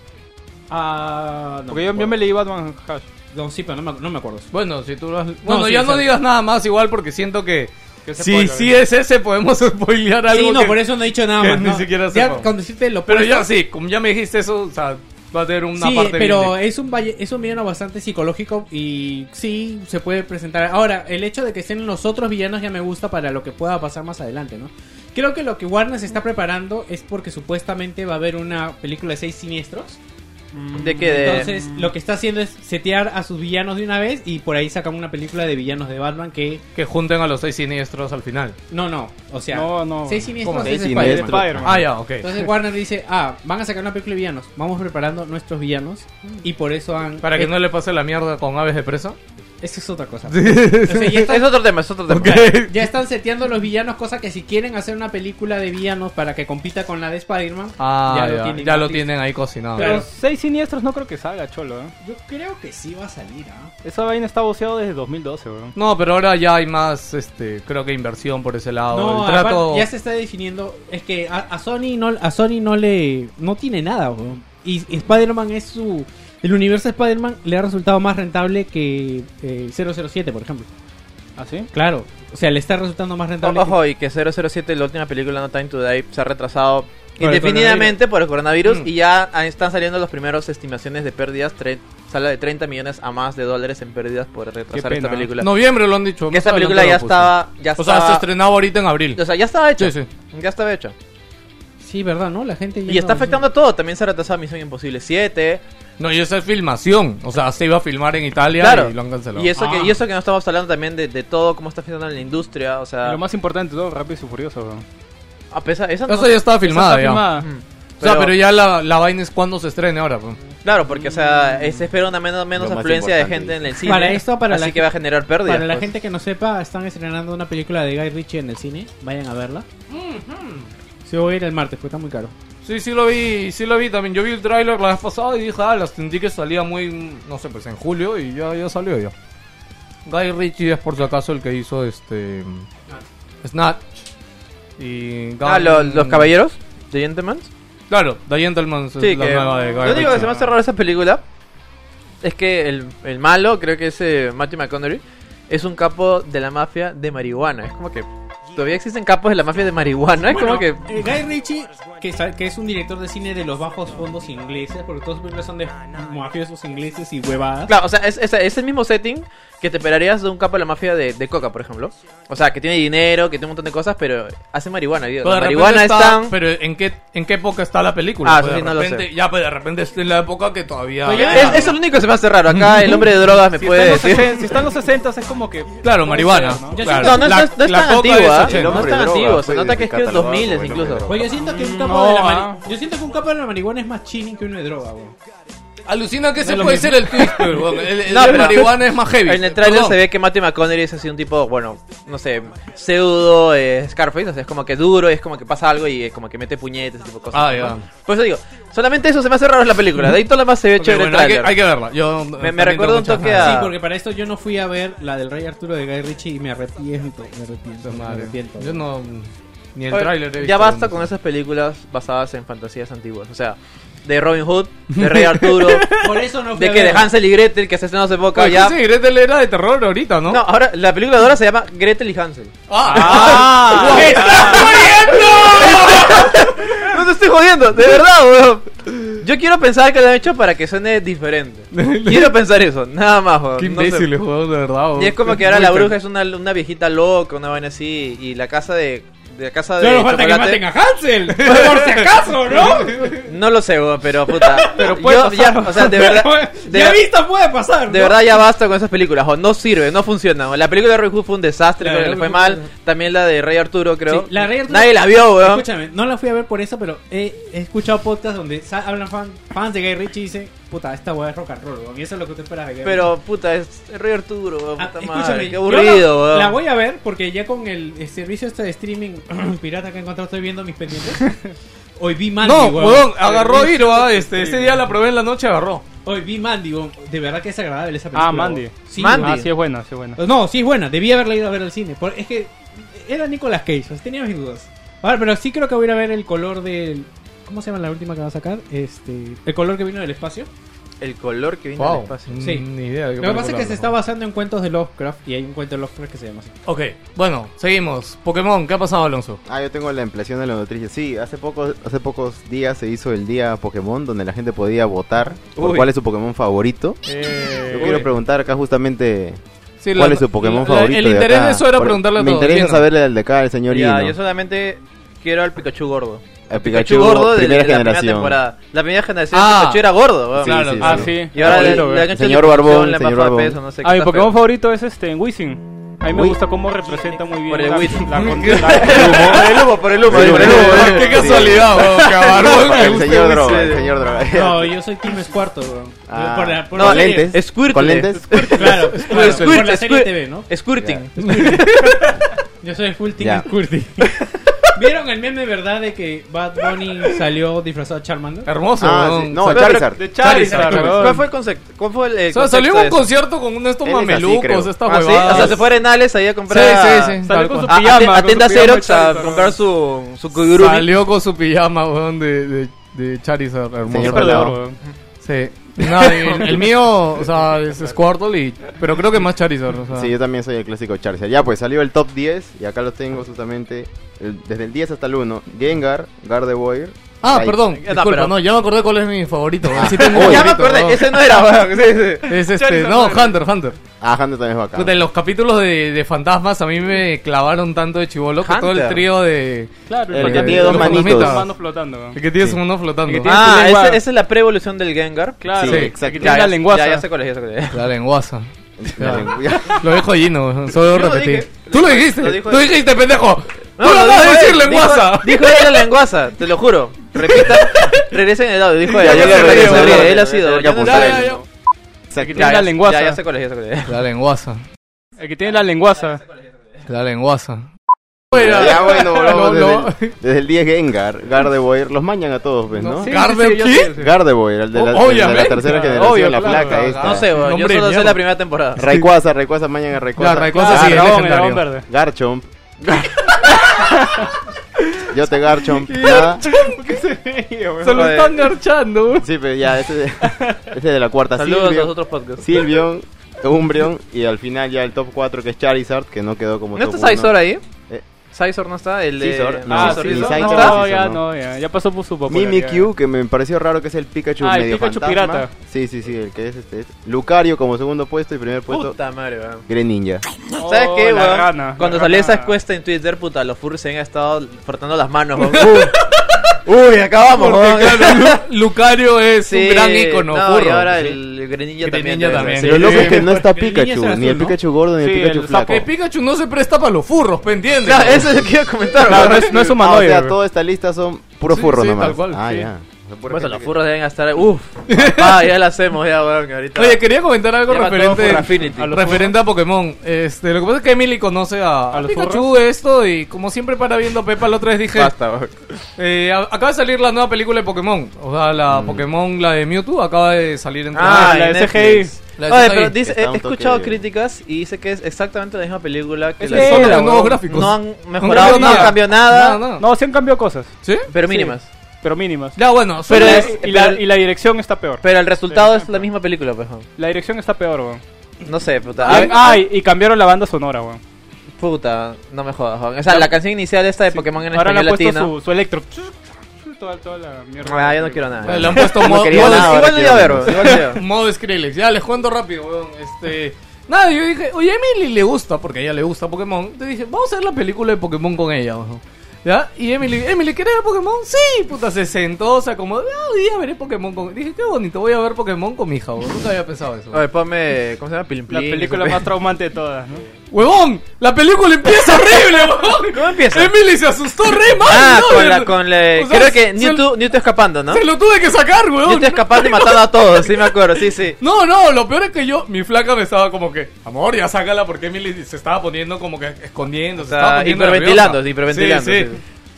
[SPEAKER 5] Ah, no.
[SPEAKER 6] Porque yo, yo me leí Batman Hash.
[SPEAKER 5] No, sí, pero no me, no me acuerdo.
[SPEAKER 2] Bueno, si tú lo has... Bueno,
[SPEAKER 5] sí,
[SPEAKER 2] ya
[SPEAKER 5] o
[SPEAKER 2] no
[SPEAKER 5] sea-
[SPEAKER 2] digas nada más igual porque siento que...
[SPEAKER 6] se
[SPEAKER 2] Si
[SPEAKER 6] puede
[SPEAKER 2] sí es ese, podemos spoilear algo.
[SPEAKER 5] Sí, no,
[SPEAKER 2] que-
[SPEAKER 5] por eso no he dicho nada
[SPEAKER 2] que
[SPEAKER 5] más.
[SPEAKER 2] ni
[SPEAKER 5] no.
[SPEAKER 2] siquiera
[SPEAKER 5] ya,
[SPEAKER 2] sepamos.
[SPEAKER 5] con decirte lo
[SPEAKER 2] Pero
[SPEAKER 5] opuesto-
[SPEAKER 2] ya sí, como ya me dijiste eso, o sea, va a tener una
[SPEAKER 5] Sí,
[SPEAKER 2] parte...
[SPEAKER 5] pero eh,
[SPEAKER 2] bien
[SPEAKER 5] es un, valle- es un villano bastante psicológico y sí se puede presentar. Ahora, el hecho de que estén los otros villanos ya me gusta para lo que pueda pasar más adelante, ¿no? Creo que lo que Warner se está preparando es porque supuestamente va a haber una película de seis siniestros.
[SPEAKER 3] ¿De qué? De...
[SPEAKER 5] Entonces, lo que está haciendo es setear a sus villanos de una vez y por ahí sacan una película de villanos de Batman que
[SPEAKER 2] de- Que junten a los seis siniestros al final.
[SPEAKER 5] no, no, o sea,
[SPEAKER 6] No, no.
[SPEAKER 5] seis siniestros
[SPEAKER 4] ¿Cómo?
[SPEAKER 5] es
[SPEAKER 4] Seis
[SPEAKER 5] Spider-Man.
[SPEAKER 4] siniestros.
[SPEAKER 6] Spider-Man.
[SPEAKER 2] Ah, ya, ok.
[SPEAKER 5] Entonces Warner dice, ah, van a sacar una película de villanos, vamos preparando nuestros villanos y por eso han
[SPEAKER 2] Para que
[SPEAKER 5] eh,
[SPEAKER 2] no le pase la mierda con aves de presa.
[SPEAKER 5] Eso es otra cosa. O
[SPEAKER 2] Sí.
[SPEAKER 5] sea, ya, están,
[SPEAKER 3] Es otro tema, es otro tema.
[SPEAKER 2] Ok.
[SPEAKER 5] ya están seteando los villanos, cosa que si quieren hacer una película de villanos para que compita con la de Spider-Man,
[SPEAKER 2] Ah, ya, ya lo,
[SPEAKER 5] tienen
[SPEAKER 2] tienen,
[SPEAKER 5] listo.
[SPEAKER 2] ahí cocinado.
[SPEAKER 6] Pero
[SPEAKER 5] Claro.
[SPEAKER 6] seis siniestros no creo que salga, cholo. ¿eh?
[SPEAKER 5] Yo creo que sí va a salir, ¿ah?
[SPEAKER 6] Esa vaina está boceado desde 2012, weón.
[SPEAKER 2] No, pero ahora ya hay más, este, creo que inversión por ese lado.
[SPEAKER 5] No,
[SPEAKER 2] el trato...
[SPEAKER 5] aparte, ya se está definiendo. Es que a, a Sony no, a Sony no le no tiene nada, weón. Y, y Spider-Man es su el universo de Spider-Man le ha resultado más rentable que eh, 007, por ejemplo.
[SPEAKER 6] ¿Ah, sí?
[SPEAKER 5] Claro, o sea, le está resultando más
[SPEAKER 3] O-
[SPEAKER 5] rentable.
[SPEAKER 3] Ojo, y que 007, la última película No Time to Die, se ha retrasado
[SPEAKER 5] el
[SPEAKER 3] indefinidamente por el coronavirus
[SPEAKER 2] Mm.
[SPEAKER 3] y ya ah, están saliendo las primeras estimaciones de pérdidas. tre- Sale de 30 millones a más de dólares en pérdidas por retrasar
[SPEAKER 6] Qué
[SPEAKER 3] esta
[SPEAKER 6] pena.
[SPEAKER 3] película.
[SPEAKER 2] Noviembre lo han dicho.
[SPEAKER 3] que
[SPEAKER 2] más
[SPEAKER 3] esta película ya
[SPEAKER 2] adelante lo
[SPEAKER 3] estaba, ya
[SPEAKER 2] puse. O sea, se
[SPEAKER 3] estaba-
[SPEAKER 2] estrenaba ahorita en abril.
[SPEAKER 3] o sea, ya estaba hecha.
[SPEAKER 2] Sí, sí.
[SPEAKER 3] Ya estaba hecha.
[SPEAKER 5] que- Sí, verdad, ¿no? La gente ya
[SPEAKER 3] Y está
[SPEAKER 5] no-
[SPEAKER 3] afectando a todo. También se ha retrasado Misión Imposible 7.
[SPEAKER 2] No, y esa es filmación. O sea, se iba a filmar en Italia
[SPEAKER 3] Claro.
[SPEAKER 2] y lo han cancelado.
[SPEAKER 3] Y eso,
[SPEAKER 5] Ah.
[SPEAKER 3] que, y eso que no estamos hablando también de, de todo, cómo está afectando en la industria. O
[SPEAKER 6] Y
[SPEAKER 3] sea,
[SPEAKER 6] lo más importante, todo rápido y furioso, weón.
[SPEAKER 3] a pesar, esa no-
[SPEAKER 2] Ah, Eso ya estaba filmada,
[SPEAKER 6] Esa
[SPEAKER 2] ya.
[SPEAKER 6] está filmada.
[SPEAKER 3] Mm.
[SPEAKER 2] O sea,
[SPEAKER 3] Pero-
[SPEAKER 2] pero ya la, la vaina es cuando se estrene ahora. pues.
[SPEAKER 3] Claro, porque o sea, eh, se espera una menos, menos
[SPEAKER 4] Mm. Lo más
[SPEAKER 3] afluencia de
[SPEAKER 4] importante,
[SPEAKER 3] gente en el cine.
[SPEAKER 5] Para esto, para
[SPEAKER 3] así
[SPEAKER 5] la
[SPEAKER 3] que va a generar pérdidas.
[SPEAKER 5] Para la
[SPEAKER 3] pues.
[SPEAKER 5] gente que no sepa, están estrenando una película de Guy Ritchie en el cine. Vayan a verla. Se voy a ir el martes, porque está muy caro.
[SPEAKER 2] Sí, sí lo vi, sí lo vi también. Yo vi el tráiler la vez pasada y dije, ah, las sentí que salía muy, no sé, pues en julio y ya, ya salió ya. Guy Ritchie es por si acaso el que hizo este... Snatch. Y...
[SPEAKER 3] Ah,
[SPEAKER 2] Gun-
[SPEAKER 3] ¿lo- los caballeros de Gentleman.
[SPEAKER 2] Claro, The Gentleman es
[SPEAKER 3] Sí,
[SPEAKER 2] la
[SPEAKER 3] que.
[SPEAKER 2] nueva de Guy
[SPEAKER 3] Lo único que
[SPEAKER 2] Ritchie.
[SPEAKER 3] se me hace raro de esa película es que el, el malo, creo que es eh, Matthew McConaughey, es un capo de la mafia de marihuana. Es como que. Todavía existen capos de la mafia de marihuana. Es como que.
[SPEAKER 5] Bueno, eh, Guy Ritchie, que, sa- que es un director de cine de los bajos fondos ingleses, porque todos sus películas son de mafiosos ingleses y huevadas.
[SPEAKER 3] Claro, o sea, es, es- es el mismo setting que te esperarías de un capo de la mafia de, de coca, por ejemplo. O sea, que tiene dinero, que tiene un montón de cosas, pero hace marihuana. y
[SPEAKER 2] Pero de
[SPEAKER 3] la
[SPEAKER 2] repente
[SPEAKER 3] marihuana
[SPEAKER 2] está-
[SPEAKER 3] están.
[SPEAKER 2] Pero ¿en qué, ¿en qué época está la película?
[SPEAKER 3] Ah,
[SPEAKER 2] Pues
[SPEAKER 3] eso
[SPEAKER 2] de
[SPEAKER 3] sí, no lo
[SPEAKER 2] repente-
[SPEAKER 3] sé.
[SPEAKER 2] Ya, pues de repente está en la época que todavía...
[SPEAKER 3] Es, es lo único que se me hace raro. Acá el hombre de drogas me
[SPEAKER 6] Si
[SPEAKER 3] puede
[SPEAKER 6] están, los
[SPEAKER 3] decir.
[SPEAKER 6] 60, si están los 60, es como que.
[SPEAKER 2] Claro, marihuana.
[SPEAKER 6] ¿no?
[SPEAKER 5] Yo
[SPEAKER 2] claro.
[SPEAKER 3] No, no, es-
[SPEAKER 2] La-
[SPEAKER 3] no es- no es
[SPEAKER 2] la
[SPEAKER 3] tan
[SPEAKER 2] coca es
[SPEAKER 3] antigua,
[SPEAKER 2] 80.
[SPEAKER 3] ¿eh? No es tan
[SPEAKER 4] droga
[SPEAKER 3] antiguo, se
[SPEAKER 4] fue
[SPEAKER 3] nota que es que es
[SPEAKER 4] catalogado
[SPEAKER 3] 2000
[SPEAKER 4] como el
[SPEAKER 3] incluso.
[SPEAKER 4] hombre droga.
[SPEAKER 5] Pues yo siento que un capo
[SPEAKER 2] No,
[SPEAKER 5] de la
[SPEAKER 2] ah.
[SPEAKER 5] mari- Yo siento que un capo de la marihuana es más chilling que uno de droga, weón.
[SPEAKER 2] Alucina que ese
[SPEAKER 5] lo
[SPEAKER 2] puede
[SPEAKER 5] mismo.
[SPEAKER 2] ser el twist, pero bueno, el, el
[SPEAKER 3] No,
[SPEAKER 2] de
[SPEAKER 3] pero-
[SPEAKER 2] marihuana es más heavy.
[SPEAKER 3] En el trailer
[SPEAKER 2] Perdón.
[SPEAKER 3] se ve que Matthew McConaughey es así un tipo, bueno, no sé, pseudo eh, Scarface, o sea, es como que duro, es como que pasa algo y es como que mete puñetes, ese tipo de cosas.
[SPEAKER 2] Ah, ya.
[SPEAKER 3] ¿no? Por eso digo, solamente eso se me hace raro en la película, de ahí todo lo demás se ve
[SPEAKER 2] Ok,
[SPEAKER 3] chévere
[SPEAKER 2] bueno,
[SPEAKER 3] el
[SPEAKER 2] hay, que,
[SPEAKER 3] tráiler.
[SPEAKER 2] hay que verla. Yo
[SPEAKER 3] me
[SPEAKER 2] también
[SPEAKER 3] recuerda
[SPEAKER 2] tengo
[SPEAKER 3] un
[SPEAKER 2] muchas
[SPEAKER 3] toque
[SPEAKER 2] ganas.
[SPEAKER 3] Ah.
[SPEAKER 5] Sí, porque para esto yo no fui a ver la del Rey Arturo de Guy Ritchie y me arrepiento, me arrepiento, me
[SPEAKER 2] Madre.
[SPEAKER 5] arrepiento.
[SPEAKER 2] Yo no. Ni el
[SPEAKER 3] Oye,
[SPEAKER 2] tráiler. he
[SPEAKER 3] Ya
[SPEAKER 2] visto.
[SPEAKER 3] basta con esas películas basadas en fantasías antiguas, o sea, de Robin Hood, de Rey Arturo,
[SPEAKER 5] Por eso no fui
[SPEAKER 3] de
[SPEAKER 5] a
[SPEAKER 3] que de
[SPEAKER 5] verla.
[SPEAKER 3] Hansel y Gretel, que se estrenó hace poco,
[SPEAKER 2] Oye,
[SPEAKER 3] ya...
[SPEAKER 2] Sí, Gretel era de terror ahorita,
[SPEAKER 6] ¿Oh?
[SPEAKER 2] ¿no?
[SPEAKER 3] No, ahora la película de ahora se llama Gretel y Hansel.
[SPEAKER 2] ¡Ah! ¡Me estás jodiendo!
[SPEAKER 3] No te estoy jodiendo, de verdad, weón. Yo quiero pensar que lo han hecho para que suene diferente. Quiero pensar eso, nada más, weón.
[SPEAKER 2] Qué
[SPEAKER 3] No sé.
[SPEAKER 2] imbécil, de verdad. weón.
[SPEAKER 3] Y es como que ahora
[SPEAKER 2] Muy
[SPEAKER 3] la
[SPEAKER 2] tan-
[SPEAKER 3] bruja es una, una viejita loca, una vaina así, y la casa de. de la casa de
[SPEAKER 5] Solo falta que
[SPEAKER 3] chocolate-
[SPEAKER 5] maten a Hansel, por si acaso, ¿no?
[SPEAKER 3] No lo sé, weón, pero puta.
[SPEAKER 6] Pero puede
[SPEAKER 3] yo
[SPEAKER 6] pasar.
[SPEAKER 3] ya, o sea, de verdad. De,
[SPEAKER 5] ya visto puede pasar,
[SPEAKER 3] de
[SPEAKER 5] ¿no?
[SPEAKER 3] verdad ya basta con esas películas, weón. No sirve, no funciona. weón. La película de Robin Hood fue un desastre,
[SPEAKER 5] La
[SPEAKER 3] creo
[SPEAKER 5] de
[SPEAKER 3] que le fue
[SPEAKER 5] Robin Hood
[SPEAKER 3] mal. También la de Rey Arturo, creo.
[SPEAKER 5] Sí, la Rey Arturo-
[SPEAKER 3] Nadie la vio, weón.
[SPEAKER 5] Escúchame, no la fui a ver por eso, pero he, he escuchado podcasts donde sa- hablan fan- fans de Guy Ritchie y dicen, puta, esta weá es rock and roll, weón, y eso es lo que tú esperas de Guy Ritchie.
[SPEAKER 3] Pero puta, es Rey Arturo, weón,
[SPEAKER 5] Ah,
[SPEAKER 3] puta
[SPEAKER 5] escúchame,
[SPEAKER 3] madre. Qué
[SPEAKER 5] yo
[SPEAKER 3] aburrido,
[SPEAKER 5] la,
[SPEAKER 3] weón.
[SPEAKER 5] la voy a ver porque ya con el, el servicio este de streaming pirata que he encontrado estoy viendo mis pendientes. Hoy vi Mandy,
[SPEAKER 2] No,
[SPEAKER 5] weón.
[SPEAKER 2] weón, agarró Iro, ah, este, ese día la probé en la noche, agarró.
[SPEAKER 5] Hoy vi Mandy, weón. De verdad que es agradable esa película.
[SPEAKER 6] Ah, Mandy.
[SPEAKER 5] weón. Sí,
[SPEAKER 3] Mandy.
[SPEAKER 6] Ah, sí, es buena, sí es buena.
[SPEAKER 5] weón. Pues No, sí es buena. Debí haberla ido a ver al cine. por- es que era Nicolas Cage, o sea, tenía mis dudas. Ahora, pero sí creo que voy a ir a ver el color del... ¿Cómo se llama la última que va a sacar? Este, el color que vino del espacio.
[SPEAKER 3] El color que viene del
[SPEAKER 2] Wow,
[SPEAKER 3] espacio.
[SPEAKER 2] mm,
[SPEAKER 5] Sí.
[SPEAKER 2] ni idea. de qué
[SPEAKER 5] Lo que pasa
[SPEAKER 2] película
[SPEAKER 5] es que se
[SPEAKER 2] hablas,
[SPEAKER 5] está
[SPEAKER 2] ¿no?
[SPEAKER 5] basando en cuentos de Lovecraft y hay un cuento de Lovecraft que se llama así.
[SPEAKER 2] Ok, bueno, seguimos. Pokémon, ¿qué ha pasado, Alonso?
[SPEAKER 4] Ah, yo tengo la ampliación de la noticia. Sí, hace, poco, hace pocos días se hizo el día Pokémon donde la gente podía votar por
[SPEAKER 3] Uy.
[SPEAKER 4] cuál es su Pokémon favorito.
[SPEAKER 3] Eh,
[SPEAKER 4] Yo quiero preguntar acá justamente
[SPEAKER 2] Eh, Sí,
[SPEAKER 4] cuál
[SPEAKER 2] la-
[SPEAKER 4] es su Pokémon
[SPEAKER 2] la-
[SPEAKER 4] favorito.
[SPEAKER 2] El interés
[SPEAKER 4] acá.
[SPEAKER 2] de eso era
[SPEAKER 4] Por-
[SPEAKER 2] preguntarle a
[SPEAKER 4] Me
[SPEAKER 2] todos.
[SPEAKER 4] interesa
[SPEAKER 2] Lleno.
[SPEAKER 4] saberle al de acá, el señor
[SPEAKER 3] Ya,
[SPEAKER 4] Hino.
[SPEAKER 3] yo solamente quiero al Pikachu gordo.
[SPEAKER 4] El Pikachu,
[SPEAKER 3] gordo de, de
[SPEAKER 4] primera
[SPEAKER 3] la primera
[SPEAKER 4] generación.
[SPEAKER 3] temporada. La primera generación
[SPEAKER 2] Ah.
[SPEAKER 3] de Pikachu era gordo, weón.
[SPEAKER 4] Sí,
[SPEAKER 2] Claro,
[SPEAKER 4] sí,
[SPEAKER 2] ah,
[SPEAKER 4] sí.
[SPEAKER 6] sí.
[SPEAKER 3] Y ahora
[SPEAKER 6] Ah,
[SPEAKER 3] le,
[SPEAKER 6] bonito,
[SPEAKER 3] le
[SPEAKER 6] weón.
[SPEAKER 3] han hecho
[SPEAKER 4] Señor
[SPEAKER 3] liposucción,
[SPEAKER 4] Barbón,
[SPEAKER 3] le han
[SPEAKER 4] señor
[SPEAKER 3] bajado de
[SPEAKER 4] Barbón.
[SPEAKER 3] peso, no sé qué
[SPEAKER 6] Ah, mi
[SPEAKER 3] está
[SPEAKER 6] Pokémon
[SPEAKER 3] feo.
[SPEAKER 6] favorito es este, en Wizzing. A mí me gusta cómo representa muy bien
[SPEAKER 3] Por el
[SPEAKER 6] la,
[SPEAKER 3] whisky.
[SPEAKER 6] la con- la-
[SPEAKER 4] Por el humo, por el humo, por el humo.
[SPEAKER 2] Qué casualidad, weón, que a Barbón le
[SPEAKER 4] El
[SPEAKER 2] guste
[SPEAKER 4] señor
[SPEAKER 2] el
[SPEAKER 4] droga,
[SPEAKER 2] whisky.
[SPEAKER 4] el señor droga.
[SPEAKER 8] No, yo soy Team Escuarto, weón.
[SPEAKER 4] Ah.
[SPEAKER 8] Por la- por
[SPEAKER 4] No,
[SPEAKER 8] la serie.
[SPEAKER 4] lentes.
[SPEAKER 3] Squirtle.
[SPEAKER 4] Con lentes.
[SPEAKER 8] Claro, claro,
[SPEAKER 3] Squirt,
[SPEAKER 8] por la serie
[SPEAKER 3] squirt.
[SPEAKER 8] TV, ¿no?
[SPEAKER 3] Squirting.
[SPEAKER 8] Yo soy full Team
[SPEAKER 4] Ya.
[SPEAKER 8] Squirty. ¿Vieron el meme verdad de que Bad Bunny salió disfrazado de Charmander?
[SPEAKER 2] Hermoso,
[SPEAKER 4] Ah,
[SPEAKER 2] weón.
[SPEAKER 4] sí. No,
[SPEAKER 2] Sal-
[SPEAKER 4] Charizard.
[SPEAKER 6] de
[SPEAKER 2] Charizard,
[SPEAKER 6] Charizard, weón.
[SPEAKER 3] ¿Cuál fue el concepto? ¿Cuál fue el eh,
[SPEAKER 2] o sea,
[SPEAKER 3] contexto
[SPEAKER 2] salió en
[SPEAKER 3] de
[SPEAKER 2] un
[SPEAKER 3] eso?
[SPEAKER 2] concierto con estos
[SPEAKER 4] Él es así,
[SPEAKER 2] mamelucos,
[SPEAKER 4] creo.
[SPEAKER 2] estas
[SPEAKER 3] Ah, ¿sí? O sea,
[SPEAKER 2] huevadas.
[SPEAKER 3] se fue a Renales ahí a comprar a-
[SPEAKER 2] Sí, sí, sí.
[SPEAKER 6] Salió
[SPEAKER 2] tal
[SPEAKER 6] con su
[SPEAKER 2] cual.
[SPEAKER 3] a-
[SPEAKER 6] pijama,
[SPEAKER 3] a,
[SPEAKER 6] con
[SPEAKER 3] a
[SPEAKER 6] su
[SPEAKER 3] tienda
[SPEAKER 6] pijama
[SPEAKER 3] Xerox a
[SPEAKER 6] Charizard,
[SPEAKER 3] comprar
[SPEAKER 6] weón.
[SPEAKER 3] su, su kugurumi.
[SPEAKER 2] Salió con su pijama, weón, de, de, de Charizard, hermoso.
[SPEAKER 4] Señor
[SPEAKER 6] Perdedor,
[SPEAKER 4] Pelado.
[SPEAKER 6] weón.
[SPEAKER 2] Sí. No, y el mío, o sea, es Squirtle y... Pero creo que más Charizard, o sea.
[SPEAKER 4] Sí, yo también soy el clásico Charizard. Ya, pues salió el top 10 y acá lo tengo justamente el- desde el 10 hasta el 1. Gengar, Gardevoir.
[SPEAKER 2] Ah,
[SPEAKER 4] Raid.
[SPEAKER 2] perdón,
[SPEAKER 3] Ya está,
[SPEAKER 2] disculpa,
[SPEAKER 3] pero-
[SPEAKER 2] no, ya me acordé cuál es mi favorito.
[SPEAKER 4] Ah,
[SPEAKER 2] weón. Sí tengo un
[SPEAKER 3] Ya me
[SPEAKER 2] favorito,
[SPEAKER 3] acordé,
[SPEAKER 2] weón.
[SPEAKER 3] ese no era, weón. Sí, sí.
[SPEAKER 2] Es este, no, Hunter, Hunter.
[SPEAKER 4] Ah, Hunter también es
[SPEAKER 2] Puta,
[SPEAKER 4] bacán.
[SPEAKER 2] en los capítulos de, de fantasmas a mí me clavaron tanto de chivolo que todo el
[SPEAKER 3] Hunter.
[SPEAKER 2] trío de...
[SPEAKER 6] Claro,
[SPEAKER 4] El
[SPEAKER 2] que
[SPEAKER 6] paquete
[SPEAKER 2] tiene
[SPEAKER 6] de
[SPEAKER 2] dos
[SPEAKER 6] los
[SPEAKER 2] manitos.
[SPEAKER 6] fantasmitas. manos flotando, weón.
[SPEAKER 2] El que tienes
[SPEAKER 4] Sí.
[SPEAKER 2] uno flotando.
[SPEAKER 6] El que tiene-
[SPEAKER 3] Ah,
[SPEAKER 6] su lengua.
[SPEAKER 3] ese- esa es la pre-evolución del Gengar.
[SPEAKER 6] Claro,
[SPEAKER 4] Sí,
[SPEAKER 6] el que
[SPEAKER 4] exacto.
[SPEAKER 6] tiene la lenguaza.
[SPEAKER 3] Ya, ya sé cuál es, ya sé cuál es.
[SPEAKER 2] Ah, La lenguaza. Ah.
[SPEAKER 4] La lengua-
[SPEAKER 2] Lo dijo Gino, weón, solo
[SPEAKER 3] Yo lo
[SPEAKER 2] repetí.
[SPEAKER 3] dije.
[SPEAKER 2] Tú lo dijiste,
[SPEAKER 3] Lo dijo
[SPEAKER 2] tú
[SPEAKER 3] él.
[SPEAKER 2] dijiste, pendejo.
[SPEAKER 3] No,
[SPEAKER 2] tú lo
[SPEAKER 3] no,
[SPEAKER 2] acabas de
[SPEAKER 3] dijo
[SPEAKER 2] decir,
[SPEAKER 3] él,
[SPEAKER 2] lenguaza.
[SPEAKER 3] Dijo, dijo él la lenguaza, te lo juro. Repita, regresa en el audio. Dijo él.
[SPEAKER 4] Ya, ya le
[SPEAKER 3] Regresa,
[SPEAKER 4] regresé,
[SPEAKER 3] regresa,
[SPEAKER 4] ya le
[SPEAKER 3] Él ha
[SPEAKER 4] regresé,
[SPEAKER 3] sido.
[SPEAKER 4] tengo que
[SPEAKER 3] Yo no-
[SPEAKER 4] apuntar
[SPEAKER 3] Ya,
[SPEAKER 4] el-
[SPEAKER 3] ya, ya.
[SPEAKER 4] Exacto.
[SPEAKER 6] tiene la lenguaza.
[SPEAKER 3] Ya, ya sé cuál es, ya sé cuál es.
[SPEAKER 2] La lenguaza,
[SPEAKER 6] El que tiene la lenguaza.
[SPEAKER 2] la lenguaza.
[SPEAKER 4] Ya, bueno, volvamos
[SPEAKER 2] No,
[SPEAKER 4] desde, el- desde el 10 Gengar, Gardevoir. Los mañan a todos, ¿ves, no?
[SPEAKER 6] Sí,
[SPEAKER 2] Garden
[SPEAKER 6] sí, yo
[SPEAKER 2] Kid.
[SPEAKER 6] sé.
[SPEAKER 4] Gardevoir, el de la,
[SPEAKER 2] O-
[SPEAKER 4] el de la
[SPEAKER 2] obviamente.
[SPEAKER 4] tercera generación,
[SPEAKER 6] Obvio,
[SPEAKER 4] la
[SPEAKER 6] claro.
[SPEAKER 4] placa esta.
[SPEAKER 6] Eh,
[SPEAKER 3] No sé, weón. Yo
[SPEAKER 2] Nombre de
[SPEAKER 3] solo sé
[SPEAKER 2] mierda.
[SPEAKER 3] la primera temporada.
[SPEAKER 4] Rayquaza, Rayquaza, mañan a Rayquaza.
[SPEAKER 2] La Rayquaza
[SPEAKER 6] Ah,
[SPEAKER 2] sí, es
[SPEAKER 6] dragón, el dragón
[SPEAKER 2] legendario.
[SPEAKER 6] verde.
[SPEAKER 4] Garchomp. Yo te Garchomp. nada.
[SPEAKER 2] Se lo están garchando, weón.
[SPEAKER 4] Sí, pero ya, ese, ese es de la cuarta.
[SPEAKER 3] Saludos a los
[SPEAKER 4] Silvio,
[SPEAKER 3] otros podcasts.
[SPEAKER 4] Silvion, Umbreon y al final ya el top 4 que es Charizard, que no quedó como
[SPEAKER 3] ¿No
[SPEAKER 4] top
[SPEAKER 3] está Sizor
[SPEAKER 4] uno.
[SPEAKER 3] ahí?
[SPEAKER 4] Eh.
[SPEAKER 3] Sizor no está, el de...
[SPEAKER 4] Scizor, no.
[SPEAKER 6] Ah,
[SPEAKER 3] Scizor,
[SPEAKER 4] sí,
[SPEAKER 3] ¿no?
[SPEAKER 4] Scizor.
[SPEAKER 3] ¿No
[SPEAKER 4] Scizor.
[SPEAKER 3] está?
[SPEAKER 6] No, ya,
[SPEAKER 4] Eso, ¿no?
[SPEAKER 6] no, ya. Ya pasó por su popularidad.
[SPEAKER 4] Mimikyu, que me pareció raro que es el Pikachu
[SPEAKER 6] Ah, el
[SPEAKER 4] medio
[SPEAKER 6] Pikachu
[SPEAKER 4] fantasma.
[SPEAKER 6] pirata.
[SPEAKER 4] Sí, sí, sí, el que es este. Lucario como segundo puesto y primer puesto
[SPEAKER 3] Puta madre, weón.
[SPEAKER 4] Greninja.
[SPEAKER 6] Oh,
[SPEAKER 3] ¿Sabes qué,
[SPEAKER 6] la
[SPEAKER 3] weón?
[SPEAKER 6] rana,
[SPEAKER 3] Cuando
[SPEAKER 6] la
[SPEAKER 3] salió
[SPEAKER 6] rana.
[SPEAKER 3] esa encuesta en Twitter, puta, los furries se han estado frotando las manos, weón.
[SPEAKER 4] Uy, acabamos.
[SPEAKER 2] Porque claro, Lu- Lucario es
[SPEAKER 3] Sí,
[SPEAKER 2] un gran icono,
[SPEAKER 3] no,
[SPEAKER 2] furro.
[SPEAKER 3] y ahora
[SPEAKER 2] Sí.
[SPEAKER 3] el Greninja,
[SPEAKER 2] Greninja
[SPEAKER 3] también.
[SPEAKER 2] también.
[SPEAKER 4] Lo loco es que no está
[SPEAKER 8] Greninja es
[SPEAKER 4] Pikachu,
[SPEAKER 8] azul,
[SPEAKER 4] ni el
[SPEAKER 8] ¿no?
[SPEAKER 4] Pikachu gordo ni el
[SPEAKER 6] Sí,
[SPEAKER 4] Pikachu
[SPEAKER 6] el
[SPEAKER 4] flaco.
[SPEAKER 2] Que Pikachu no se presta para los furros, ¿me entiendes?
[SPEAKER 3] Claro, eso es lo que iba a comentar,
[SPEAKER 6] Claro, no
[SPEAKER 3] weón.
[SPEAKER 6] es, no es
[SPEAKER 4] Ah, o
[SPEAKER 6] humanoide.
[SPEAKER 4] sea,
[SPEAKER 6] bro.
[SPEAKER 4] toda esta lista son puros
[SPEAKER 2] Sí,
[SPEAKER 4] furros
[SPEAKER 2] sí,
[SPEAKER 4] nomás.
[SPEAKER 2] tal cual,
[SPEAKER 4] ah,
[SPEAKER 2] sí.
[SPEAKER 4] ya. O sea, pura
[SPEAKER 3] Pues
[SPEAKER 4] gente
[SPEAKER 3] los
[SPEAKER 4] que-
[SPEAKER 3] furros deben estar... Uf, ah, ya la hacemos, ya, weón, ahorita...
[SPEAKER 2] Oye, quería comentar algo
[SPEAKER 3] Lleva todo
[SPEAKER 2] referente,
[SPEAKER 3] por Affinity.
[SPEAKER 2] a, los referente a Pokémon. Este, lo que pasa es que Emily conoce a,
[SPEAKER 6] ¿A
[SPEAKER 2] a
[SPEAKER 6] los
[SPEAKER 2] Pikachu, esto, y como siempre para viendo a Pepa, la otra vez dije,
[SPEAKER 3] Basta, weón.
[SPEAKER 2] eh, a- acaba de salir la nueva película de Pokémon. O sea, la Pokémon, la de Mewtwo, acaba de salir en
[SPEAKER 3] Mm. Ah,
[SPEAKER 6] la
[SPEAKER 3] en
[SPEAKER 6] de CGI.
[SPEAKER 3] Netflix.
[SPEAKER 2] La de
[SPEAKER 3] Oye,
[SPEAKER 2] CGI.
[SPEAKER 3] pero dice,
[SPEAKER 4] Está
[SPEAKER 3] he,
[SPEAKER 4] un
[SPEAKER 3] he
[SPEAKER 4] toque-
[SPEAKER 3] escuchado críticas y dice que es exactamente la misma película que
[SPEAKER 6] Es
[SPEAKER 3] la
[SPEAKER 6] que
[SPEAKER 2] Solo
[SPEAKER 6] era,
[SPEAKER 2] con nuevos
[SPEAKER 6] weón.
[SPEAKER 2] gráficos.
[SPEAKER 3] No han
[SPEAKER 2] cambiado
[SPEAKER 3] mejorado, no han
[SPEAKER 2] nada.
[SPEAKER 3] cambiado nada,
[SPEAKER 6] No, sí han cambiado cosas,
[SPEAKER 2] ¿Sí?
[SPEAKER 3] pero mínimas.
[SPEAKER 6] pero mínimas.
[SPEAKER 2] Ya, bueno.
[SPEAKER 3] Pero
[SPEAKER 2] solo-
[SPEAKER 3] es-
[SPEAKER 6] y, la,
[SPEAKER 3] pero-
[SPEAKER 6] y la dirección está peor.
[SPEAKER 3] Pero el resultado es la misma película, pues. weón.
[SPEAKER 6] La dirección está peor, weón.
[SPEAKER 3] No sé, puta.
[SPEAKER 6] Ah,
[SPEAKER 3] Ah,
[SPEAKER 6] y, y cambiaron la banda sonora, weón.
[SPEAKER 3] puta, no me jodas. weón. O sea, la canción inicial esta de Pokémon en
[SPEAKER 6] Ahora le
[SPEAKER 3] español
[SPEAKER 6] han puesto
[SPEAKER 3] latino.
[SPEAKER 6] su, su electro. Toda, toda la mierda.
[SPEAKER 3] Ah, yo no quiero nada.
[SPEAKER 2] Le han puesto modo,
[SPEAKER 4] quería
[SPEAKER 2] modo-
[SPEAKER 4] nada.
[SPEAKER 3] Igual
[SPEAKER 4] ahora
[SPEAKER 3] no iba a ver,
[SPEAKER 4] quiero
[SPEAKER 3] weón, igual no iba a ver.
[SPEAKER 2] modo Skrillex. Ya, les cuento rápido, weón. Este... Nada, yo dije, oye, a Emily le gusta, porque a ella le gusta Pokémon. Te dije, vamos a ver la película de Pokémon con ella, weón. ¿Ya? Y Emily, Emily, ¿quieres ver Pokémon? Sí, puta, se sentó, se acomodó. Ah, hoy día veré Pokémon con... Dije, qué bonito, voy a ver Pokémon con mi hija, weón. Nunca había pensado eso.
[SPEAKER 3] A ver, ponme. ¿Cómo se llama? Pilim
[SPEAKER 6] La
[SPEAKER 3] Pilim,
[SPEAKER 6] película
[SPEAKER 3] ese
[SPEAKER 6] más
[SPEAKER 3] pe-
[SPEAKER 6] traumante de todas, ¿no?
[SPEAKER 2] ¡Huevón! ¡La película empieza horrible, weón!
[SPEAKER 3] ¿Cómo empieza?
[SPEAKER 2] Emily se asustó re mal,
[SPEAKER 3] Ah,
[SPEAKER 2] ¿no?
[SPEAKER 3] con la. Con la-
[SPEAKER 2] O sea,
[SPEAKER 3] Creo
[SPEAKER 2] se-
[SPEAKER 3] que Newton Newton escapando, ¿no?
[SPEAKER 2] Se lo tuve que sacar, weón.
[SPEAKER 3] Newton escapando y matando a todos, sí me acuerdo, sí, sí.
[SPEAKER 2] No, no, lo peor es que yo, mi flaca me estaba como que, amor, ya sácala porque Emily se estaba poniendo como que escondiendo, se
[SPEAKER 3] sea,
[SPEAKER 2] estaba poniendo
[SPEAKER 3] hiperventilando,
[SPEAKER 2] nerviosa.
[SPEAKER 3] hiperventilando,
[SPEAKER 2] Sí, sí.
[SPEAKER 3] sí.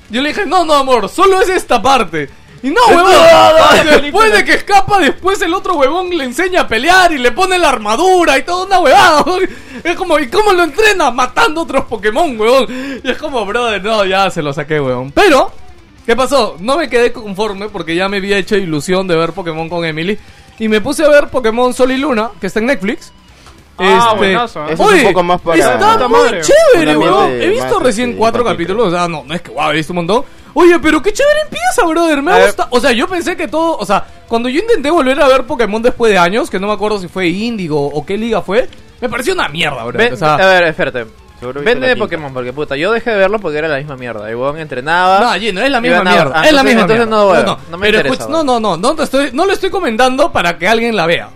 [SPEAKER 2] Yo le dije, no, no, amor, solo es esta parte. Y no, huevón, después de que escapa, después el otro huevón le enseña a pelear y le pone la armadura y toda una huevada. huevón. Es como, ¿y cómo lo entrena? Matando otros Pokémon, huevón. Y es como, brother, no, ya se lo saqué, huevón. Pero, ¿qué pasó? No me quedé conforme porque ya me había hecho ilusión de ver Pokémon con Emily. Y me puse a ver Pokémon Sol y Luna, que está en Netflix. Este,
[SPEAKER 6] Ah, buenazo, ¿eh?
[SPEAKER 4] Eso es un poco más para-
[SPEAKER 2] Está
[SPEAKER 6] Puta
[SPEAKER 2] muy
[SPEAKER 6] madre.
[SPEAKER 2] chévere,
[SPEAKER 4] Un ambiente
[SPEAKER 2] weón. He visto
[SPEAKER 4] más,
[SPEAKER 2] recién
[SPEAKER 4] este,
[SPEAKER 2] cuatro
[SPEAKER 4] infantil,
[SPEAKER 2] capítulos, o sea, no, no es que wow, he visto un montón. Oye, pero qué chévere empieza, brother. Me ha gustado. O sea, yo pensé que todo. O sea, cuando yo intenté volver a ver Pokémon después de años, que no me acuerdo si fue Índigo o qué liga fue, me pareció una mierda, bro.
[SPEAKER 3] Ven-
[SPEAKER 2] o sea,
[SPEAKER 3] a ver, espérate.
[SPEAKER 4] Seguro
[SPEAKER 3] Vende
[SPEAKER 4] viste la
[SPEAKER 3] de
[SPEAKER 4] quinta.
[SPEAKER 3] Pokémon, porque puta, yo dejé de verlo porque era la misma mierda. El weón entrenaba.
[SPEAKER 2] no, allí no es la misma
[SPEAKER 3] Iban a-
[SPEAKER 2] mierda.
[SPEAKER 3] eh, ah,
[SPEAKER 2] es la
[SPEAKER 3] entonces-
[SPEAKER 2] misma
[SPEAKER 3] entonces
[SPEAKER 2] mierda.
[SPEAKER 3] no, bueno,
[SPEAKER 2] no,
[SPEAKER 3] no me
[SPEAKER 2] pero
[SPEAKER 3] interesa,
[SPEAKER 2] escucha-
[SPEAKER 3] bueno.
[SPEAKER 2] no, no, no, no te estoy, no lo estoy comentando para que alguien la vea.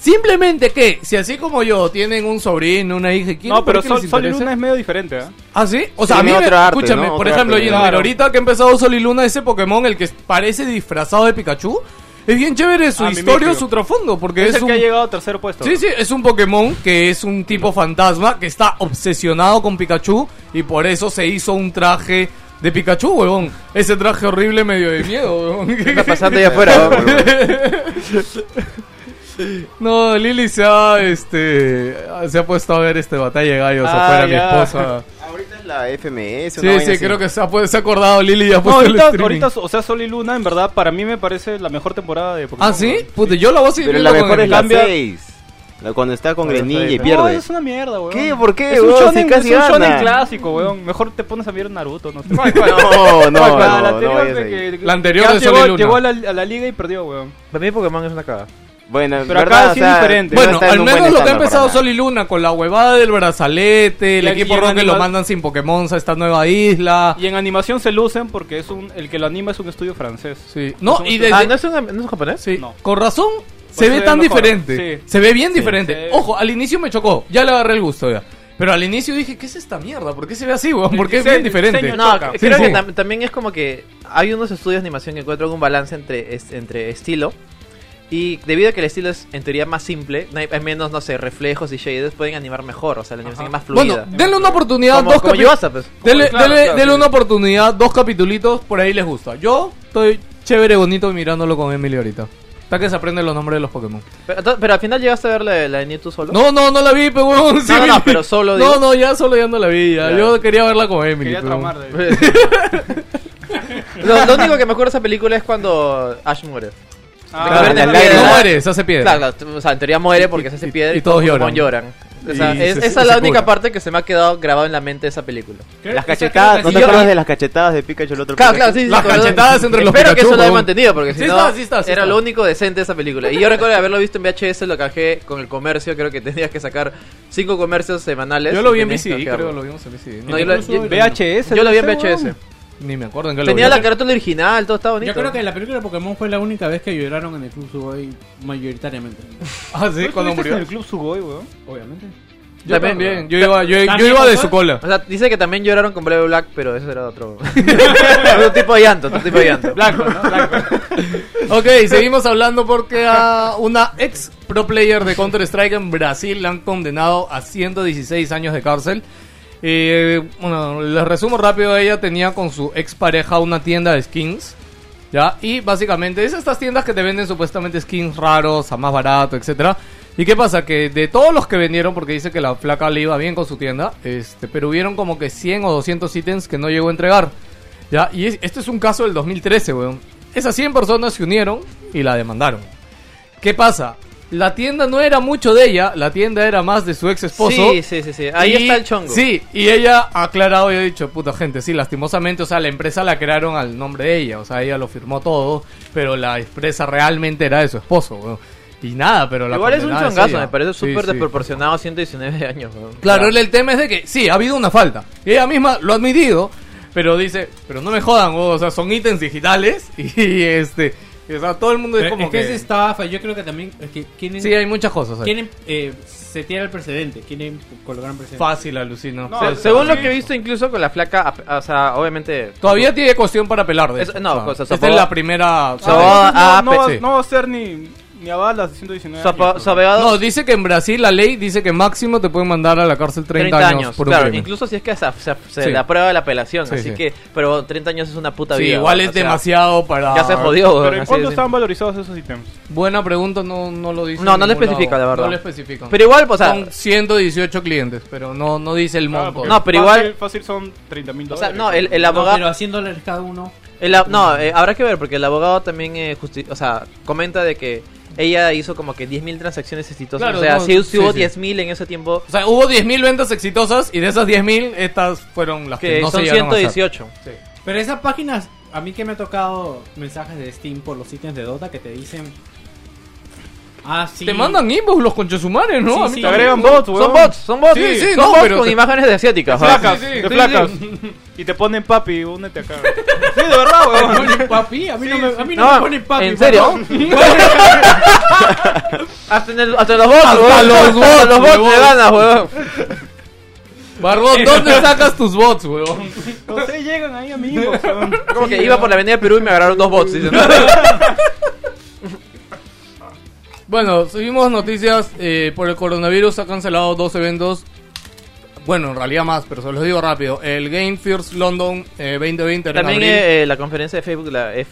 [SPEAKER 2] Simplemente que, si así como yo tienen un sobrino, una hija, ¿quién
[SPEAKER 6] No, pero
[SPEAKER 2] por qué les
[SPEAKER 6] Sol, Sol y
[SPEAKER 2] interesa?
[SPEAKER 6] Luna es medio diferente, ¿ah?
[SPEAKER 2] ¿Ah, sí? O
[SPEAKER 4] Sí,
[SPEAKER 2] sea, a mí
[SPEAKER 4] no,
[SPEAKER 2] me-
[SPEAKER 4] otra arte,
[SPEAKER 2] escúchame,
[SPEAKER 4] ¿no?
[SPEAKER 2] por
[SPEAKER 4] Otra
[SPEAKER 2] ejemplo,
[SPEAKER 4] arte,
[SPEAKER 2] Gino,
[SPEAKER 4] claro.
[SPEAKER 2] pero ahorita que ha empezado Sol y Luna, ese Pokémon, el que parece disfrazado de Pikachu, es bien chévere su
[SPEAKER 6] Ah,
[SPEAKER 2] historia,
[SPEAKER 6] Mimikyu.
[SPEAKER 2] su trasfondo, porque
[SPEAKER 6] Es,
[SPEAKER 2] es,
[SPEAKER 6] el
[SPEAKER 2] un...
[SPEAKER 6] que ha llegado a tercer puesto.
[SPEAKER 2] Sí, sí, es un Pokémon que es un tipo fantasma que está obsesionado con Pikachu y por eso se hizo un traje de Pikachu, huevón. Ese traje horrible medio de miedo, huevón.
[SPEAKER 3] ¿Qué está pasando allá afuera?
[SPEAKER 2] No, Lili se ha, este, se ha puesto a ver este Batalla de Gallos
[SPEAKER 6] Ah,
[SPEAKER 2] afuera
[SPEAKER 6] ya.
[SPEAKER 2] mi esposa.
[SPEAKER 4] Ahorita es la FMS.
[SPEAKER 2] Sí, sí, creo que se ha, pu- se ha acordado Lili y ha
[SPEAKER 6] No,
[SPEAKER 2] puesto el
[SPEAKER 6] ahorita,
[SPEAKER 2] streaming.
[SPEAKER 6] ahorita, o sea, Sol y Luna, en verdad, para mí me parece la mejor temporada de Pokémon.
[SPEAKER 2] ¿Ah, sí? Puta, yo la voy a seguir
[SPEAKER 4] Pero la
[SPEAKER 2] viendo con
[SPEAKER 4] mejor
[SPEAKER 2] el
[SPEAKER 4] es la
[SPEAKER 2] cambio.
[SPEAKER 4] 6. Cuando está con Greninja y
[SPEAKER 6] No,
[SPEAKER 4] pierde.
[SPEAKER 6] es una mierda, weón.
[SPEAKER 4] ¿Qué? ¿Por qué,
[SPEAKER 6] Es un
[SPEAKER 4] weón? Si
[SPEAKER 6] shonen,
[SPEAKER 4] casi
[SPEAKER 6] es un shonen
[SPEAKER 4] gana.
[SPEAKER 6] clásico, weón. Mejor te pones a ver Naruto, no sé.
[SPEAKER 4] No, no, no.
[SPEAKER 6] la
[SPEAKER 4] no,
[SPEAKER 6] anterior
[SPEAKER 4] vayas
[SPEAKER 6] de
[SPEAKER 4] ahí.
[SPEAKER 6] que- que-
[SPEAKER 2] La anterior
[SPEAKER 6] que
[SPEAKER 2] de
[SPEAKER 6] llegó,
[SPEAKER 2] Sol y Luna.
[SPEAKER 6] llegó a la, a la liga y perdió, weón.
[SPEAKER 3] Para mí Pokémon es una caga.
[SPEAKER 4] Bueno, en
[SPEAKER 6] Pero acá
[SPEAKER 4] verdad,
[SPEAKER 6] sí
[SPEAKER 4] o
[SPEAKER 6] es
[SPEAKER 4] sea,
[SPEAKER 6] diferente.
[SPEAKER 4] no
[SPEAKER 2] Bueno,
[SPEAKER 4] está en
[SPEAKER 2] al
[SPEAKER 4] un
[SPEAKER 2] menos
[SPEAKER 4] buen
[SPEAKER 2] lo que ha
[SPEAKER 4] estado para
[SPEAKER 2] empezado
[SPEAKER 4] nada.
[SPEAKER 2] Sol y Luna con la huevada del brazalete, el
[SPEAKER 6] Y- y
[SPEAKER 2] equipo
[SPEAKER 6] en
[SPEAKER 2] rojo que lo
[SPEAKER 6] animal-
[SPEAKER 2] mandan sin Pokémon a esta nueva isla.
[SPEAKER 6] Y en animación se lucen porque es un, el que lo anima es un estudio francés.
[SPEAKER 2] Sí. No, y desde...
[SPEAKER 3] Ah, ¿no es, un, ¿no es un japonés?
[SPEAKER 2] Sí,
[SPEAKER 6] No.
[SPEAKER 2] con razón se ve
[SPEAKER 6] se ve
[SPEAKER 2] tan
[SPEAKER 6] mejor,
[SPEAKER 2] diferente.
[SPEAKER 6] sí.
[SPEAKER 2] Se ve bien diferente.
[SPEAKER 6] sí.
[SPEAKER 2] Ojo, al inicio me chocó. Ya le agarré el gusto ya. Pero al inicio dije, ¿qué es esta mierda? ¿Por qué se ve así, weón? ¿Por qué es
[SPEAKER 6] diseño-
[SPEAKER 2] bien diferente?
[SPEAKER 6] diseño
[SPEAKER 3] No,
[SPEAKER 6] choca.
[SPEAKER 3] que-
[SPEAKER 2] Sí,
[SPEAKER 3] creo
[SPEAKER 2] sí.
[SPEAKER 3] que tam- también es como que hay unos estudios de animación que encuentran un balance entre, es- entre estilo. Y debido a que el estilo es en teoría más simple, no hay, hay menos, no sé, reflejos y shaders, pueden animar mejor, o sea, la animación es más fluida.
[SPEAKER 2] Bueno, denle una oportunidad,
[SPEAKER 3] como,
[SPEAKER 2] dos
[SPEAKER 3] como
[SPEAKER 2] capi-
[SPEAKER 3] Yuasa, pues.
[SPEAKER 2] Denle,
[SPEAKER 6] Claro,
[SPEAKER 2] denle-
[SPEAKER 6] claro,
[SPEAKER 2] denle
[SPEAKER 6] sí.
[SPEAKER 2] una oportunidad, dos capitulitos, por ahí les gusta. Yo estoy chévere, bonito mirándolo con Emily ahorita. Hasta que se aprende los nombres de los Pokémon.
[SPEAKER 3] Pero, to- pero al final llegaste a ver la, la de Mewtwo solo.
[SPEAKER 2] No, no, no la vi, pero weón. sí
[SPEAKER 3] no,
[SPEAKER 2] vi.
[SPEAKER 3] no, pero solo,
[SPEAKER 2] No,
[SPEAKER 3] digo.
[SPEAKER 2] no, ya solo ya no la vi. ya.
[SPEAKER 3] Ya.
[SPEAKER 2] Yo quería verla con Emily.
[SPEAKER 6] Quería
[SPEAKER 2] pero-
[SPEAKER 6] traumar, David.
[SPEAKER 3] Lo, lo único que me acuerdo de esa película es cuando Ash muere.
[SPEAKER 6] Ah,
[SPEAKER 3] Claro,
[SPEAKER 6] la-
[SPEAKER 3] las
[SPEAKER 6] la-
[SPEAKER 3] lágrimas.
[SPEAKER 2] No muere, se hace piedra.
[SPEAKER 3] Claro, claro, o sea, en teoría muere porque se
[SPEAKER 2] Y-
[SPEAKER 3] hace
[SPEAKER 2] y-
[SPEAKER 3] piedra
[SPEAKER 2] y todos
[SPEAKER 3] los Pokémon
[SPEAKER 2] lloran.
[SPEAKER 3] lloran. O sea,
[SPEAKER 2] Y
[SPEAKER 3] es-
[SPEAKER 2] se-
[SPEAKER 3] esa es
[SPEAKER 2] se
[SPEAKER 3] la única
[SPEAKER 2] cura.
[SPEAKER 3] parte que se me ha quedado grabado en la mente de esa película.
[SPEAKER 4] Las cachetadas, ¿no te
[SPEAKER 3] yo-
[SPEAKER 4] acuerdas de las cachetadas de Pikachu el otro
[SPEAKER 3] Claro, claro,
[SPEAKER 4] Pikachu?
[SPEAKER 3] sí, sí,
[SPEAKER 2] Las
[SPEAKER 3] sí, acuerdo.
[SPEAKER 2] cachetadas entre los
[SPEAKER 3] Espero que
[SPEAKER 2] Pikachu,
[SPEAKER 3] eso lo haya
[SPEAKER 2] huevón.
[SPEAKER 3] mantenido, porque si
[SPEAKER 2] Sí
[SPEAKER 3] no,
[SPEAKER 2] está, sí está, sí
[SPEAKER 3] era
[SPEAKER 2] está.
[SPEAKER 3] lo único decente de esa película. Y yo recuerdo haberlo visto en VHS, lo cajé con el comercio, creo que tenías que sacar cinco comercios semanales.
[SPEAKER 2] Yo lo
[SPEAKER 3] y
[SPEAKER 2] vi en
[SPEAKER 3] tenías que
[SPEAKER 2] VCD,
[SPEAKER 3] cajarlo.
[SPEAKER 2] creo, lo vimos en VCD.
[SPEAKER 3] No, yo la- yo-
[SPEAKER 6] VHS.
[SPEAKER 3] Yo lo vi en
[SPEAKER 6] dice,
[SPEAKER 3] VHS.
[SPEAKER 6] weón.
[SPEAKER 2] Ni me acuerdo en qué lo
[SPEAKER 3] Tenía
[SPEAKER 2] vi.
[SPEAKER 3] la carátula original, todo estaba bonito.
[SPEAKER 5] Yo creo que la película de Pokémon fue la única vez que lloraron en el Club Subway mayoritariamente.
[SPEAKER 2] Ah, sí,
[SPEAKER 6] ¿Tú
[SPEAKER 2] cuando
[SPEAKER 6] estuviste
[SPEAKER 2] murió.
[SPEAKER 6] en el Club Sugoi, weón?
[SPEAKER 5] Obviamente.
[SPEAKER 2] Yo
[SPEAKER 3] También.
[SPEAKER 2] también. Yo iba, yo, yo
[SPEAKER 5] ¿También
[SPEAKER 2] iba de
[SPEAKER 5] pasó?
[SPEAKER 2] su cola.
[SPEAKER 3] O sea, dice que también lloraron con Brave Black, pero eso era otro. otro tipo de llanto, otro tipo de llanto.
[SPEAKER 6] Blanco, ¿no? Blanco.
[SPEAKER 2] Ok, seguimos hablando porque a una ex pro player de Counter-Strike en Brasil la han condenado a 116 años de cárcel. Eh, bueno, les resumo rápido, ella tenía con su ex pareja una tienda de skins. ¿Ya? Y básicamente es estas tiendas que te venden supuestamente skins raros, a más barato, etcétera. ¿Y qué pasa? Que de todos los que vendieron, porque dice que la placa le iba bien con su tienda, este, pero hubieron como que 100 o 200 ítems que no llegó a entregar. ¿Ya? Y es- este es un caso del 2013, weón. Esas 100 personas se unieron y la demandaron. ¿Qué pasa? La tienda no era mucho de ella, la tienda era más de su ex esposo.
[SPEAKER 3] Sí, sí, sí, sí. Ahí
[SPEAKER 2] Y-
[SPEAKER 3] está el chongo.
[SPEAKER 2] Sí, y ella ha aclarado y ha dicho, puta gente, sí, lastimosamente, o sea, la empresa la crearon al nombre de ella, o sea, ella lo firmó todo, pero la empresa realmente era de su esposo, weón. Y nada, pero la
[SPEAKER 3] Igual es un
[SPEAKER 2] condenada
[SPEAKER 3] chongazo,
[SPEAKER 2] ella.
[SPEAKER 3] me parece
[SPEAKER 2] Sí,
[SPEAKER 3] súper
[SPEAKER 2] sí.
[SPEAKER 3] desproporcionado, 119 años. weón.
[SPEAKER 2] Claro, el, el tema es de que sí, ha habido una falta. Y ella misma lo ha admitido, pero dice, pero no me jodan, weón, o sea, son ítems digitales y este, y, o sea, todo el mundo es
[SPEAKER 5] Pero
[SPEAKER 2] como
[SPEAKER 5] es que es
[SPEAKER 2] que...
[SPEAKER 5] estafa, yo creo que también es que quieren,
[SPEAKER 2] Sí, hay muchas cosas. ahí.
[SPEAKER 5] quieren eh, setear el precedente, quieren colocar un precedente.
[SPEAKER 2] Fácil, alucino.
[SPEAKER 6] No,
[SPEAKER 2] O sea,
[SPEAKER 6] es-
[SPEAKER 3] Según lo
[SPEAKER 6] Sí.
[SPEAKER 3] que he visto, incluso con la flaca, ap- o sea, obviamente.
[SPEAKER 2] Todavía tiene cuestión para apelar de
[SPEAKER 3] Es-
[SPEAKER 2] eso,
[SPEAKER 3] no,
[SPEAKER 2] o sea,
[SPEAKER 3] o sea,
[SPEAKER 2] Esta es
[SPEAKER 3] Sopo-
[SPEAKER 2] la primera... o sea,
[SPEAKER 3] So-
[SPEAKER 6] Ah, entonces
[SPEAKER 3] ah,
[SPEAKER 6] no, no, va-
[SPEAKER 2] sí.
[SPEAKER 6] no va a ser ni, ni a balas de 119
[SPEAKER 3] Su, apa-
[SPEAKER 6] años,
[SPEAKER 3] su
[SPEAKER 6] weón.
[SPEAKER 3] abogado.
[SPEAKER 2] No, dice que en Brasil la ley dice que máximo te pueden mandar a la cárcel 30, años, por un
[SPEAKER 3] claro,
[SPEAKER 2] crimen.
[SPEAKER 3] incluso si es que se, se- se
[SPEAKER 2] Sí.
[SPEAKER 3] le aprueba la apelación,
[SPEAKER 2] Sí,
[SPEAKER 3] así
[SPEAKER 2] sí.
[SPEAKER 3] que, pero 30 años es una puta
[SPEAKER 2] Sí,
[SPEAKER 3] vida.
[SPEAKER 2] igual
[SPEAKER 3] o
[SPEAKER 2] es
[SPEAKER 3] sea,
[SPEAKER 2] demasiado para...
[SPEAKER 3] Ya se jodió,
[SPEAKER 6] Pero
[SPEAKER 3] weón,
[SPEAKER 6] ¿en
[SPEAKER 3] así
[SPEAKER 6] cuánto
[SPEAKER 3] de
[SPEAKER 6] estaban
[SPEAKER 3] simple.
[SPEAKER 6] valorizados esos ítems?
[SPEAKER 2] Buena pregunta, no, no lo dice.
[SPEAKER 3] No,
[SPEAKER 2] en
[SPEAKER 3] no lo
[SPEAKER 2] ningún
[SPEAKER 3] especifica,
[SPEAKER 2] lado.
[SPEAKER 3] la verdad.
[SPEAKER 2] No lo especifica.
[SPEAKER 3] Pero igual, o sea.
[SPEAKER 2] Son 118 clientes, pero no, no dice el
[SPEAKER 6] Ah,
[SPEAKER 2] monto.
[SPEAKER 6] porque
[SPEAKER 3] No, pero
[SPEAKER 6] fácil-
[SPEAKER 3] igual-
[SPEAKER 6] Fácil son 30 mil
[SPEAKER 3] O sea,
[SPEAKER 6] dólares.
[SPEAKER 3] no, el, el
[SPEAKER 5] No,
[SPEAKER 3] abogado.
[SPEAKER 5] pero a 100 dólares cada uno.
[SPEAKER 3] El ab- no, eh, habrá que ver, porque el abogado también eh, justi- o sea, comenta de que ella hizo como que 10.000 transacciones exitosas.
[SPEAKER 2] Claro,
[SPEAKER 3] o sea,
[SPEAKER 2] no,
[SPEAKER 3] si, si
[SPEAKER 2] sí,
[SPEAKER 3] hubo
[SPEAKER 2] sí.
[SPEAKER 3] 10.000 en ese tiempo,
[SPEAKER 2] O sea, hubo 10.000 ventas exitosas y de esas 10.000 estas fueron las que,
[SPEAKER 3] que
[SPEAKER 2] no
[SPEAKER 3] son
[SPEAKER 2] se llegaron a hacer.
[SPEAKER 3] 118.
[SPEAKER 5] Pero esas páginas, a mí que me ha tocado mensajes de Steam por los ítems de Dota que te dicen
[SPEAKER 8] Ah, sí.
[SPEAKER 2] Te mandan inbox los conchesumares, ¿no?
[SPEAKER 8] Sí,
[SPEAKER 2] A mí
[SPEAKER 8] sí.
[SPEAKER 6] Te
[SPEAKER 2] también.
[SPEAKER 6] agregan bots, weón.
[SPEAKER 3] Son bots, son bots.
[SPEAKER 2] Sí, sí,
[SPEAKER 3] son
[SPEAKER 2] no,
[SPEAKER 3] bots
[SPEAKER 2] pero
[SPEAKER 3] con
[SPEAKER 2] te-
[SPEAKER 3] imágenes de asiáticas.
[SPEAKER 2] Te
[SPEAKER 3] ¿ah?
[SPEAKER 2] sacas.
[SPEAKER 6] Placas,
[SPEAKER 2] Sí, sí,
[SPEAKER 6] de
[SPEAKER 2] sí.
[SPEAKER 6] placas. Y te ponen papi, únete acá. sí, de verdad, weón.
[SPEAKER 8] Oye, papi, a mí no me, a mí no
[SPEAKER 3] No,
[SPEAKER 8] me ponen papi.
[SPEAKER 3] ¿en serio?
[SPEAKER 8] weón.
[SPEAKER 3] Hasta, en el- hasta los bots, weón.
[SPEAKER 2] los bots,
[SPEAKER 3] Hasta los bots
[SPEAKER 2] huevón.
[SPEAKER 3] le ganas, weón.
[SPEAKER 2] Barbón, ¿dónde sacas tus bots, weón?
[SPEAKER 6] No sé, llegan ahí a mi inbox, weón.
[SPEAKER 3] Como que iba por la avenida Perú y me agarraron dos bots. dicen.
[SPEAKER 2] Bueno, seguimos noticias. eh, por el coronavirus se han cancelado dos eventos. Bueno, en realidad más, pero se los digo rápido. El Game First London eh, 2020 era en
[SPEAKER 3] También
[SPEAKER 2] abril.
[SPEAKER 3] eh, la conferencia de Facebook, la F8.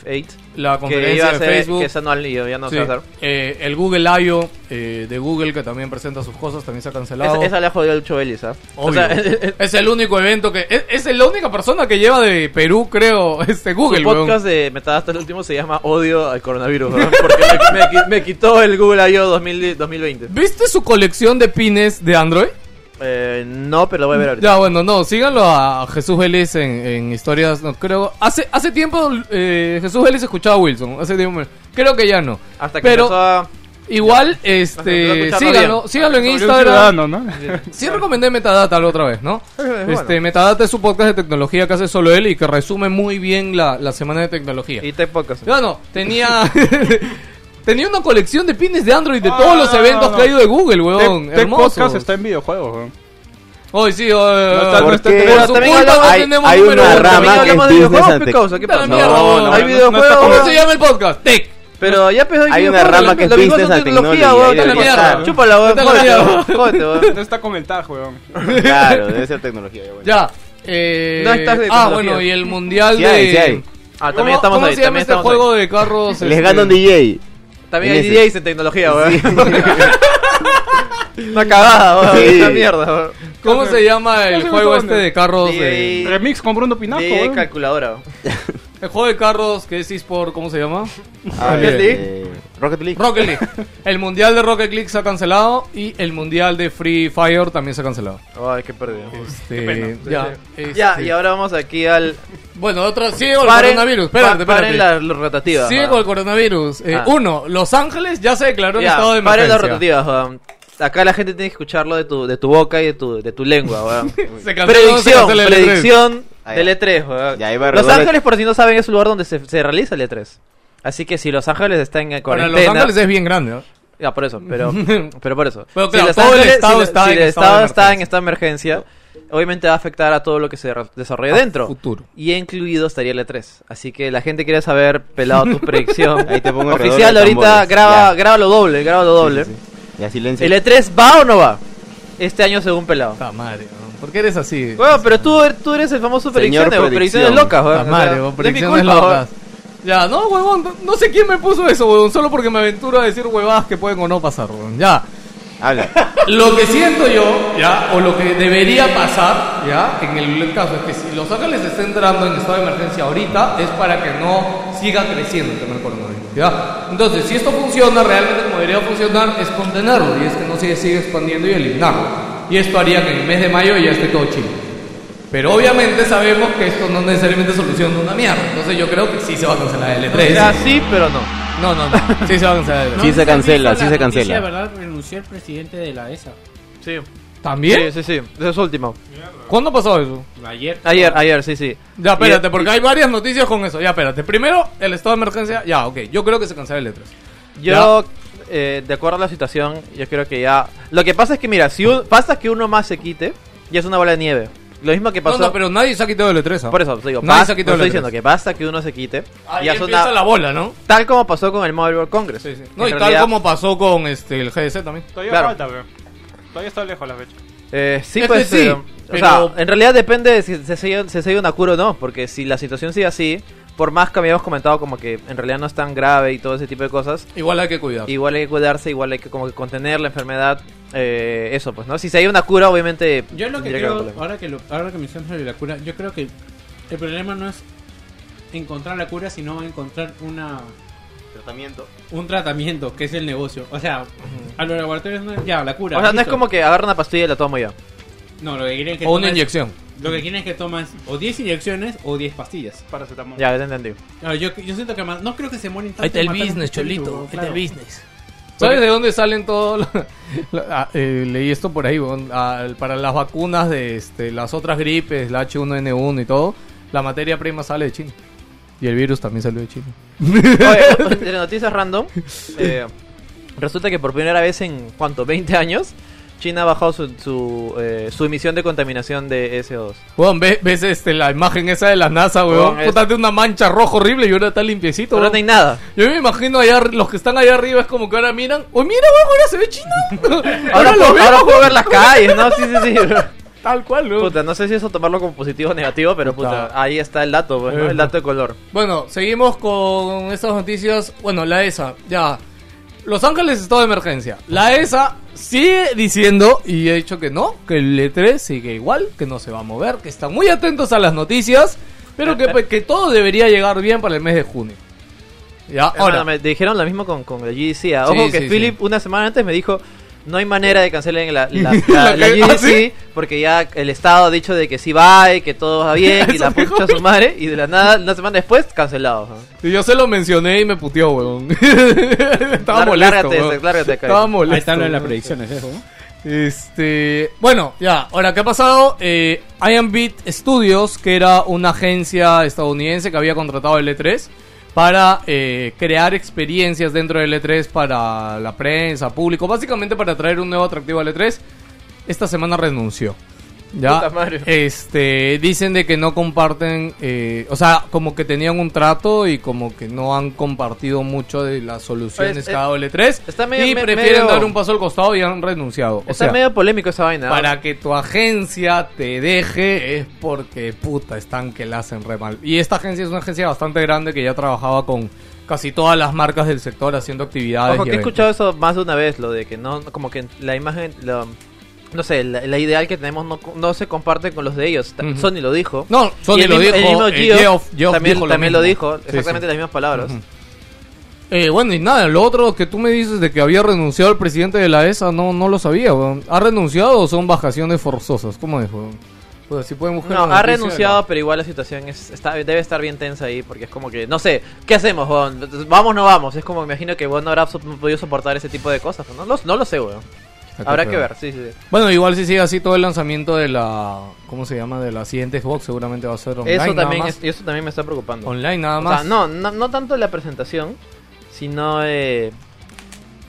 [SPEAKER 2] la
[SPEAKER 3] Que iba
[SPEAKER 2] conferencia
[SPEAKER 3] a
[SPEAKER 2] de
[SPEAKER 3] ser,
[SPEAKER 2] Facebook.
[SPEAKER 3] que esa no al lío, ya no
[SPEAKER 2] Sí.
[SPEAKER 3] se va a hacer.
[SPEAKER 2] Eh, el Google I.O. eh, de Google, que también presenta sus cosas, también se ha cancelado.
[SPEAKER 3] Esa, esa le ha jodido el Chovelis, ¿ah? O
[SPEAKER 2] Obvio.
[SPEAKER 3] sea, su
[SPEAKER 2] es el único evento que. Es, es la única persona que lleva de Perú, creo, este Google, weón.
[SPEAKER 3] podcast de Metada hasta el último se llama Odio al coronavirus, weón, porque me, me qui- me quitó el Google I.O. 2000 2020.
[SPEAKER 2] ¿Viste su colección de pines de Android?
[SPEAKER 3] Eh, no, pero lo voy a ver ahorita.
[SPEAKER 2] Ya, bueno, no, síganlo a Jesús Vélez en, en historias, no creo. Hace, hace tiempo eh, Jesús Vélez escuchaba a Wilson, hace tiempo. Creo que ya no.
[SPEAKER 3] Hasta que
[SPEAKER 2] pero
[SPEAKER 3] empezó a...
[SPEAKER 2] igual,
[SPEAKER 3] empezó a
[SPEAKER 2] este,
[SPEAKER 3] escucharlo
[SPEAKER 2] síganlo,
[SPEAKER 3] bien.
[SPEAKER 2] síganlo en
[SPEAKER 6] Soy un
[SPEAKER 2] Instagram.
[SPEAKER 6] ciudadano, ¿no?
[SPEAKER 2] Sí recomendé Metadata la otra vez, ¿no?
[SPEAKER 3] bueno.
[SPEAKER 2] Este, Metadata es su podcast de tecnología que hace solo él y que resume muy bien la, la semana de tecnología.
[SPEAKER 3] Y Tech Podcast.
[SPEAKER 2] No, no, tenía. tenía una colección de pines de Android de todos los
[SPEAKER 6] Ah,
[SPEAKER 2] eventos
[SPEAKER 6] no.
[SPEAKER 2] que ha ido de Google, weón.
[SPEAKER 6] Tech, Tech
[SPEAKER 2] Hermoso.
[SPEAKER 6] Este Podcast está en videojuegos, weón.
[SPEAKER 2] Hoy sí, oh,
[SPEAKER 6] está-
[SPEAKER 2] por
[SPEAKER 6] no
[SPEAKER 4] ¿Por
[SPEAKER 6] está
[SPEAKER 4] qué?
[SPEAKER 6] Pero
[SPEAKER 2] su
[SPEAKER 3] también
[SPEAKER 2] culpa no
[SPEAKER 4] hay-
[SPEAKER 2] tenemos
[SPEAKER 4] hay
[SPEAKER 2] número
[SPEAKER 4] una
[SPEAKER 2] uno.
[SPEAKER 4] rama
[SPEAKER 3] También
[SPEAKER 4] que
[SPEAKER 3] hablamos
[SPEAKER 4] es
[SPEAKER 3] de
[SPEAKER 4] business
[SPEAKER 3] videojuegos,
[SPEAKER 4] ante-
[SPEAKER 3] pe, causa, ¿Qué
[SPEAKER 2] Puta
[SPEAKER 3] pasa?
[SPEAKER 2] la mierda,
[SPEAKER 6] No,
[SPEAKER 2] no,
[SPEAKER 3] hay
[SPEAKER 2] no,
[SPEAKER 3] videojuegos,
[SPEAKER 2] ¿Cómo
[SPEAKER 3] weón.
[SPEAKER 2] se llama el podcast? Tech.
[SPEAKER 3] Pero ya pues
[SPEAKER 4] Hay una rama que es business and technology, ahí
[SPEAKER 2] debe estar.
[SPEAKER 3] Chúpala, weón.
[SPEAKER 2] Vete a la mierda.
[SPEAKER 3] Jódete, jódete, weón.
[SPEAKER 6] No está con ventaja, weón.
[SPEAKER 4] Claro, debe ser tecnología. ya, bueno.
[SPEAKER 2] Ya. Eh,
[SPEAKER 3] No estás de
[SPEAKER 2] ah,
[SPEAKER 3] tecnología.
[SPEAKER 2] bueno, y el mundial
[SPEAKER 4] Sí
[SPEAKER 2] de.
[SPEAKER 4] hay, sí hay.
[SPEAKER 3] Ah,
[SPEAKER 2] ¿Cómo-
[SPEAKER 3] también estamos
[SPEAKER 2] ¿Cómo
[SPEAKER 3] ahí,
[SPEAKER 2] se llama
[SPEAKER 3] también
[SPEAKER 2] este
[SPEAKER 3] estamos
[SPEAKER 2] juego
[SPEAKER 3] ahí.
[SPEAKER 2] de carros?
[SPEAKER 4] Les
[SPEAKER 2] este?
[SPEAKER 4] gana un DJ.
[SPEAKER 3] También hay
[SPEAKER 4] en ese.
[SPEAKER 3] DJs en tecnología, weón. Una cagada, weón.
[SPEAKER 4] Sí.
[SPEAKER 3] Esta mierda, weón.
[SPEAKER 2] ¿Cómo se llama el
[SPEAKER 6] sé
[SPEAKER 2] juego
[SPEAKER 6] dónde.
[SPEAKER 2] este de carros? de-
[SPEAKER 3] DJ,
[SPEAKER 6] Remix con Bruno Pinaco,
[SPEAKER 3] DJ
[SPEAKER 6] weón.
[SPEAKER 3] calculadora. weón.
[SPEAKER 2] El juego de carros que es eSport, ¿cómo se llama?
[SPEAKER 4] Ah,
[SPEAKER 3] Rocket
[SPEAKER 4] eh, Rocket League.
[SPEAKER 2] Rocket League. El mundial de Rocket League se ha cancelado y el mundial de Free Fire también se ha cancelado.
[SPEAKER 3] Ay, qué perdido.
[SPEAKER 2] Este, ya, este,
[SPEAKER 3] Ya, y ahora vamos aquí al...
[SPEAKER 2] Bueno, otro. Sigue con el
[SPEAKER 3] Paren-
[SPEAKER 2] coronavirus.
[SPEAKER 3] pa-
[SPEAKER 2] Espérate, espérate.
[SPEAKER 3] Paren la la rotativa.
[SPEAKER 2] Sigue
[SPEAKER 3] weón.
[SPEAKER 2] con el coronavirus. Eh,
[SPEAKER 3] Ah.
[SPEAKER 2] Uno, Los Ángeles ya se declaró en
[SPEAKER 3] Ya,
[SPEAKER 2] estado de emergencia.
[SPEAKER 3] paren las rotativas, weón. Acá la gente tiene que escucharlo de tu, de tu boca y de tu, de tu lengua, weón.
[SPEAKER 2] Se canceló, se
[SPEAKER 3] predicción,
[SPEAKER 2] canceló el E E3.
[SPEAKER 3] predicción
[SPEAKER 4] Ah,
[SPEAKER 3] del
[SPEAKER 4] ya.
[SPEAKER 3] E3, weón.
[SPEAKER 4] Ya, ahí va
[SPEAKER 3] Los
[SPEAKER 4] Rodolfo.
[SPEAKER 3] Ángeles, por si no saben, es un lugar donde se, se realiza el E3. Así que si Los Ángeles está en
[SPEAKER 2] Para
[SPEAKER 3] cuarentena...
[SPEAKER 2] Los Ángeles es bien grande, ¿no?
[SPEAKER 3] Ya, Ah, por eso, pero, pero por eso.
[SPEAKER 2] Pero
[SPEAKER 3] Si
[SPEAKER 2] claro,
[SPEAKER 3] Los
[SPEAKER 2] todo el
[SPEAKER 3] Ángeles-
[SPEAKER 2] estado
[SPEAKER 3] si-
[SPEAKER 2] está
[SPEAKER 3] si
[SPEAKER 2] en
[SPEAKER 3] el
[SPEAKER 2] estado
[SPEAKER 3] estado
[SPEAKER 2] de
[SPEAKER 3] está en
[SPEAKER 2] emergencia.
[SPEAKER 3] esta emergencia, obviamente va a afectar a todo lo que se re- desarrolle dentro.
[SPEAKER 2] futuro.
[SPEAKER 3] Y incluido estaría el E3. Así que la gente quiere saber, pelado, tu predicción.
[SPEAKER 4] Ahí te pongo el
[SPEAKER 3] Oficial,
[SPEAKER 4] redoble de
[SPEAKER 3] ahorita
[SPEAKER 4] tambores.
[SPEAKER 3] graba,
[SPEAKER 4] Ya.
[SPEAKER 3] graba lo doble, graba lo doble.
[SPEAKER 4] Sí, sí, sí. Ya, silencio.
[SPEAKER 3] ¿El E3 va o no va? Este año según pelado.
[SPEAKER 2] Puta madre, ¿no? ¿por qué eres así?
[SPEAKER 3] Bueno, pero tú, tú eres el famoso
[SPEAKER 4] Señor
[SPEAKER 3] predicciones, weón,
[SPEAKER 4] predicción.
[SPEAKER 3] predicciones locas, weón.
[SPEAKER 2] Puta
[SPEAKER 3] O sea,
[SPEAKER 2] madre,
[SPEAKER 3] no
[SPEAKER 2] weón,
[SPEAKER 3] es mi
[SPEAKER 2] predicciones
[SPEAKER 3] culpa, weón.
[SPEAKER 2] locas. Ya, no, huevón, no, no sé quién me puso eso, huevón, solo porque me aventuro a decir huevadas que pueden o no pasar, huevón. Ya.
[SPEAKER 4] Habla.
[SPEAKER 2] Lo que siento yo, ya, o lo que debería pasar, ya, en el caso es que si Los Ángeles está entrando en estado de emergencia ahorita, es para que no siga creciendo el tema del coronavirus, ya. Entonces, si esto funciona realmente como debería funcionar, es contenerlo, y es que no se siga expandiendo y eliminarlo. Y esto haría que en el mes de mayo ya esté todo chido. Pero obviamente sabemos que esto no necesariamente soluciona una mierda, entonces yo creo que sí se va a cancelar el
[SPEAKER 3] O sea,
[SPEAKER 2] E3.
[SPEAKER 3] sí, pero no.
[SPEAKER 2] No, no, no, sí se va a cancelar el E
[SPEAKER 4] Sí
[SPEAKER 2] E3.
[SPEAKER 4] se cancela, sí
[SPEAKER 8] La
[SPEAKER 4] se
[SPEAKER 8] noticia,
[SPEAKER 4] cancela.
[SPEAKER 8] verdad, renunció el presidente de la ESA.
[SPEAKER 3] Sí.
[SPEAKER 2] ¿También?
[SPEAKER 3] Sí, sí, sí. Eso es último.
[SPEAKER 2] ¿Cuándo pasó eso?
[SPEAKER 8] Ayer.
[SPEAKER 3] Ayer, ayer, sí, sí.
[SPEAKER 2] Ya, espérate,
[SPEAKER 3] Y-
[SPEAKER 2] porque hay varias noticias con eso. Ya, espérate. Primero, el estado de emergencia. Ya, ok. Yo creo que se cancela el E letras.
[SPEAKER 3] Yo, eh, de acuerdo a la situación, yo creo que ya... Lo que pasa es que, mira, si un- pasa que uno más se quite, ya es una bola de nieve. Lo mismo que
[SPEAKER 2] No,
[SPEAKER 3] pasó...
[SPEAKER 2] no, pero nadie se ha quitado el E3. ¿ah?
[SPEAKER 3] Por eso, te digo,
[SPEAKER 2] nadie
[SPEAKER 3] pas-
[SPEAKER 2] se ha
[SPEAKER 3] no
[SPEAKER 2] quitado
[SPEAKER 3] estoy
[SPEAKER 2] el
[SPEAKER 3] diciendo
[SPEAKER 2] E3.
[SPEAKER 3] que basta que uno se quite.
[SPEAKER 2] Ahí
[SPEAKER 3] ya es
[SPEAKER 2] empieza
[SPEAKER 3] una-
[SPEAKER 2] la bola, ¿no?
[SPEAKER 3] Tal como pasó con el Mobile World Congress.
[SPEAKER 2] Sí, sí. No,
[SPEAKER 3] En
[SPEAKER 2] y tal
[SPEAKER 3] realidad,
[SPEAKER 2] como pasó con este, el GDC también.
[SPEAKER 6] Todavía
[SPEAKER 3] Claro.
[SPEAKER 6] falta, weón. Todavía está lejos la fecha.
[SPEAKER 3] Eh, sí,
[SPEAKER 2] Es que
[SPEAKER 3] pues.
[SPEAKER 2] sí,
[SPEAKER 3] eh, o sea,
[SPEAKER 2] pero-
[SPEAKER 3] en realidad depende de si se sigue, se sigue una cura o no, porque si la situación sigue así, por más que habíamos comentado como que en realidad no es tan grave y todo ese tipo de cosas,
[SPEAKER 2] Igual hay que cuidar.
[SPEAKER 3] igual hay que cuidarse, igual hay que como que contener la enfermedad, eh, eso pues, ¿no? Si se hay una cura, obviamente...
[SPEAKER 8] Yo lo que
[SPEAKER 3] tendría haber
[SPEAKER 8] creo,
[SPEAKER 3] problema.
[SPEAKER 8] ahora que, lo, ahora que mencionas lo de la cura, yo creo que el problema no es encontrar la cura, sino encontrar una
[SPEAKER 4] Tratamiento.
[SPEAKER 8] un tratamiento, que es el negocio. O sea, a los laboratorios no es ya la cura.
[SPEAKER 3] O sea, no es
[SPEAKER 8] listo.
[SPEAKER 3] como que agarro una pastilla y la tomo ya.
[SPEAKER 8] No, lo que quieren que
[SPEAKER 2] O una
[SPEAKER 8] tomes-
[SPEAKER 2] inyección.
[SPEAKER 8] Lo que quieren es que tomas o 10 inyecciones o 10 pastillas. Ah,
[SPEAKER 6] Paracetamol.
[SPEAKER 3] Ya, ya te entendí.
[SPEAKER 8] Claro, yo, yo siento que más, no creo que se mueren tanto.
[SPEAKER 2] Ahí está el
[SPEAKER 8] mataron
[SPEAKER 2] business,
[SPEAKER 8] tanto,
[SPEAKER 2] Cholito.
[SPEAKER 8] claro.
[SPEAKER 2] Ahí está el business. ¿Sabes de dónde salen todos los... la- ah, eh, leí esto por ahí, weón. Ah, para las vacunas de este, las otras gripes, la H1N1 y todo, la materia prima sale de China. Y el virus también salió de China.
[SPEAKER 3] Oye, de noticias random. eh, resulta que por primera vez en, ¿cuánto? 20 años, China ha bajado su, su, eh, su emisión de contaminación de SO2.
[SPEAKER 2] Weón, ¿ves, ves, este, la imagen esa de la NASA, weón?
[SPEAKER 3] Weón, es-
[SPEAKER 2] Puta, de una mancha roja horrible y ahora está limpiecito,
[SPEAKER 3] Ahora
[SPEAKER 2] weón.
[SPEAKER 3] no hay nada.
[SPEAKER 2] Yo me imagino allá, arri- los que están allá arriba es como que ahora miran. ¡Oh, mira, weón! Ahora se ve China.
[SPEAKER 3] Ahora,
[SPEAKER 2] lo
[SPEAKER 3] puedo,
[SPEAKER 2] veo,
[SPEAKER 3] ahora puedo
[SPEAKER 2] weón.
[SPEAKER 3] ver las calles, ¿no? Sí, sí, sí.
[SPEAKER 2] Tal cual, weón.
[SPEAKER 3] Puta, no sé si eso tomarlo como positivo o negativo, pero puta,
[SPEAKER 2] Puta.
[SPEAKER 3] ahí está el dato, pues, ¿no?
[SPEAKER 8] Eh.
[SPEAKER 3] El dato de color.
[SPEAKER 2] Bueno, seguimos con estas noticias. Bueno, la ESA, ya. Los Ángeles estado de emergencia. La ESA sigue diciendo, y he dicho que no, que el E3 sigue igual, que no se va a mover, que están muy atentos a las noticias, pero que, pues, que todo debería llegar bien para el mes de junio. Ya,
[SPEAKER 3] Ahora,
[SPEAKER 2] ahora.
[SPEAKER 3] me dijeron lo mismo con, con la GDC. ah. Ojo
[SPEAKER 2] Sí,
[SPEAKER 3] que
[SPEAKER 2] sí,
[SPEAKER 3] Philip una semana antes me dijo, no hay manera de cancelar la, la,
[SPEAKER 2] La
[SPEAKER 3] la- la
[SPEAKER 2] que-
[SPEAKER 3] GDC
[SPEAKER 2] ¿Ah, sí?
[SPEAKER 3] porque ya el Estado ha dicho de que sí va y que todo va bien y la pucha su madre y de la nada, una semana después, cancelado. ¿no?
[SPEAKER 2] Y yo se lo mencioné y me puteó, weón. Estaba
[SPEAKER 3] Lár-
[SPEAKER 2] molesto.
[SPEAKER 3] lárgate,
[SPEAKER 2] weón.
[SPEAKER 3] lárgate, Kai.
[SPEAKER 2] Estaba molesto.
[SPEAKER 8] Ahí está lo de las
[SPEAKER 2] weón.
[SPEAKER 8] predicciones, eso, ¿no?
[SPEAKER 2] Este, bueno, ya, ahora, ¿qué ha pasado? Eh, Iron Beat Studios, que era una agencia estadounidense que había contratado el E3 para eh, crear experiencias dentro del E3 para la prensa, público, básicamente para traer un nuevo atractivo al E3, esta semana renunció. Ya,
[SPEAKER 3] Puta madre.
[SPEAKER 2] este, dicen de que no comparten, eh, o sea, como que tenían un trato y como que no han compartido mucho de las soluciones
[SPEAKER 3] Pues,
[SPEAKER 2] que
[SPEAKER 3] eh,
[SPEAKER 2] ha dado el E3
[SPEAKER 3] está medio-
[SPEAKER 2] y
[SPEAKER 3] me-
[SPEAKER 2] prefieren
[SPEAKER 3] medio-
[SPEAKER 2] dar un paso al costado y han renunciado. O
[SPEAKER 3] Está
[SPEAKER 2] sea,
[SPEAKER 3] medio polémico esa vaina. ¿no?
[SPEAKER 2] para que tu agencia te deje es porque puta están que la hacen re mal. Y esta agencia es una agencia bastante grande que ya trabajaba con casi todas las marcas del sector haciendo actividades. y
[SPEAKER 3] Ojo, que he
[SPEAKER 2] eventos.
[SPEAKER 3] escuchado eso más de una vez, lo de que no, como que la imagen, la- no sé, la, la ideal que tenemos no, no se comparte con los de ellos. Ta-
[SPEAKER 2] Ujú.
[SPEAKER 3] Sony lo dijo.
[SPEAKER 2] No, Sony
[SPEAKER 3] Y el
[SPEAKER 2] lo
[SPEAKER 3] mismo- el
[SPEAKER 2] dijo.
[SPEAKER 3] mismo
[SPEAKER 2] eh,
[SPEAKER 3] Geoff
[SPEAKER 2] Geoff- Geoff
[SPEAKER 3] también,
[SPEAKER 2] dijo lo
[SPEAKER 3] también lo,
[SPEAKER 2] mismo.
[SPEAKER 3] dijo,
[SPEAKER 2] Sí,
[SPEAKER 3] exactamente
[SPEAKER 2] sí.
[SPEAKER 3] las mismas palabras.
[SPEAKER 2] Ujú. Eh, bueno, y nada, lo otro que tú me dices de que había renunciado el presidente de la ESA, no, no lo sabía, weón. ¿Ha renunciado o son vacaciones forzosas? ¿Cómo es, weón? Pues si pueden buscar
[SPEAKER 3] No,
[SPEAKER 2] la
[SPEAKER 3] ha
[SPEAKER 2] noticia,
[SPEAKER 3] renunciado, pero igual la situación es, está, debe estar bien tensa ahí, porque es como que, no sé, ¿qué hacemos, weón? Vamos o no vamos. Es como, me imagino que vos no habrás so- podido soportar ese tipo de cosas. pues, No, no, lo- no lo sé, weón.
[SPEAKER 2] Está
[SPEAKER 3] Habrá
[SPEAKER 2] Ah, feo.
[SPEAKER 3] que ver, sí, sí. sí.
[SPEAKER 2] Bueno, igual si sigue así todo el lanzamiento de la... ¿Cómo se llama? De la siguiente Xbox seguramente va a ser online.
[SPEAKER 3] Eso
[SPEAKER 2] nada
[SPEAKER 3] también,
[SPEAKER 2] más.
[SPEAKER 3] es- eso también me está preocupando.
[SPEAKER 2] Online nada
[SPEAKER 3] O sea,
[SPEAKER 2] más.
[SPEAKER 3] no, no, no tanto la presentación, sino eh,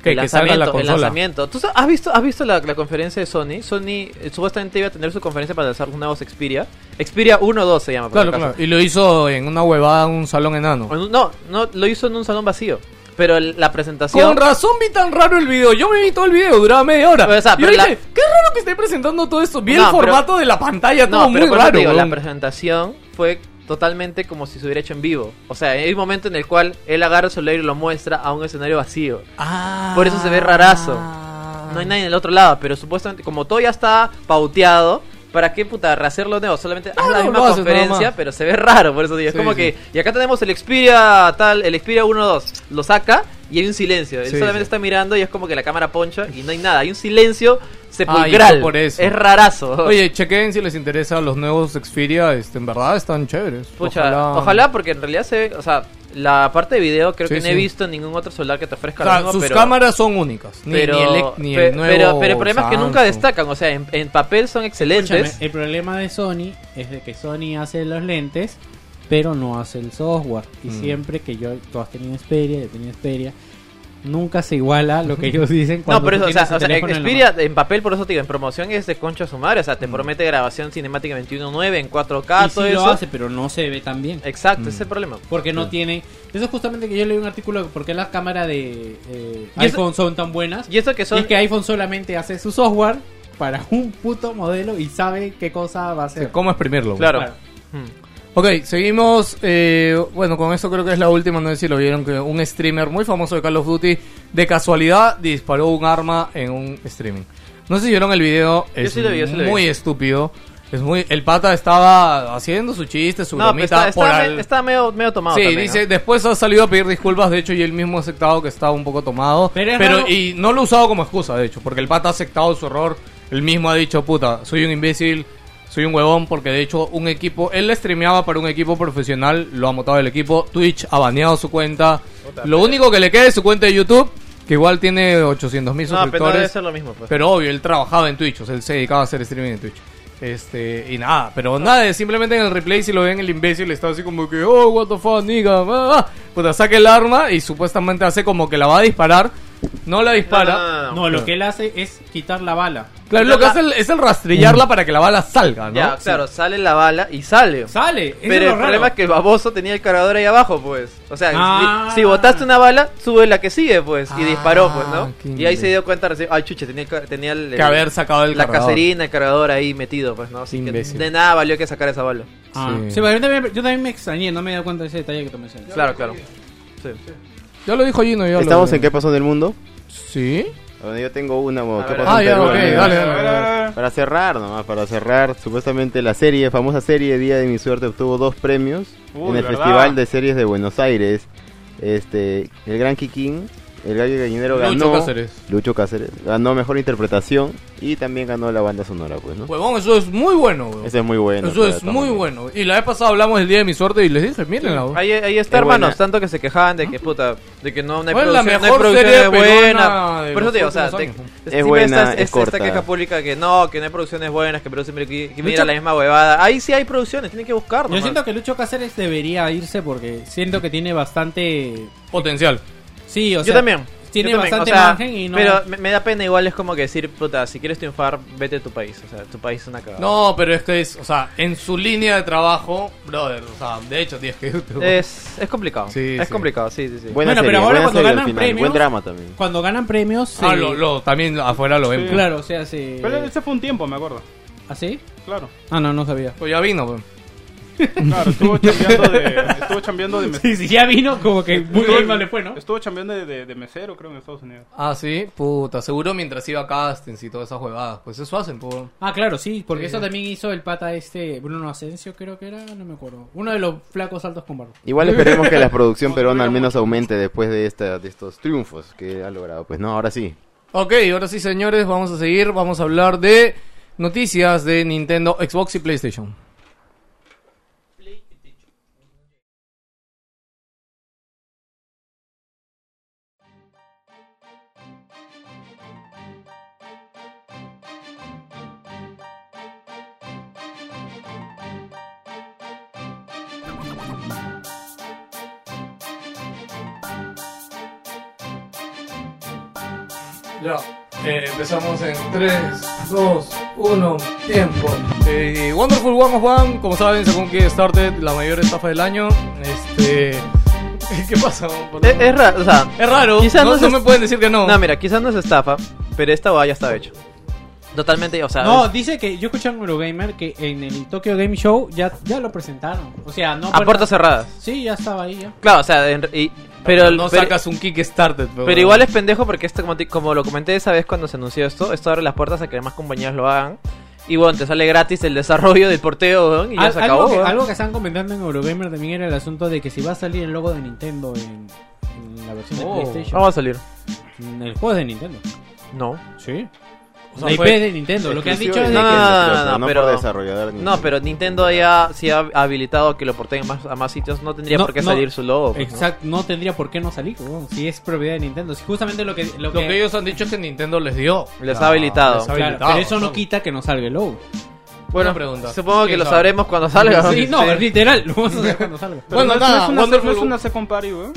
[SPEAKER 2] que,
[SPEAKER 3] el,
[SPEAKER 2] que salga la
[SPEAKER 3] lanzamiento, el
[SPEAKER 2] consola.
[SPEAKER 3] lanzamiento. ¿Tú sa- has visto, has visto la, la conferencia de Sony? Sony eh, supuestamente iba a tener su conferencia para lanzar los nuevos Xperia. Xperia 1 2 se llama. por
[SPEAKER 2] Claro,
[SPEAKER 3] si
[SPEAKER 2] claro.
[SPEAKER 3] acaso.
[SPEAKER 2] Y lo hizo en una huevada, un salón enano.
[SPEAKER 3] En un- No, no, lo hizo en un salón vacío. Pero el- la presentación...
[SPEAKER 2] Con razón vi tan raro el video. Yo me vi todo el video, duraba media hora.
[SPEAKER 3] Pero, o sea,
[SPEAKER 2] Yo
[SPEAKER 3] pero la-
[SPEAKER 2] dije, qué raro que esté presentando todo esto. Vi
[SPEAKER 3] No,
[SPEAKER 2] el
[SPEAKER 3] pero-
[SPEAKER 2] formato de la pantalla, todo
[SPEAKER 3] no, pero
[SPEAKER 2] muy
[SPEAKER 3] por eso te
[SPEAKER 2] raro.
[SPEAKER 3] digo, la
[SPEAKER 2] weón.
[SPEAKER 3] presentación fue totalmente como si se hubiera hecho en vivo. O sea, hay un momento en el cual él agarra su celular y lo muestra a un escenario vacío.
[SPEAKER 2] Ah.
[SPEAKER 3] Por eso se ve rarazo. No hay nadie en el otro lado, pero supuestamente, como todo ya está pauteado, ¿para qué puta rehacerlo nuevo? Solamente haz
[SPEAKER 2] No,
[SPEAKER 3] la
[SPEAKER 2] no,
[SPEAKER 3] misma
[SPEAKER 2] lo haces nada
[SPEAKER 3] conferencia,
[SPEAKER 2] más.
[SPEAKER 3] pero se ve raro, por eso digo.
[SPEAKER 2] Sí,
[SPEAKER 3] es como
[SPEAKER 2] sí.
[SPEAKER 3] que, y acá tenemos el Xperia tal, el Xperia 1-2, lo saca y hay un silencio. Él
[SPEAKER 2] Sí,
[SPEAKER 3] solamente
[SPEAKER 2] sí.
[SPEAKER 3] está mirando y es como que la cámara poncha y no hay nada, hay un silencio
[SPEAKER 2] Ah, y
[SPEAKER 3] sepulcral.
[SPEAKER 2] fue por eso.
[SPEAKER 3] Es rarazo.
[SPEAKER 2] Oye, chequen si les interesa los nuevos Xperia. Este, en verdad están chéveres.
[SPEAKER 3] Pucha, ojalá... porque en realidad se ve, o sea, la parte de video creo
[SPEAKER 2] Sí,
[SPEAKER 3] que no
[SPEAKER 2] sí.
[SPEAKER 3] he visto ningún otro celular que te ofrezca
[SPEAKER 2] O sea,
[SPEAKER 3] lo mismo,
[SPEAKER 2] sus
[SPEAKER 3] pero...
[SPEAKER 2] cámaras son únicas. Ni,
[SPEAKER 3] Pero,
[SPEAKER 2] ni el, ex- ni
[SPEAKER 3] pe-
[SPEAKER 2] el nuevo
[SPEAKER 3] pero, pero el problema es que nunca
[SPEAKER 2] Samsung.
[SPEAKER 3] destacan, o sea, en, en papel son
[SPEAKER 8] Escúchame,
[SPEAKER 3] excelentes.
[SPEAKER 8] el problema de Sony es de que Sony hace los lentes, pero no hace el software. Y
[SPEAKER 2] Mm.
[SPEAKER 8] siempre que yo, tú has tenido Xperia, yo he tenido Xperia, nunca se iguala lo que ellos dicen cuando
[SPEAKER 3] No, pero
[SPEAKER 8] tú
[SPEAKER 3] eso, o sea,
[SPEAKER 8] tienes el
[SPEAKER 3] o sea,
[SPEAKER 8] teléfono en la
[SPEAKER 3] Xperia en papel, por eso te digo, en promoción es de concha su madre, o sea, te promete grabación cinemática 21.9 en 4K,
[SPEAKER 8] mano. Y sí
[SPEAKER 3] todo
[SPEAKER 8] lo
[SPEAKER 3] eso. Mm.
[SPEAKER 8] hace, mm. pero no se ve tan bien.
[SPEAKER 3] Exacto, ese es el problema.
[SPEAKER 8] Porque no tiene... Eso es justamente que yo leí un artículo de por qué las cámaras de eh,
[SPEAKER 3] Y eso-
[SPEAKER 8] iPhone son tan buenas.
[SPEAKER 3] Y eso que
[SPEAKER 8] Y
[SPEAKER 3] son...
[SPEAKER 8] es que iPhone solamente hace su software para un puto modelo y sabe qué cosa va a
[SPEAKER 2] Sí,
[SPEAKER 8] hacer.
[SPEAKER 2] ¿Cómo exprimirlo?
[SPEAKER 3] Claro.
[SPEAKER 8] Claro.
[SPEAKER 3] Mm.
[SPEAKER 2] Ok, seguimos. eh, bueno, con esto creo que es la última. No sé si lo vieron. que Un streamer muy famoso de Call of Duty, de casualidad, disparó un arma en un streaming. No sé si vieron el video.
[SPEAKER 3] Yo
[SPEAKER 2] Es
[SPEAKER 3] sí lo vi, yo sí lo vi.
[SPEAKER 2] muy estúpido. Es muy, el pata estaba haciendo su chiste, su
[SPEAKER 3] No, pero
[SPEAKER 2] bromita.
[SPEAKER 3] está,
[SPEAKER 2] por
[SPEAKER 3] está,
[SPEAKER 2] al-
[SPEAKER 3] me- está medio, medio tomado.
[SPEAKER 2] sí,
[SPEAKER 3] también, ¿no?
[SPEAKER 2] dice, después ha salido a pedir disculpas, de hecho, y él mismo ha aceptado que estaba un poco tomado.
[SPEAKER 8] Pero es
[SPEAKER 2] Pero,
[SPEAKER 8] raro-
[SPEAKER 2] y no lo ha usado como excusa, de hecho, porque el pata ha aceptado su error. Él mismo ha dicho, puta, soy un imbécil, soy un huevón, porque de hecho, un equipo, él streameaba para un equipo profesional, lo ha montado el equipo. Twitch ha baneado su cuenta. lo único que le queda es su cuenta de YouTube. que igual tiene 800 mil
[SPEAKER 3] No, pero no debe
[SPEAKER 2] suscriptores.
[SPEAKER 3] ser lo mismo, pues.
[SPEAKER 2] Pero obvio, él trabajaba en Twitch, o sea, él se dedicaba a hacer streaming en Twitch. Este, y nada, pero nada, simplemente en el replay si lo ven el imbécil está así como que, oh, what the fuck, nigga, ah, ah", puta, saca el arma y supuestamente hace como que la va a disparar, no la dispara.
[SPEAKER 8] No, lo que él hace es quitar la bala.
[SPEAKER 2] Claro, lo que hace el- es el rastrillarla para que la bala salga, ¿no?
[SPEAKER 3] Ya, claro, sale la bala y sale.
[SPEAKER 8] Sale. Eso es
[SPEAKER 3] Pero
[SPEAKER 8] lo
[SPEAKER 3] el
[SPEAKER 8] raro.
[SPEAKER 3] problema es que el baboso tenía el cargador ahí abajo, pues. O sea,
[SPEAKER 8] Ah.
[SPEAKER 3] si, si botaste una bala, sube la que sigue, pues. Y
[SPEAKER 2] Ah,
[SPEAKER 3] disparó, pues, ¿no?
[SPEAKER 2] qué
[SPEAKER 3] Y ahí se
[SPEAKER 2] imbécil.
[SPEAKER 3] dio cuenta recién. Ay, chuche, tenía, el ca- tenía el,
[SPEAKER 2] Que haber sacado el
[SPEAKER 3] la
[SPEAKER 2] cargador.
[SPEAKER 3] caserina, el cargador ahí metido, pues, ¿no? Así que
[SPEAKER 2] Imbécil.
[SPEAKER 3] de nada valió que sacar esa bala.
[SPEAKER 8] Ah,
[SPEAKER 2] Sí.
[SPEAKER 8] sí, pero yo, también, yo también me extrañé, no me he dado cuenta de ese detalle que tú mencionas.
[SPEAKER 3] Claro, claro. Sí.
[SPEAKER 2] Ya lo dijo Gino, ya lo-
[SPEAKER 4] ¿Estamos en qué pasó del mundo?
[SPEAKER 2] Sí.
[SPEAKER 4] Bueno, yo tengo una. bueno,
[SPEAKER 3] A
[SPEAKER 4] ¿qué
[SPEAKER 3] ver,
[SPEAKER 4] pasó
[SPEAKER 2] Ah,
[SPEAKER 4] en
[SPEAKER 2] ya,
[SPEAKER 4] Perú,
[SPEAKER 2] ok,
[SPEAKER 4] amigo?
[SPEAKER 2] dale, dale. dale.
[SPEAKER 4] Para cerrar, nomás, para cerrar, supuestamente la serie, famosa serie Día de mi Suerte obtuvo dos premios
[SPEAKER 6] Uy,
[SPEAKER 4] en el
[SPEAKER 6] ¿verdad?
[SPEAKER 4] Festival de Series de Buenos Aires. Este, el Gran Kikín, el Gallo Gallinero
[SPEAKER 2] Lucho
[SPEAKER 4] ganó.
[SPEAKER 2] Cáceres.
[SPEAKER 4] Lucho Cáceres ganó mejor interpretación y también ganó la banda sonora, pues, ¿no?
[SPEAKER 2] Huevón, eso es muy bueno, huevón.
[SPEAKER 4] Eso es muy bueno.
[SPEAKER 2] Eso
[SPEAKER 4] pero
[SPEAKER 2] es
[SPEAKER 4] está
[SPEAKER 2] muy bueno. Y la vez pasada hablamos del día de mi suerte y les dije, mírenla. huevón.
[SPEAKER 3] Ahí, ahí está,
[SPEAKER 4] Es
[SPEAKER 3] hermanos.
[SPEAKER 4] buena.
[SPEAKER 3] Tanto que se quejaban de que, puta, de que no, no hay
[SPEAKER 2] Bueno, la
[SPEAKER 3] producción, no hay
[SPEAKER 2] mejor
[SPEAKER 3] producción
[SPEAKER 2] serie
[SPEAKER 3] es
[SPEAKER 2] peruana
[SPEAKER 3] buena.
[SPEAKER 2] de
[SPEAKER 3] Por eso
[SPEAKER 2] los
[SPEAKER 3] te digo, o sea, te-
[SPEAKER 2] últimos años.
[SPEAKER 3] siempre
[SPEAKER 4] Es buena,
[SPEAKER 3] esta-
[SPEAKER 4] es
[SPEAKER 3] esta-
[SPEAKER 4] corta.
[SPEAKER 3] Esta queja pública que no, que no hay producciones buenas, que Perú siempre que, que mira
[SPEAKER 2] Lucho-
[SPEAKER 3] la misma huevada. Ahí sí hay producciones, tienen que buscar,
[SPEAKER 5] Yo
[SPEAKER 3] nomás.
[SPEAKER 5] siento que Lucho Cáceres debería irse porque siento que tiene bastante.
[SPEAKER 2] Potencial.
[SPEAKER 5] Sí, o sea.
[SPEAKER 3] yo también.
[SPEAKER 5] Tiene
[SPEAKER 3] yo también,
[SPEAKER 5] bastante
[SPEAKER 3] o sea,
[SPEAKER 5] margen y no.
[SPEAKER 3] Pero me, me da pena igual, es como que decir, puta, si quieres triunfar, vete a tu país. O sea, tu país es una cagada.
[SPEAKER 2] No, pero es que es, o sea, en su línea de trabajo, brother, o sea, de hecho tienes que
[SPEAKER 3] Eh, Es, es complicado.
[SPEAKER 2] Sí,
[SPEAKER 3] es
[SPEAKER 2] sí.
[SPEAKER 3] complicado, sí, sí, sí.
[SPEAKER 4] Buena
[SPEAKER 5] Bueno, pero
[SPEAKER 4] serie,
[SPEAKER 5] ahora
[SPEAKER 4] buena
[SPEAKER 5] cuando
[SPEAKER 4] serie al
[SPEAKER 5] ganan
[SPEAKER 4] final,
[SPEAKER 5] premios-
[SPEAKER 4] Buen drama también.
[SPEAKER 5] Cuando ganan premios.
[SPEAKER 2] Ah,
[SPEAKER 5] se-
[SPEAKER 2] lo, lo, también afuera lo ven. pues.
[SPEAKER 6] Sí.
[SPEAKER 2] Claro.
[SPEAKER 5] Claro, o sea, se.
[SPEAKER 6] Pero ese fue un tiempo, me acuerdo.
[SPEAKER 5] ¿Así?
[SPEAKER 6] Claro,
[SPEAKER 5] Ah, no, no sabía.
[SPEAKER 2] Pues ya vino, pues.
[SPEAKER 6] claro, estuvo chambeando de. Estuvo chambeando de mesero.
[SPEAKER 5] Sí, sí, ya vino como que muy bien no le fue, ¿no?
[SPEAKER 6] Estuvo chambeando de, de- de mesero, creo, en Estados Unidos.
[SPEAKER 2] Ah, sí, puta, seguro mientras iba a castings y todas esas huevadas. Pues eso hacen, pues.
[SPEAKER 5] Ah, claro, sí, porque
[SPEAKER 2] Sí.
[SPEAKER 5] eso también hizo el pata este Bruno Asensio, creo que era, no me acuerdo. Uno de los flacos altos con barba.
[SPEAKER 4] Igual esperemos que la producción peruana al menos aumente después de, esta, de estos triunfos que ha logrado. Pues no, ahora sí.
[SPEAKER 2] Ok, ahora sí, señores, vamos a seguir. Vamos a hablar de noticias de Nintendo, Xbox y PlayStation. Ya, eh, empezamos en 3, 2, 1, tiempo. Eh, Wonderful One of One, como saben, según que started la mayor estafa del año. Este. ¿Qué pasa? Por-
[SPEAKER 3] Eh, Es, es raro, o sea,
[SPEAKER 2] Es raro,
[SPEAKER 3] Quizás
[SPEAKER 2] no,
[SPEAKER 3] no
[SPEAKER 2] no
[SPEAKER 3] se-
[SPEAKER 2] me pueden decir que no.
[SPEAKER 3] no, mira, quizás no es estafa, pero esta huevada ya está hecho. Totalmente, o sea,
[SPEAKER 5] No,
[SPEAKER 3] es-
[SPEAKER 5] dice que yo escuché a un Eurogamer que en el Tokyo Game Show ya, ya lo presentaron. O sea, no.
[SPEAKER 3] a puertas cerradas.
[SPEAKER 5] Sí, ya estaba ahí ya.
[SPEAKER 3] Claro, o sea, en- y- pero,
[SPEAKER 2] no
[SPEAKER 3] pero-
[SPEAKER 2] sacas un Kickstarter, pero,
[SPEAKER 3] Pero igual es pendejo porque esto, como, te- como lo comenté esa vez cuando se anunció esto, esto abre las puertas a que demás compañías lo hagan. Y bueno, te sale gratis el desarrollo del porteo, weón, y ya
[SPEAKER 5] Al-
[SPEAKER 3] se acabó.
[SPEAKER 5] algo, que,
[SPEAKER 3] weón.
[SPEAKER 5] algo que estaban comentando en Eurogamer también era el asunto de que si va a salir el logo de Nintendo en, en la versión
[SPEAKER 2] Oh.
[SPEAKER 5] de
[SPEAKER 3] No
[SPEAKER 5] PlayStation.
[SPEAKER 3] va a salir.
[SPEAKER 5] En el juego es de Nintendo.
[SPEAKER 3] No.
[SPEAKER 5] Sí.
[SPEAKER 2] O sea,
[SPEAKER 5] la IP
[SPEAKER 2] fue-
[SPEAKER 5] es de Nintendo. Lo que han
[SPEAKER 4] Exclusivo
[SPEAKER 5] dicho es
[SPEAKER 4] de
[SPEAKER 5] de
[SPEAKER 3] No,
[SPEAKER 5] que-
[SPEAKER 3] no,
[SPEAKER 4] Nintendo,
[SPEAKER 3] no, no,
[SPEAKER 4] creo,
[SPEAKER 3] no,
[SPEAKER 4] no
[SPEAKER 3] pero-
[SPEAKER 4] por desarrollador ni-
[SPEAKER 3] No, pero Nintendo ya si ha habilitado que lo porten más, a más sitios, no tendría
[SPEAKER 5] No,
[SPEAKER 3] por qué
[SPEAKER 5] no.
[SPEAKER 3] salir su logo. pues, ¿no?
[SPEAKER 5] Exacto, no tendría por qué no salir, weón, si es propiedad de Nintendo. Si justamente lo que, lo
[SPEAKER 2] Lo
[SPEAKER 5] que-
[SPEAKER 2] que ellos han dicho es que Nintendo les dio.
[SPEAKER 3] Les ha habilitado.
[SPEAKER 2] les ha
[SPEAKER 5] Claro,
[SPEAKER 2] habilitado,
[SPEAKER 5] pero eso no
[SPEAKER 2] ¿no?
[SPEAKER 5] quita que no salga el logo.
[SPEAKER 2] Una pregunta.
[SPEAKER 3] Supongo que
[SPEAKER 2] ¿Quién
[SPEAKER 3] lo
[SPEAKER 2] sabe?
[SPEAKER 3] sabremos cuando salga.
[SPEAKER 5] Sí,
[SPEAKER 3] weón.
[SPEAKER 5] no,
[SPEAKER 3] Sí.
[SPEAKER 5] literal, lo vamos a hacer cuando salga.
[SPEAKER 6] Pero
[SPEAKER 2] Bueno,
[SPEAKER 6] no,
[SPEAKER 2] nada,
[SPEAKER 6] no es una,
[SPEAKER 2] Wonderful-
[SPEAKER 6] no es una second party, weón.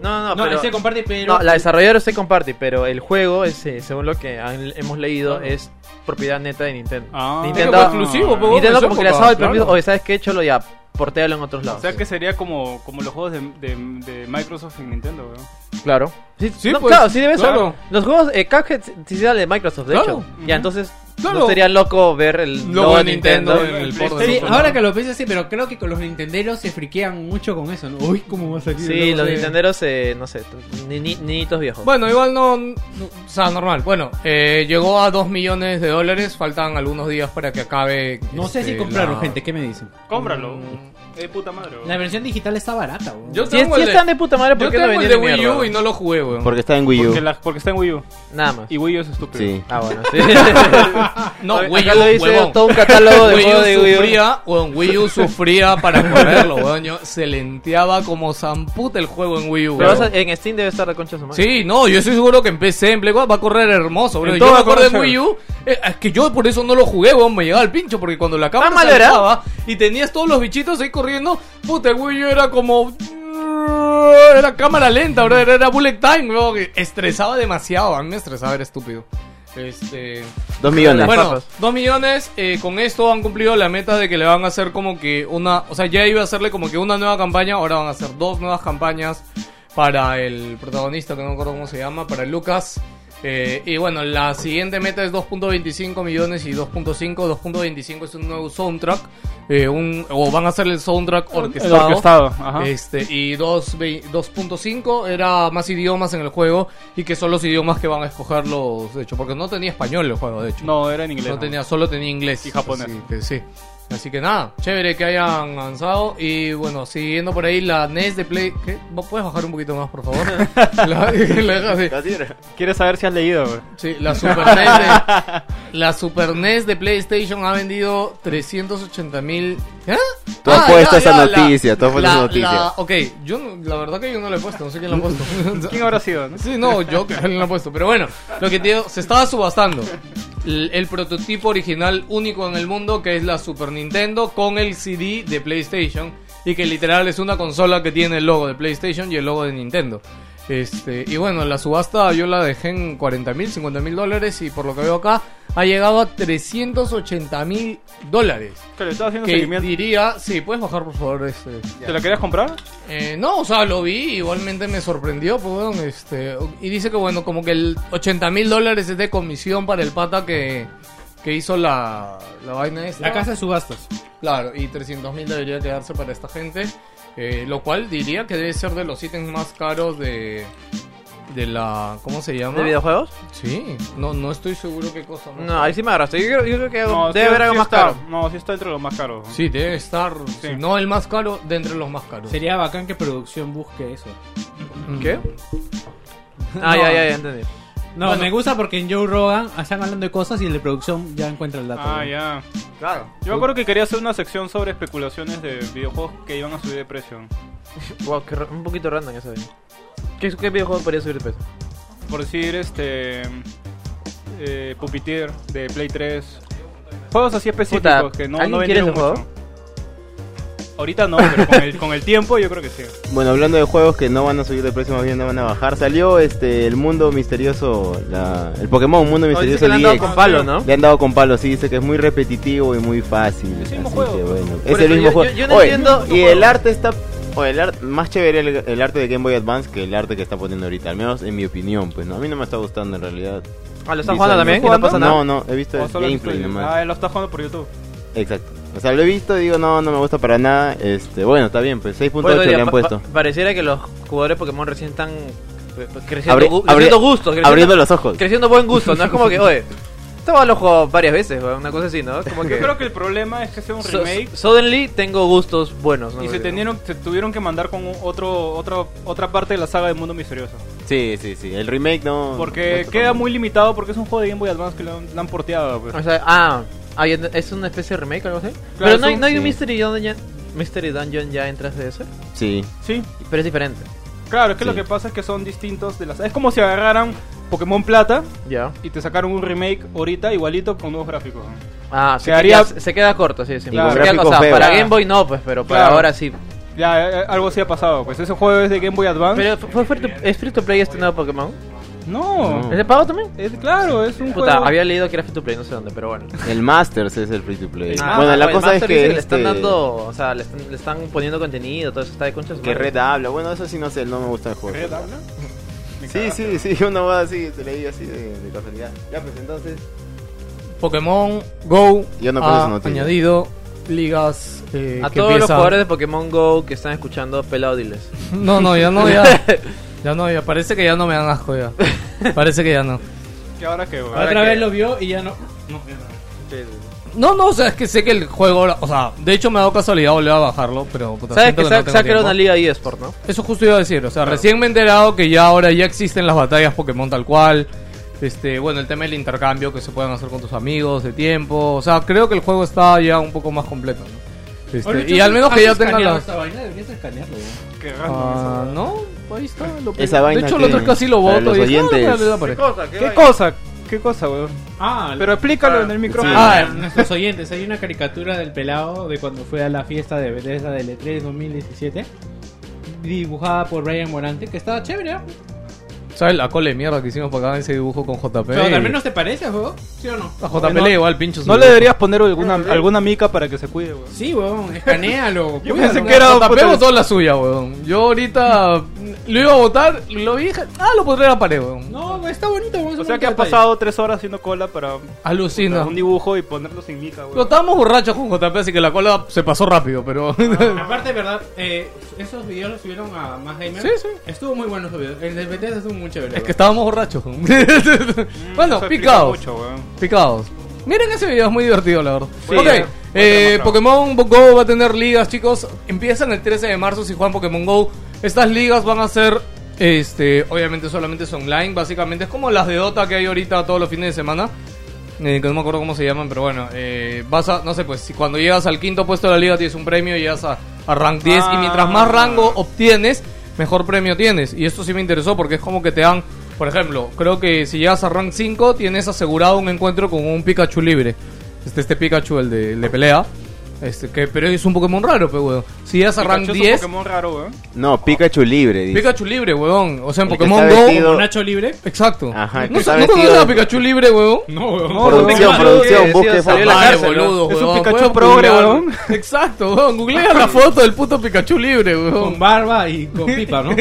[SPEAKER 3] No, no,
[SPEAKER 5] No,
[SPEAKER 3] pero-
[SPEAKER 5] él se comparte, pero.
[SPEAKER 3] no, la desarrolladora se comparte, pero el juego, es, eh, según lo que han- hemos leído, es propiedad neta de Nintendo.
[SPEAKER 6] Ah.
[SPEAKER 3] Nintendo,
[SPEAKER 2] Es que fue exclusivo, pues, po.
[SPEAKER 3] Nintendo
[SPEAKER 2] Eso,
[SPEAKER 3] como que
[SPEAKER 2] po,
[SPEAKER 3] le ha dado el
[SPEAKER 2] claro.
[SPEAKER 3] permiso, oye, ¿sabes qué? Cholo ya, portéalo en otros lados.
[SPEAKER 6] O sea que sería como, como los juegos de, de- de Microsoft y Nintendo, weón.
[SPEAKER 3] Claro. Sí,
[SPEAKER 2] Sí,
[SPEAKER 3] no,
[SPEAKER 2] pues,
[SPEAKER 3] claro, sí debe ser.
[SPEAKER 2] claro.
[SPEAKER 3] Los juegos eh, Cuphead sí- sí eran de Microsoft, de
[SPEAKER 2] Claro.
[SPEAKER 3] hecho. Ya, entonces
[SPEAKER 2] Claro.
[SPEAKER 3] no sería loco ver el
[SPEAKER 2] Logo de Nintendo, en el borde
[SPEAKER 5] Sí,
[SPEAKER 6] el
[SPEAKER 2] del
[SPEAKER 6] PlayStation.
[SPEAKER 2] botón.
[SPEAKER 5] ahora que lo pienso así, pero creo que con los nintenderos se friquean mucho con eso, ¿no? Uy, cómo va a salir. el
[SPEAKER 3] Sí,
[SPEAKER 5] logo
[SPEAKER 3] los
[SPEAKER 5] de-
[SPEAKER 3] Nintenderos, eh, no sé, t- ni, ni- niñitos viejos.
[SPEAKER 2] Bueno, igual no, no- O sea, normal. Bueno, eh, llegó a 2 millones de dólares. Faltan algunos días para que acabe.
[SPEAKER 5] No sé
[SPEAKER 2] este,
[SPEAKER 5] si comprarlo,
[SPEAKER 2] la-
[SPEAKER 5] gente, ¿qué me dicen?
[SPEAKER 6] Cómpralo. Eh, puta madre, weón.
[SPEAKER 5] La versión digital está barata, weón.
[SPEAKER 2] Yo
[SPEAKER 3] si, es-
[SPEAKER 2] tengo
[SPEAKER 3] si
[SPEAKER 2] el de,
[SPEAKER 3] están de puta madre, ¿por
[SPEAKER 2] yo
[SPEAKER 3] qué no
[SPEAKER 2] tengo el de
[SPEAKER 3] vendieron
[SPEAKER 2] Wii
[SPEAKER 3] mierda?
[SPEAKER 2] U y no lo jugué, weón.
[SPEAKER 4] Porque está en Wii U.
[SPEAKER 6] Porque, la- porque está en Wii U.
[SPEAKER 3] Nada más.
[SPEAKER 6] Y Wii U es estúpido.
[SPEAKER 4] Sí.
[SPEAKER 3] Ah, bueno, sí.
[SPEAKER 2] No,
[SPEAKER 3] Acá
[SPEAKER 2] Wii
[SPEAKER 3] lo
[SPEAKER 2] U,
[SPEAKER 3] dice
[SPEAKER 2] huevón.
[SPEAKER 3] todo un catálogo de
[SPEAKER 2] Wii U
[SPEAKER 3] juegos de Wii U.
[SPEAKER 2] sufría, weón, Wii U sufría para correrlo, weón. Yo- se lenteaba como zamputa el juego en Wii U.
[SPEAKER 3] Pero
[SPEAKER 2] weón.
[SPEAKER 3] vas a- en Steam debe estar la concha de su madre.
[SPEAKER 2] Sí, no, yo estoy seguro que en PC, en Play 4 va a correr hermoso, bro.
[SPEAKER 6] En
[SPEAKER 2] Yo me
[SPEAKER 6] todo va a
[SPEAKER 2] acuerdo en
[SPEAKER 6] correr
[SPEAKER 2] Wii U, eh, es que yo por eso no lo jugué, weón, me llegaba al pincho, porque cuando la
[SPEAKER 6] Ah,
[SPEAKER 2] cámara
[SPEAKER 3] malo era.
[SPEAKER 2] saltaba y tenías todos los bichitos ahí corriendo, puta, el Wii U era como... Era cámara lenta, bro, era bullet time, weón, que estresaba demasiado, a mí me estresaba, era estúpido. Este...
[SPEAKER 4] Dos millones.
[SPEAKER 2] Bueno,
[SPEAKER 3] papas.
[SPEAKER 2] dos millones, eh, con esto han cumplido la meta de que le van a hacer como que una, o sea, ya iba a hacerle como que una nueva campaña, ahora van a hacer dos nuevas campañas para el protagonista, que no me acuerdo cómo se llama, para Lucas. Eh, y bueno, la siguiente meta es 2.25 millones y 2.5. 2.25 es un nuevo soundtrack, eh, un, o van a hacer el soundtrack
[SPEAKER 6] El orquestado, ajá.
[SPEAKER 2] este, y dos vei- 2.5 era más idiomas en el juego y que son los idiomas que van a escoger los, de hecho, porque no tenía español el juego, de hecho.
[SPEAKER 6] No, era en inglés.
[SPEAKER 2] No
[SPEAKER 6] ¿no?
[SPEAKER 2] tenía, solo tenía inglés.
[SPEAKER 6] Y japonés.
[SPEAKER 2] Así que sí. Así que nada, chévere que hayan avanzado. Y bueno, siguiendo por ahí la NES de Play. ¿Qué? ¿Vos ¿Puedes bajar un poquito más, por favor? la, la dejo así.
[SPEAKER 4] Casi era.
[SPEAKER 6] Quieres saber si has leído, bro.
[SPEAKER 2] Sí, la Super NES de, la Super NES de PlayStation ha vendido 380 mil. ¿Eh?
[SPEAKER 4] Tú has puesto esa noticia, tú has puesto
[SPEAKER 2] la-
[SPEAKER 4] esa noticia.
[SPEAKER 2] la- ok, yo no- la verdad que yo no la he puesto, no sé quién la ha puesto.
[SPEAKER 6] ¿Quién habrá sido? no?
[SPEAKER 2] Sí, no, yo que alguien lo ha puesto. Pero bueno, lo que te digo, se estaba subastando el, el prototipo original único en el mundo, que es la Super Nintendo, con el CD de PlayStation. Y que literal es una consola que tiene el logo de PlayStation y el logo de Nintendo. Este, y bueno, la subasta yo la dejé en 40 mil, 50 mil dólares. Y por lo que veo acá, ha llegado a 380 mil dólares.
[SPEAKER 6] Que le estaba haciendo
[SPEAKER 2] Que
[SPEAKER 6] seguimiento.
[SPEAKER 2] diría, sí, puedes bajar por favor este.
[SPEAKER 6] ¿Te la querías comprar?
[SPEAKER 2] Eh, no, o sea, lo vi, igualmente me sorprendió, pues, weón, este, y dice que bueno, como que el 80 mil dólares es de comisión para el pata que, que hizo la, la vaina esta.
[SPEAKER 5] La casa de subastas.
[SPEAKER 2] Claro, y 300 mil debería quedarse para esta gente, eh, lo cual diría que debe ser de los ítems más caros de, de la, ¿cómo se llama?
[SPEAKER 3] ¿De videojuegos?
[SPEAKER 2] Sí, no, no estoy seguro qué cosa.
[SPEAKER 3] No, ahí sí me agarraste. Yo creo, yo creo que
[SPEAKER 6] No,
[SPEAKER 3] debe
[SPEAKER 6] sí-
[SPEAKER 3] haber algo
[SPEAKER 6] sí
[SPEAKER 3] más
[SPEAKER 6] está.
[SPEAKER 3] caro.
[SPEAKER 6] No, sí está entre los más caros.
[SPEAKER 2] Sí, debe estar, si no el más caro, de entre los más caros.
[SPEAKER 5] Sería bacán que producción busque eso.
[SPEAKER 2] ¿Qué?
[SPEAKER 3] Ah, ya, ya, ya, entendí.
[SPEAKER 5] No, me gusta porque en Joe Rogan están hablando de cosas y el de producción ya encuentra el dato.
[SPEAKER 6] Ah,
[SPEAKER 5] ¿no?
[SPEAKER 6] ya.
[SPEAKER 3] Claro.
[SPEAKER 6] Yo me acuerdo que quería hacer una sección sobre especulaciones de videojuegos que iban a subir de precio.
[SPEAKER 3] Wow, qué ra- un poquito random esa vaina. ¿Qué, ¿Qué videojuego podría subir de peso?
[SPEAKER 6] Por decir, este. Eh, Puppeteer de Play 3. Juegos así específicos
[SPEAKER 3] Puta,
[SPEAKER 6] que no,
[SPEAKER 3] ¿alguien
[SPEAKER 6] no
[SPEAKER 3] quiere
[SPEAKER 6] vendieron
[SPEAKER 3] ese juego?
[SPEAKER 6] mucho. Ahorita no, pero con el, con el tiempo yo creo que sí.
[SPEAKER 4] Bueno, hablando de juegos que no van a subir de precio, más bien no van a bajar. Salió este el mundo misterioso, la- el Pokémon
[SPEAKER 3] No,
[SPEAKER 4] Mundo
[SPEAKER 3] dice
[SPEAKER 4] misterioso
[SPEAKER 3] que le han dado
[SPEAKER 4] DX.
[SPEAKER 3] con palo, ¿no?
[SPEAKER 4] Le han dado con palo, sí, dice que es muy repetitivo y muy fácil.
[SPEAKER 6] Es el mismo
[SPEAKER 4] así
[SPEAKER 6] juego.
[SPEAKER 4] que bueno,
[SPEAKER 3] Por
[SPEAKER 4] es el
[SPEAKER 3] eso
[SPEAKER 4] mismo
[SPEAKER 3] yo-
[SPEAKER 4] juego.
[SPEAKER 3] yo- yo no
[SPEAKER 4] Oye,
[SPEAKER 3] entiendo-
[SPEAKER 4] Y el arte está. Oye, el arte. Más chévere el, el arte de Game Boy Advance que el arte que está poniendo ahorita. Al menos en mi opinión, pues no. A mí no me está gustando en realidad.
[SPEAKER 3] Ah, ¿lo están
[SPEAKER 4] Visualmente.
[SPEAKER 3] jugando también? ¿Y no pasa nada?
[SPEAKER 4] No, no, he visto
[SPEAKER 6] O
[SPEAKER 4] el
[SPEAKER 6] solo el
[SPEAKER 4] gameplay
[SPEAKER 6] tuyo.
[SPEAKER 4] nomás.
[SPEAKER 6] Ah, él lo está jugando por YouTube.
[SPEAKER 4] Exacto. O sea, lo he visto y digo, no, no me gusta para nada. Este, bueno, está bien, pues 6.8
[SPEAKER 3] Bueno,
[SPEAKER 4] le
[SPEAKER 3] ya,
[SPEAKER 4] han
[SPEAKER 3] pa-
[SPEAKER 4] puesto.
[SPEAKER 3] pa- pareciera que los jugadores de Pokémon recién están eh, creciendo,
[SPEAKER 4] Abri-
[SPEAKER 3] gu-
[SPEAKER 4] abri-
[SPEAKER 3] creciendo gusto, creciendo,
[SPEAKER 4] Abriendo los ojos.
[SPEAKER 3] creciendo buen gusto. No es como que, oye, estaba lo jugado varias veces, weón, una cosa así, ¿no? Es como que.
[SPEAKER 6] Yo creo que el problema es que sea un
[SPEAKER 3] so-
[SPEAKER 6] remake.
[SPEAKER 3] suddenly tengo gustos buenos, ¿no?
[SPEAKER 6] y se,
[SPEAKER 3] Porque-
[SPEAKER 6] tenieron, se tuvieron que mandar con un- otro, otro, otra parte de la saga del mundo misterioso.
[SPEAKER 4] Sí, sí, sí. El remake
[SPEAKER 3] Ah,
[SPEAKER 4] no. no
[SPEAKER 6] Porque
[SPEAKER 4] está
[SPEAKER 6] queda
[SPEAKER 4] tan
[SPEAKER 6] muy
[SPEAKER 4] bueno.
[SPEAKER 6] limitado porque es un juego de Game Boy Advance que lo han, lo han porteado. pues.
[SPEAKER 3] O sea, ah, ah, ya ent- es una especie de remake o algo así. Pero
[SPEAKER 6] es
[SPEAKER 3] no hay,
[SPEAKER 6] un-
[SPEAKER 3] no hay un
[SPEAKER 4] sí.
[SPEAKER 3] Mystery Dungeon, Mystery Dungeon ya entras de eso.
[SPEAKER 4] Sí.
[SPEAKER 6] Sí,
[SPEAKER 3] Pero es diferente.
[SPEAKER 6] claro, es que lo
[SPEAKER 4] Sí.
[SPEAKER 6] que pasa es que son distintos de las. Es como si agarraran Pokémon Plata
[SPEAKER 3] Ya.
[SPEAKER 6] y te sacaron un remake ahorita igualito con nuevos gráficos.
[SPEAKER 3] Ah, se,
[SPEAKER 6] Quedaría-
[SPEAKER 3] queda, se queda corto, sí, sí.
[SPEAKER 4] Y con
[SPEAKER 3] Se queda-
[SPEAKER 4] gráfico
[SPEAKER 3] o sea,
[SPEAKER 4] feo.
[SPEAKER 3] para
[SPEAKER 6] Ah.
[SPEAKER 3] Game Boy no, pues, pero para
[SPEAKER 6] Claro.
[SPEAKER 3] ahora sí.
[SPEAKER 6] Ya, eh, eh, algo así ha pasado. Pues ese juego es de Game Boy Advance.
[SPEAKER 3] Pero fue free to, ¿es free to play este nuevo Pokémon?
[SPEAKER 6] No,
[SPEAKER 4] No.
[SPEAKER 3] ¿Es de pago también?
[SPEAKER 6] Es, claro, es un
[SPEAKER 3] Puta,
[SPEAKER 6] juego.
[SPEAKER 3] había leído que era free to play, no sé dónde, pero bueno.
[SPEAKER 4] El Masters es el free to play.
[SPEAKER 3] Ah,
[SPEAKER 4] bueno, la
[SPEAKER 3] el
[SPEAKER 4] cosa es
[SPEAKER 3] Master
[SPEAKER 4] que.
[SPEAKER 3] dice le están
[SPEAKER 4] este,
[SPEAKER 3] dando, o sea, le están, le están poniendo contenido, todo eso está de concha. de su
[SPEAKER 4] Que
[SPEAKER 3] madre.
[SPEAKER 4] Red habla. Bueno, eso sí no sé, no me gusta el juego.
[SPEAKER 6] ¿Red habla?
[SPEAKER 4] Sí, sí, sí. Uno va así, te leí así de, de casualidad. Ya, pues entonces.
[SPEAKER 2] Pokémon Go
[SPEAKER 4] Yo no puse esa
[SPEAKER 2] ha
[SPEAKER 4] noticia.
[SPEAKER 2] añadido ligas eh,
[SPEAKER 3] A
[SPEAKER 2] que
[SPEAKER 3] todos los
[SPEAKER 2] empiezan-
[SPEAKER 3] jugadores de Pokémon Go que están escuchando, pelado diles.
[SPEAKER 2] No, no, ya no, ya. Ya no, ya. Parece que ya no me dan asco ya. Parece que ya no.
[SPEAKER 6] Que ahora que.
[SPEAKER 3] Ahora
[SPEAKER 5] Otra
[SPEAKER 3] que-
[SPEAKER 5] vez lo vio y ya no.
[SPEAKER 2] No, no, o sea, es que sé que el juego ahora- O sea, de hecho me ha dado casualidad volver a bajarlo, pero puta,
[SPEAKER 3] Sabes
[SPEAKER 2] siento
[SPEAKER 3] que,
[SPEAKER 2] no
[SPEAKER 3] sa-
[SPEAKER 2] tengo
[SPEAKER 3] sacaron
[SPEAKER 2] tiempo.
[SPEAKER 3] una liga eSport, ¿no?
[SPEAKER 2] Eso justo iba a decir, o sea, recién me he enterado que ya ahora ya existen las batallas Pokémon tal cual. Este, bueno, el tema del intercambio que se pueden hacer con tus amigos de tiempo. O sea, creo que el juego está ya un poco más completo. ¿no? Este,
[SPEAKER 5] Ahorita
[SPEAKER 2] y al menos
[SPEAKER 5] has
[SPEAKER 2] que ya tengan
[SPEAKER 5] escaneado
[SPEAKER 2] las.
[SPEAKER 5] esta vaina, deberías escanearlo, ya.
[SPEAKER 6] Qué
[SPEAKER 2] Ah, no, ahí está. Lo
[SPEAKER 4] Esa
[SPEAKER 2] de
[SPEAKER 4] vaina
[SPEAKER 2] hecho, el
[SPEAKER 4] que-
[SPEAKER 2] otro es casi lo
[SPEAKER 4] para
[SPEAKER 2] voto.
[SPEAKER 4] los
[SPEAKER 2] y dije, ah,
[SPEAKER 4] oyentes.
[SPEAKER 2] no, no, no, no, no, no.
[SPEAKER 6] ¿Qué, cosa? ¿Qué cosa, weón?
[SPEAKER 5] Ah,
[SPEAKER 6] Pero explícalo en el micrófono.
[SPEAKER 2] Ah,
[SPEAKER 5] Para nuestros oyentes, hay una caricatura del pelado de cuando fue a la fiesta de Bethesda del E E3 2017, dibujada por Brian Morante, que estaba chévere. ¿eh?
[SPEAKER 2] ¿Sabes la cole de mierda que hicimos para acá en ese dibujo con JP?
[SPEAKER 5] Pero
[SPEAKER 2] Y
[SPEAKER 5] al menos te parece, juego, ¿sí o no?
[SPEAKER 2] A JP
[SPEAKER 6] No-
[SPEAKER 2] le llegó al pincho. su
[SPEAKER 6] No le
[SPEAKER 2] dibujo.
[SPEAKER 6] deberías poner alguna, alguna mica para que se cuide, weón.
[SPEAKER 5] Sí, weón, escanealo.
[SPEAKER 6] Yo
[SPEAKER 5] cuídalo.
[SPEAKER 6] pensé que era-
[SPEAKER 2] JP votó la suya, weón. Yo ahorita lo iba a votar, lo vi, dije, ah, lo pondré en la pared, weón.
[SPEAKER 5] No, está bonito, weón. es
[SPEAKER 6] O
[SPEAKER 5] un
[SPEAKER 6] sea que has
[SPEAKER 5] bonito
[SPEAKER 6] pasado tres horas haciendo cola para
[SPEAKER 2] Alucina.
[SPEAKER 6] un dibujo y ponerlo sin mica,
[SPEAKER 2] Pero
[SPEAKER 6] weón. Mm,
[SPEAKER 2] estábamos borrachos con JP, así que la cola se pasó rápido, pero...
[SPEAKER 5] detalle. Aparte, de verdad, eh, esos videos los subieron a más gamer.
[SPEAKER 2] Sí, sí.
[SPEAKER 5] Estuvo muy bueno esos videos. El de Bethesda estuvo muy chévere.
[SPEAKER 2] es que
[SPEAKER 5] weón.
[SPEAKER 2] estábamos borrachos. weón. bueno,
[SPEAKER 6] Eso explica
[SPEAKER 2] picados.
[SPEAKER 6] mucho, weón.
[SPEAKER 2] Picados. Miren ese video, es muy divertido, la verdad.
[SPEAKER 6] Sí,
[SPEAKER 2] ok,
[SPEAKER 6] eh, va a
[SPEAKER 2] eh,
[SPEAKER 6] ser más
[SPEAKER 2] Pokémon Go va a tener ligas, chicos. Empiezan el 13 de marzo si juegan Pokémon Go. Estas ligas van a ser, este, obviamente solamente es online, básicamente. Es como las de Dota que hay ahorita todos los fines de semana. Eh, que no me acuerdo cómo se llaman, pero bueno. eh, vas a, no sé, pues si cuando llegas al quinto puesto de la liga tienes un premio y llegas a, a rank 10. Y mientras más rango obtienes, mejor premio tienes. Y esto sí me interesó porque es como que te dan, por ejemplo, creo que si llegas a rank 5 tienes asegurado un encuentro con un Pikachu libre. Este, este Pikachu, el de, el de pelea. Este, que, pero es un Pokémon raro, pero weón. Si llegas a rank
[SPEAKER 6] Pikachu es un
[SPEAKER 2] 10,
[SPEAKER 6] Pokémon raro, weón.
[SPEAKER 4] No, Pikachu libre. dice.
[SPEAKER 2] Pikachu libre, weón. O sea, en
[SPEAKER 4] El que
[SPEAKER 2] Pokémon
[SPEAKER 4] está
[SPEAKER 2] Go.
[SPEAKER 4] vestido-
[SPEAKER 5] ¿Como Nacho Libre?
[SPEAKER 2] Exacto.
[SPEAKER 6] Ah,
[SPEAKER 4] Ajá, el que
[SPEAKER 2] ¿No,
[SPEAKER 4] está
[SPEAKER 2] sa- ¿no conoces
[SPEAKER 4] vestido-
[SPEAKER 2] a Pikachu libre, weón?
[SPEAKER 5] No, weón.
[SPEAKER 6] No, weón.
[SPEAKER 4] Producción, producción, busque
[SPEAKER 3] salió de la
[SPEAKER 4] fama.
[SPEAKER 2] Ay,
[SPEAKER 3] cárcel, ¿no?
[SPEAKER 2] boludo,
[SPEAKER 6] Es un
[SPEAKER 2] huevón.
[SPEAKER 6] Pikachu
[SPEAKER 2] Pueden
[SPEAKER 6] progre,
[SPEAKER 2] googlear.
[SPEAKER 6] huevón.
[SPEAKER 2] Exacto, huevón. Googlea la foto del puto Pikachu libre,
[SPEAKER 5] Con
[SPEAKER 2] huevón.
[SPEAKER 5] barba y con pipa, ¿no?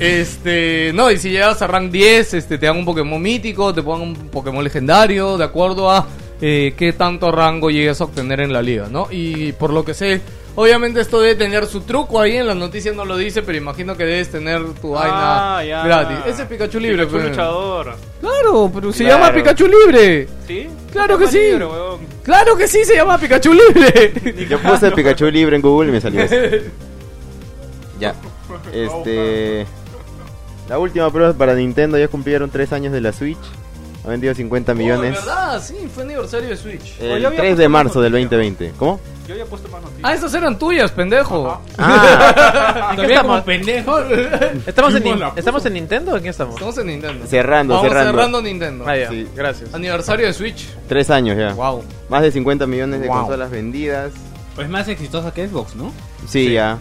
[SPEAKER 2] Este, no, y si llegas a rank 10, este, te dan un Pokémon mítico, te pongan un Pokémon legendario, de acuerdo a eh, qué tanto rango llegues a obtener en la liga, ¿no? Y por lo que sé, obviamente esto debe tener su truco ahí, en las noticias no lo dice, pero imagino que debes tener tu vaina
[SPEAKER 6] Ah, ya.
[SPEAKER 2] gratis. Ese es Pikachu libre,
[SPEAKER 6] Pikachu
[SPEAKER 2] pe.
[SPEAKER 6] luchador.
[SPEAKER 2] Claro, pero se
[SPEAKER 4] Claro.
[SPEAKER 2] llama Pikachu libre.
[SPEAKER 6] ¿Sí?
[SPEAKER 2] Claro
[SPEAKER 6] Está
[SPEAKER 2] que sí.
[SPEAKER 6] libre, weón.
[SPEAKER 2] Claro que sí, se llama Pikachu libre.
[SPEAKER 4] Yo puse Pikachu libre en Google y me salió eso. Ya. Este. La última prueba para Nintendo. Ya cumplieron 3 años de la Switch. Ha vendido 50 millones. Eh.
[SPEAKER 2] Oh, ¿Verdad? Sí, fue aniversario de Switch.
[SPEAKER 6] Oh, yo
[SPEAKER 4] El 3
[SPEAKER 6] había
[SPEAKER 4] de
[SPEAKER 6] puesto
[SPEAKER 4] marzo del
[SPEAKER 6] una
[SPEAKER 4] 2020. ¿Cómo?
[SPEAKER 6] Yo había puesto más noticias.
[SPEAKER 2] Ah, esas eran tuyas, pendejo.
[SPEAKER 4] Ah,
[SPEAKER 5] Todavía como pendejo.
[SPEAKER 3] ¿Estamos en,
[SPEAKER 5] Timon
[SPEAKER 3] Nin-
[SPEAKER 5] la puso.
[SPEAKER 3] ¿Estamos en Nintendo o en qué estamos?
[SPEAKER 2] Estamos en Nintendo.
[SPEAKER 4] Cerrando,
[SPEAKER 2] Vamos
[SPEAKER 4] cerrando.
[SPEAKER 2] Nintendo.
[SPEAKER 3] Ah, ya,
[SPEAKER 4] Sí.
[SPEAKER 3] gracias.
[SPEAKER 2] Aniversario de Switch.
[SPEAKER 4] 3 años ya.
[SPEAKER 2] Wow.
[SPEAKER 4] Más de 50 millones de
[SPEAKER 2] Wow.
[SPEAKER 4] consolas vendidas.
[SPEAKER 5] Es más exitosa que Xbox, ¿no?
[SPEAKER 4] Sí, ya.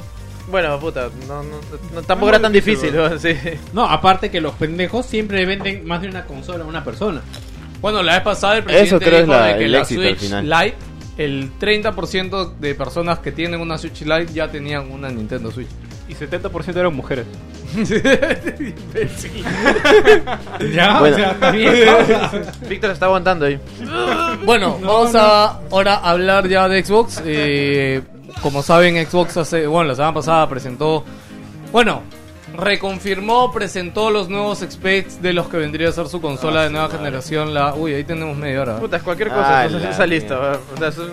[SPEAKER 3] Bueno, puta, no, no, no- tampoco era tan difícil, weón, sí.
[SPEAKER 5] No, aparte que los pendejos siempre venden más de una consola a una persona.
[SPEAKER 2] Bueno, la vez pasada el presidente
[SPEAKER 4] Eso creo es
[SPEAKER 2] dijo
[SPEAKER 4] la-
[SPEAKER 2] de que
[SPEAKER 4] el
[SPEAKER 2] la
[SPEAKER 4] éxito al
[SPEAKER 2] Switch
[SPEAKER 4] final.
[SPEAKER 2] Lite, el 30% de personas que tienen una Switch Lite ya tenían una Nintendo Switch.
[SPEAKER 6] Y 70% eran mujeres.
[SPEAKER 2] Imbécil.
[SPEAKER 5] Ya,
[SPEAKER 4] Bueno.
[SPEAKER 5] o sea, está bien. ¿no?
[SPEAKER 3] Víctor está aguantando ahí.
[SPEAKER 2] Bueno, vamos a ahora hablar ya de Xbox. Eh, como saben, Xbox hace, bueno, la semana pasada presentó, bueno, reconfirmó, presentó los nuevos specs de los que vendría a ser su consola de nueva generación. La, uy, ahí tenemos media hora.
[SPEAKER 3] Ah, Puta, es cualquier cosa,
[SPEAKER 4] Ah,
[SPEAKER 3] entonces
[SPEAKER 4] la
[SPEAKER 3] está listo.
[SPEAKER 4] mierda.
[SPEAKER 3] weón. O sea, es un-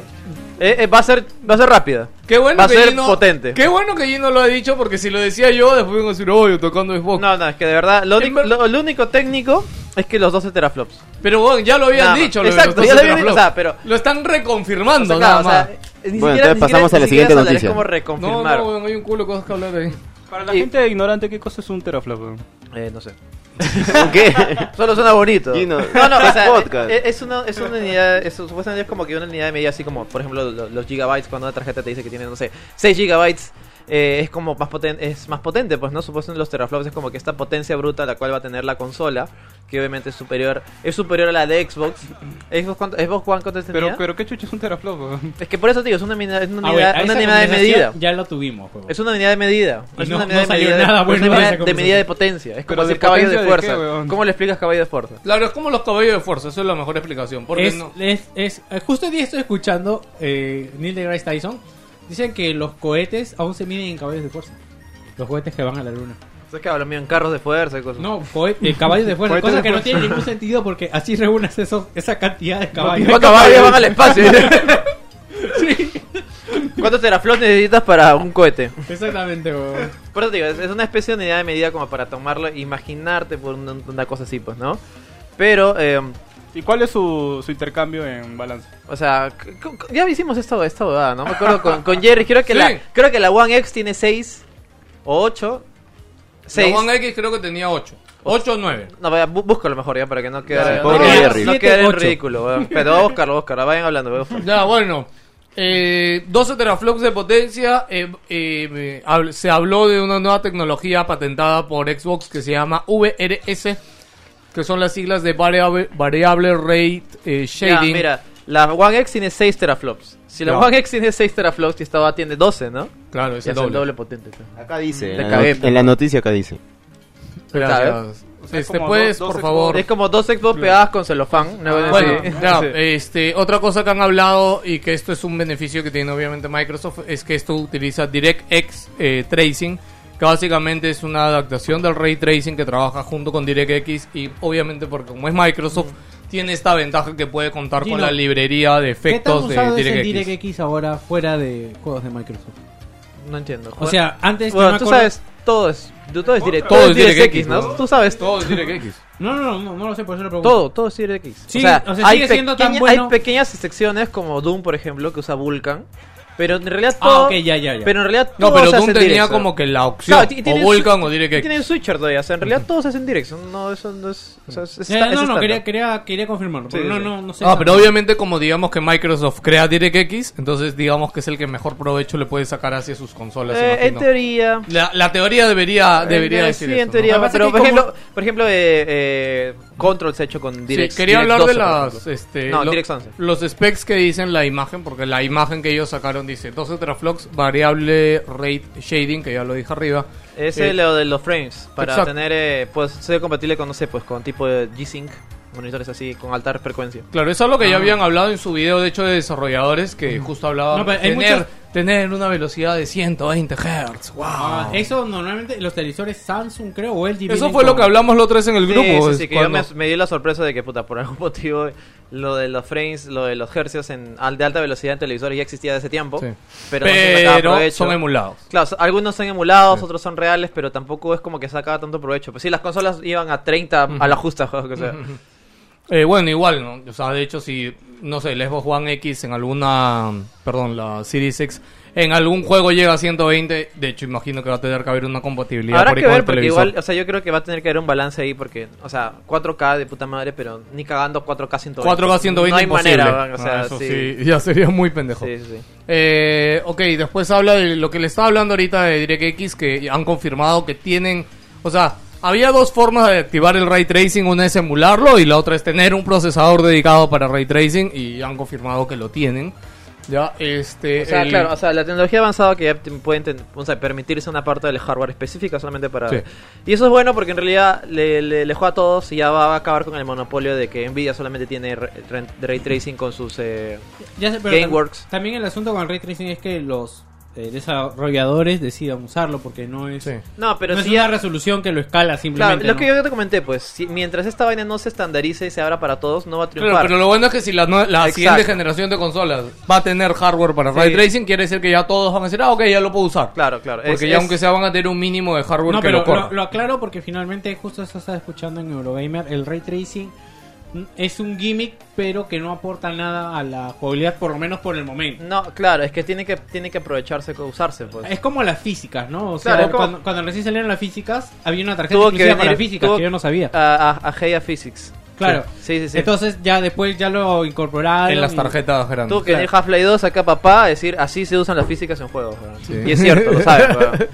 [SPEAKER 3] eh, eh, va, a ser, va a ser rápida.
[SPEAKER 2] Qué bueno
[SPEAKER 3] va a
[SPEAKER 2] que
[SPEAKER 3] ser
[SPEAKER 2] Gino-
[SPEAKER 3] potente.
[SPEAKER 2] Qué bueno que Gino lo ha dicho porque si lo decía yo, después vengo a decir, oye, tocando Xbox.
[SPEAKER 3] No, no, es que de verdad, lo,
[SPEAKER 2] En
[SPEAKER 3] único-
[SPEAKER 2] ver-
[SPEAKER 3] lo, lo único técnico es que los 12 teraflops.
[SPEAKER 2] Pero bueno, ya lo habían
[SPEAKER 3] Nada más.
[SPEAKER 2] dicho. lo de
[SPEAKER 3] Exacto,
[SPEAKER 2] los
[SPEAKER 3] ya lo habían
[SPEAKER 2] 12
[SPEAKER 3] dicho, o sea, pero-
[SPEAKER 2] Lo están
[SPEAKER 3] O
[SPEAKER 2] reconfirmando,
[SPEAKER 3] sea,
[SPEAKER 2] nada
[SPEAKER 3] claro, o sea,
[SPEAKER 2] más.
[SPEAKER 3] eh, ni
[SPEAKER 4] Bueno,
[SPEAKER 3] siquiera-
[SPEAKER 4] entonces
[SPEAKER 3] ni
[SPEAKER 4] pasamos
[SPEAKER 3] siquiera-
[SPEAKER 4] a la
[SPEAKER 3] ni siquiera
[SPEAKER 4] siguiente
[SPEAKER 3] es hablar,
[SPEAKER 4] noticia.
[SPEAKER 3] Es como
[SPEAKER 2] No,
[SPEAKER 3] reconfirmar.
[SPEAKER 2] no, bueno, hay un culo de cosas que hablar ahí.
[SPEAKER 6] Para la
[SPEAKER 3] Y-
[SPEAKER 6] gente ignorante, ¿qué cosa es un teraflop? weón?
[SPEAKER 3] Eh, no sé.
[SPEAKER 4] ¿Qué?
[SPEAKER 3] Solo suena bonito.
[SPEAKER 4] Gino,
[SPEAKER 3] no, no, o sea, eh,
[SPEAKER 4] es podcast.
[SPEAKER 3] e, Es, es una, es una unidad, es, supuestamente es como que una unidad de medida así como, por ejemplo, lo- los, gigabytes, cuando una tarjeta te dice que tiene, no sé, 6 gigabytes, eh, es como más potente, es más potente, pues, ¿no? Supuestamente los teraflops es como que esta potencia bruta la cual va a tener la consola, que obviamente es superior, es superior a la de Xbox. ¿Xbox cuánto, Xbox One cuánto tenía?
[SPEAKER 6] Pero, pero qué chucho es un teraflop, weón?
[SPEAKER 3] Es que por eso, tío, es una unidad, es una
[SPEAKER 5] Ah, bueno,
[SPEAKER 3] unidad,
[SPEAKER 5] a
[SPEAKER 3] una
[SPEAKER 5] esa
[SPEAKER 3] unidad de medida.
[SPEAKER 5] conversación Ya lo tuvimos, juego.
[SPEAKER 3] Es una unidad de medida.
[SPEAKER 5] Y
[SPEAKER 3] Es
[SPEAKER 5] no-
[SPEAKER 3] una
[SPEAKER 5] no
[SPEAKER 3] unidad
[SPEAKER 5] salió
[SPEAKER 3] medida de-
[SPEAKER 5] nada
[SPEAKER 3] es
[SPEAKER 5] bueno de
[SPEAKER 3] una
[SPEAKER 5] esa
[SPEAKER 3] unidad de, medida de
[SPEAKER 5] conversación.
[SPEAKER 3] potencia. Es
[SPEAKER 6] Pero
[SPEAKER 3] como
[SPEAKER 6] ¿de
[SPEAKER 3] decir caballo de,
[SPEAKER 6] potencia de qué,
[SPEAKER 3] fuerza.
[SPEAKER 6] weón?
[SPEAKER 3] ¿Cómo le explicas caballo de fuerza?
[SPEAKER 2] Claro, es como los caballos de fuerza, eso es la mejor explicación. Porque
[SPEAKER 5] es,
[SPEAKER 2] no.
[SPEAKER 5] es- es- eh, justo hoy día estoy escuchando eh, Neil deGrasse Tyson. Dicen que los cohetes aún se miden en caballos de fuerza. Los cohetes que van a la luna.
[SPEAKER 3] O sea, que hablan mío en carros de fuerza y cosas.
[SPEAKER 5] No, cohe- eh, caballos de fuerza.
[SPEAKER 6] Cohetes
[SPEAKER 5] cosa
[SPEAKER 6] de
[SPEAKER 5] que no
[SPEAKER 6] fuerza.
[SPEAKER 5] tiene ningún sentido porque así reúnes eso, esa cantidad de caballos.
[SPEAKER 3] ¿Cuántos caballos van al espacio? ¿Cuántos teraflops necesitas para un cohete?
[SPEAKER 8] Exactamente, weón.
[SPEAKER 3] Por eso te digo, es, es una especie de unidad de medida como para tomarlo, imaginarte por una, una cosa así, pues, ¿no? Pero, eh,
[SPEAKER 6] ¿Y cuál es su, su intercambio en balance?
[SPEAKER 3] o sea, c- c- ya hicimos esto, esta huevada, ¿no? Me acuerdo con, con Jerry, creo que,
[SPEAKER 2] Sí.
[SPEAKER 3] la, creo que la One X tiene 6 o 8. 6.
[SPEAKER 2] La One X creo que tenía 8. 8 o 9.
[SPEAKER 3] No, vaya, bú- búscalo mejor ya para que no quede,
[SPEAKER 4] Ya,
[SPEAKER 3] no
[SPEAKER 4] pobre
[SPEAKER 3] quede-
[SPEAKER 4] Jerry.
[SPEAKER 3] no quede en
[SPEAKER 5] Siete, ocho.
[SPEAKER 3] ridículo. weón. Pero vamos a buscarlo, Oscar, vayan hablando. voy a buscar.
[SPEAKER 2] Ya, bueno. Eh, 12 teraflops de potencia. eh, eh, eh, hab- se habló de una nueva tecnología patentada por Xbox que se llama VRS, que son las siglas de Variable, variable Rate eh,
[SPEAKER 3] Ya,
[SPEAKER 2] Shading.
[SPEAKER 3] mira, la One X tiene 6 teraflops. Si la
[SPEAKER 2] Ya.
[SPEAKER 3] One X tiene 6 teraflops, y esta va tiene 12, ¿no?
[SPEAKER 2] Claro, es
[SPEAKER 3] Ya
[SPEAKER 2] el
[SPEAKER 3] es el
[SPEAKER 2] doble.
[SPEAKER 3] doble potente. pues.
[SPEAKER 4] Acá dice.
[SPEAKER 3] Te
[SPEAKER 4] En la,
[SPEAKER 3] cagué,
[SPEAKER 4] not- en la noticia acá dice.
[SPEAKER 3] ¿eh?
[SPEAKER 2] Gracias.
[SPEAKER 6] es
[SPEAKER 2] este,
[SPEAKER 6] como
[SPEAKER 2] puedes,
[SPEAKER 6] dos-
[SPEAKER 2] por
[SPEAKER 6] dos
[SPEAKER 2] favor.
[SPEAKER 3] Es como dos Xbox pegadas con celofán. ¿no? Sí.
[SPEAKER 2] Ah, Bueno, ya,
[SPEAKER 3] Sí.
[SPEAKER 2] este, otra cosa que han hablado y que esto es un beneficio que tiene obviamente Microsoft es que esto utiliza DirectX eh, Tracing, que básicamente es una adaptación del Ray Tracing que trabaja junto con DirectX y obviamente porque como es Microsoft tiene esta ventaja que puede contar con
[SPEAKER 5] Gino,
[SPEAKER 2] la librería de
[SPEAKER 5] ¿Qué tan
[SPEAKER 2] efectos de
[SPEAKER 5] usado es el
[SPEAKER 2] DirectX.
[SPEAKER 5] DirectX ahora fuera de juegos de Microsoft?
[SPEAKER 3] No entiendo.
[SPEAKER 5] O
[SPEAKER 3] joder.
[SPEAKER 5] sea, antes yo me
[SPEAKER 3] bueno, tú
[SPEAKER 5] acuerdo-
[SPEAKER 3] sabes, todo es, tú- todo es direct,
[SPEAKER 2] Todo
[SPEAKER 3] todo es
[SPEAKER 2] es
[SPEAKER 3] DirectX,
[SPEAKER 2] DirectX,
[SPEAKER 3] ¿no?
[SPEAKER 2] ¿no?
[SPEAKER 3] Tú sabes todo.
[SPEAKER 2] es DirectX.
[SPEAKER 5] No, no, no, no, no lo sé, por eso lo pregunto.
[SPEAKER 3] Todo, todo es DirectX.
[SPEAKER 5] Sí, o sea, sigue siendo tan
[SPEAKER 3] pequeña-
[SPEAKER 5] bueno.
[SPEAKER 3] hay pequeñas secciones como Doom, por ejemplo, que usa Vulkan. Pero en realidad
[SPEAKER 5] Ah,
[SPEAKER 3] todo.
[SPEAKER 5] ok, ya, ya, ya.
[SPEAKER 3] Pero en realidad
[SPEAKER 2] No,
[SPEAKER 3] todo
[SPEAKER 2] pero
[SPEAKER 3] se
[SPEAKER 2] Doom
[SPEAKER 3] hace en
[SPEAKER 2] tenía
[SPEAKER 3] direct,
[SPEAKER 2] como
[SPEAKER 3] ¿no?
[SPEAKER 2] que la opción
[SPEAKER 3] Claro, y
[SPEAKER 2] o
[SPEAKER 3] tienen su-
[SPEAKER 2] Vulkan o
[SPEAKER 3] y
[SPEAKER 2] DirectX.
[SPEAKER 3] Tienen switcher todavía. O sea, en realidad todo se hace en direct. No, eso no es. o sea, es- es-
[SPEAKER 5] Eh,
[SPEAKER 3] es
[SPEAKER 5] no, no,
[SPEAKER 3] estándar.
[SPEAKER 5] quería, quería, quería confirmarlo.
[SPEAKER 3] Sí,
[SPEAKER 5] porque no,
[SPEAKER 3] sí.
[SPEAKER 5] no, no sé.
[SPEAKER 2] Ah,
[SPEAKER 5] esa-
[SPEAKER 2] pero obviamente como digamos que Microsoft crea DirectX, entonces digamos que es el que mejor provecho le puede sacar hacia sus consolas.
[SPEAKER 3] Eh, en
[SPEAKER 2] imagino.
[SPEAKER 3] teoría.
[SPEAKER 2] La, la teoría debería,
[SPEAKER 3] en
[SPEAKER 2] debería
[SPEAKER 3] teoría-
[SPEAKER 2] decir
[SPEAKER 3] Eh, Sí,
[SPEAKER 2] eso,
[SPEAKER 3] en
[SPEAKER 2] ¿no?
[SPEAKER 3] teoría.
[SPEAKER 5] Lo que pasa
[SPEAKER 3] Pero,
[SPEAKER 5] es
[SPEAKER 3] por
[SPEAKER 5] que
[SPEAKER 3] ejemplo, por ejemplo eh, eh, Control se ha hecho con
[SPEAKER 2] Sí,
[SPEAKER 3] direct.
[SPEAKER 2] quería
[SPEAKER 3] Direct
[SPEAKER 2] hablar de
[SPEAKER 3] 12, por
[SPEAKER 2] las,
[SPEAKER 3] ejemplo.
[SPEAKER 2] este,
[SPEAKER 3] No,
[SPEAKER 2] lo-
[SPEAKER 3] Direct 11.
[SPEAKER 2] los specs que dicen la imagen, porque la imagen que ellos sacaron dice 12 teraflops, variable rate shading, que ya lo dije arriba.
[SPEAKER 3] Es
[SPEAKER 2] Eh,
[SPEAKER 3] lo de los frames, para
[SPEAKER 2] exacto.
[SPEAKER 3] tener, eh, pues, ser compatible con, no sé, pues, con tipo de G-Sync, monitores así, con alta frecuencia.
[SPEAKER 2] Claro, eso es lo que
[SPEAKER 3] Ah.
[SPEAKER 2] ya habían hablado en su video, de hecho, de desarrolladores, que justo hablaba
[SPEAKER 5] No, pero hay
[SPEAKER 2] tener,
[SPEAKER 5] muchos-
[SPEAKER 2] tener una velocidad de 120 Hz. ¡Wow!
[SPEAKER 5] Ah, eso normalmente los televisores Samsung, creo, o el
[SPEAKER 2] eso fue lo que hablamos los tres en el
[SPEAKER 3] Sí,
[SPEAKER 2] grupo.
[SPEAKER 3] sí,
[SPEAKER 2] es
[SPEAKER 3] sí, que yo
[SPEAKER 2] cuando-
[SPEAKER 3] me, me di la sorpresa de que, puta, por algún motivo, lo de los frames, lo de los hercios en, al- de alta velocidad en televisores ya existía de ese tiempo.
[SPEAKER 2] Sí.
[SPEAKER 3] Pero, no se le sacaba
[SPEAKER 2] Pero
[SPEAKER 3] provecho.
[SPEAKER 2] son emulados.
[SPEAKER 3] Claro, so- algunos son emulados, otros son reales, pero tampoco es como que sacaba tanto provecho. Pues sí, las consolas iban a 30 a la justa, juego que sea.
[SPEAKER 2] Eh, bueno, igual, ¿no? O sea, de hecho, si, no sé, el Xbox One X en alguna, perdón, la Series X, en algún juego llega a 120, de hecho, imagino que va a tener que haber una compatibilidad
[SPEAKER 3] Habrá
[SPEAKER 2] por ahí
[SPEAKER 3] que
[SPEAKER 2] con
[SPEAKER 3] ver,
[SPEAKER 2] el
[SPEAKER 3] porque
[SPEAKER 2] televisor.
[SPEAKER 3] igual, o sea, yo creo que va a tener que haber un balance ahí, porque, o sea, 4K de puta madre, pero ni cagando 4K 120.
[SPEAKER 2] 4K 120
[SPEAKER 3] No hay
[SPEAKER 2] imposible.
[SPEAKER 3] manera, weón, o sea,
[SPEAKER 2] Ah, eso
[SPEAKER 3] sí.
[SPEAKER 2] sí, ya sería muy pendejo.
[SPEAKER 3] Sí, sí, sí.
[SPEAKER 2] Eh, ok, después habla de lo que le estaba hablando ahorita de DirectX, que han confirmado que tienen, o sea, había dos formas de activar el ray tracing, una es emularlo y la otra es tener un procesador dedicado para ray tracing y han confirmado que lo tienen. Ya, este,
[SPEAKER 3] O sea,
[SPEAKER 2] el-
[SPEAKER 3] claro, o sea, la tecnología avanzada que ya te- pueden ten- o sea, permitirse una parte del hardware específica solamente para...
[SPEAKER 2] Sí.
[SPEAKER 3] Y eso es bueno porque en realidad le, le, le juega a todos y ya va a acabar con el monopolio de que Nvidia solamente tiene re- re- ray tracing con sus... eh,
[SPEAKER 5] Ya sé, pero
[SPEAKER 3] Gameworks.
[SPEAKER 5] tam- También el asunto con el ray tracing es que los eh, desarrolladores decidan usarlo porque no es,
[SPEAKER 2] Sí.
[SPEAKER 3] No, pero
[SPEAKER 5] no es
[SPEAKER 3] si
[SPEAKER 5] una
[SPEAKER 3] ya...
[SPEAKER 5] resolución que lo escala
[SPEAKER 3] Claro,
[SPEAKER 5] simplemente.
[SPEAKER 3] lo
[SPEAKER 5] ¿no?
[SPEAKER 3] que yo te comenté, pues, si- mientras esta vaina no se estandarice y se abra para todos, no va a
[SPEAKER 2] Claro,
[SPEAKER 3] triunfar.
[SPEAKER 2] pero lo bueno es que si la, nue- la
[SPEAKER 3] Exacto.
[SPEAKER 2] siguiente generación de consolas va a tener hardware para
[SPEAKER 3] Sí.
[SPEAKER 2] ray tracing, quiere decir que ya todos van a decir, ah, ok, ya lo puedo usar.
[SPEAKER 3] Claro, claro.
[SPEAKER 2] Porque
[SPEAKER 3] Es-
[SPEAKER 2] ya
[SPEAKER 3] es-
[SPEAKER 2] aunque sea van a tener un mínimo de hardware
[SPEAKER 5] No,
[SPEAKER 2] que
[SPEAKER 5] pero
[SPEAKER 2] lo corra.
[SPEAKER 5] lo, aclaro porque finalmente justo eso estaba escuchando en Eurogamer, el ray tracing mm, es un gimmick pero que no aporta nada a la jugabilidad por lo menos por el momento.
[SPEAKER 3] No, claro, es que tiene que, tiene que aprovecharse, co- usarse, pues.
[SPEAKER 5] Es como las físicas, ¿no?
[SPEAKER 3] Claro,
[SPEAKER 5] O sea,
[SPEAKER 3] es como-
[SPEAKER 5] cuando, cuando recién salieron las físicas había una tarjeta
[SPEAKER 3] Tuvo que
[SPEAKER 5] exclusiva para
[SPEAKER 3] venir-
[SPEAKER 5] físicas
[SPEAKER 3] tuvo-
[SPEAKER 5] que yo no sabía.
[SPEAKER 3] A, a, a Heia Physics.
[SPEAKER 5] Claro.
[SPEAKER 3] Sí, sí, sí.
[SPEAKER 5] Entonces ya después ya lo incorporaron
[SPEAKER 2] en las
[SPEAKER 5] y-
[SPEAKER 2] tarjetas grandes.
[SPEAKER 3] Tuvo que
[SPEAKER 5] Claro.
[SPEAKER 3] venir Half-Life 2 acá, papá, a decir así se usan las físicas en juegos. weón. Y es cierto, lo sabes. weón.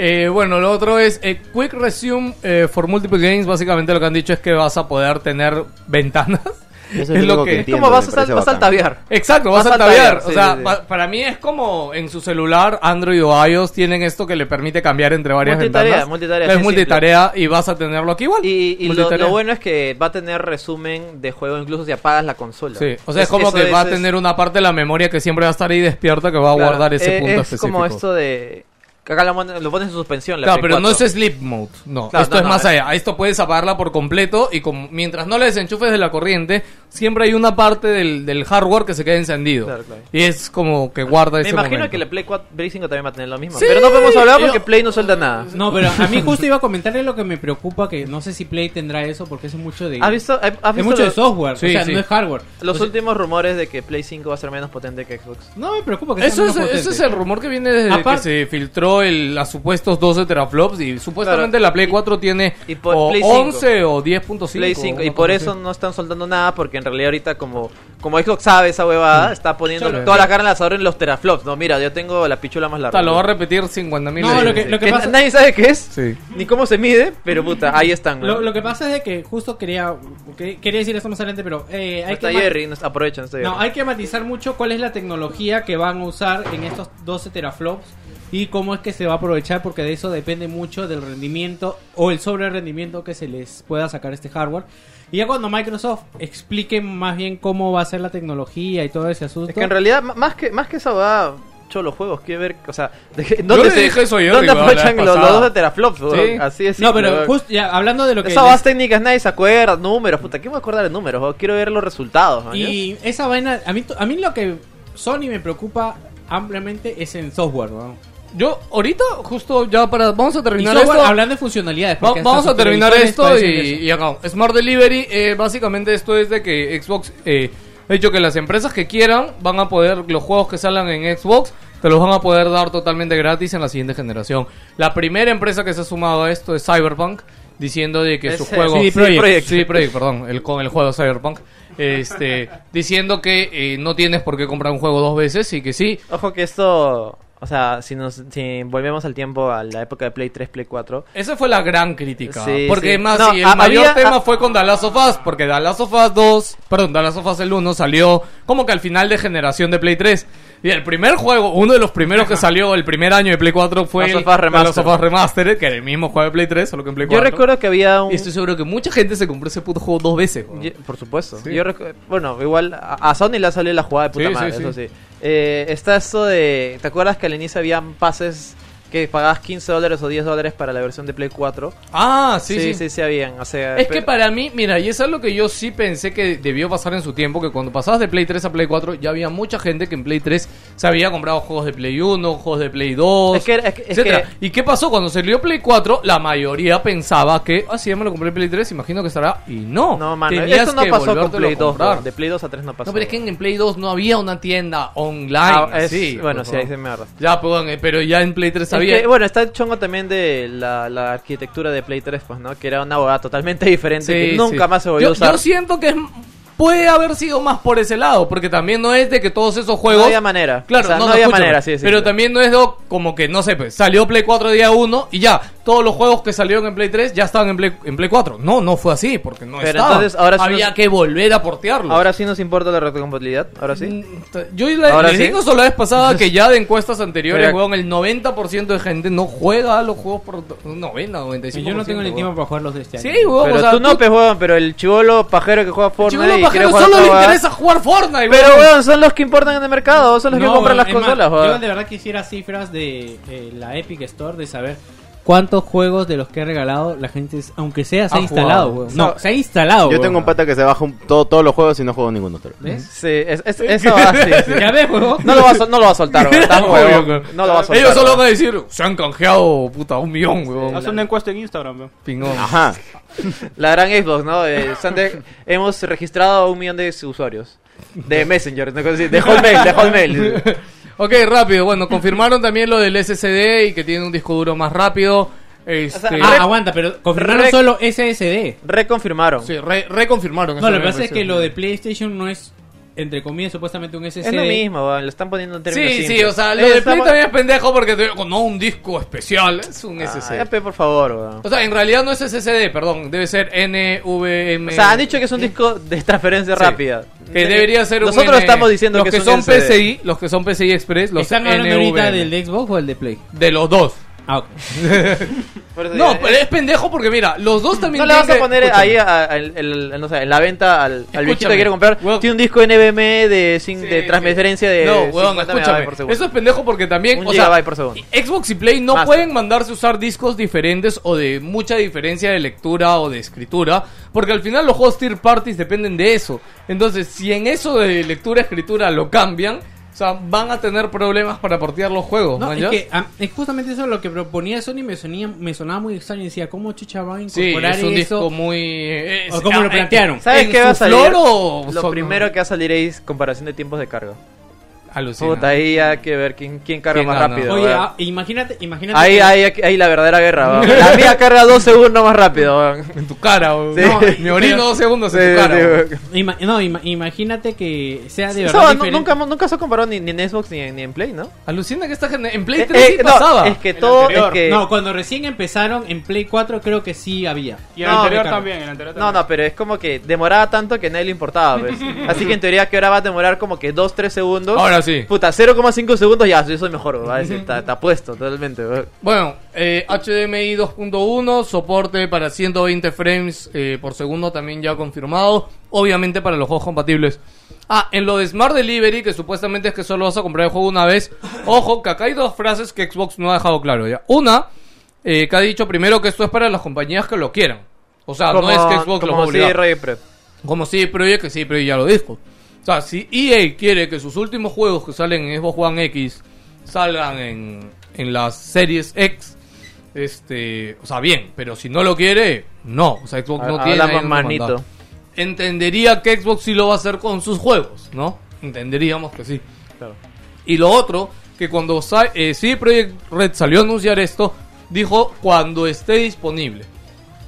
[SPEAKER 2] Eh, bueno, lo otro es eh, Quick Resume eh, for Multiple Games. Básicamente lo que han dicho es que vas a poder tener ventanas.
[SPEAKER 4] Eso
[SPEAKER 2] Es lo
[SPEAKER 4] único
[SPEAKER 2] que- Es
[SPEAKER 3] Es
[SPEAKER 4] entiendo,
[SPEAKER 3] como
[SPEAKER 4] me
[SPEAKER 3] vas a, sal-
[SPEAKER 4] parece
[SPEAKER 3] vas a
[SPEAKER 4] bacán.
[SPEAKER 3] saltaviar.
[SPEAKER 2] Exacto, vas
[SPEAKER 3] Vas
[SPEAKER 2] a
[SPEAKER 3] a tallar,
[SPEAKER 2] tabear.
[SPEAKER 3] sí,
[SPEAKER 2] o sea,
[SPEAKER 3] sí, sí.
[SPEAKER 2] pa- para mí es como en su celular, Android o iOS tienen esto que le permite cambiar entre varias
[SPEAKER 3] Multitarea,
[SPEAKER 2] ventanas.
[SPEAKER 3] multitarea,
[SPEAKER 2] Es
[SPEAKER 3] sí,
[SPEAKER 2] multitarea y vas a tenerlo aquí igual.
[SPEAKER 3] Y, y lo,
[SPEAKER 2] Multitarea.
[SPEAKER 3] lo bueno es que va a tener resumen de juego incluso si apagas la consola.
[SPEAKER 2] Sí, o sea, es, como
[SPEAKER 3] eso-
[SPEAKER 2] que va a
[SPEAKER 3] eso es-
[SPEAKER 2] tener una parte de la memoria que siempre va a estar ahí despierta que va a
[SPEAKER 3] claro,
[SPEAKER 2] guardar ese
[SPEAKER 3] eh,
[SPEAKER 2] punto
[SPEAKER 3] es
[SPEAKER 2] específico.
[SPEAKER 3] como esto de... que Acá lo, mon- lo pones en suspensión. La
[SPEAKER 2] Claro,
[SPEAKER 3] Play
[SPEAKER 2] pero no es
[SPEAKER 3] 4.
[SPEAKER 2] sleep mode, no.
[SPEAKER 3] Claro,
[SPEAKER 2] esto
[SPEAKER 3] no,
[SPEAKER 2] es
[SPEAKER 3] no,
[SPEAKER 2] más
[SPEAKER 3] es-
[SPEAKER 2] allá. Esto puedes apagarla por completo y como, mientras no la desenchufes de la corriente, siempre hay una parte del, del hardware que se queda encendido.
[SPEAKER 3] Claro, claro.
[SPEAKER 2] Y es como que guarda
[SPEAKER 3] Me
[SPEAKER 2] ese
[SPEAKER 3] imagino
[SPEAKER 2] momento.
[SPEAKER 3] que la Play 4, Play 5 también va a tener lo mismo.
[SPEAKER 2] Sí.
[SPEAKER 3] Pero no podemos hablar
[SPEAKER 2] Yo-
[SPEAKER 3] porque Play no suelta nada.
[SPEAKER 5] No, pero a mí justo iba a comentarle lo que me preocupa, que no sé si Play tendrá eso, porque eso es mucho de...
[SPEAKER 3] ¿Has visto, has- has
[SPEAKER 5] es
[SPEAKER 3] visto
[SPEAKER 5] mucho de
[SPEAKER 3] los,
[SPEAKER 5] software,
[SPEAKER 2] Sí,
[SPEAKER 5] o sea,
[SPEAKER 2] Pues sí.
[SPEAKER 5] no es hardware.
[SPEAKER 3] los
[SPEAKER 5] O sea,
[SPEAKER 3] últimos rumores de que Play 5 va a ser menos potente que Xbox?
[SPEAKER 5] No me preocupa que
[SPEAKER 2] Eso
[SPEAKER 5] sea
[SPEAKER 2] es,
[SPEAKER 5] menos
[SPEAKER 2] ese es
[SPEAKER 5] potente.
[SPEAKER 2] el rumor que viene desde
[SPEAKER 5] Aparte-
[SPEAKER 2] que se filtró el, a supuestos 12 teraflops y supuestamente
[SPEAKER 3] Claro.
[SPEAKER 2] la Play
[SPEAKER 3] Y-
[SPEAKER 2] 4 tiene
[SPEAKER 3] y por-
[SPEAKER 2] o
[SPEAKER 3] Play 5.
[SPEAKER 2] 11 o 10.5.
[SPEAKER 3] Play 5. Y
[SPEAKER 2] una
[SPEAKER 3] por
[SPEAKER 2] cosa
[SPEAKER 3] eso
[SPEAKER 2] así.
[SPEAKER 3] no están soltando nada porque en realidad ahorita como, como Xbox sabe esa huevada, está poniendo
[SPEAKER 2] Mm. Claro.
[SPEAKER 3] todas las carnes al asador en los teraflops. No, mira, yo tengo la pichula más
[SPEAKER 2] O sea,
[SPEAKER 3] larga.
[SPEAKER 2] lo va a repetir 50.000
[SPEAKER 5] No,
[SPEAKER 2] veces.
[SPEAKER 5] lo que- lo
[SPEAKER 3] Que
[SPEAKER 5] pasa-
[SPEAKER 3] nadie sabe qué es,
[SPEAKER 2] Sí.
[SPEAKER 3] ni cómo se mide, pero puta, ahí están.
[SPEAKER 5] Lo,
[SPEAKER 3] ¿no?
[SPEAKER 5] lo que pasa es de que justo quería que- quería decir esto más adelante, pero eh,
[SPEAKER 3] No
[SPEAKER 5] hay,
[SPEAKER 3] está
[SPEAKER 5] que ma-
[SPEAKER 3] Jerry, no está- aprovecha, no está Jerry.
[SPEAKER 5] no, hay que matizar mucho cuál es la tecnología que van a usar en estos 12 teraflops y cómo es que se va a aprovechar, porque de eso depende mucho del rendimiento o el sobre rendimiento que se les pueda sacar a este hardware. Y ya cuando Microsoft explique más bien cómo va a ser la tecnología y todo ese asunto.
[SPEAKER 3] Es que en realidad, m- más que, más que esa va cholo juegos, quiero ver, o sea, de que-
[SPEAKER 2] le dije eso a Jerry, weón,
[SPEAKER 3] ¿dónde
[SPEAKER 2] la vez
[SPEAKER 3] aprovechan los,
[SPEAKER 2] pasada.
[SPEAKER 3] los dos de teraflops? weón?
[SPEAKER 2] Sí.
[SPEAKER 3] Así es.
[SPEAKER 5] no, pero
[SPEAKER 3] simple, weón.
[SPEAKER 5] justo ya, hablando de lo que
[SPEAKER 3] Esas
[SPEAKER 5] les-
[SPEAKER 3] bases técnicas nadie se acuerda, números, puta, ¿qué me voy a acordar de números? weón? Quiero ver los resultados. man, ¿ya?
[SPEAKER 5] Y esa vaina, a mí, a mí lo que Sony me preocupa ampliamente es en software, ¿no?
[SPEAKER 2] Yo, ahorita, justo ya para. Vamos a
[SPEAKER 5] Y
[SPEAKER 2] terminar
[SPEAKER 5] software,
[SPEAKER 2] esto.
[SPEAKER 5] hablando de funcionalidades.
[SPEAKER 2] Va-
[SPEAKER 5] porque hasta
[SPEAKER 2] vamos a
[SPEAKER 5] sus
[SPEAKER 2] terminar
[SPEAKER 5] televisores
[SPEAKER 2] esto y,
[SPEAKER 5] parecen de eso.
[SPEAKER 2] y acabamos. Smart Delivery, eh, básicamente esto es de que Xbox eh, ha dicho que las empresas que quieran van a poder, los juegos que salgan en Xbox, te los van a poder dar totalmente gratis en la siguiente generación. La primera empresa que se ha sumado a esto es Cyberpunk, diciendo de que
[SPEAKER 3] Es,
[SPEAKER 2] su
[SPEAKER 3] eh,
[SPEAKER 2] juego...
[SPEAKER 3] CD Projekt.
[SPEAKER 2] CD Projekt, perdón, el, con el juego Cyberpunk. Este, diciendo que eh, no tienes por qué comprar un juego dos veces y que sí,
[SPEAKER 3] Ojo que esto, o sea, si, nos, si volvemos al tiempo, a la época de Play 3, Play 4,
[SPEAKER 2] Esa fue la gran crítica.
[SPEAKER 3] Sí,
[SPEAKER 2] porque
[SPEAKER 3] sí.
[SPEAKER 2] más,
[SPEAKER 3] No,
[SPEAKER 2] y el
[SPEAKER 3] ha-
[SPEAKER 2] mayor
[SPEAKER 3] había-
[SPEAKER 2] tema
[SPEAKER 3] ha-
[SPEAKER 2] fue con The Last of Us, porque The Last of Us 2, perdón, The Last of Us el 1 salió como que al final de generación de Play 3. Y el primer juego, uno de los primeros que salió el primer año de Play 4 fue
[SPEAKER 3] Last
[SPEAKER 2] el
[SPEAKER 3] of Us
[SPEAKER 2] The Last of Us
[SPEAKER 3] Remastered.
[SPEAKER 2] Remastered, que era el mismo juego de Play 3, solo que en Play 4.
[SPEAKER 3] yo recuerdo que había un...
[SPEAKER 2] Y estoy seguro que mucha gente se compró ese puto juego dos veces. weón.
[SPEAKER 3] Ye- por supuesto.
[SPEAKER 2] Sí.
[SPEAKER 3] Yo recu- bueno, igual a, a Sony le ha salido la jugada de puta
[SPEAKER 2] Sí,
[SPEAKER 3] madre,
[SPEAKER 2] sí, sí.
[SPEAKER 3] eso sí. Eh, está esto de. ¿Te acuerdas que al inicio habían pases que pagabas 15 dólares o 10 dólares para la versión de Play 4?
[SPEAKER 2] Ah, sí,
[SPEAKER 3] sí,
[SPEAKER 2] sí.
[SPEAKER 3] sí, habían. O sea,
[SPEAKER 2] Es
[SPEAKER 3] pero-
[SPEAKER 2] que para mí, mira, y eso es lo que yo sí pensé que debió pasar en su tiempo, que cuando pasabas de Play 3 a Play 4, ya había mucha gente que en Play 3 se había comprado juegos de Play 1, juegos de Play 2,
[SPEAKER 3] Es que- es que- es
[SPEAKER 2] etcétera. ¿Y qué pasó? Cuando salió Play 4, la mayoría pensaba que, ah, sí, ya me lo compré en Play 3, imagino que estará, y no.
[SPEAKER 3] No, mano,
[SPEAKER 2] Tenías
[SPEAKER 3] esto no
[SPEAKER 2] que
[SPEAKER 3] pasó con
[SPEAKER 2] volvértelo
[SPEAKER 3] Play
[SPEAKER 2] a
[SPEAKER 3] 2.
[SPEAKER 2] comprar.
[SPEAKER 3] bro. De Play 2 a 3 no pasó.
[SPEAKER 2] No, pero es que
[SPEAKER 3] bro.
[SPEAKER 2] en Play 2 no había una tienda online,
[SPEAKER 3] Ah, es-
[SPEAKER 2] así,
[SPEAKER 3] bueno,
[SPEAKER 2] por
[SPEAKER 3] sí, ahí
[SPEAKER 2] favor.
[SPEAKER 3] se me agarra.
[SPEAKER 2] Ya, pues, bueno, eh, pero ya en Play 3
[SPEAKER 3] Es
[SPEAKER 2] había...
[SPEAKER 3] que, bueno, está el chongo también de la, la arquitectura de Play 3, pues, ¿no? Que era una abogada totalmente diferente que
[SPEAKER 2] Sí,
[SPEAKER 3] nunca
[SPEAKER 2] sí.
[SPEAKER 3] más se volvió
[SPEAKER 2] yo,
[SPEAKER 3] a usar.
[SPEAKER 2] yo siento que es- puede haber sido más por ese lado, porque también no es de que todos esos juegos.
[SPEAKER 3] No había manera.
[SPEAKER 2] Claro,
[SPEAKER 3] O sea,
[SPEAKER 2] no,
[SPEAKER 3] no
[SPEAKER 2] no,
[SPEAKER 3] había
[SPEAKER 2] escúchame,
[SPEAKER 3] manera, sí, sí,
[SPEAKER 2] Pero
[SPEAKER 3] sí.
[SPEAKER 2] también no es de- como que, no sé, pues, salió Play 4 día 1 y ya, todos los juegos que salieron en Play 3 ya estaban en Play, en Play 4. No, no fue así, porque no
[SPEAKER 3] Pero
[SPEAKER 2] estaban.
[SPEAKER 3] entonces, ahora sí
[SPEAKER 2] había
[SPEAKER 3] nos-
[SPEAKER 2] que volver a portearlos.
[SPEAKER 3] Ahora sí nos importa la retrocompatibilidad. Ahora sí.
[SPEAKER 2] Mm, t- Yo le,
[SPEAKER 3] Ahora
[SPEAKER 2] les
[SPEAKER 3] sí.
[SPEAKER 2] digo eso la vez pasada que ya de encuestas anteriores,
[SPEAKER 3] Pero-
[SPEAKER 2] weón, el 90% de gente no juega a los juegos por 90, 95%.
[SPEAKER 5] yo no tengo ni
[SPEAKER 2] weón.
[SPEAKER 5] tiempo para jugar los de este
[SPEAKER 2] Sí,
[SPEAKER 5] año.
[SPEAKER 2] weón,
[SPEAKER 3] Pero
[SPEAKER 2] o sea,
[SPEAKER 3] tú no, pues, weón, pero el chivolo pajero que juega Fortnite.
[SPEAKER 2] Chibolo
[SPEAKER 3] y quiere
[SPEAKER 2] Pajero
[SPEAKER 3] jugar
[SPEAKER 2] solo le
[SPEAKER 3] esta huevada-
[SPEAKER 2] interesa jugar Fortnite,
[SPEAKER 3] Pero,
[SPEAKER 2] weón.
[SPEAKER 3] weón, son los que importan en el mercado, son los que
[SPEAKER 5] No,
[SPEAKER 3] compran las
[SPEAKER 5] es más,
[SPEAKER 3] consolas,
[SPEAKER 5] Yo
[SPEAKER 3] weón.
[SPEAKER 5] de verdad quisiera cifras de eh, la Epic Store de saber cuántos juegos de los que he regalado la gente, es- aunque sea, se ha,
[SPEAKER 2] Ha
[SPEAKER 5] instalado.
[SPEAKER 2] jugado.
[SPEAKER 5] weón. No, se ha instalado.
[SPEAKER 4] Yo
[SPEAKER 5] weón.
[SPEAKER 4] tengo un pata que se baja un- todo- todos los juegos y no juego ninguno. solo.
[SPEAKER 5] ¿Ves?
[SPEAKER 3] Sí, es, es- esa va, sí, sí.
[SPEAKER 5] Ya ves, weón.
[SPEAKER 3] No lo va a, sol- no lo va a soltar, weón. está
[SPEAKER 2] Obvio,
[SPEAKER 3] huevón.
[SPEAKER 2] weón.
[SPEAKER 3] No lo va a soltar.
[SPEAKER 2] Ellos solo van
[SPEAKER 3] weón.
[SPEAKER 2] a decir, se han canjeado, puta, un millón, weón.
[SPEAKER 6] Haz una encuesta en Instagram, weón.
[SPEAKER 2] Pingón.
[SPEAKER 4] Ajá.
[SPEAKER 3] La gran Xbox, ¿no? Eh, se han de- hemos registrado a un millón de usuarios. De Messenger, ¿no? Cosas así, de Hotmail, de Hotmail.
[SPEAKER 2] Ok, rápido. Bueno, confirmaron también lo del SSD y que tiene un disco duro más rápido. Este,
[SPEAKER 3] O sea,
[SPEAKER 5] Ah,
[SPEAKER 3] Re-
[SPEAKER 5] aguanta, pero confirmaron
[SPEAKER 3] Re-
[SPEAKER 5] solo SSD.
[SPEAKER 3] Reconfirmaron.
[SPEAKER 2] ah, sí, re- reconfirmaron.
[SPEAKER 5] No,
[SPEAKER 2] eso
[SPEAKER 5] lo
[SPEAKER 2] me
[SPEAKER 5] que pasa es
[SPEAKER 2] pareció.
[SPEAKER 5] que lo de PlayStation no es, entre comillas, supuestamente un SSD.
[SPEAKER 3] Es lo mismo, weón, le están poniendo en términos
[SPEAKER 2] Sí, sí,
[SPEAKER 3] simples.
[SPEAKER 2] o sea, lo
[SPEAKER 3] Ellos
[SPEAKER 2] de Play
[SPEAKER 3] están-
[SPEAKER 2] también es pendejo porque te digo, no un disco especial, es un
[SPEAKER 3] Ah,
[SPEAKER 2] SSD.
[SPEAKER 3] ya, pe, por favor, weón.
[SPEAKER 2] O sea, en realidad no es SSD, perdón, debe ser NVMe.
[SPEAKER 3] O sea, han dicho que es un disco de transferencia
[SPEAKER 2] Sí.
[SPEAKER 3] rápida.
[SPEAKER 2] Que debería ser un
[SPEAKER 3] Nosotros
[SPEAKER 2] N- E.
[SPEAKER 3] estamos diciendo
[SPEAKER 2] los
[SPEAKER 3] que,
[SPEAKER 2] que
[SPEAKER 3] es un E.
[SPEAKER 2] son
[SPEAKER 3] SD.
[SPEAKER 2] PCI, los E que son PCI Express, los
[SPEAKER 5] ¿Están hablando
[SPEAKER 2] NVMe.
[SPEAKER 5] ahorita del de Xbox o el de Play?
[SPEAKER 2] De los dos.
[SPEAKER 5] Ah, ok.
[SPEAKER 2] No, pero es pendejo porque mira, los dos también
[SPEAKER 3] No le vas
[SPEAKER 2] tienen
[SPEAKER 3] a
[SPEAKER 2] que-
[SPEAKER 3] poner
[SPEAKER 2] Escúchame.
[SPEAKER 3] ahí a- a- el- el- no sé, en la venta al, al bichito
[SPEAKER 2] Escúchame.
[SPEAKER 3] que quiere comprar.
[SPEAKER 2] Weón.
[SPEAKER 3] Tiene un disco NVMe de, sin, de
[SPEAKER 2] Sí,
[SPEAKER 3] transferencia de.
[SPEAKER 2] No, weón,
[SPEAKER 3] 50 megabytes
[SPEAKER 2] escúchame.
[SPEAKER 3] por segundo.
[SPEAKER 2] Eso es pendejo porque también.
[SPEAKER 3] Un
[SPEAKER 2] o
[SPEAKER 3] gigabyte
[SPEAKER 2] sea,
[SPEAKER 3] por segundo.
[SPEAKER 2] Xbox y Play no
[SPEAKER 3] Más.
[SPEAKER 2] pueden mandarse a usar discos diferentes o de mucha diferencia de lectura o de escritura. Porque al final los juegos tier parties dependen de eso. Entonces, si en eso de lectura-escritura lo cambian, o sea, van a tener problemas para portear los juegos.
[SPEAKER 5] No,
[SPEAKER 2] ¿man
[SPEAKER 5] es
[SPEAKER 2] ya?
[SPEAKER 5] que ah, es justamente eso lo que proponía Sony me, sonía, me sonaba muy extraño. Decía, ¿cómo chucha van a
[SPEAKER 2] Sí,
[SPEAKER 5] incorporar
[SPEAKER 2] es un
[SPEAKER 5] eso?
[SPEAKER 2] disco muy. eh,
[SPEAKER 5] O cómo lo
[SPEAKER 2] eh,
[SPEAKER 5] plantearon.
[SPEAKER 3] ¿Sabes
[SPEAKER 2] ¿en
[SPEAKER 3] qué
[SPEAKER 2] su
[SPEAKER 3] va a salir?
[SPEAKER 2] flor o
[SPEAKER 3] Lo
[SPEAKER 2] son-
[SPEAKER 3] primero que va a salir es comparación de tiempos de carga.
[SPEAKER 2] Alucina.
[SPEAKER 3] Puta, ahí hay que ver quién, quién carga
[SPEAKER 2] Sí,
[SPEAKER 3] más
[SPEAKER 2] no, no.
[SPEAKER 3] rápido.
[SPEAKER 5] Oye,
[SPEAKER 3] weón.
[SPEAKER 5] ah, imagínate, imagínate.
[SPEAKER 3] ahí,
[SPEAKER 5] que-
[SPEAKER 3] ahí, aquí- ahí la verdadera guerra. weón. La mía carga dos segundos más rápido. weón.
[SPEAKER 2] En tu cara, weón.
[SPEAKER 3] Sí.
[SPEAKER 2] No, me orino dos segundos en tu cara.
[SPEAKER 3] Sí, sí,
[SPEAKER 2] weón.
[SPEAKER 3] weón.
[SPEAKER 5] ima- no, ima- imagínate que
[SPEAKER 2] Ah,
[SPEAKER 5] sea de
[SPEAKER 3] Eso
[SPEAKER 5] verdad.
[SPEAKER 3] no-
[SPEAKER 5] diferente.
[SPEAKER 3] nunca, nunca se comparó ni, ni en Xbox ni en, ni en Play, ¿no?
[SPEAKER 2] Alucina que esta gente. En Play
[SPEAKER 3] Eh,
[SPEAKER 2] 3 sí
[SPEAKER 3] eh, no,
[SPEAKER 2] pasaba.
[SPEAKER 3] es que todo. Es
[SPEAKER 6] anterior.
[SPEAKER 3] que,
[SPEAKER 5] No, cuando recién empezaron en Play 4 creo que sí había.
[SPEAKER 6] Y el
[SPEAKER 3] No,
[SPEAKER 6] anterior
[SPEAKER 5] Ricardo.
[SPEAKER 6] también, el anterior
[SPEAKER 3] No,
[SPEAKER 6] también.
[SPEAKER 3] no, pero es como que demoraba tanto que nadie le importaba, pues. Así que en teoría que ahora va a demorar como que 2, 3 segundos.
[SPEAKER 2] Ahora sí.
[SPEAKER 3] Puta, 0,5 segundos ya, yo soy mejor, va a decir, está, está puesto totalmente. weón.
[SPEAKER 2] Bueno, eh, HDMI 2.1, soporte para 120 frames eh, por segundo también ya confirmado, obviamente para los juegos compatibles. Ah, en lo de Smart Delivery, que supuestamente es que solo vas a comprar el juego una vez, ojo, que acá hay dos frases que Xbox no ha dejado claro ya. Una, eh, que ha dicho primero que esto es para las compañías que lo quieran. O sea, Ah, no es que Xbox lo va a
[SPEAKER 3] como
[SPEAKER 2] obligar.
[SPEAKER 3] CD Projekt Red.
[SPEAKER 2] Como CD Projekt, que CD Projekt ya lo dijo. O sea, si EA quiere que sus últimos juegos que salen en Xbox One X salgan en, en las series X, este, o sea, bien, pero si no lo quiere, no. O sea, Xbox no
[SPEAKER 3] Ha-
[SPEAKER 2] tiene
[SPEAKER 3] habla
[SPEAKER 2] ahí
[SPEAKER 3] más
[SPEAKER 2] un
[SPEAKER 3] manito.
[SPEAKER 2] mandato. Entendería que Xbox sí lo va a hacer con sus juegos, ¿no? Entenderíamos que sí. Y lo otro, que cuando sa- eh, CD Projekt Red salió a anunciar esto, dijo cuando esté disponible.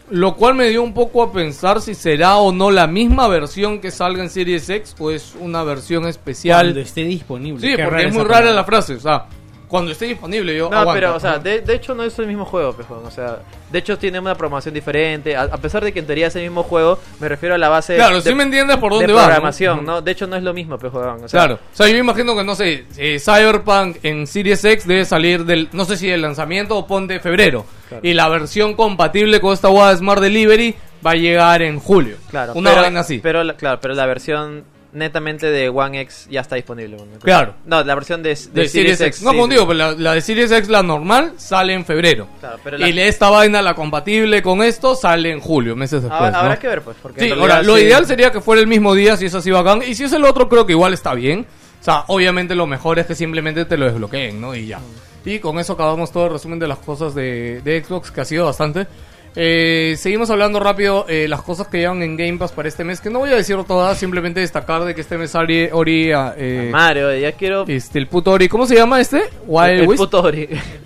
[SPEAKER 2] Lo cual me dio un poco a pensar si será o no la misma versión que salga en Series X o es una versión especial.
[SPEAKER 5] Cuando esté disponible.
[SPEAKER 2] Sí,
[SPEAKER 5] Qué
[SPEAKER 2] porque es
[SPEAKER 5] esa
[SPEAKER 2] muy rara
[SPEAKER 5] palabra.
[SPEAKER 2] la frase, o sea, cuando esté disponible yo
[SPEAKER 3] No,
[SPEAKER 2] aguanto.
[SPEAKER 3] pero, o sea, de, de hecho no es el mismo juego, pejón. O sea, de hecho tiene una programación diferente. A, a pesar de que en teoría es el mismo juego, me refiero a la base
[SPEAKER 2] Claro,
[SPEAKER 3] de,
[SPEAKER 2] sí me entiendes por
[SPEAKER 3] de
[SPEAKER 2] dónde va. ¿no?
[SPEAKER 3] programación, ¿no? De hecho no es lo mismo, pejón. O sea,
[SPEAKER 2] Claro, o sea, yo imagino que no sé, eh, Cyberpunk en Series X debe salir del, no sé si del lanzamiento o ponte febrero. Y la versión compatible con esta guada de Smart Delivery va a llegar en julio.
[SPEAKER 3] Claro,
[SPEAKER 2] una
[SPEAKER 3] pero,
[SPEAKER 2] vaina así.
[SPEAKER 3] Pero, la- claro, pero la versión netamente de One X ya está disponible. bueno.
[SPEAKER 2] Claro.
[SPEAKER 3] No, la versión de, de
[SPEAKER 2] de Series, X. No,
[SPEAKER 3] sí,
[SPEAKER 2] como
[SPEAKER 3] sí.
[SPEAKER 2] digo, pero la, la de Series X, la normal, sale en febrero.
[SPEAKER 3] Claro, pero la-
[SPEAKER 2] Y la- esta vaina, la compatible con esto, sale en julio, meses después.
[SPEAKER 3] Ahora-
[SPEAKER 2] ¿no?
[SPEAKER 3] Habrá que ver, pues. Porque
[SPEAKER 2] Sí,
[SPEAKER 3] en
[SPEAKER 2] ahora,
[SPEAKER 3] realidad
[SPEAKER 2] lo
[SPEAKER 3] sí-
[SPEAKER 2] ideal sería que fuera el mismo día, si es así bacán. Y si es el otro, creo que igual está bien. O sea, obviamente lo mejor es que simplemente te lo desbloqueen, ¿no? Y
[SPEAKER 3] Mm.
[SPEAKER 2] ya. Y con eso acabamos todo el resumen de las cosas de, de Xbox, que ha sido bastante. Eh, seguimos hablando rápido eh, las cosas que llevan en Game Pass para este mes, que no voy a decir todas, simplemente destacar de que este mes sale Ori, ah, eh,
[SPEAKER 3] Mario, ya quiero.
[SPEAKER 2] este, el puto Ori, ¿cómo se llama este? Wild
[SPEAKER 3] el
[SPEAKER 2] Wisp.
[SPEAKER 3] puto Ori.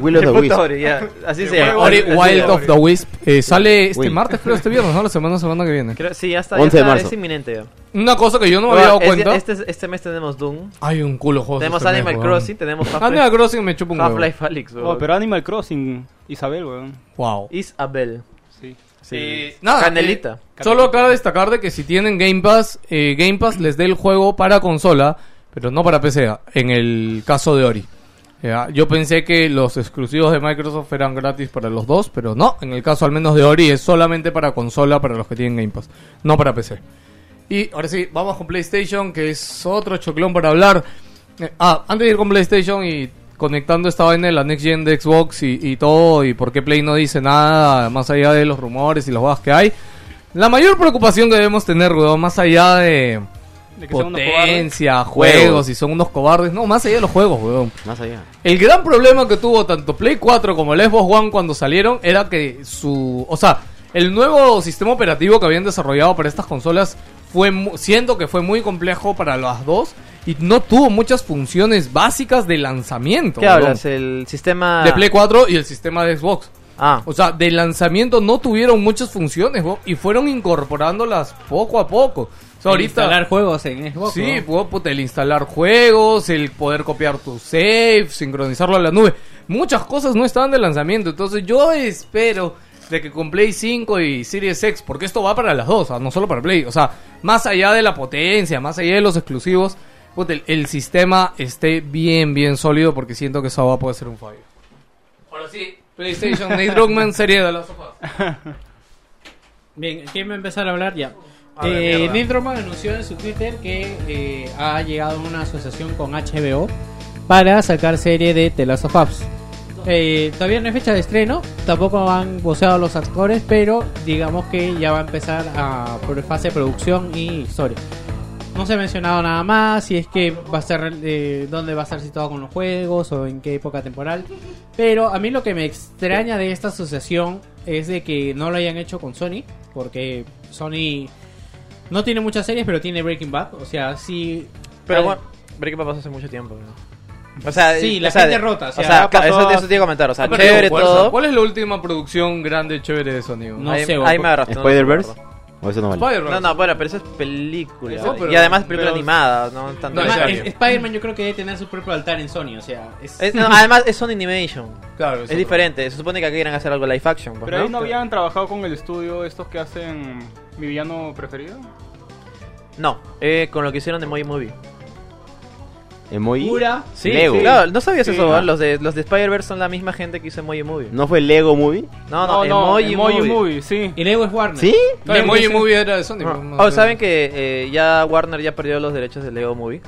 [SPEAKER 4] Will of
[SPEAKER 3] El
[SPEAKER 4] the
[SPEAKER 3] puto
[SPEAKER 4] Wisp.
[SPEAKER 3] Ori, ya. Así se
[SPEAKER 2] Eh,
[SPEAKER 3] llama.
[SPEAKER 2] Ori
[SPEAKER 3] Así se
[SPEAKER 2] Wild
[SPEAKER 3] llama.
[SPEAKER 2] of the Wisp. Eh, sale este
[SPEAKER 4] Wisp.
[SPEAKER 2] martes, creo, este viernes, ¿no? La semana, semana que viene.
[SPEAKER 3] Creo- sí, ya está.
[SPEAKER 4] 11 de
[SPEAKER 3] ya está,
[SPEAKER 4] marzo.
[SPEAKER 3] Es inminente ya.
[SPEAKER 2] Una cosa que yo no me había dado
[SPEAKER 3] Ahora, este-
[SPEAKER 2] cuenta.
[SPEAKER 3] Este, este mes tenemos Doom.
[SPEAKER 2] Hay un culo de juegos.
[SPEAKER 3] tenemos
[SPEAKER 2] este mes,
[SPEAKER 3] Animal
[SPEAKER 2] weón.
[SPEAKER 3] Crossing. Tenemos
[SPEAKER 2] Animal
[SPEAKER 3] Half-Life
[SPEAKER 2] Crossing me chupa un huevo.
[SPEAKER 3] Half-Life Alyx.
[SPEAKER 6] Oh,
[SPEAKER 3] weón.
[SPEAKER 6] pero Animal Crossing, Isabel, weón.
[SPEAKER 2] Wow.
[SPEAKER 3] Isabel.
[SPEAKER 6] Sí.
[SPEAKER 3] Sí.
[SPEAKER 2] Eh, nada,
[SPEAKER 3] Canelita.
[SPEAKER 2] eh, solo acaba de destacar de que si tienen Game Pass, eh, Game Pass les dé el juego para consola, pero no para PC, ah, en el caso de Ori. Ya, Yo pensé que los exclusivos de Microsoft eran gratis para los dos, pero no, en el caso al menos de Ori es solamente para consola para los que tienen Game Pass, no para PC. Y ahora sí, vamos con PlayStation, que es otro choclón para hablar. Eh, ah, antes de ir con PlayStation y conectando esta vaina de la Next Gen de Xbox y, y todo, y por qué Play no dice nada, más allá de los rumores y los bajas que hay. La mayor preocupación que debemos tener, weón, más allá de
[SPEAKER 6] De que sea uno cobarde.
[SPEAKER 2] potencia,
[SPEAKER 4] Juegos.
[SPEAKER 2] juegos, y son unos cobardes, no, más allá de los juegos, weón.
[SPEAKER 4] Más allá.
[SPEAKER 2] El gran problema que tuvo tanto Play 4 como el Xbox One cuando salieron era que su... O sea, el nuevo sistema operativo que habían desarrollado para estas consolas fue mu- siento que fue muy complejo para las dos y no tuvo muchas funciones básicas de lanzamiento.
[SPEAKER 3] ¿Qué
[SPEAKER 2] weón.
[SPEAKER 3] hablas? Ah. El sistema.
[SPEAKER 2] De Play 4 y el sistema de Xbox.
[SPEAKER 3] Ah.
[SPEAKER 2] O sea, de lanzamiento no tuvieron muchas funciones weón, y fueron incorporándolas poco a poco. O sea, ahorita...
[SPEAKER 5] Instalar juegos en Xbox.
[SPEAKER 2] Sí,
[SPEAKER 5] ¿no?
[SPEAKER 2] puedo, puta, el instalar juegos, el poder copiar tu save, sincronizarlo a la nube. Muchas cosas no estaban de lanzamiento. Entonces yo espero de que con Play 5 y Series X, porque esto va para las dos, ah, no solo para Play. O sea, más allá de la potencia, más allá de los exclusivos, puta, el, el sistema esté bien, bien sólido porque siento que esa va a poder ser un fallo. Ahora sí. PlayStation, Nate Druckmann, serie de las sofás.
[SPEAKER 5] Bien, ¿quién va a empezar a hablar ya?
[SPEAKER 3] A ver,
[SPEAKER 5] Eh,
[SPEAKER 3] mierda.
[SPEAKER 5] Neil Druckmann anunció en su Twitter que eh, ha llegado a una asociación con HBO para sacar serie de The Last of Us. Eh, todavía no es fecha de estreno, tampoco han voceado los actores, pero digamos que ya va a empezar a por fase de producción y historia. No se ha mencionado nada más, si es que va a ser eh, dónde va a estar situado con los juegos o en qué época temporal. Pero a mí lo que me extraña de esta asociación es de que no lo hayan hecho con Sony, porque Sony no tiene muchas series, pero tiene Breaking Bad. O sea, sí.
[SPEAKER 3] Pero
[SPEAKER 5] al-
[SPEAKER 3] bueno, Breaking Bad pasó hace mucho tiempo. ¿no? O sea,
[SPEAKER 5] Sí,
[SPEAKER 3] y-
[SPEAKER 5] la
[SPEAKER 3] o sea,
[SPEAKER 5] gente
[SPEAKER 3] de-
[SPEAKER 5] rota, o
[SPEAKER 3] O
[SPEAKER 5] sea,
[SPEAKER 3] sea,
[SPEAKER 5] ha
[SPEAKER 3] ca- eso,
[SPEAKER 6] pasado-
[SPEAKER 3] eso te iba a comentar. O sea,
[SPEAKER 2] Ha perdido
[SPEAKER 3] Ah, chévere
[SPEAKER 2] fuerza.
[SPEAKER 3] todo.
[SPEAKER 2] ¿Cuál es la última producción grande chévere de Sony?
[SPEAKER 5] No
[SPEAKER 3] ahí,
[SPEAKER 5] sé,
[SPEAKER 3] ahí
[SPEAKER 5] o-
[SPEAKER 3] me agarraste. no me
[SPEAKER 4] ¿Spider-Verse?
[SPEAKER 3] acuerdo.
[SPEAKER 4] O eso no vale.
[SPEAKER 2] Spider-Man.
[SPEAKER 3] No, no, bueno, pero eso es película.
[SPEAKER 2] Eso, pero-
[SPEAKER 3] y además película
[SPEAKER 2] pero-
[SPEAKER 3] animada, no tanto.
[SPEAKER 2] No,
[SPEAKER 3] de
[SPEAKER 5] Además,
[SPEAKER 2] en
[SPEAKER 3] serie.
[SPEAKER 2] serio.
[SPEAKER 5] es- Spider-Man yo creo que debe tener su propio altar en Sony. O sea, es-
[SPEAKER 3] Es- no, además es Sony Animation.
[SPEAKER 2] Claro,
[SPEAKER 3] Es
[SPEAKER 2] eso-
[SPEAKER 3] diferente. Se supone que aquí quieran hacer algo live action. pues,
[SPEAKER 6] Pero
[SPEAKER 3] ¿no?
[SPEAKER 6] ahí no habían trabajado con el estudio estos que hacen mi villano preferido.
[SPEAKER 3] No, eh, con lo que hicieron de Moy Movie.
[SPEAKER 4] ¿Emoji?
[SPEAKER 5] pura.
[SPEAKER 3] Sí,
[SPEAKER 4] Lego.
[SPEAKER 3] sí, claro, no sabías
[SPEAKER 6] Sí,
[SPEAKER 3] eso,
[SPEAKER 6] no.
[SPEAKER 3] ¿eh? los de los de Spider-Verse son la misma gente que hizo Emoji Movie.
[SPEAKER 4] ¿No fue Lego Movie?
[SPEAKER 3] No, no, Emoji, Movie.
[SPEAKER 6] sí.
[SPEAKER 5] Y Lego es Warner.
[SPEAKER 4] ¿Sí?
[SPEAKER 2] Claro, Emoji Movie era de Sony.
[SPEAKER 3] Ah,
[SPEAKER 2] pues, no
[SPEAKER 3] Oh,
[SPEAKER 2] sé.
[SPEAKER 3] ¿saben que eh, ya Warner ya perdió los derechos de Lego Movie?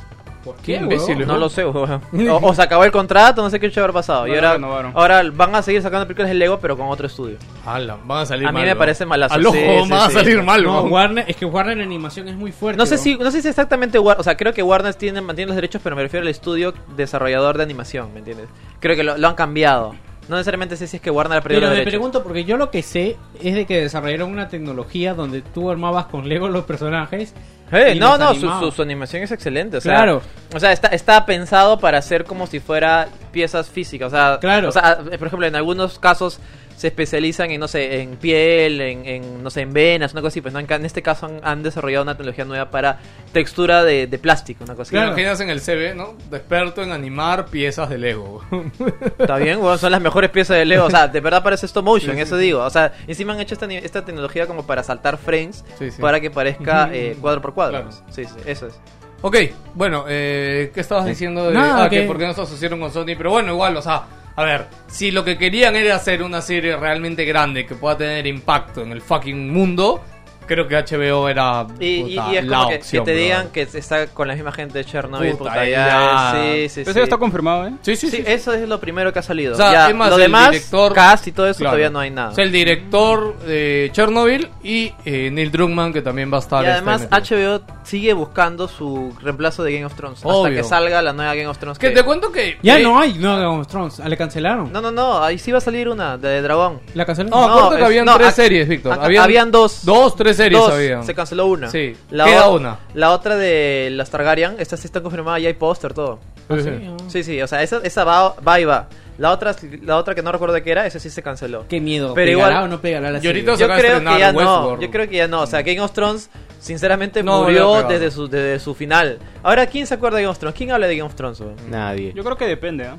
[SPEAKER 5] ¿Por
[SPEAKER 2] Qué
[SPEAKER 5] qué?
[SPEAKER 2] imbécil,
[SPEAKER 5] huevón?
[SPEAKER 3] No lo sé, weón. o, o se acabó el contrato, no sé qué habrá pasado.
[SPEAKER 6] No
[SPEAKER 3] y
[SPEAKER 6] lo
[SPEAKER 3] ahora,
[SPEAKER 6] renovaron.
[SPEAKER 3] ahora van a seguir sacando películas de Lego, pero con otro estudio.
[SPEAKER 2] Ala, Ah, van a salir
[SPEAKER 3] A mí
[SPEAKER 2] mal,
[SPEAKER 3] me
[SPEAKER 2] ¿no?
[SPEAKER 3] parece malazo,
[SPEAKER 2] Al ojo,
[SPEAKER 3] sí,
[SPEAKER 2] van
[SPEAKER 3] sí,
[SPEAKER 2] a
[SPEAKER 3] sí.
[SPEAKER 2] salir mal, ¿no?
[SPEAKER 5] No, Warner, es que Warner en animación es muy fuerte.
[SPEAKER 3] No sé
[SPEAKER 5] huevón.
[SPEAKER 3] si, no sé si exactamente Warner, o sea, creo que Warner tiene, mantiene los derechos, pero me refiero al estudio desarrollador de animación, ¿me entiendes? Creo que lo, lo han cambiado. No necesariamente sé si es que Warner ha perdido
[SPEAKER 5] Pero
[SPEAKER 3] los
[SPEAKER 5] me
[SPEAKER 3] derechos.
[SPEAKER 5] pregunto porque yo lo que sé es de que desarrollaron una tecnología donde tú armabas con Lego los personajes.
[SPEAKER 3] Hey,
[SPEAKER 5] y
[SPEAKER 3] Eh, no,
[SPEAKER 5] los
[SPEAKER 3] no, su,
[SPEAKER 5] animabas.
[SPEAKER 3] su- su animación es excelente. O sea,
[SPEAKER 5] Claro.
[SPEAKER 3] O sea, está, está pensado para ser como si fuera piezas físicas. O sea,
[SPEAKER 5] Claro.
[SPEAKER 3] o sea, eh, por ejemplo, en algunos casos se especializan en, no sé, en piel, en, en, no sé, en venas, una cosa así. Pues no, en, ca- en este caso han, han desarrollado una tecnología nueva para textura de, de plástico, una cosa
[SPEAKER 2] Te
[SPEAKER 3] así.
[SPEAKER 2] imaginas en el CV, ¿no? De Experto en animar piezas de Lego.
[SPEAKER 3] Está bien, weón, son las mejores piezas de Lego. O sea, de verdad parece stop motion, eso digo. O sea, encima han hecho esta, ni- esta tecnología como para saltar frames
[SPEAKER 2] Sí, sí.
[SPEAKER 3] para que parezca eh, cuadro por cuadro.
[SPEAKER 2] Claro.
[SPEAKER 3] Sí, sí, eso es.
[SPEAKER 2] ok, bueno, eh, ¿qué estabas diciendo de
[SPEAKER 5] Nada,
[SPEAKER 2] ah, que
[SPEAKER 5] que-
[SPEAKER 2] por qué no se asociaron con Sony? Pero bueno, igual, o sea, a ver, si lo que querían era hacer una serie realmente grande que pueda tener impacto en el fucking mundo, creo que HBO era
[SPEAKER 3] Y, y-
[SPEAKER 2] puta,
[SPEAKER 3] y es
[SPEAKER 2] la
[SPEAKER 3] como que,
[SPEAKER 2] opción,
[SPEAKER 3] que te
[SPEAKER 2] brother.
[SPEAKER 3] digan que está con la misma gente de Chernobyl,
[SPEAKER 2] Puta,
[SPEAKER 3] puta,
[SPEAKER 2] ya.
[SPEAKER 3] ya. Sí, sí,
[SPEAKER 6] Eso
[SPEAKER 3] sí.
[SPEAKER 6] ya está confirmado, ¿eh?
[SPEAKER 2] Sí, sí, sí.
[SPEAKER 3] Sí,
[SPEAKER 2] sí.
[SPEAKER 3] eso es lo primero que ha salido.
[SPEAKER 2] O sea,
[SPEAKER 3] Ya,
[SPEAKER 2] es más,
[SPEAKER 3] lo
[SPEAKER 2] el
[SPEAKER 3] demás,
[SPEAKER 2] director-
[SPEAKER 3] cast y todo eso
[SPEAKER 2] Claro.
[SPEAKER 3] todavía no hay nada.
[SPEAKER 2] O sea, el director de Chernobyl y eh, Neil Druckmann, que también va a estar.
[SPEAKER 3] y además
[SPEAKER 2] este, metido.
[SPEAKER 3] HBO sigue buscando su reemplazo de Game of Thrones
[SPEAKER 2] Obvio.
[SPEAKER 3] hasta que salga la nueva Game of Thrones.
[SPEAKER 2] Que
[SPEAKER 3] que-
[SPEAKER 2] te cuento que.
[SPEAKER 5] Ya
[SPEAKER 2] eh,
[SPEAKER 5] no hay, no, Game of Thrones, ah, le cancelaron.
[SPEAKER 3] No, Oh, no, no, ahí sí va a salir una de Dragón.
[SPEAKER 5] La cancelaron.
[SPEAKER 2] No,
[SPEAKER 3] No,
[SPEAKER 2] acuérdate que
[SPEAKER 3] es-
[SPEAKER 2] habían
[SPEAKER 3] no,
[SPEAKER 2] tres
[SPEAKER 3] ac-
[SPEAKER 2] series, Víctor.
[SPEAKER 3] ac- habían dos.
[SPEAKER 2] Dos, tres series
[SPEAKER 3] Dos,
[SPEAKER 2] habían.
[SPEAKER 3] se canceló una.
[SPEAKER 2] Sí,
[SPEAKER 3] La
[SPEAKER 2] queda
[SPEAKER 3] o-
[SPEAKER 2] una.
[SPEAKER 3] La otra de las Targaryen, esta sí está confirmada, ya hay póster, todo.
[SPEAKER 2] Sí, sí.
[SPEAKER 3] Sí, sí, o sea, esa, esa va, va y va. La otra, la otra que no recuerdo qué era, esa sí se canceló.
[SPEAKER 5] Qué miedo.
[SPEAKER 3] Pero
[SPEAKER 5] ¿pegará
[SPEAKER 3] igual-
[SPEAKER 5] o no pegará la
[SPEAKER 2] Y ahorita
[SPEAKER 5] serie?
[SPEAKER 2] se
[SPEAKER 3] yo
[SPEAKER 2] acaba de
[SPEAKER 3] creo
[SPEAKER 2] estrenar
[SPEAKER 3] que ya
[SPEAKER 2] este Westworld.
[SPEAKER 3] no, yo creo que ya no, o sea, Game of Thrones sinceramente
[SPEAKER 2] No, no,
[SPEAKER 3] murió
[SPEAKER 2] no, no.
[SPEAKER 3] desde su desde su final. Ahora, ¿quién se acuerda de Game of Thrones? ¿Quién habla de Game of Thrones? weón?
[SPEAKER 4] Nadie.
[SPEAKER 6] Yo creo que depende, ¿eh?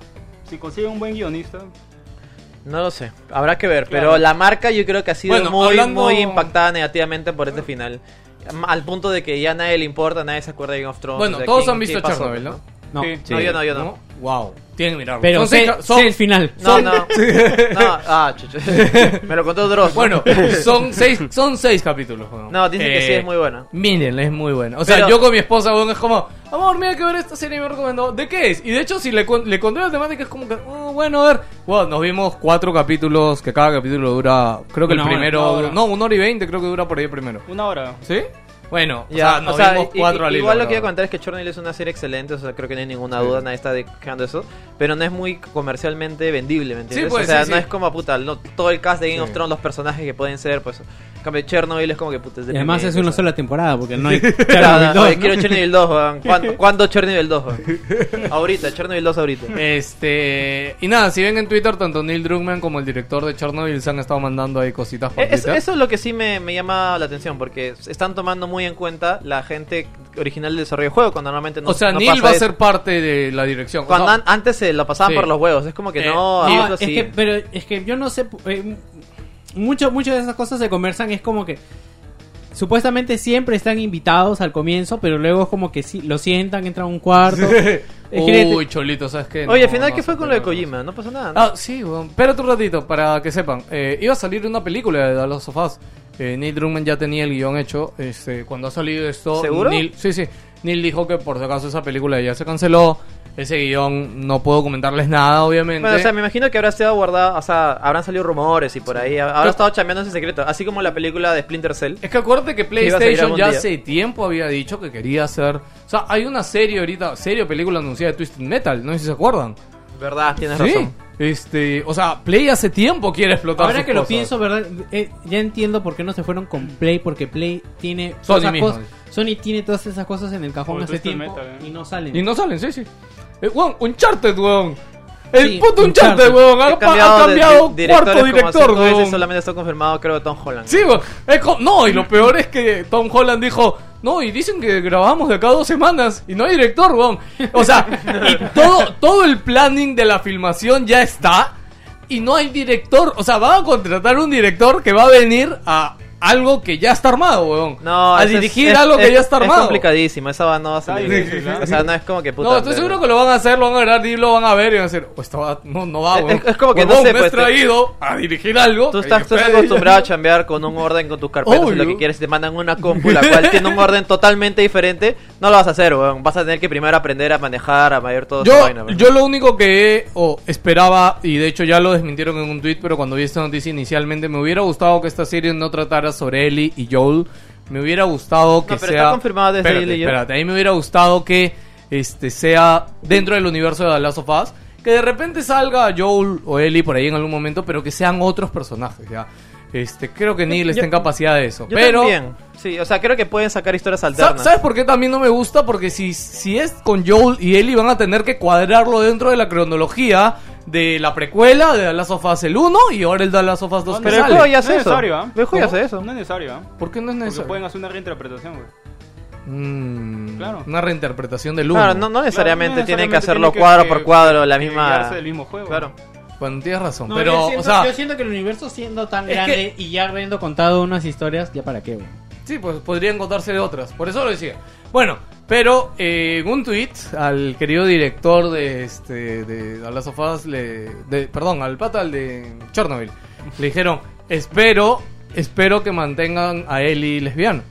[SPEAKER 6] Si consigue un buen guionista.
[SPEAKER 3] No lo sé, habrá que ver, pero
[SPEAKER 6] Claro.
[SPEAKER 3] la marca yo creo que ha sido
[SPEAKER 2] Bueno,
[SPEAKER 3] muy
[SPEAKER 2] hablando-
[SPEAKER 3] muy impactada negativamente por este final. Al punto de que ya a nadie le importa, nadie se acuerda de Game of Thrones.
[SPEAKER 2] Bueno,
[SPEAKER 3] o sea,
[SPEAKER 2] todos
[SPEAKER 3] ¿quién-
[SPEAKER 2] han visto
[SPEAKER 3] qué pasó,
[SPEAKER 2] Chernobyl, ¿no?
[SPEAKER 5] No.
[SPEAKER 6] Sí.
[SPEAKER 3] No, yo no, yo no.
[SPEAKER 2] ¿No? Wow. Tienen que mirarlo.
[SPEAKER 5] Pero
[SPEAKER 2] Son
[SPEAKER 5] sé,
[SPEAKER 2] seis ca-
[SPEAKER 5] sé
[SPEAKER 2] son-
[SPEAKER 5] el final.
[SPEAKER 3] No, no. no. Ah, chucho. Me lo contó Dross.
[SPEAKER 2] Bueno, son seis, son seis capítulos. weón. Eh,
[SPEAKER 3] No, dicen que sí es muy buena.
[SPEAKER 2] Miren, es muy buena. O sea,
[SPEAKER 3] Pero-
[SPEAKER 2] yo con mi esposa, weón, es como, amor, mira que ver esta serie me recomendó. ¿De qué es? Y de hecho, si le, con- le conté la temática, es como que, "Oh, bueno, a ver. Wow, nos vimos cuatro capítulos, que cada capítulo dura, creo que
[SPEAKER 5] Una
[SPEAKER 2] el
[SPEAKER 5] hora,
[SPEAKER 2] primero,
[SPEAKER 6] una hora.
[SPEAKER 2] no, una hora y veinte, creo que dura por ahí el primero.
[SPEAKER 6] Una hora.
[SPEAKER 2] ¿Sí? Bueno,
[SPEAKER 3] Ya,
[SPEAKER 2] o sea, nos vimos
[SPEAKER 3] i-
[SPEAKER 2] cuatro
[SPEAKER 3] i-
[SPEAKER 2] al hilo,
[SPEAKER 3] Igual lo
[SPEAKER 2] ¿no?
[SPEAKER 3] que voy a comentar es que Chernobyl es una serie excelente, o sea, creo que no hay ninguna duda, nadie está dejando eso, pero no es muy comercialmente vendible, ¿me entiendes?
[SPEAKER 2] pues,
[SPEAKER 3] o sea,
[SPEAKER 2] sí,
[SPEAKER 3] no
[SPEAKER 2] sí.
[SPEAKER 3] es como puta, no, todo el cast de Game
[SPEAKER 2] Sí.
[SPEAKER 3] of Thrones, los personajes que pueden ser, pues, en cambio Chernobyl es como que puta, es
[SPEAKER 5] Y además es
[SPEAKER 3] deprimente,
[SPEAKER 5] una
[SPEAKER 3] o sea.
[SPEAKER 5] sola temporada porque no hay.
[SPEAKER 3] Claro,
[SPEAKER 5] Chernobyl
[SPEAKER 3] no,
[SPEAKER 5] dos,
[SPEAKER 3] oye,
[SPEAKER 5] ¿no?
[SPEAKER 3] quiero Chernobyl 2, weón. ¿Cuándo, ¿cuándo Chernobyl 2? weón? ahorita, Chernobyl 2 ahorita.
[SPEAKER 2] Este. Y nada, si ven en Twitter, tanto Neil Druckmann como el director de Chernobyl se han estado mandando ahí cositas
[SPEAKER 3] Eh,
[SPEAKER 2] patitas.
[SPEAKER 3] Eso, eso es lo que sí me, me llama la atención, porque están tomando muy en cuenta la gente original del desarrollo del juego, cuando normalmente no
[SPEAKER 2] O sea,
[SPEAKER 3] no
[SPEAKER 2] Neil
[SPEAKER 3] pasa
[SPEAKER 2] va a
[SPEAKER 3] eso.
[SPEAKER 2] ser parte de la dirección. O
[SPEAKER 3] Cuando
[SPEAKER 2] sea,
[SPEAKER 3] an- antes se lo pasaban
[SPEAKER 2] Sí.
[SPEAKER 3] por los huevos, es como que
[SPEAKER 2] Eh,
[SPEAKER 3] no,
[SPEAKER 5] No,
[SPEAKER 3] hazlo
[SPEAKER 5] es
[SPEAKER 3] así.
[SPEAKER 5] que, pero es que yo no sé. eh, mucho, muchas de esas cosas se conversan. Es como que supuestamente siempre están invitados al comienzo, pero luego es como que sí, lo sientan, entran a un cuarto. Escríbete.
[SPEAKER 2] Uy, Cholito, ¿sabes qué?
[SPEAKER 3] Oye,
[SPEAKER 2] No,
[SPEAKER 3] al final,
[SPEAKER 2] no
[SPEAKER 3] ¿qué fue
[SPEAKER 2] sé,
[SPEAKER 3] con lo de
[SPEAKER 2] pero-
[SPEAKER 3] Kojima? No pasó nada. ¿no?
[SPEAKER 2] Ah, sí, weón. espérate un ratito para que sepan. Eh, iba a salir una película de The Last of Us. Eh, Neil Druckmann ya tenía el guión hecho. Este, cuando ha salido esto,
[SPEAKER 3] ¿Seguro?
[SPEAKER 2] Neil, sí, sí. Neil dijo que por si acaso esa película ya se canceló. Ese guión no puedo comentarles nada, obviamente.
[SPEAKER 3] Bueno, o sea, me imagino que habrá estado guardado, o sea, habrán salido rumores y por ahí, habrá estado chambeando ese secreto, así como la película de Splinter Cell.
[SPEAKER 2] Es que acuérdate que
[SPEAKER 3] iba a salir
[SPEAKER 2] PlayStation
[SPEAKER 3] algún
[SPEAKER 2] ya
[SPEAKER 3] día.
[SPEAKER 2] hace tiempo había dicho que quería hacer. O sea, hay una serie ahorita, serie o película anunciada de Twisted Metal, no sé si se acuerdan.
[SPEAKER 3] Verdad, tienes
[SPEAKER 2] Sí.
[SPEAKER 3] razón.
[SPEAKER 2] Este, o sea, Play hace tiempo quiere explotar.
[SPEAKER 5] Ahora
[SPEAKER 2] sus
[SPEAKER 5] que lo
[SPEAKER 2] cosas.
[SPEAKER 5] pienso, ¿verdad? Eh, ya entiendo por qué no se fueron con Play, porque Play tiene.
[SPEAKER 2] Sony
[SPEAKER 5] todas esas
[SPEAKER 2] mismo.
[SPEAKER 5] cosas- Sony tiene todas esas cosas en el cajón
[SPEAKER 6] Como
[SPEAKER 5] hace
[SPEAKER 6] Twisted
[SPEAKER 5] tiempo
[SPEAKER 6] Metal, ¿eh?
[SPEAKER 5] y no salen.
[SPEAKER 2] Y no salen, sí, sí. Eh, weón, Uncharted, weón. El
[SPEAKER 5] Sí,
[SPEAKER 2] puto Uncharted,
[SPEAKER 5] Uncharted.
[SPEAKER 2] weón. Ha,
[SPEAKER 3] He
[SPEAKER 2] ha cambiado,
[SPEAKER 3] de- de- directores
[SPEAKER 2] cuarto
[SPEAKER 3] como
[SPEAKER 2] director,
[SPEAKER 3] cinco veces,
[SPEAKER 2] weón.
[SPEAKER 3] solamente está confirmado, creo, Tom Holland.
[SPEAKER 2] Sí, weón. Es co- no, y lo peor es que Tom Holland dijo. No, y dicen que grabamos de acá a dos semanas y no hay director, weón. O sea, y todo, todo el planning de la filmación ya está y no hay director. O sea, van a contratar un director que va a venir a algo que ya está armado, weón.
[SPEAKER 3] No,
[SPEAKER 2] a
[SPEAKER 3] eso es-
[SPEAKER 2] dirigir
[SPEAKER 3] es-
[SPEAKER 2] algo que
[SPEAKER 3] es-
[SPEAKER 2] ya está
[SPEAKER 3] Es
[SPEAKER 2] armado.
[SPEAKER 3] complicadísimo, esa va no va a salir.
[SPEAKER 2] difícil, ¿no?
[SPEAKER 3] O sea, no es como que puta.
[SPEAKER 2] no, estoy
[SPEAKER 3] de-
[SPEAKER 2] seguro que lo van a hacer, lo van a grabar y lo van a ver y van a decir, "Oh, esta va- no, no va,
[SPEAKER 3] Es-
[SPEAKER 2] weón".
[SPEAKER 3] es como que no
[SPEAKER 2] Huevón,
[SPEAKER 3] sé,
[SPEAKER 2] me
[SPEAKER 3] pues,
[SPEAKER 2] has
[SPEAKER 3] te-
[SPEAKER 2] traído a dirigir algo.
[SPEAKER 3] Tú
[SPEAKER 2] que
[SPEAKER 3] estás,
[SPEAKER 2] yo-
[SPEAKER 3] tú estás acostumbrado a chambear con un orden con tus carpetas y lo
[SPEAKER 2] Obvio.
[SPEAKER 3] que quieres te mandan una compu la cual tiene un orden totalmente diferente. No lo vas a hacer, weón. Vas a tener que primero aprender a manejar, a mayor todo esa vaina, pues.
[SPEAKER 2] Yo,
[SPEAKER 3] weón.
[SPEAKER 2] yo lo único que o esperaba, y de hecho ya lo desmintieron en un tweet, pero cuando vi esta noticia inicialmente, me hubiera gustado que esta serie no tratara sobre Ellie y Joel. Me hubiera gustado que
[SPEAKER 3] pero
[SPEAKER 2] sea.
[SPEAKER 3] está confirmado desde
[SPEAKER 2] Espérate,
[SPEAKER 3] Ellie y Joel.
[SPEAKER 2] espérate, a mí me hubiera gustado que este sea dentro del universo de The Last of Us. Que de repente salga Joel o Ellie por ahí en algún momento, pero que sean otros personajes, ya. Este, creo que Neil
[SPEAKER 3] Yo-
[SPEAKER 2] está en capacidad de eso.
[SPEAKER 3] Yo
[SPEAKER 2] pero.
[SPEAKER 3] también. Sí, o sea, creo que pueden sacar historias
[SPEAKER 2] Sa-
[SPEAKER 3] alternas.
[SPEAKER 2] ¿Sabes por qué también no me gusta? Porque si, si es con Joel y Ellie van a tener que cuadrarlo dentro de la cronología de la precuela de The Last of Us el 1 y ahora el The Last of Us 2 que
[SPEAKER 3] Pero el
[SPEAKER 2] sale.
[SPEAKER 3] juego ya
[SPEAKER 6] No
[SPEAKER 3] hace
[SPEAKER 6] es
[SPEAKER 3] eso.
[SPEAKER 6] necesario, ¿ah?
[SPEAKER 3] El juego ya hace eso.
[SPEAKER 6] No es necesario, ¿ah?
[SPEAKER 2] ¿Por qué no es
[SPEAKER 6] Porque
[SPEAKER 2] necesario?
[SPEAKER 6] pueden hacer una reinterpretación, güey.
[SPEAKER 2] Mm,
[SPEAKER 6] Claro.
[SPEAKER 2] Una reinterpretación del 1.
[SPEAKER 3] Claro, no, no necesariamente
[SPEAKER 6] Claro, no
[SPEAKER 3] tienen
[SPEAKER 6] necesariamente
[SPEAKER 3] que hacerlo
[SPEAKER 6] tienen que-
[SPEAKER 3] cuadro
[SPEAKER 6] que-
[SPEAKER 3] por cuadro, la
[SPEAKER 6] que
[SPEAKER 3] misma.
[SPEAKER 6] guiarse del mismo juego.
[SPEAKER 3] Claro.
[SPEAKER 2] Bueno, tienes razón.
[SPEAKER 5] No,
[SPEAKER 2] pero,
[SPEAKER 5] yo, siento,
[SPEAKER 2] o sea,
[SPEAKER 5] yo siento que el universo siendo tan
[SPEAKER 2] Es
[SPEAKER 5] grande y ya habiendo contado unas historias, ya para qué, güey.
[SPEAKER 2] Sí, pues podrían contarse de otras. Por eso lo decía. Bueno, pero eh, en un tweet al querido director de este de The Last of Us, le, de, perdón, al pata al de Chernobyl, le dijeron, espero, espero que mantengan a Ellie lesbiana.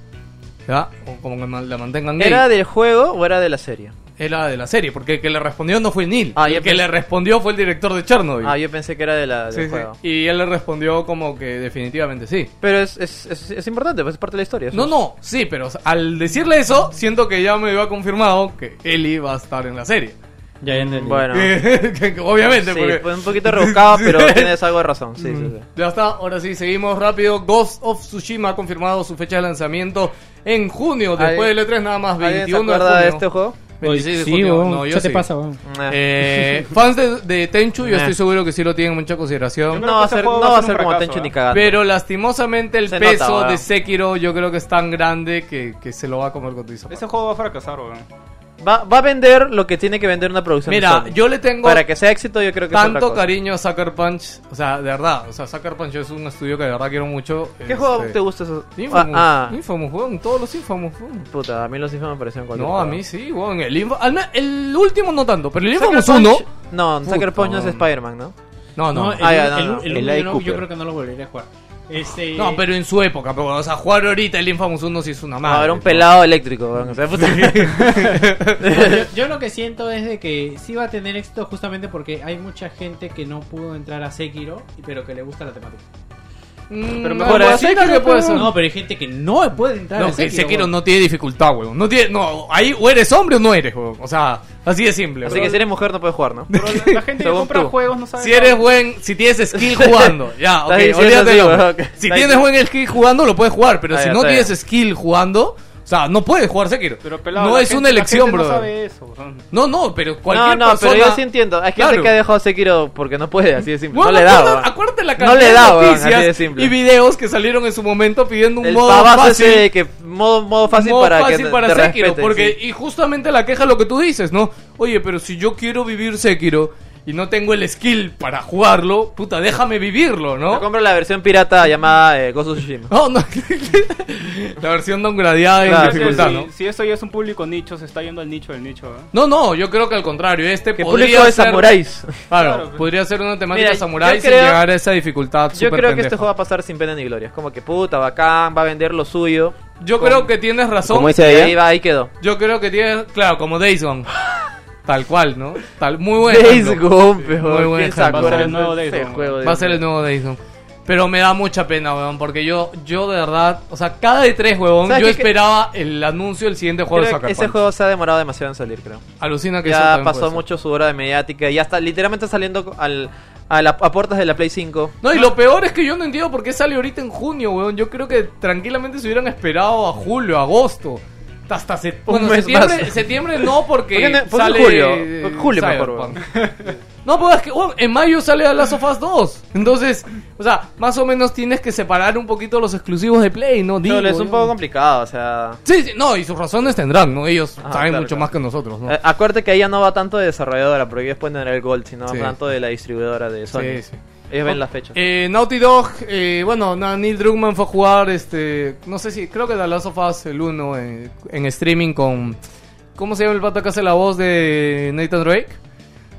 [SPEAKER 2] ¿Ya? O como que man- la mantengan gay.
[SPEAKER 3] ¿Era del juego o era de la serie?
[SPEAKER 2] Era de la serie, porque el que le respondió no fue Neil.
[SPEAKER 3] Ah,
[SPEAKER 2] el
[SPEAKER 3] ya
[SPEAKER 2] que
[SPEAKER 3] pensé-
[SPEAKER 2] le respondió fue el director de Chernobyl.
[SPEAKER 3] Ah, yo pensé que era de la, del
[SPEAKER 2] Sí, sí.
[SPEAKER 3] juego.
[SPEAKER 2] Y él le respondió como que definitivamente sí.
[SPEAKER 3] Pero es, es, es, es importante, pues es parte de la historia. eso
[SPEAKER 2] No,
[SPEAKER 3] es-
[SPEAKER 2] no, sí, pero o sea, al decirle eso, siento que ya me había confirmado que Eli va a estar en la serie.
[SPEAKER 5] Ya, ya entendí.
[SPEAKER 3] Bueno,
[SPEAKER 2] Que- que obviamente,
[SPEAKER 3] sí, pues.
[SPEAKER 2] porque. Mm.
[SPEAKER 3] fue un poquito rebuscado, pero tienes algo de razón. Sí, sí, sí.
[SPEAKER 2] Ya está, ahora sí, seguimos rápido. Ghost of Tsushima ha confirmado su fecha de lanzamiento en junio, después
[SPEAKER 3] ¿Alguien-
[SPEAKER 2] del E3, nada más,
[SPEAKER 3] ¿Alguien se
[SPEAKER 2] 21 de
[SPEAKER 3] acuerda de
[SPEAKER 2] junio.
[SPEAKER 3] este juego?
[SPEAKER 2] 26 de
[SPEAKER 5] sí,
[SPEAKER 2] junio.
[SPEAKER 5] weón.
[SPEAKER 2] No, yo
[SPEAKER 5] ¿Qué te
[SPEAKER 2] sí.
[SPEAKER 5] pasa, weón?
[SPEAKER 3] Ah.
[SPEAKER 2] Eh, fans de, de Tenchu, yo estoy seguro que sí lo tienen mucha consideración.
[SPEAKER 6] creo
[SPEAKER 3] no
[SPEAKER 6] que
[SPEAKER 3] va a
[SPEAKER 6] este
[SPEAKER 3] ser,
[SPEAKER 6] juego
[SPEAKER 3] no
[SPEAKER 6] va a
[SPEAKER 3] va a
[SPEAKER 6] ser
[SPEAKER 3] ser
[SPEAKER 6] un
[SPEAKER 3] como
[SPEAKER 6] fracaso,
[SPEAKER 3] Tenchu ni
[SPEAKER 6] ¿eh?
[SPEAKER 3] cagando.
[SPEAKER 2] Pero lastimosamente el
[SPEAKER 3] Se nota,
[SPEAKER 2] peso
[SPEAKER 3] weón.
[SPEAKER 2] de Sekiro yo creo que es tan grande que, que se lo va a comer con tu
[SPEAKER 6] Ese juego va a fracasar, güey.
[SPEAKER 3] Va, va a vender lo que tiene que vender una producción. de
[SPEAKER 2] Mira,
[SPEAKER 3] Sony.
[SPEAKER 2] yo le tengo
[SPEAKER 3] Para que sea éxito, yo creo que es otra
[SPEAKER 2] tanto
[SPEAKER 3] cosa.
[SPEAKER 2] cariño a Sucker Punch. O sea, de verdad. O sea, Sucker Punch es un estudio que de verdad quiero mucho. este,
[SPEAKER 3] ¿Qué juego te gusta? Eso?
[SPEAKER 2] Infamous.
[SPEAKER 3] Ah, ah,
[SPEAKER 2] Infamous, weón. Todos los Infamous, weón.
[SPEAKER 3] puta, a mí los Infamous me parecieron cualquier
[SPEAKER 2] No, a
[SPEAKER 3] juego.
[SPEAKER 2] mí sí, weón. El, Infamous el último no tanto, pero el
[SPEAKER 3] Sucker
[SPEAKER 2] Infamous
[SPEAKER 3] Punch-
[SPEAKER 2] 1.
[SPEAKER 3] No, Sucker
[SPEAKER 2] Puta,
[SPEAKER 3] Punch no es
[SPEAKER 2] man.
[SPEAKER 3] Spider-Man, ¿no?
[SPEAKER 2] No, no.
[SPEAKER 5] No,
[SPEAKER 2] No,
[SPEAKER 5] el,
[SPEAKER 3] Ah, ya, no,
[SPEAKER 5] el-
[SPEAKER 3] no.
[SPEAKER 5] el
[SPEAKER 4] El
[SPEAKER 5] uno
[SPEAKER 4] Eye
[SPEAKER 5] yo no- yo
[SPEAKER 4] Cooper.
[SPEAKER 5] creo que no lo volvería a jugar. Este,
[SPEAKER 2] pero en su época. Pero, o sea, jugar ahorita el Infamous 1 sí es una
[SPEAKER 3] No,
[SPEAKER 2] madre.
[SPEAKER 3] era un pelado eléctrico, weón. O sea, puta.
[SPEAKER 5] yo, yo lo que siento es de que sí va a tener éxito justamente porque hay mucha gente que no pudo entrar a Sekiro, pero que le gusta la temática.
[SPEAKER 2] pero
[SPEAKER 5] Mm,
[SPEAKER 2] mejor
[SPEAKER 3] Pero mejor
[SPEAKER 2] Mm, así
[SPEAKER 3] Sekiro,
[SPEAKER 2] que puede ser.
[SPEAKER 5] No, pero hay gente que no puede entrar
[SPEAKER 2] No,
[SPEAKER 5] a
[SPEAKER 2] que
[SPEAKER 5] Sekiro.
[SPEAKER 2] Sekiro
[SPEAKER 5] weón.
[SPEAKER 2] no tiene dificultad, weón. No tiene, no, ahí o eres hombre o no eres, weón. O sea, así de simple.
[SPEAKER 3] Así
[SPEAKER 2] weón.
[SPEAKER 3] que si eres mujer no puedes jugar, ¿no?
[SPEAKER 6] Pero la, la gente que
[SPEAKER 3] Según
[SPEAKER 6] compra
[SPEAKER 3] tú.
[SPEAKER 6] juegos no sabe.
[SPEAKER 2] Si eres
[SPEAKER 6] nada.
[SPEAKER 2] buen, si tienes skill jugando, ya, ok,
[SPEAKER 3] Estás diciendo
[SPEAKER 2] olvídate
[SPEAKER 3] así,
[SPEAKER 2] del hombre.
[SPEAKER 3] weón, ok.
[SPEAKER 2] Si
[SPEAKER 3] Está
[SPEAKER 2] tienes
[SPEAKER 3] bien.
[SPEAKER 2] buen skill jugando, lo puedes jugar, pero
[SPEAKER 3] Ah,
[SPEAKER 2] si
[SPEAKER 3] ya,
[SPEAKER 2] no
[SPEAKER 3] está
[SPEAKER 2] tienes
[SPEAKER 3] bien.
[SPEAKER 2] skill jugando, o sea, no puedes jugar Sekiro.
[SPEAKER 6] Pero, pelado,
[SPEAKER 2] no
[SPEAKER 6] la
[SPEAKER 2] es
[SPEAKER 6] gente-
[SPEAKER 2] una
[SPEAKER 6] la
[SPEAKER 2] elección,
[SPEAKER 6] gente
[SPEAKER 2] bro.
[SPEAKER 6] No sabe eso, weón.
[SPEAKER 2] No, no, pero
[SPEAKER 3] No,
[SPEAKER 2] cualquier
[SPEAKER 3] no,
[SPEAKER 2] persona...
[SPEAKER 3] pero yo sí entiendo. Hay gente
[SPEAKER 2] Claro.
[SPEAKER 3] que ha dejado Sekiro porque no puede, así de simple.
[SPEAKER 2] Weón,
[SPEAKER 3] no le da,
[SPEAKER 2] acuerda-
[SPEAKER 3] weón.
[SPEAKER 2] acuérdate la
[SPEAKER 3] No
[SPEAKER 2] cantidad
[SPEAKER 3] le da,
[SPEAKER 2] de
[SPEAKER 3] weón, así de
[SPEAKER 2] noticias
[SPEAKER 3] simple.
[SPEAKER 2] y videos que salieron en su momento pidiendo un
[SPEAKER 3] El
[SPEAKER 2] modo
[SPEAKER 3] pavazo
[SPEAKER 2] fácil.
[SPEAKER 3] ese de que modo, modo fácil
[SPEAKER 2] Modo
[SPEAKER 3] para
[SPEAKER 2] fácil
[SPEAKER 3] que
[SPEAKER 2] para
[SPEAKER 3] te
[SPEAKER 2] Sekiro,
[SPEAKER 3] respeten,
[SPEAKER 2] porque
[SPEAKER 3] sí.
[SPEAKER 2] y justamente la queja es lo que tú dices, ¿no? Oye, pero si yo quiero vivir Sekiro y no tengo el skill para jugarlo, puta, déjame vivirlo,
[SPEAKER 3] Yo
[SPEAKER 2] ¿no?
[SPEAKER 3] compro la versión pirata llamada eh, Ghost of Tsushima.
[SPEAKER 2] No, no. la versión downgradeada en
[SPEAKER 3] Claro,
[SPEAKER 6] Creo que
[SPEAKER 2] dificultad,
[SPEAKER 6] si,
[SPEAKER 2] ¿no?
[SPEAKER 6] si eso ya es un público nicho, se está yendo al nicho del nicho. ¿eh?
[SPEAKER 2] No, no, yo creo que al contrario, este
[SPEAKER 3] Que
[SPEAKER 2] podría
[SPEAKER 3] público de
[SPEAKER 2] ser...
[SPEAKER 3] samuráis.
[SPEAKER 2] Claro,
[SPEAKER 6] Claro, pues.
[SPEAKER 2] podría ser una temática
[SPEAKER 3] Mira,
[SPEAKER 2] samurái
[SPEAKER 3] yo
[SPEAKER 2] sin
[SPEAKER 3] creo-
[SPEAKER 2] llegar a esa dificultad
[SPEAKER 3] Yo creo
[SPEAKER 2] súper
[SPEAKER 3] que
[SPEAKER 2] pendeja.
[SPEAKER 3] este juego va a pasar sin pena ni gloria. Es como que puta, bacán, va a vender lo suyo.
[SPEAKER 2] Yo creo que tienes razón.
[SPEAKER 4] Como
[SPEAKER 3] Y
[SPEAKER 4] dice
[SPEAKER 3] ahí
[SPEAKER 4] allá.
[SPEAKER 3] va, ahí quedó.
[SPEAKER 2] Yo creo que tienes... Claro, como Days Gone. Tal cual, ¿no? Tal, muy bueno.
[SPEAKER 3] Days Gone, peor.
[SPEAKER 2] muy buen
[SPEAKER 3] ¿Quién se
[SPEAKER 2] ejemplo.
[SPEAKER 3] acuerda
[SPEAKER 6] Va a ser el
[SPEAKER 3] de
[SPEAKER 6] nuevo
[SPEAKER 3] ese
[SPEAKER 6] Days Gone.
[SPEAKER 3] juego de-
[SPEAKER 2] Va a ser el nuevo Days Gone. Pero me da mucha pena, weón, porque yo, yo de verdad, o sea, cada de tres, weón,
[SPEAKER 3] ¿Sabes
[SPEAKER 2] yo
[SPEAKER 3] qué?
[SPEAKER 2] esperaba el anuncio del siguiente
[SPEAKER 3] Creo
[SPEAKER 2] juego de
[SPEAKER 3] que
[SPEAKER 2] Sucker
[SPEAKER 3] ese
[SPEAKER 2] Punch.
[SPEAKER 3] juego se ha demorado demasiado en salir, creo.
[SPEAKER 2] Alucina que eso
[SPEAKER 3] Ya
[SPEAKER 2] también puede
[SPEAKER 3] pasó
[SPEAKER 2] ser.
[SPEAKER 3] mucho su hora de mediática. Ya está literalmente saliendo al, a, la, a puertas de la Play 5.
[SPEAKER 2] No, y lo peor es que yo no entiendo por qué sale ahorita en junio, weón. Yo creo que tranquilamente se hubieran esperado a julio, agosto. Hasta se... bueno,
[SPEAKER 3] mes
[SPEAKER 2] septiembre,
[SPEAKER 3] más.
[SPEAKER 2] septiembre no, porque
[SPEAKER 3] ¿Por qué no? ¿Por qué
[SPEAKER 2] sale...
[SPEAKER 3] julio?
[SPEAKER 2] eh,
[SPEAKER 3] Por julio mejor,
[SPEAKER 2] Cyberpunk. No, pues es que weón, en mayo sale The Last of Us 2. Entonces, o sea, más o menos tienes que separar un poquito los exclusivos de Play, ¿no? Digo,
[SPEAKER 3] Pero es un
[SPEAKER 2] weón.
[SPEAKER 3] poco complicado, o sea.
[SPEAKER 2] Sí, sí, no, y sus razones tendrán, ¿no? Ellos
[SPEAKER 3] Ajá,
[SPEAKER 2] saben
[SPEAKER 3] Ah, claro,
[SPEAKER 2] mucho
[SPEAKER 3] claro.
[SPEAKER 2] más que nosotros, ¿no?
[SPEAKER 3] Eh, acuérdate que ella no va tanto de desarrolladora, porque ellos pueden tener el Gold, sino
[SPEAKER 2] Sí.
[SPEAKER 3] tanto de la distribuidora de Sony.
[SPEAKER 2] Sí, sí.
[SPEAKER 3] Ellos ven las fechas.
[SPEAKER 2] Eh, Naughty Dog, eh, bueno, na- Neil Druckmann fue a jugar, este, no sé si, creo que The Last of Us, el 1, eh, en streaming con, ¿cómo se llama el pato que hace la voz de Nathan Drake?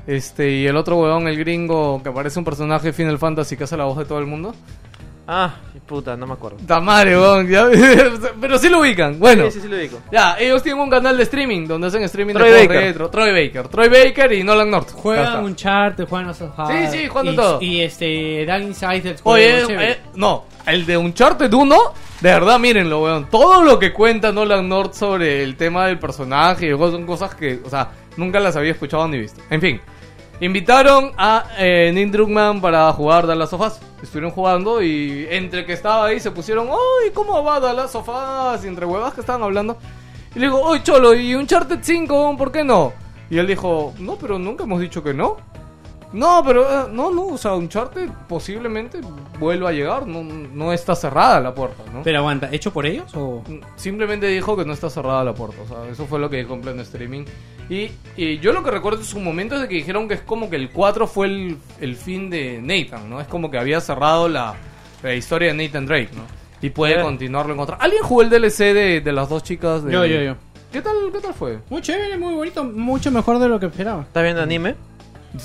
[SPEAKER 2] Este, y el otro huevón, el gringo, que parece un personaje de Final Fantasy que hace la voz de todo el mundo.
[SPEAKER 3] Ah, puta, no me acuerdo.
[SPEAKER 2] Tamare, huevón, ya, pero sí lo ubican, bueno.
[SPEAKER 3] Sí, sí, sí lo digo.
[SPEAKER 2] Ya, ellos tienen un canal de streaming donde hacen streaming
[SPEAKER 3] Troy
[SPEAKER 2] de juegos
[SPEAKER 3] Baker.
[SPEAKER 2] retro. Troy Baker. Troy Baker y Nolan North. Ya está.
[SPEAKER 5] Juegan un chart, juegan los
[SPEAKER 2] Sí, sí, juegan todo.
[SPEAKER 5] Y este, dan insights del juego.
[SPEAKER 2] Oye,
[SPEAKER 5] chévere.
[SPEAKER 2] eh, no, el de Uncharted 1, de verdad, mírenlo, weón. Todo lo que cuenta Nolan North sobre el tema del personaje y el juego son cosas que, o sea, nunca las había escuchado ni visto. En fin, invitaron a eh, Neil Druckmann para jugar Dallas Sofás. Estuvieron jugando y entre que estaba ahí se pusieron, ¡ay, cómo va Dallas Sofás! Y entre huevas que estaban hablando. Y le digo, ¡oye, Cholo, y Uncharted 5, weón, por qué no? Y él dijo, no, pero nunca hemos dicho que no. No, pero eh, no, no, o sea, Uncharted posiblemente vuelva a llegar, no, no está cerrada la puerta, ¿no?
[SPEAKER 5] Pero aguanta, ¿hecho por ellos o...?
[SPEAKER 2] Simplemente dijo que no está cerrada la puerta, o sea, eso fue lo que dijo en pleno streaming. Y, y yo lo que recuerdo en su momento es de que dijeron que es como que el 4 fue el, el fin de Nathan, ¿no? Es como que había cerrado la, la historia de Nathan Drake, ¿no? Y puede continuarlo en otra. ¿Alguien jugó el DLC de, de las dos chicas? De...
[SPEAKER 5] Yo, yo, yo.
[SPEAKER 2] ¿Qué tal, qué tal fue?
[SPEAKER 5] Muy chévere, muy bonito, mucho mejor de lo que esperaba.
[SPEAKER 3] ¿Estás viendo anime?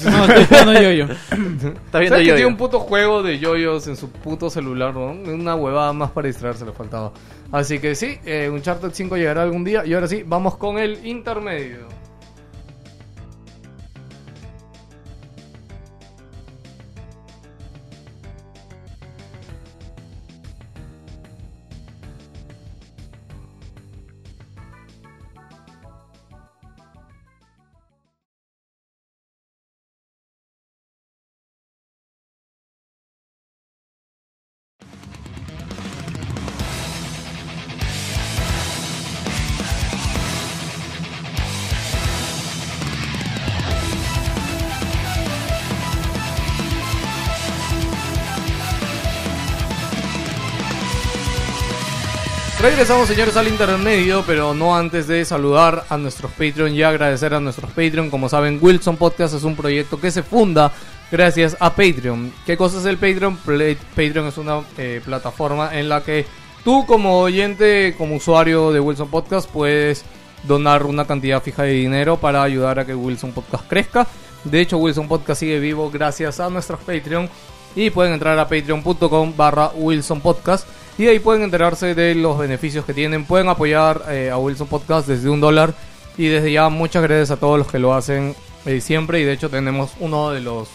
[SPEAKER 5] No, estoy jugando yo, yo.
[SPEAKER 3] ¿Estás viendo
[SPEAKER 2] ¿Sabes que
[SPEAKER 3] yo?
[SPEAKER 2] tiene un puto juego de yoyos en su puto celular, ¿no? Una huevada más para distraerse le faltaba. Así que sí, eh, Uncharted 5 llegará algún día. Y ahora sí, vamos con el intermedio. Regresamos, señores, al intermedio, pero no antes de saludar a nuestros Patreon y agradecer a nuestros Patreon. Como saben, Wilson Podcast es un proyecto que se funda gracias a Patreon. ¿Qué cosa es el Patreon? Pla- Patreon es una eh, plataforma en la que tú, como oyente, como usuario de Wilson Podcast, puedes donar una cantidad fija de dinero para ayudar a que Wilson Podcast crezca. De hecho, Wilson Podcast sigue vivo gracias a nuestros Patreon y pueden entrar a patreon.com barra Wilson Podcast y ahí pueden enterarse de los beneficios que tienen. Pueden apoyar eh, a Wilson Podcast desde un dólar y desde ya muchas gracias a todos los que lo hacen eh, siempre y de hecho tenemos uno de los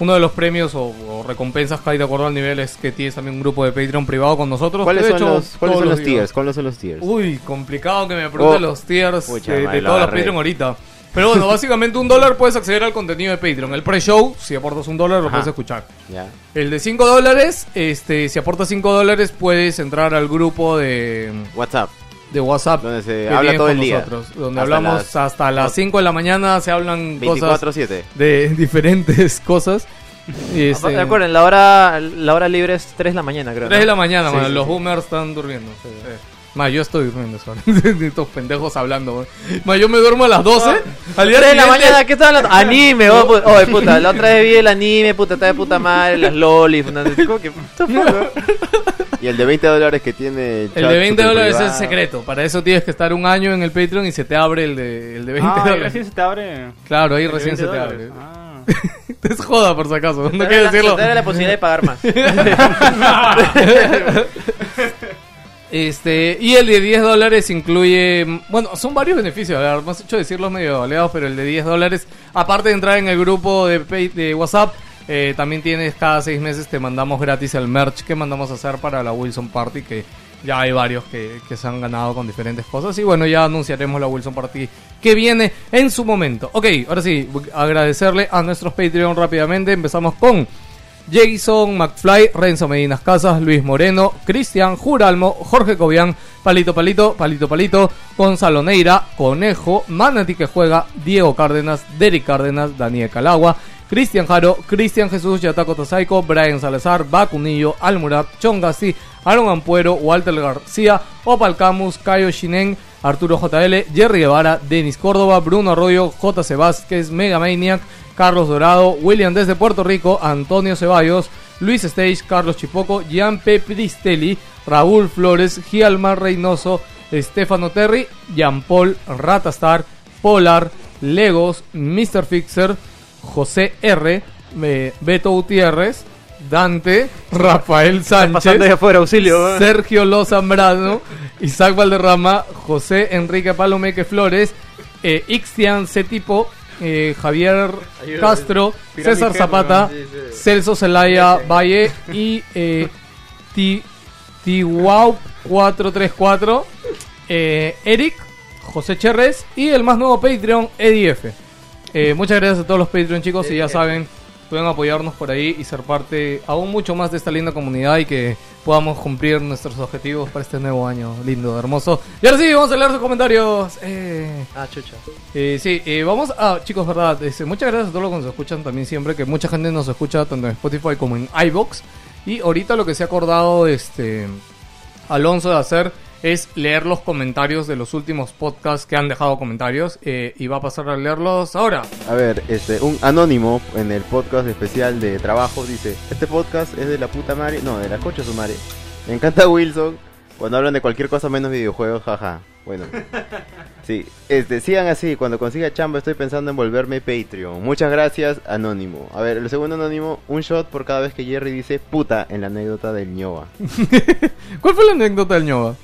[SPEAKER 2] uno de los premios o, o recompensas que hay de acuerdo al nivel es que tienes también un grupo de Patreon privado con nosotros.
[SPEAKER 4] ¿Cuáles
[SPEAKER 2] que de
[SPEAKER 4] son
[SPEAKER 2] hecho,
[SPEAKER 4] los, ¿cuáles
[SPEAKER 2] todos
[SPEAKER 4] son los
[SPEAKER 2] días-
[SPEAKER 4] tiers? ¿Cuáles son los tiers?
[SPEAKER 2] Uy, complicado que me pregunten
[SPEAKER 4] Oh.
[SPEAKER 2] los tiers
[SPEAKER 4] Pucha
[SPEAKER 2] de, de
[SPEAKER 4] madre, la
[SPEAKER 2] todos los
[SPEAKER 4] agarré.
[SPEAKER 2] Patreon ahorita. Pero bueno, básicamente un dólar puedes acceder al contenido de Patreon. El pre-show, si aportas un dólar, lo
[SPEAKER 4] Ajá.
[SPEAKER 2] puedes escuchar.
[SPEAKER 4] Ya.
[SPEAKER 2] El de 5 dólares, este, si aportas 5 dólares puedes entrar al grupo de,
[SPEAKER 4] WhatsApp.
[SPEAKER 2] de WhatsApp.
[SPEAKER 4] Donde se
[SPEAKER 2] que
[SPEAKER 4] habla
[SPEAKER 2] tienen
[SPEAKER 4] todo
[SPEAKER 2] con
[SPEAKER 4] el día.
[SPEAKER 2] nosotros, donde
[SPEAKER 4] Hasta
[SPEAKER 2] hablamos
[SPEAKER 4] las-
[SPEAKER 2] hasta las 5 de la mañana, se hablan cosas
[SPEAKER 4] 24-7.
[SPEAKER 2] de diferentes cosas. Y,
[SPEAKER 3] Apa-
[SPEAKER 2] este,
[SPEAKER 3] Recuerden, la hora, la hora libre es 3 de la mañana, creo.
[SPEAKER 2] 3 de
[SPEAKER 3] ¿no?
[SPEAKER 2] la mañana,
[SPEAKER 3] Sí,
[SPEAKER 2] mano,
[SPEAKER 3] sí,
[SPEAKER 2] los
[SPEAKER 3] sí.
[SPEAKER 2] boomers están durmiendo. Sí. Ma, yo estoy durmiendo solo. Estos pendejos hablando, weón. Ma, yo me duermo a las 12. Al día
[SPEAKER 3] Tres de la
[SPEAKER 2] siguiente-
[SPEAKER 3] mañana, ¿qué estás hablando? Anime, oh, pu- oh, puta, la otra vez vi el anime, puta, está de puta madre, las lolis, una- como que-
[SPEAKER 4] Y el de 20 dólares que tiene.
[SPEAKER 2] El de 20 dólares es secreto. Para eso tienes que estar un año en el Patreon y se te abre el de, el de 20
[SPEAKER 6] Ah, y
[SPEAKER 2] dólares.
[SPEAKER 6] recién se te abre.
[SPEAKER 2] Claro, ahí
[SPEAKER 6] el de
[SPEAKER 2] recién se
[SPEAKER 6] 20
[SPEAKER 2] te abre.
[SPEAKER 6] dólares. Ah.
[SPEAKER 2] Es joda, por si acaso. No
[SPEAKER 3] Te abre
[SPEAKER 2] quiero
[SPEAKER 3] la-
[SPEAKER 2] decirlo.
[SPEAKER 3] te abre la posibilidad de pagar más.
[SPEAKER 2] Este, y el de 10 dólares incluye. Bueno, son varios beneficios. A ver, me has hecho decirlos medio baleados, pero el de 10 dólares, aparte de entrar en el grupo de, Pay- de WhatsApp, eh, también tienes cada 6 meses te mandamos gratis el merch que mandamos a hacer para la Wilson Party. Que ya hay varios que, que se han ganado con diferentes cosas. Y bueno, ya anunciaremos la Wilson Party que viene en su momento. Ok, ahora sí, agradecerle a nuestros Patreon rápidamente. Empezamos con. Jason McFly, Renzo Medinas Casas, Luis Moreno, Cristian Juralmo, Jorge Cobian, Palito Palito, Palito Palito, Gonzalo Neira, Conejo, Manati que juega, Diego Cárdenas, Derek Cárdenas, Daniel Calagua, Cristian Jaro, Cristian Jesús, Yataco Tosaico, Brian Salazar, Bacunillo, Almurat, Chongasi, Aaron Ampuero, Walter García, Opal Camus, Cayo Shinen, Arturo JL, Jerry Guevara, Denis Córdoba, Bruno Arroyo, JC Vázquez, Mega Maniac, Carlos Dorado, William desde Puerto Rico, Antonio Ceballos, Luis Stage, Carlos Chipoco, Gian P. Pristelli, Raúl Flores, Gialmar Reynoso, Stefano Terry, Jean Paul Ratastar, Polar, Legos, Mr. Fixer, José R., eh, Beto Gutiérrez, Dante, Rafael Sánchez,
[SPEAKER 6] Pasando ahí afuera, auxilio. ¿eh?
[SPEAKER 2] Sergio Lozambrano, Isaac Valderrama, José Enrique Palomeque Flores, eh, Ixtian Cetipo, eh, Javier Castro, César Zapata, Celso Celaya Valle y eh, Ti- Tiwau 434, eh, Eric, José Cherres y el más nuevo Patreon, EDF. Eh, muchas gracias a todos los Patreon chicos y ya saben, pueden apoyarnos por ahí y ser parte aún mucho más de esta linda comunidad y que podamos cumplir nuestros objetivos para este nuevo año lindo, hermoso. Y ahora sí, vamos a leer sus comentarios. Eh,
[SPEAKER 3] Ah, chucha.
[SPEAKER 2] eh, sí, eh, vamos a, chicos, verdad, este, muchas gracias a todos los que nos escuchan también siempre, que mucha gente nos escucha tanto en Spotify como en iBox. Y ahorita lo que se ha acordado este Alonso de hacer es leer los comentarios de los últimos podcasts que han dejado comentarios eh, y va a pasar a leerlos ahora.
[SPEAKER 4] A ver, este, un anónimo en el podcast especial de trabajo dice: Este podcast es de la puta madre. No, de la cocha su madre. Me encanta Wilson cuando hablan de cualquier cosa menos videojuegos, jaja. Bueno, sí, este, sigan así. Cuando consiga chamba, estoy pensando en volverme Patreon. Muchas gracias, anónimo. A ver, el segundo anónimo: un shot por cada vez que Jerry dice puta en la anécdota del ñoa.
[SPEAKER 2] ¿Cuál fue la anécdota del ñoba?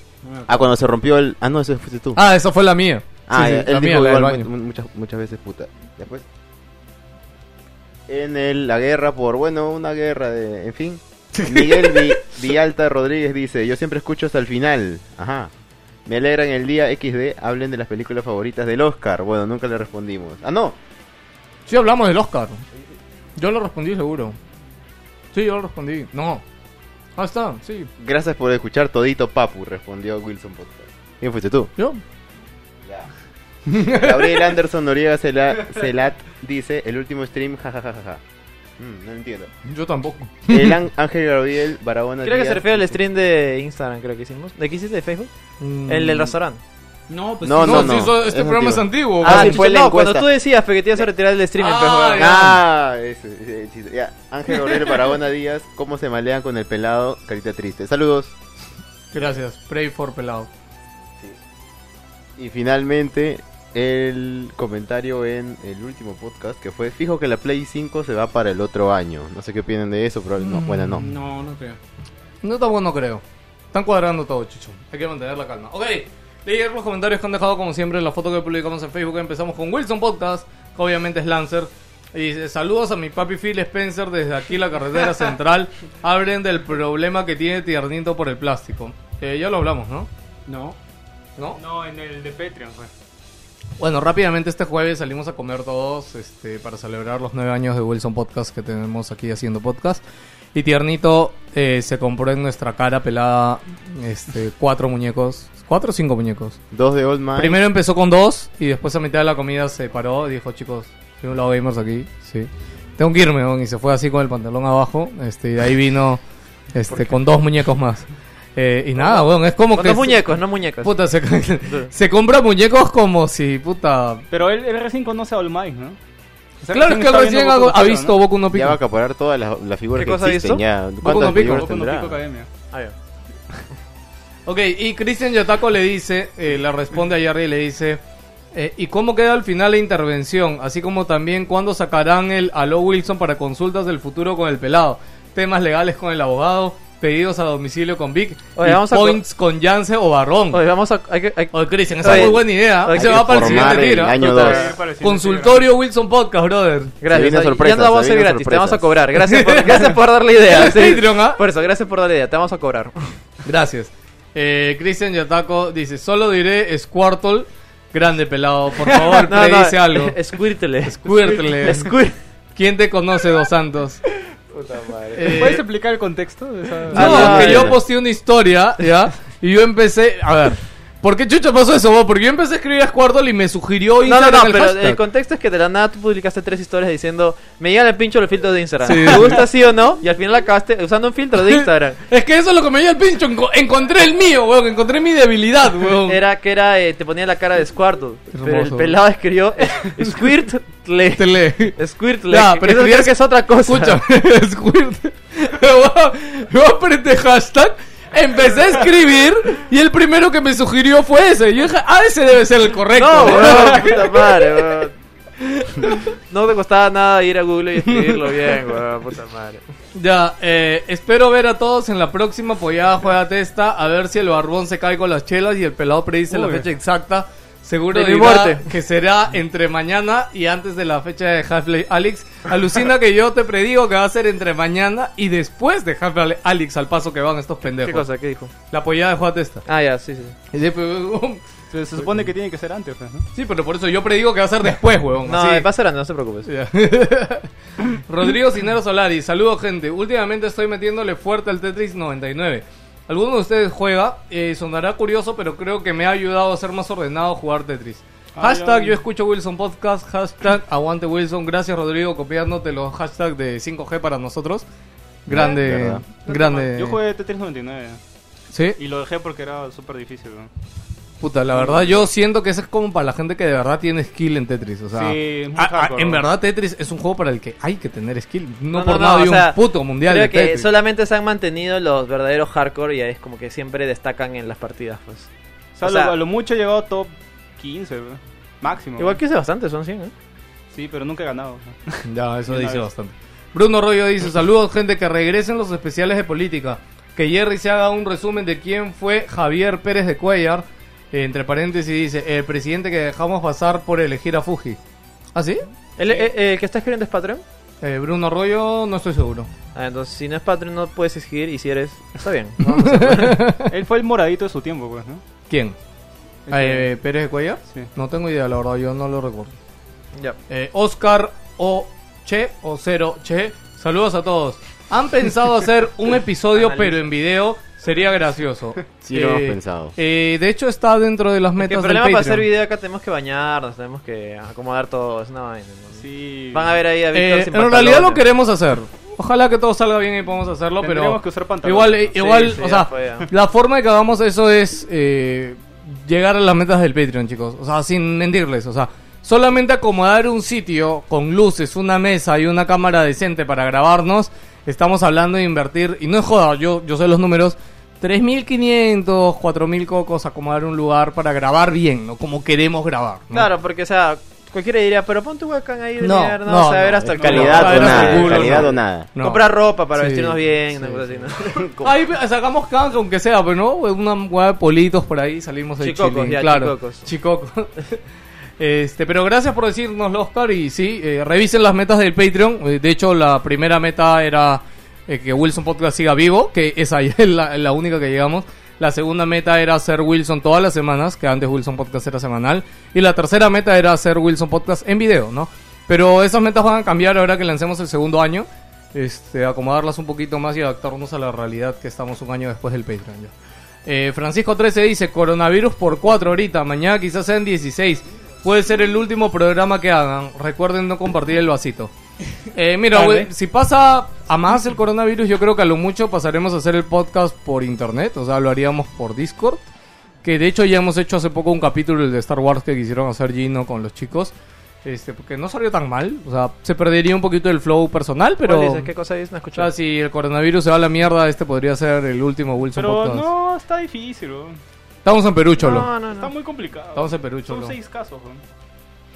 [SPEAKER 4] Ah, cuando se rompió el. Ah, no, ese fuiste tú.
[SPEAKER 2] Ah, esa fue la mía.
[SPEAKER 4] Ah,
[SPEAKER 2] Sí, sí,
[SPEAKER 4] él
[SPEAKER 2] la
[SPEAKER 4] dijo
[SPEAKER 2] mía, la del
[SPEAKER 4] igual
[SPEAKER 2] baño.
[SPEAKER 4] mu- muchas, muchas veces puta. Después. En el- la guerra por, bueno, una guerra de, en fin. Miguel Vi- Villalta Rodríguez dice, yo siempre escucho hasta el final. Ajá. Me alegra en el día XD, hablen de las películas favoritas del Oscar. Bueno, nunca le respondimos. Ah, no.
[SPEAKER 2] Sí, hablamos del Oscar. Yo lo respondí seguro. Sí, yo lo respondí. No. Ah, está, sí.
[SPEAKER 4] Gracias por escuchar todito, Papu, respondió Wilson Podcast. ¿Quién fuiste tú?
[SPEAKER 2] Yo.
[SPEAKER 4] Gabriel Anderson Noriega Cela- Celat dice, el último stream, jajajajaja. Mm, no entiendo.
[SPEAKER 2] Yo tampoco.
[SPEAKER 4] El An- Ángel Gabriel Barahona
[SPEAKER 3] Creo que se
[SPEAKER 4] Díaz-
[SPEAKER 3] refiere al stream de Instagram, creo que hicimos. ¿De qué hiciste de Facebook? El del restaurante.
[SPEAKER 8] No, pues
[SPEAKER 4] No,
[SPEAKER 8] sí,
[SPEAKER 2] No,
[SPEAKER 4] no,
[SPEAKER 2] sí, eso-
[SPEAKER 4] es
[SPEAKER 2] este programa es antiguo.
[SPEAKER 4] antiguo. Ah,
[SPEAKER 2] güey.
[SPEAKER 4] sí, fue la
[SPEAKER 3] no,
[SPEAKER 4] encuesta.
[SPEAKER 3] cuando tú decías fe, que te ibas a retirar el stream,
[SPEAKER 2] Ah,
[SPEAKER 3] pues, weón.
[SPEAKER 2] ya.
[SPEAKER 4] Ah, ese, ese, ese, ese, ya. Ángel Gabriel Barahona Díaz, ¿cómo se malean con el pelado? Carita triste. Saludos.
[SPEAKER 2] Gracias, Pray for Pelado.
[SPEAKER 4] Y finalmente, el comentario en el último podcast que fue: Fijo que la Play 5 se va para el otro año. No sé qué opinan de eso, pero
[SPEAKER 2] Mm,
[SPEAKER 4] no, bueno, no.
[SPEAKER 8] No, no creo.
[SPEAKER 2] No tan bueno creo. Están cuadrando todo, chucho. Hay que mantener la calma. Ok, leer los comentarios que han dejado como siempre en la foto que publicamos en Facebook. Empezamos con Wilson Podcast, que obviamente es Lancer. Y dice, saludos a mi papi Phil Spencer desde aquí la carretera central. Hablen del problema que tiene Tiernito por el plástico. Eh, ya lo hablamos, ¿no?
[SPEAKER 8] No.
[SPEAKER 2] ¿No?
[SPEAKER 6] No, en el de Patreon pues. fue.
[SPEAKER 2] Bueno, rápidamente este jueves salimos a comer todos este, para celebrar los nueve años de Wilson Podcast que tenemos aquí haciendo podcast. Y Tiernito eh, se compró en nuestra cara pelada este, cuatro muñecos, cuatro o cinco muñecos.
[SPEAKER 4] Dos de Old Man.
[SPEAKER 2] Primero empezó con dos y después a mitad de la comida se paró y dijo, chicos, soy un lado gamers aquí, sí. Tengo que irme, weón", y se fue así con el pantalón abajo. Este, y de ahí vino este, con dos muñecos más. Eh, y nada, weón, es como
[SPEAKER 3] Con
[SPEAKER 2] que...
[SPEAKER 3] dos
[SPEAKER 2] se-
[SPEAKER 3] muñecos, no muñecas.
[SPEAKER 2] Puta, se, se compra muñecos como si, puta...
[SPEAKER 6] Pero él, él recién conoce a All Might, ¿no? O sea,
[SPEAKER 2] Claro, es que
[SPEAKER 6] está
[SPEAKER 2] recién
[SPEAKER 6] viendo
[SPEAKER 2] ha,
[SPEAKER 6] Boku no
[SPEAKER 2] ha
[SPEAKER 6] Hero,
[SPEAKER 2] visto
[SPEAKER 6] ¿no?
[SPEAKER 2] Boku no
[SPEAKER 4] Ya
[SPEAKER 2] Pico.
[SPEAKER 4] va a acaparar todas las las figuras
[SPEAKER 3] ¿Qué
[SPEAKER 4] que
[SPEAKER 3] cosa ha
[SPEAKER 4] existen
[SPEAKER 3] visto?
[SPEAKER 4] ya.
[SPEAKER 2] Boku no
[SPEAKER 4] ¿Cuántas
[SPEAKER 2] Pico,
[SPEAKER 4] figuras
[SPEAKER 6] Boku no
[SPEAKER 4] tendrá?
[SPEAKER 6] Pico Academia.
[SPEAKER 3] Ah, ya.
[SPEAKER 2] Ok, y Christian Yotako le dice, eh, le responde a Jerry y le dice, eh, ¿y cómo queda al final la intervención? Así como también cuándo sacarán el Aló Wilson para consultas del futuro con el pelado, temas legales con el abogado, pedidos a domicilio con Vic,
[SPEAKER 3] Oye,
[SPEAKER 2] y
[SPEAKER 3] vamos a co-
[SPEAKER 2] points con Yance o Barrón.
[SPEAKER 3] Oye, vamos a... Hay que, hay-
[SPEAKER 2] Oye, Christian, esa es
[SPEAKER 3] Oye,
[SPEAKER 2] muy buena idea.
[SPEAKER 3] oye,
[SPEAKER 2] Ahí se
[SPEAKER 4] hay
[SPEAKER 2] va
[SPEAKER 4] que
[SPEAKER 2] para el siguiente
[SPEAKER 4] formar el
[SPEAKER 2] tiro. ¿ah?
[SPEAKER 4] año
[SPEAKER 3] Total.
[SPEAKER 4] dos.
[SPEAKER 6] Para el siguiente
[SPEAKER 2] Consultorio Wilson Podcast, brother.
[SPEAKER 4] Se
[SPEAKER 3] Gracias.
[SPEAKER 4] vienen
[SPEAKER 3] Ay,
[SPEAKER 4] sorpresas,
[SPEAKER 3] ya no la vamos a
[SPEAKER 4] se
[SPEAKER 3] hacer
[SPEAKER 4] vienen
[SPEAKER 3] gratis, te vamos a
[SPEAKER 4] sorpresas.
[SPEAKER 3] cobrar. Gracias por, gracias por dar la idea. sí.
[SPEAKER 2] Patreon, ¿ah?
[SPEAKER 3] Por eso, gracias por dar la idea, te vamos a cobrar.
[SPEAKER 2] Gracias. Eh, Christian Yotako dice, solo diré Squirtle, grande pelado, por favor, predice algo.
[SPEAKER 3] Squirtle.
[SPEAKER 2] Squirtle.
[SPEAKER 3] Squir-
[SPEAKER 2] ¿Quién te conoce, Dos Santos? Eh,
[SPEAKER 6] ¿Puedes explicar el contexto? de esa-
[SPEAKER 2] no,
[SPEAKER 3] Ah,
[SPEAKER 2] que
[SPEAKER 3] ya,
[SPEAKER 2] yo
[SPEAKER 3] ya.
[SPEAKER 2] posteé una historia, ¿ya? Y yo empecé... A ver, ¿por qué chucha pasó eso, vos? Porque yo empecé a escribir a Squirtle y me sugirió
[SPEAKER 3] No, no,
[SPEAKER 2] Instagram
[SPEAKER 3] no,
[SPEAKER 2] el
[SPEAKER 3] pero eh,
[SPEAKER 2] hashtag.
[SPEAKER 3] el contexto es que de la nada tú publicaste tres historias diciendo Me llegan el pincho los filtros de Instagram ¿Te gusta sí o no? Y al final acabaste usando un filtro de Instagram
[SPEAKER 2] es que eso es lo que me dio el pincho. enco- encontré el mío, weón. Encontré mi debilidad, weón.
[SPEAKER 3] Era que era, eh, te ponía la cara de Squirtle Pero el
[SPEAKER 2] Hermoso.
[SPEAKER 3] pelado escribió eh, Squirtle
[SPEAKER 2] Te Este le-
[SPEAKER 3] Squirtle
[SPEAKER 2] Ya,
[SPEAKER 3] que
[SPEAKER 2] pero
[SPEAKER 3] eso creo
[SPEAKER 2] escribías-
[SPEAKER 3] que es otra cosa
[SPEAKER 2] Escucha, Squirtle. Yo- Yo apreté hashtag, empecé a escribir y el primero que me sugirió fue ese. Yo dije, ah, ese debe ser el correcto.
[SPEAKER 3] No, weón, puta madre, weón. No te costaba nada ir a Google y escribirlo bien, weón, puta madre.
[SPEAKER 2] Ya, eh, espero ver a todos en la próxima Pues apoyada juega testa, a ver si el barbón se cae con las chelas y el pelado predice la
[SPEAKER 6] Uy.
[SPEAKER 2] fecha exacta. Seguro
[SPEAKER 3] De mi
[SPEAKER 2] dirá
[SPEAKER 3] muerte.
[SPEAKER 2] que será entre mañana y antes de la fecha de Half-Life Alex. Alucina que yo te predigo que va a ser entre mañana y después de Half-Life Alex al paso que van estos pendejos.
[SPEAKER 3] ¿Qué cosa? ¿Qué dijo?
[SPEAKER 2] La apoyada de juega testa.
[SPEAKER 3] Ah, ya, sí, sí.
[SPEAKER 2] Y sí, pues,
[SPEAKER 6] Se, se supone que tiene que ser antes, pues, ¿no?
[SPEAKER 2] sí, pero por eso yo predigo que va a ser después, huevón.
[SPEAKER 3] No,
[SPEAKER 2] así.
[SPEAKER 3] va a ser Andy, no se preocupes.
[SPEAKER 2] Ya. Rodrigo Cinero Solari, saludos gente. Últimamente estoy metiéndole fuerte al Tetris 99. Alguno de ustedes juega, eh, sonará curioso, pero creo que me ha ayudado a ser más ordenado jugar Tetris. hashtag yo escucho Wilson Podcast, hashtag aguante Wilson, gracias Rodrigo copiándote los hashtags de 5G para nosotros. Grande,
[SPEAKER 4] Verdad.
[SPEAKER 2] grande.
[SPEAKER 6] Yo jugué Tetris 99
[SPEAKER 2] Sí,
[SPEAKER 6] y lo dejé porque era súper difícil, ¿no?
[SPEAKER 2] puta, la verdad yo siento que eso es como para la gente que de verdad tiene skill en Tetris, o sea.
[SPEAKER 6] Sí, es muy
[SPEAKER 2] Ah, ah,
[SPEAKER 6] hardcore,
[SPEAKER 2] en
[SPEAKER 6] ¿no?
[SPEAKER 2] verdad Tetris es un juego para el que hay que tener skill. No, por nada hay
[SPEAKER 3] o sea,
[SPEAKER 2] un puto mundial
[SPEAKER 3] Creo
[SPEAKER 2] de
[SPEAKER 3] que
[SPEAKER 2] Tetris.
[SPEAKER 3] solamente se han mantenido los verdaderos hardcore y es como que siempre destacan en las partidas, pues.
[SPEAKER 6] O sea,
[SPEAKER 3] o sea-
[SPEAKER 6] lo, a lo mucho he llegado a top 15, ¿no?
[SPEAKER 2] Mm.
[SPEAKER 6] máximo.
[SPEAKER 3] Igual
[SPEAKER 6] ¿no?
[SPEAKER 3] que hice bastante, son 100, ¿eh?
[SPEAKER 6] Sí, pero nunca he ganado. ¿no?
[SPEAKER 2] Ya, eso
[SPEAKER 6] Una
[SPEAKER 2] dice
[SPEAKER 6] vez.
[SPEAKER 2] bastante. Bruno Rollo dice, saludos gente, que regresen los especiales de política. Que Jerry se haga un resumen de quién fue Javier Pérez de Cuellar. Eh, entre paréntesis dice, el presidente que dejamos pasar por elegir a Fuji. ¿Ah, sí?
[SPEAKER 3] ¿El, eh, eh, el que está escribiendo es Patreon?
[SPEAKER 2] Eh, Bruno Rollo, no estoy seguro.
[SPEAKER 3] Ah, entonces si no es Patreon no puedes escribir y si eres... Está bien.
[SPEAKER 6] Él fue el moradito de su tiempo, pues, ¿no?
[SPEAKER 2] ¿Quién?
[SPEAKER 6] Ese-
[SPEAKER 2] Eh, ¿Pérez de Cuellar?
[SPEAKER 6] Sí.
[SPEAKER 2] No tengo idea, la verdad, yo no lo recuerdo.
[SPEAKER 3] ya.
[SPEAKER 2] Eh, Oscar O Che o Cero Che, saludos a todos. ¿Han pensado hacer un episodio pero en video? Sería gracioso.
[SPEAKER 4] Sí, lo hemos pensado.
[SPEAKER 2] eh, de hecho está dentro de las
[SPEAKER 3] Es que el
[SPEAKER 2] metas del
[SPEAKER 3] problema para
[SPEAKER 2] Patreon.
[SPEAKER 3] hacer video acá tenemos que bañarnos, tenemos que acomodar todo, es una vaina. ¿no?
[SPEAKER 6] Sí.
[SPEAKER 3] Van a ver ahí a Víctor
[SPEAKER 2] Eh,
[SPEAKER 3] sin
[SPEAKER 2] en realidad lo
[SPEAKER 3] pantalón.
[SPEAKER 2] queremos hacer. Ojalá que todo salga bien y podamos hacerlo, pero
[SPEAKER 6] Tendríamos que usar pantalones.
[SPEAKER 2] igual, eh,
[SPEAKER 3] Sí,
[SPEAKER 2] igual,
[SPEAKER 3] sí,
[SPEAKER 2] o
[SPEAKER 3] ya
[SPEAKER 2] sea,
[SPEAKER 3] fue, ya.
[SPEAKER 2] la forma de que hagamos eso es eh, llegar a las metas del Patreon, chicos. O sea, sin mentirles, o sea, solamente acomodar un sitio con luces, una mesa y una cámara decente para grabarnos. Estamos hablando de invertir y no es joda, yo yo sé los números. 3.500, 4.000 cocos, acomodar un lugar para grabar bien, ¿no? Como queremos grabar. ¿no?
[SPEAKER 3] Claro, porque o sea, cualquiera diría, pero pon tu webcam ahí de
[SPEAKER 2] No,
[SPEAKER 3] mierda,
[SPEAKER 2] no,
[SPEAKER 3] o sea,
[SPEAKER 2] no,
[SPEAKER 3] ver hasta el culo.
[SPEAKER 4] Calidad
[SPEAKER 2] No,
[SPEAKER 4] o
[SPEAKER 2] era
[SPEAKER 4] nada,
[SPEAKER 2] seguro,
[SPEAKER 4] calidad
[SPEAKER 2] no.
[SPEAKER 4] o nada.
[SPEAKER 2] No.
[SPEAKER 3] Comprar ropa para
[SPEAKER 2] Sí,
[SPEAKER 3] vestirnos bien,
[SPEAKER 2] sí.
[SPEAKER 3] una cosa así, ¿no?
[SPEAKER 2] Ahí sacamos canje, aunque sea, pero no, una hueá de politos por ahí, salimos de
[SPEAKER 3] Chicocos,
[SPEAKER 2] chilling,
[SPEAKER 3] ya,
[SPEAKER 2] claro.
[SPEAKER 3] chicocos.
[SPEAKER 2] Chicocos. Este, pero gracias por decirnoslo, Oscar, y sí, eh, revisen las metas del Patreon. Eh, De hecho, la primera meta era eh, que Wilson Podcast siga vivo, que esa ya es la, la única que llegamos. La segunda meta era hacer Wilson todas las semanas, que antes Wilson Podcast era semanal. Y la tercera meta era hacer Wilson Podcast en video, ¿no? Pero esas metas van a cambiar ahora que lancemos el segundo año. Este, acomodarlas un poquito más y adaptarnos a la realidad que estamos un año después del Patreon ya. Eh, Francisco 13 dice, coronavirus por 4 ahorita, mañana quizás sean 16. Puede ser el último programa que hagan. Recuerden no compartir el vasito. Eh, mira,
[SPEAKER 5] Tarde.
[SPEAKER 2] güey, si pasa a más el coronavirus, yo creo que a lo mucho pasaremos a hacer el podcast por internet, o sea, lo haríamos por Discord. Que de hecho ya hemos hecho hace poco un capítulo el de Star Wars que quisieron hacer Gino con los chicos. Este, porque no salió tan mal, o sea, se perdería un poquito el flow personal, pero. Ah,
[SPEAKER 3] ¿Cuál dices? ¿Qué cosa es? No
[SPEAKER 2] O
[SPEAKER 3] escuché.
[SPEAKER 2] sea, si el coronavirus se va a la mierda, este podría ser el último Wilson
[SPEAKER 6] Pero
[SPEAKER 2] Podcast.
[SPEAKER 6] no, está difícil, weón.
[SPEAKER 2] Estamos en Perú, cholo.
[SPEAKER 3] no, no,
[SPEAKER 6] Está
[SPEAKER 3] no.
[SPEAKER 6] muy complicado.
[SPEAKER 2] Estamos en Perú,
[SPEAKER 6] Son
[SPEAKER 2] cholo.
[SPEAKER 6] seis casos, weón.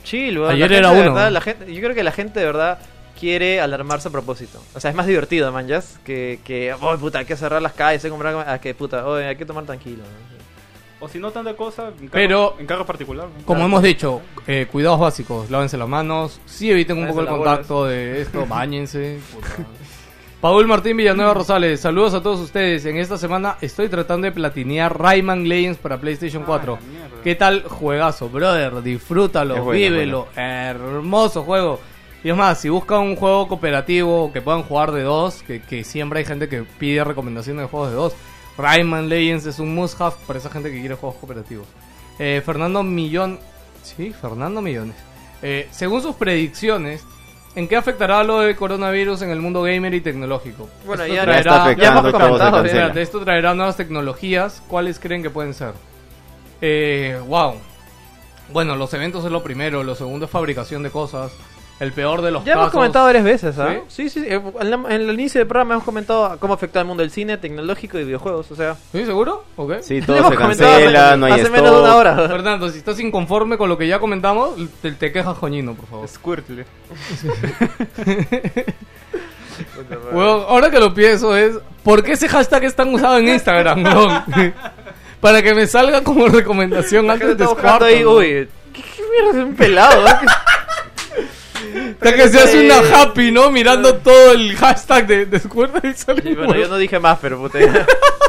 [SPEAKER 3] Chill, weón.
[SPEAKER 2] Ayer
[SPEAKER 3] La
[SPEAKER 2] era
[SPEAKER 3] gente de
[SPEAKER 2] uno.
[SPEAKER 3] verdad, la gente, yo creo que la gente de verdad quiere alarmarse a propósito. O sea, es más divertido, man, ya, que, que, oh, puta, hay que cerrar las calles, hay que comprar, ah, que puta, oh, hay que tomar tranquilo. ¿no?
[SPEAKER 6] O si no tanta cosa, en carro,
[SPEAKER 2] Pero-
[SPEAKER 6] en carro particular. Ah, weón.
[SPEAKER 2] Como hemos dicho, eh, cuidados básicos, lávense las manos, sí eviten un poco
[SPEAKER 3] Lávense
[SPEAKER 2] el
[SPEAKER 3] las bolas.
[SPEAKER 2] contacto de esto, bañense. puta. Paul Martín Villanueva Rosales, saludos a todos ustedes. En esta semana estoy tratando de platinear Rayman Legends para PlayStation 4.
[SPEAKER 6] la mierda.
[SPEAKER 2] ¿Qué tal juegazo, brother? Disfrútalo,
[SPEAKER 4] Es bueno,
[SPEAKER 2] vívelo. Hermoso juego. Y es más, si buscan un juego cooperativo que puedan jugar de dos, que, que siempre hay gente que pide recomendaciones de juegos de dos, Rayman Legends es un must-have para esa gente que quiere juegos cooperativos. Eh, Fernando Millón. Sí, Fernando Millones. Eh, según sus predicciones, ¿en qué afectará lo del coronavirus en el mundo gamer y tecnológico?
[SPEAKER 3] Bueno,
[SPEAKER 2] Esto
[SPEAKER 3] ya-
[SPEAKER 4] Ya está
[SPEAKER 2] traerá-
[SPEAKER 3] ya hemos
[SPEAKER 4] afectando, todo se
[SPEAKER 3] comentado,
[SPEAKER 4] cancela.
[SPEAKER 2] Espérate, esto traerá nuevas tecnologías. ¿Cuáles creen que pueden ser? Eh, wow. Bueno, los eventos es lo primero. Lo segundo es fabricación de cosas. El peor de los
[SPEAKER 3] Ya hemos
[SPEAKER 2] casos-
[SPEAKER 3] comentado varias veces, ¿ah? Sí, sí, eh, en, la- en el inicio del programa hemos comentado cómo afecta al mundo del cine, tecnológico y videojuegos, o sea...
[SPEAKER 2] ¿Sí, seguro? Ok.
[SPEAKER 4] Sí,
[SPEAKER 3] lo
[SPEAKER 4] todo
[SPEAKER 3] hemos
[SPEAKER 4] se
[SPEAKER 3] comentado hace-
[SPEAKER 4] cancela, no hay
[SPEAKER 3] Hace menos de una
[SPEAKER 4] stock.
[SPEAKER 3] hora.
[SPEAKER 2] Fernando, si estás inconforme con lo que ya comentamos, te, te quejas coñino, por favor.
[SPEAKER 6] Squirtle.
[SPEAKER 2] Huevón, ahora que lo pienso es, ¿por qué ese hashtag es tan usado en Instagram, huevón? Para que me salga como recomendación
[SPEAKER 3] La gente
[SPEAKER 2] antes de
[SPEAKER 3] está buscando ahí,
[SPEAKER 2] Squirtle,
[SPEAKER 3] uy, ¿qué, qué mierda es un pelado? ¿eh?
[SPEAKER 2] ¿no? Hasta que se hace una happy, ¿no? Mirando todo el hashtag de, de Squirtle y sale
[SPEAKER 3] Y
[SPEAKER 2] un
[SPEAKER 3] bueno, yo
[SPEAKER 2] huevón.
[SPEAKER 3] no dije más, pero puta...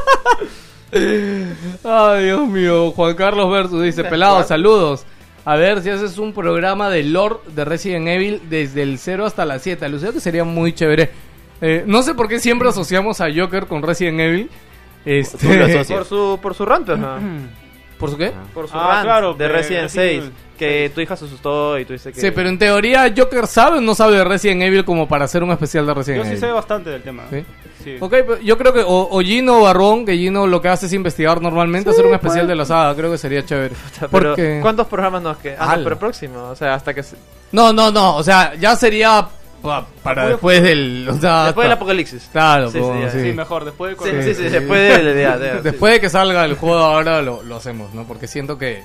[SPEAKER 2] Ay, Dios mío. Juan Carlos Versus dice, pelado, saludos. A ver si haces un programa de lore de Resident Evil desde el 0 hasta la 7. Alucino que sería muy chévere. Eh, no sé por qué siempre asociamos a Joker con Resident Evil. Este...
[SPEAKER 4] Tú lo asocias.
[SPEAKER 3] Por su, por su rant, pues, ¿no?
[SPEAKER 2] ¿Por su qué?
[SPEAKER 3] Por su
[SPEAKER 6] Ah,
[SPEAKER 3] rant
[SPEAKER 6] claro,
[SPEAKER 3] de
[SPEAKER 6] pe-
[SPEAKER 3] Resident
[SPEAKER 6] Resident
[SPEAKER 3] 6.
[SPEAKER 6] Evil.
[SPEAKER 3] Que tu hija se asustó y tú dices que...
[SPEAKER 2] Sí, pero en teoría Joker sabe o no sabe de Resident Evil como para hacer un especial de Resident
[SPEAKER 6] Yo sí
[SPEAKER 2] Evil.
[SPEAKER 6] sé bastante del tema.
[SPEAKER 2] ¿Sí?
[SPEAKER 6] Sí.
[SPEAKER 2] Ok, pero yo creo que o, o Gino o Barrón, que Gino lo que hace es investigar normalmente, hacer un especial de la saga, creo que sería chévere.
[SPEAKER 3] Puta, pero
[SPEAKER 2] Porque...
[SPEAKER 3] ¿Cuántos programas nos quedan? Ah,
[SPEAKER 2] Ala.
[SPEAKER 3] no, pero próximo. O sea, hasta que... se-
[SPEAKER 2] No, no, no, o sea, ya sería pa- para después del... o sea,
[SPEAKER 3] Después del
[SPEAKER 2] hasta-
[SPEAKER 3] apocalipsis.
[SPEAKER 2] Ah, Claro,
[SPEAKER 3] Sí,
[SPEAKER 2] pues,
[SPEAKER 3] sí, ya,
[SPEAKER 2] sí.
[SPEAKER 6] Sí, mejor, después de
[SPEAKER 3] Sí,
[SPEAKER 6] correr.
[SPEAKER 3] sí,
[SPEAKER 2] sí.
[SPEAKER 3] sí, después del... ya, ya, sí.
[SPEAKER 2] Después de que salga el juego ahora lo, lo hacemos, ¿no? Porque siento que...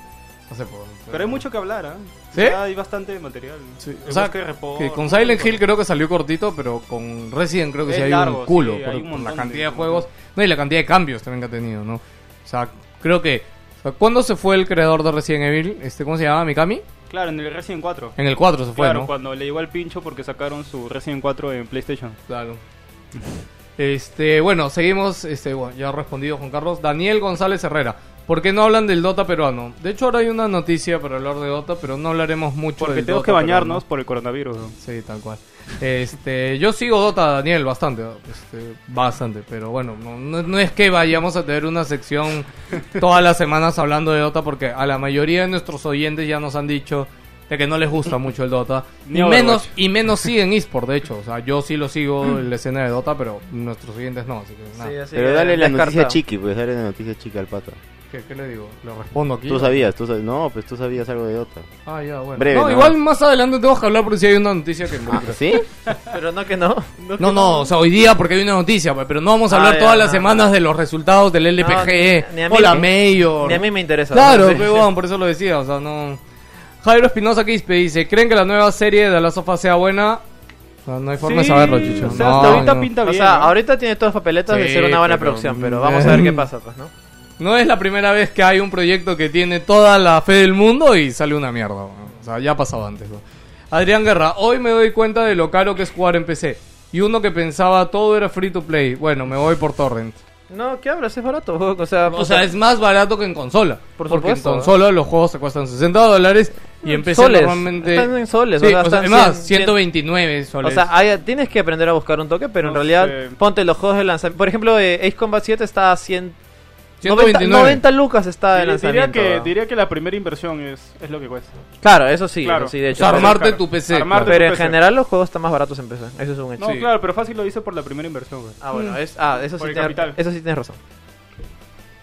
[SPEAKER 2] No sé, pues,
[SPEAKER 6] Pero hay mucho que hablar, ¿ah?
[SPEAKER 2] ¿Sí?
[SPEAKER 6] Ya Hay bastante material.
[SPEAKER 2] Sí,
[SPEAKER 6] El
[SPEAKER 2] O sea,
[SPEAKER 6] Bosque de
[SPEAKER 2] que
[SPEAKER 6] Repor-
[SPEAKER 2] con Silent Hill creo que salió cortito, pero con Resident creo que
[SPEAKER 6] Es
[SPEAKER 2] sí hay
[SPEAKER 6] largo,
[SPEAKER 2] un culo
[SPEAKER 6] sí,
[SPEAKER 2] por,
[SPEAKER 6] hay un
[SPEAKER 2] por
[SPEAKER 6] montón
[SPEAKER 2] la
[SPEAKER 6] de-
[SPEAKER 2] cantidad de, juegos. No, y la cantidad de cambios también que ha tenido, ¿no? O sea, creo que... o sea, ¿Cuándo se fue el creador de Resident Evil? Este, ¿Cómo se llamaba? ¿Mikami?
[SPEAKER 6] Claro, en el Resident 4.
[SPEAKER 2] En el 4 se fue,
[SPEAKER 6] claro,
[SPEAKER 2] ¿no?
[SPEAKER 6] cuando le llegó al pincho porque sacaron su Resident 4 en PlayStation.
[SPEAKER 2] Claro. Este, bueno, seguimos. Este, bueno, ya ha respondido Juan Carlos. Daniel González Herrera. ¿Por qué no hablan del Dota peruano? De hecho, ahora hay una noticia para hablar de Dota, pero no hablaremos mucho
[SPEAKER 6] Porque
[SPEAKER 2] del
[SPEAKER 6] tenemos
[SPEAKER 2] Dota
[SPEAKER 6] que bañarnos
[SPEAKER 2] peruano.
[SPEAKER 6] por el coronavirus. weón.
[SPEAKER 2] Sí, tal cual. Este, yo sigo Dota, Daniel, bastante. este, bastante, pero bueno, no, no- no es que vayamos a tener una sección todas las semanas hablando de Dota, porque a la mayoría de nuestros oyentes ya nos han dicho de que no les gusta mucho el Dota.
[SPEAKER 6] Ni
[SPEAKER 2] y,
[SPEAKER 6] Overwatch.
[SPEAKER 2] menos, y menos siguen eSport, de hecho. O sea, yo sí lo sigo en la escena de Dota, pero nuestros oyentes no, así que nada.
[SPEAKER 3] Sí, eh. así
[SPEAKER 4] Ah. Pero
[SPEAKER 3] que
[SPEAKER 4] dale la
[SPEAKER 3] descartado.
[SPEAKER 4] noticia chiqui, pues dale la noticia chica al pata.
[SPEAKER 2] ¿Qué, qué le digo? ¿Le respondo aquí?
[SPEAKER 4] Tú sabías, tú sabías. No, pues tú sabías algo de Dota.
[SPEAKER 2] Ah, ya, bueno.
[SPEAKER 4] Breve,
[SPEAKER 2] no,
[SPEAKER 4] ¿no?
[SPEAKER 2] igual más adelante tenemos que hablar porque si hay una noticia que
[SPEAKER 4] Ah,
[SPEAKER 2] involucra.
[SPEAKER 4] ¿Sí?
[SPEAKER 3] Pero no que no.
[SPEAKER 2] No, no, o sea, hoy día porque hay una noticia, pues, pero no vamos a
[SPEAKER 3] Ah,
[SPEAKER 2] hablar
[SPEAKER 3] ya,
[SPEAKER 2] todas
[SPEAKER 3] no,
[SPEAKER 2] las semanas
[SPEAKER 3] no.
[SPEAKER 2] de los resultados del LPGE
[SPEAKER 3] ni a mí
[SPEAKER 2] o la
[SPEAKER 3] me-
[SPEAKER 2] E. Mayor.
[SPEAKER 3] Ni a mí me interesa.
[SPEAKER 2] Claro,
[SPEAKER 3] Sí, sí.
[SPEAKER 2] huevón, por eso lo decía, o sea, no. Jairo Espinosa Quispe dice, ¿creen que la nueva serie de la Sofa sea buena? O sea, no hay forma
[SPEAKER 6] Sí,
[SPEAKER 2] de saberlo, chucho.
[SPEAKER 6] O sea,
[SPEAKER 2] no,
[SPEAKER 6] hasta ahorita
[SPEAKER 2] no.
[SPEAKER 6] pinta
[SPEAKER 3] O
[SPEAKER 6] bien.
[SPEAKER 3] sea,
[SPEAKER 6] ¿no?
[SPEAKER 3] ahorita tiene todas las papeletas de
[SPEAKER 2] Sí,
[SPEAKER 3] ser una buena
[SPEAKER 2] pero- mm, eh.
[SPEAKER 3] producción, pero vamos a ver qué pasa, pues, ¿no?
[SPEAKER 2] No es la primera vez que hay un proyecto que tiene toda la fe del mundo y sale una mierda. weón. O sea, ya ha pasado antes. weón. Adrián Guerra, hoy me doy cuenta de lo caro que es jugar en PC. Y uno que pensaba todo era free to play. Bueno, me voy por torrent.
[SPEAKER 3] No, ¿qué hablas? Es barato, o sea...
[SPEAKER 2] O sea, es más barato que en consola.
[SPEAKER 3] Por
[SPEAKER 2] porque
[SPEAKER 3] supuesto,
[SPEAKER 2] en consola los juegos se cuestan 60 dólares y en PC
[SPEAKER 3] Soles.
[SPEAKER 2] normalmente...
[SPEAKER 3] Están en soles,
[SPEAKER 2] Sí,
[SPEAKER 3] o sea, están
[SPEAKER 2] es más,
[SPEAKER 3] 100,
[SPEAKER 2] 129
[SPEAKER 3] O
[SPEAKER 2] soles.
[SPEAKER 3] sea, hay- tienes que aprender a buscar un toque, pero en
[SPEAKER 6] No
[SPEAKER 3] realidad,
[SPEAKER 6] sé.
[SPEAKER 3] ponte los juegos de lanzamiento. Por ejemplo, eh, Ace Combat 7 está a 100. 90,
[SPEAKER 2] 129.
[SPEAKER 3] 90 lucas está el
[SPEAKER 6] diría,
[SPEAKER 3] lanzamiento.
[SPEAKER 6] que,
[SPEAKER 3] ¿no?
[SPEAKER 6] diría que la primera inversión es, es lo que cuesta.
[SPEAKER 3] Claro, eso sí,
[SPEAKER 6] Claro.
[SPEAKER 3] eso sí,
[SPEAKER 2] O
[SPEAKER 3] de hecho.
[SPEAKER 2] sea,
[SPEAKER 6] Claro,
[SPEAKER 2] armarte
[SPEAKER 6] claro.
[SPEAKER 2] tu PC.
[SPEAKER 6] Armarte
[SPEAKER 2] claro.
[SPEAKER 3] pero en
[SPEAKER 6] PC.
[SPEAKER 3] general los juegos están más baratos en PC. Eso es un hecho.
[SPEAKER 6] No,
[SPEAKER 2] Sí.
[SPEAKER 6] claro, pero fácil lo hice por la primera inversión. güey.
[SPEAKER 3] Ah, bueno, es, ah, eso, sí
[SPEAKER 6] Por el
[SPEAKER 3] tiene-
[SPEAKER 6] capital.
[SPEAKER 3] eso sí tienes razón.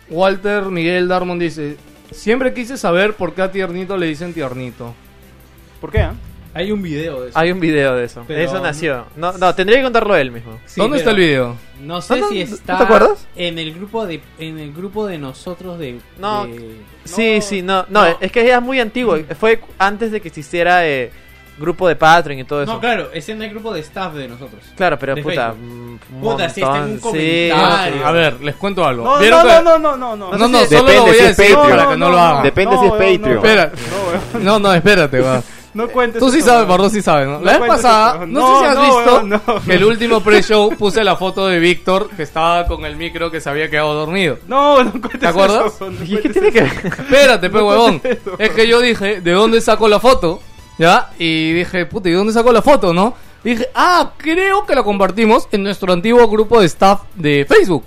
[SPEAKER 2] Walter Miguel Darmon dice: Siempre quise saber por qué a tiernito le dicen tiernito.
[SPEAKER 6] ¿Por qué? ah?
[SPEAKER 8] Hay un video de eso.
[SPEAKER 3] Hay un video de eso.
[SPEAKER 8] Pero-
[SPEAKER 3] Eso nació. No, no, tendría que contarlo él mismo.
[SPEAKER 8] Sí,
[SPEAKER 2] ¿Dónde está el
[SPEAKER 8] pero
[SPEAKER 2] video?
[SPEAKER 8] No sé
[SPEAKER 3] ¿No, no,
[SPEAKER 8] si
[SPEAKER 3] no te
[SPEAKER 8] está.
[SPEAKER 3] acuerdas?
[SPEAKER 8] En el grupo de, en el grupo de nosotros de.
[SPEAKER 3] No.
[SPEAKER 8] de-
[SPEAKER 3] Sí, sí, no, no, es que ya es muy antiguo.
[SPEAKER 8] Mm.
[SPEAKER 3] Fue antes de que existiera eh, grupo de Patreon y todo eso.
[SPEAKER 8] No, claro, es en el grupo de staff de nosotros.
[SPEAKER 3] Claro, pero
[SPEAKER 8] De
[SPEAKER 3] puta.
[SPEAKER 8] Facebook.
[SPEAKER 3] mm, un
[SPEAKER 8] Puta, sí, está en un
[SPEAKER 3] montón.
[SPEAKER 8] comentario.
[SPEAKER 2] Ah, A ver, les cuento algo.
[SPEAKER 6] No,
[SPEAKER 2] ¿Vieron
[SPEAKER 6] no,
[SPEAKER 2] que-
[SPEAKER 6] no, no, no, no, no.
[SPEAKER 2] No, no,
[SPEAKER 4] sé si-
[SPEAKER 2] solo lo
[SPEAKER 4] depende
[SPEAKER 2] voy
[SPEAKER 4] si
[SPEAKER 2] a
[SPEAKER 4] es
[SPEAKER 2] decir
[SPEAKER 4] Patreon.
[SPEAKER 2] para que no lo hagan.
[SPEAKER 4] Depende si es
[SPEAKER 6] weón,
[SPEAKER 4] Patreon.
[SPEAKER 2] Espera.
[SPEAKER 6] No, weón,
[SPEAKER 2] No, no, espérate, va.
[SPEAKER 6] no cuentes.
[SPEAKER 2] Tú sí
[SPEAKER 6] eso,
[SPEAKER 2] sabes,
[SPEAKER 6] weón.
[SPEAKER 2] Bardo sí sabes, ¿no?
[SPEAKER 6] No
[SPEAKER 2] La vez
[SPEAKER 6] cuentes
[SPEAKER 2] pasada, no,
[SPEAKER 6] eso.
[SPEAKER 2] sé
[SPEAKER 6] No,
[SPEAKER 2] si has
[SPEAKER 6] no,
[SPEAKER 2] visto
[SPEAKER 6] weón, no.
[SPEAKER 2] que el último pre-show puse la foto de Víctor que estaba con el micro que se había quedado dormido.
[SPEAKER 6] No, no cuentes.
[SPEAKER 2] ¿Te acuerdas?
[SPEAKER 6] eso, weón, no
[SPEAKER 3] ¿Y qué
[SPEAKER 6] cuentes
[SPEAKER 3] tiene que
[SPEAKER 6] eso.
[SPEAKER 3] ver?
[SPEAKER 2] Espérate, pe
[SPEAKER 6] No
[SPEAKER 2] huevón.
[SPEAKER 6] cuentes eso.
[SPEAKER 2] Es que yo dije, ¿de dónde sacó la foto? ¿Ya? Y dije, puta, ¿y dónde sacó la foto, no? Y dije, ah, creo que la compartimos en nuestro antiguo grupo de staff de Facebook.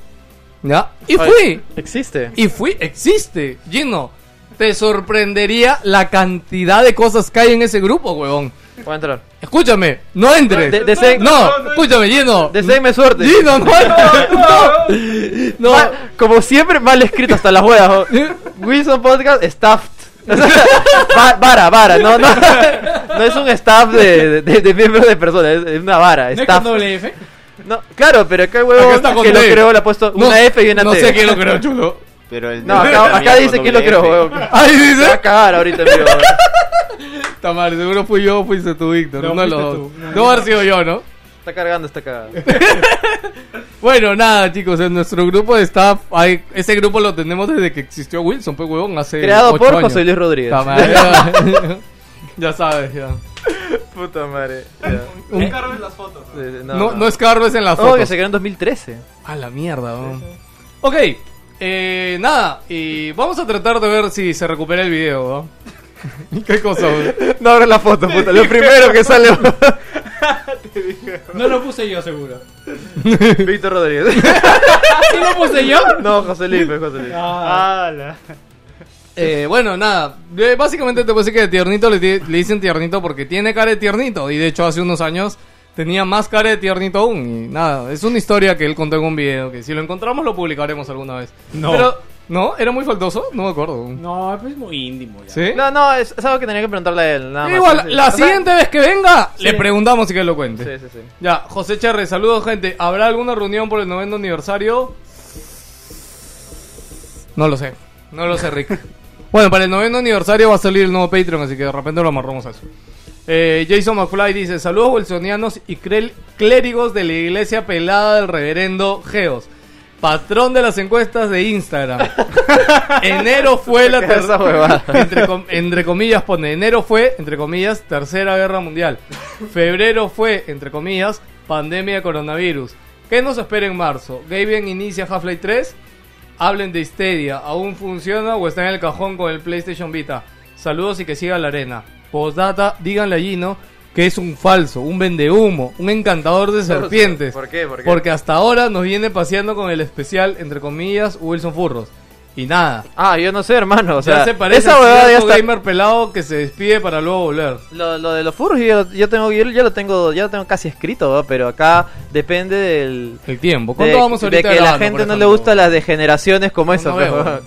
[SPEAKER 2] ¿Ya? Y fui.
[SPEAKER 3] Existe.
[SPEAKER 2] Y fui, existe. Gino, te sorprendería la cantidad de cosas que hay en ese grupo, huevón.
[SPEAKER 3] Voy a entrar.
[SPEAKER 2] Escúchame, no entres.
[SPEAKER 3] De- deseen-
[SPEAKER 2] no, escúchame, Gino.
[SPEAKER 3] Deseenme suerte.
[SPEAKER 2] Gino, no, no, no.
[SPEAKER 3] Ma- como siempre, mal escrito hasta las huevas. jo. Wilson Podcast, staffed. Va- vara, vara, no, no, no es un staff de, de, de miembros de personas, es- es una vara,
[SPEAKER 8] ¿No es
[SPEAKER 3] staff.
[SPEAKER 8] con doble F?
[SPEAKER 3] No, claro, pero acá el
[SPEAKER 2] Acá
[SPEAKER 3] huevo
[SPEAKER 2] está con
[SPEAKER 3] que lo
[SPEAKER 2] D.
[SPEAKER 3] creó le ha puesto
[SPEAKER 2] No-
[SPEAKER 3] una F y una
[SPEAKER 2] No
[SPEAKER 3] T.
[SPEAKER 2] sé quién lo creó, chulo.
[SPEAKER 4] Pero el
[SPEAKER 3] No,
[SPEAKER 4] de-
[SPEAKER 3] acá,
[SPEAKER 4] también
[SPEAKER 3] acá
[SPEAKER 4] con
[SPEAKER 3] dice quién lo
[SPEAKER 4] doble
[SPEAKER 3] creó,
[SPEAKER 4] F.
[SPEAKER 3] huevo.
[SPEAKER 2] Ahí
[SPEAKER 3] Se va a
[SPEAKER 2] dice.
[SPEAKER 3] cagar ahorita, amigo.
[SPEAKER 2] Está mal, seguro fui yo o fuiste tú, Víctor.
[SPEAKER 8] No,
[SPEAKER 2] uno de los
[SPEAKER 8] fuiste
[SPEAKER 2] dos.
[SPEAKER 8] tú. No,
[SPEAKER 2] Debo haber sido yo, ¿no?
[SPEAKER 3] Está cargando, está cagando.
[SPEAKER 2] Bueno, nada, chicos, en nuestro grupo de staff, hay, ese grupo lo tenemos desde que existió Wilson, pues huevón, hace.
[SPEAKER 3] Creado
[SPEAKER 2] ocho
[SPEAKER 3] por
[SPEAKER 2] años.
[SPEAKER 3] José Luis Rodríguez.
[SPEAKER 2] Está mal, ya. ya sabes, ya.
[SPEAKER 3] Puta madre.
[SPEAKER 2] Un-
[SPEAKER 3] No,
[SPEAKER 2] Eh, no, no escarbes en la
[SPEAKER 3] Oh,
[SPEAKER 2] foto.
[SPEAKER 3] que se creó en 2013.
[SPEAKER 2] A la mierda, weón. Ok, eh, nada, y vamos a tratar de ver si se recupera el video, ¿no? ¿Qué cosa, weón?
[SPEAKER 3] No abres la foto, puta. Lo primero que sale.
[SPEAKER 8] No lo puse yo, seguro.
[SPEAKER 3] Víctor Rodríguez.
[SPEAKER 8] ¿Sí lo puse yo?
[SPEAKER 3] No, José Luis, pues, José Luis.
[SPEAKER 8] Ah,
[SPEAKER 2] Eh, bueno, nada, eh, básicamente te puedo decir que de tiernito le, ti- le dicen tiernito porque tiene cara de tiernito y de hecho hace unos años tenía más cara de tiernito aún y nada, es una historia que él contó en un video que si lo encontramos lo publicaremos alguna vez.
[SPEAKER 8] No.
[SPEAKER 2] Pero, ¿no? ¿Era muy faltoso? No me acuerdo.
[SPEAKER 8] no, es pues muy íntimo ya.
[SPEAKER 2] ¿Sí?
[SPEAKER 3] No, no, es, es algo que tenía que preguntarle a él. Nada más.
[SPEAKER 2] Igual,
[SPEAKER 3] Sí, sí.
[SPEAKER 2] la
[SPEAKER 3] O sea,
[SPEAKER 2] siguiente vez que venga, le preguntamos y que lo cuente.
[SPEAKER 3] Sí, sí, sí.
[SPEAKER 2] Ya, José Cherre, saludos gente. ¿Habrá alguna reunión por el noveno aniversario? No lo sé. No lo sé, Rick. bueno, para el noveno aniversario va a salir el nuevo Patreon, así que de repente lo amarramos a eso. Eh, Jason McFly dice, saludos bolsonianos y crel- clérigos de la iglesia pelada del reverendo Geos. Patrón de las encuestas de Instagram. enero fue la
[SPEAKER 3] Esa
[SPEAKER 2] tercera
[SPEAKER 3] huevada.
[SPEAKER 2] entre, com- entre comillas pone, enero fue, entre comillas, tercera guerra mundial. Febrero fue, entre comillas, pandemia de coronavirus. ¿Qué nos espera en marzo? Gaben inicia Half-Life 3. Hablen de Stadia. ¿Aún funciona o está en el cajón con el PlayStation Vita? Saludos y que siga la arena. Postdata, díganle a Gino que es un falso, un vendehumo, un encantador de serpientes.
[SPEAKER 3] ¿Por qué? ¿Por qué?
[SPEAKER 2] Porque hasta ahora nos viene paseando con el especial, entre comillas, Wilson Furros. Y nada.
[SPEAKER 3] Ah, yo no sé, hermano. O sea,
[SPEAKER 2] Ya se parece
[SPEAKER 3] esa
[SPEAKER 2] a
[SPEAKER 3] huevada ya
[SPEAKER 2] cierto
[SPEAKER 3] está.
[SPEAKER 2] gamer pelado que se despide para luego volver.
[SPEAKER 3] Lo, lo de los furros yo, lo- yo tengo, yo, ya lo tengo, ya lo tengo casi escrito, ¿va? pero acá depende del
[SPEAKER 2] El tiempo. ¿Cuánto
[SPEAKER 3] de,
[SPEAKER 2] vamos
[SPEAKER 3] de
[SPEAKER 2] ahorita
[SPEAKER 3] que la gente no le gusta las degeneraciones como esa.
[SPEAKER 2] veo,
[SPEAKER 3] pues,
[SPEAKER 2] weón.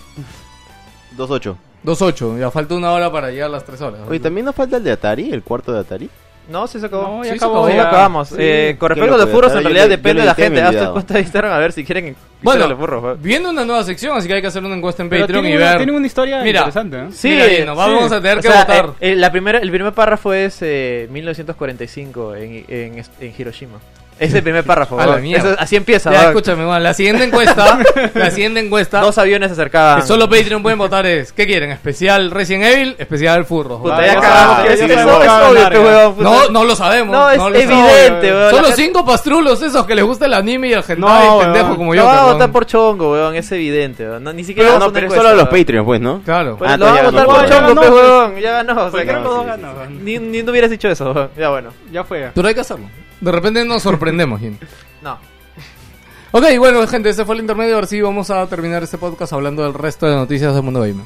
[SPEAKER 4] 2-8.
[SPEAKER 2] 2.8. Ya falta una hora para llegar a las 3
[SPEAKER 3] Ah,
[SPEAKER 2] horas.
[SPEAKER 4] Oye, también nos falta el de Atari, el cuarto de Atari.
[SPEAKER 3] No, sí se acabó.
[SPEAKER 6] No, ya
[SPEAKER 3] Sí, se
[SPEAKER 6] acabó,
[SPEAKER 3] acabó,
[SPEAKER 6] ya.
[SPEAKER 3] ya acabamos.
[SPEAKER 6] Sí.
[SPEAKER 3] Eh, con
[SPEAKER 4] Qué
[SPEAKER 3] respecto a los
[SPEAKER 4] loco,
[SPEAKER 3] furros,
[SPEAKER 4] de
[SPEAKER 3] en
[SPEAKER 4] verdad,
[SPEAKER 3] realidé
[SPEAKER 4] yo le- yo
[SPEAKER 3] depende
[SPEAKER 4] le
[SPEAKER 3] de la
[SPEAKER 4] dije a mi
[SPEAKER 3] gente. Haz tu
[SPEAKER 4] enviado.
[SPEAKER 3] cuenta de Instagram a ver si quieren
[SPEAKER 2] Bueno,
[SPEAKER 3] bueno, los furros. pues. weón.
[SPEAKER 2] Viene una nueva sección, así que hay que hacer una encuesta en
[SPEAKER 6] Pero
[SPEAKER 2] Patreon
[SPEAKER 6] tiene
[SPEAKER 2] y
[SPEAKER 6] una-
[SPEAKER 2] ver.
[SPEAKER 6] tiene una historia
[SPEAKER 2] Mira.
[SPEAKER 6] interesante, ¿eh?
[SPEAKER 3] Sí,
[SPEAKER 2] Mira, Gino, vamos a tener
[SPEAKER 3] O
[SPEAKER 2] que
[SPEAKER 3] sea,
[SPEAKER 2] votar.
[SPEAKER 3] eh, eh, la primera, el primer párrafo es eh, 1945 en, en, en Hiroshima. Es el primer párrafo.
[SPEAKER 2] A la
[SPEAKER 3] weón.
[SPEAKER 2] mierda.
[SPEAKER 3] Eso- así empieza.
[SPEAKER 2] ya,
[SPEAKER 3] weón.
[SPEAKER 2] escúchame, man, la siguiente encuesta. la siguiente encuesta.
[SPEAKER 3] Dos aviones se acercaban.
[SPEAKER 2] que solo Patreon pueden votar es. ¿Qué quieren? ¿Especial Resident Evil? ¿Especial Furros?
[SPEAKER 3] Puta,
[SPEAKER 2] ¿vale?
[SPEAKER 3] ya
[SPEAKER 4] Ah,
[SPEAKER 3] cagamos,
[SPEAKER 4] ya
[SPEAKER 3] que
[SPEAKER 4] sí
[SPEAKER 3] es-
[SPEAKER 4] le
[SPEAKER 3] eso
[SPEAKER 4] hemos
[SPEAKER 3] es
[SPEAKER 6] cagado
[SPEAKER 3] obvio,
[SPEAKER 6] larga.
[SPEAKER 3] pe, weón, puta.
[SPEAKER 2] No, no lo sabemos.
[SPEAKER 3] No, es
[SPEAKER 2] lo sabemos.
[SPEAKER 3] evidente, weón.
[SPEAKER 2] Son
[SPEAKER 3] La
[SPEAKER 2] los
[SPEAKER 3] gente-
[SPEAKER 2] cinco pastrulos esos que les gusta el anime y el hentai
[SPEAKER 6] No, weón.
[SPEAKER 2] pendejo como yo.
[SPEAKER 3] No va a
[SPEAKER 2] perdón.
[SPEAKER 3] votar por chongo, weón, es evidente, weón. No, ni siquiera
[SPEAKER 4] Pero,
[SPEAKER 3] vamos a
[SPEAKER 4] Ah, no,
[SPEAKER 3] una
[SPEAKER 4] pero
[SPEAKER 3] encuesta,
[SPEAKER 4] solo a los
[SPEAKER 3] weón.
[SPEAKER 4] Patreon, pues, ¿no?
[SPEAKER 2] Claro.
[SPEAKER 3] Pues
[SPEAKER 4] Ah,
[SPEAKER 3] lo van a
[SPEAKER 4] ya
[SPEAKER 3] votar
[SPEAKER 4] ganó,
[SPEAKER 3] por
[SPEAKER 4] ya
[SPEAKER 3] chongo,
[SPEAKER 6] ganó,
[SPEAKER 3] pe,
[SPEAKER 6] pues.
[SPEAKER 3] weón. Ya ganó, o sea,
[SPEAKER 4] no,
[SPEAKER 6] Cualquiera de los dos
[SPEAKER 4] sí, sí,
[SPEAKER 6] gana, weón.
[SPEAKER 3] ni, ni no hubieras dicho eso, weón. Ya bueno.
[SPEAKER 6] Ya fue.
[SPEAKER 2] Pero hay que hacerlo. De repente nos sorprendemos, gente.
[SPEAKER 3] No.
[SPEAKER 2] Ok, bueno, gente, ese fue el intermedio. Ahora sí vamos a terminar este podcast hablando del resto de noticias del mundo gamer.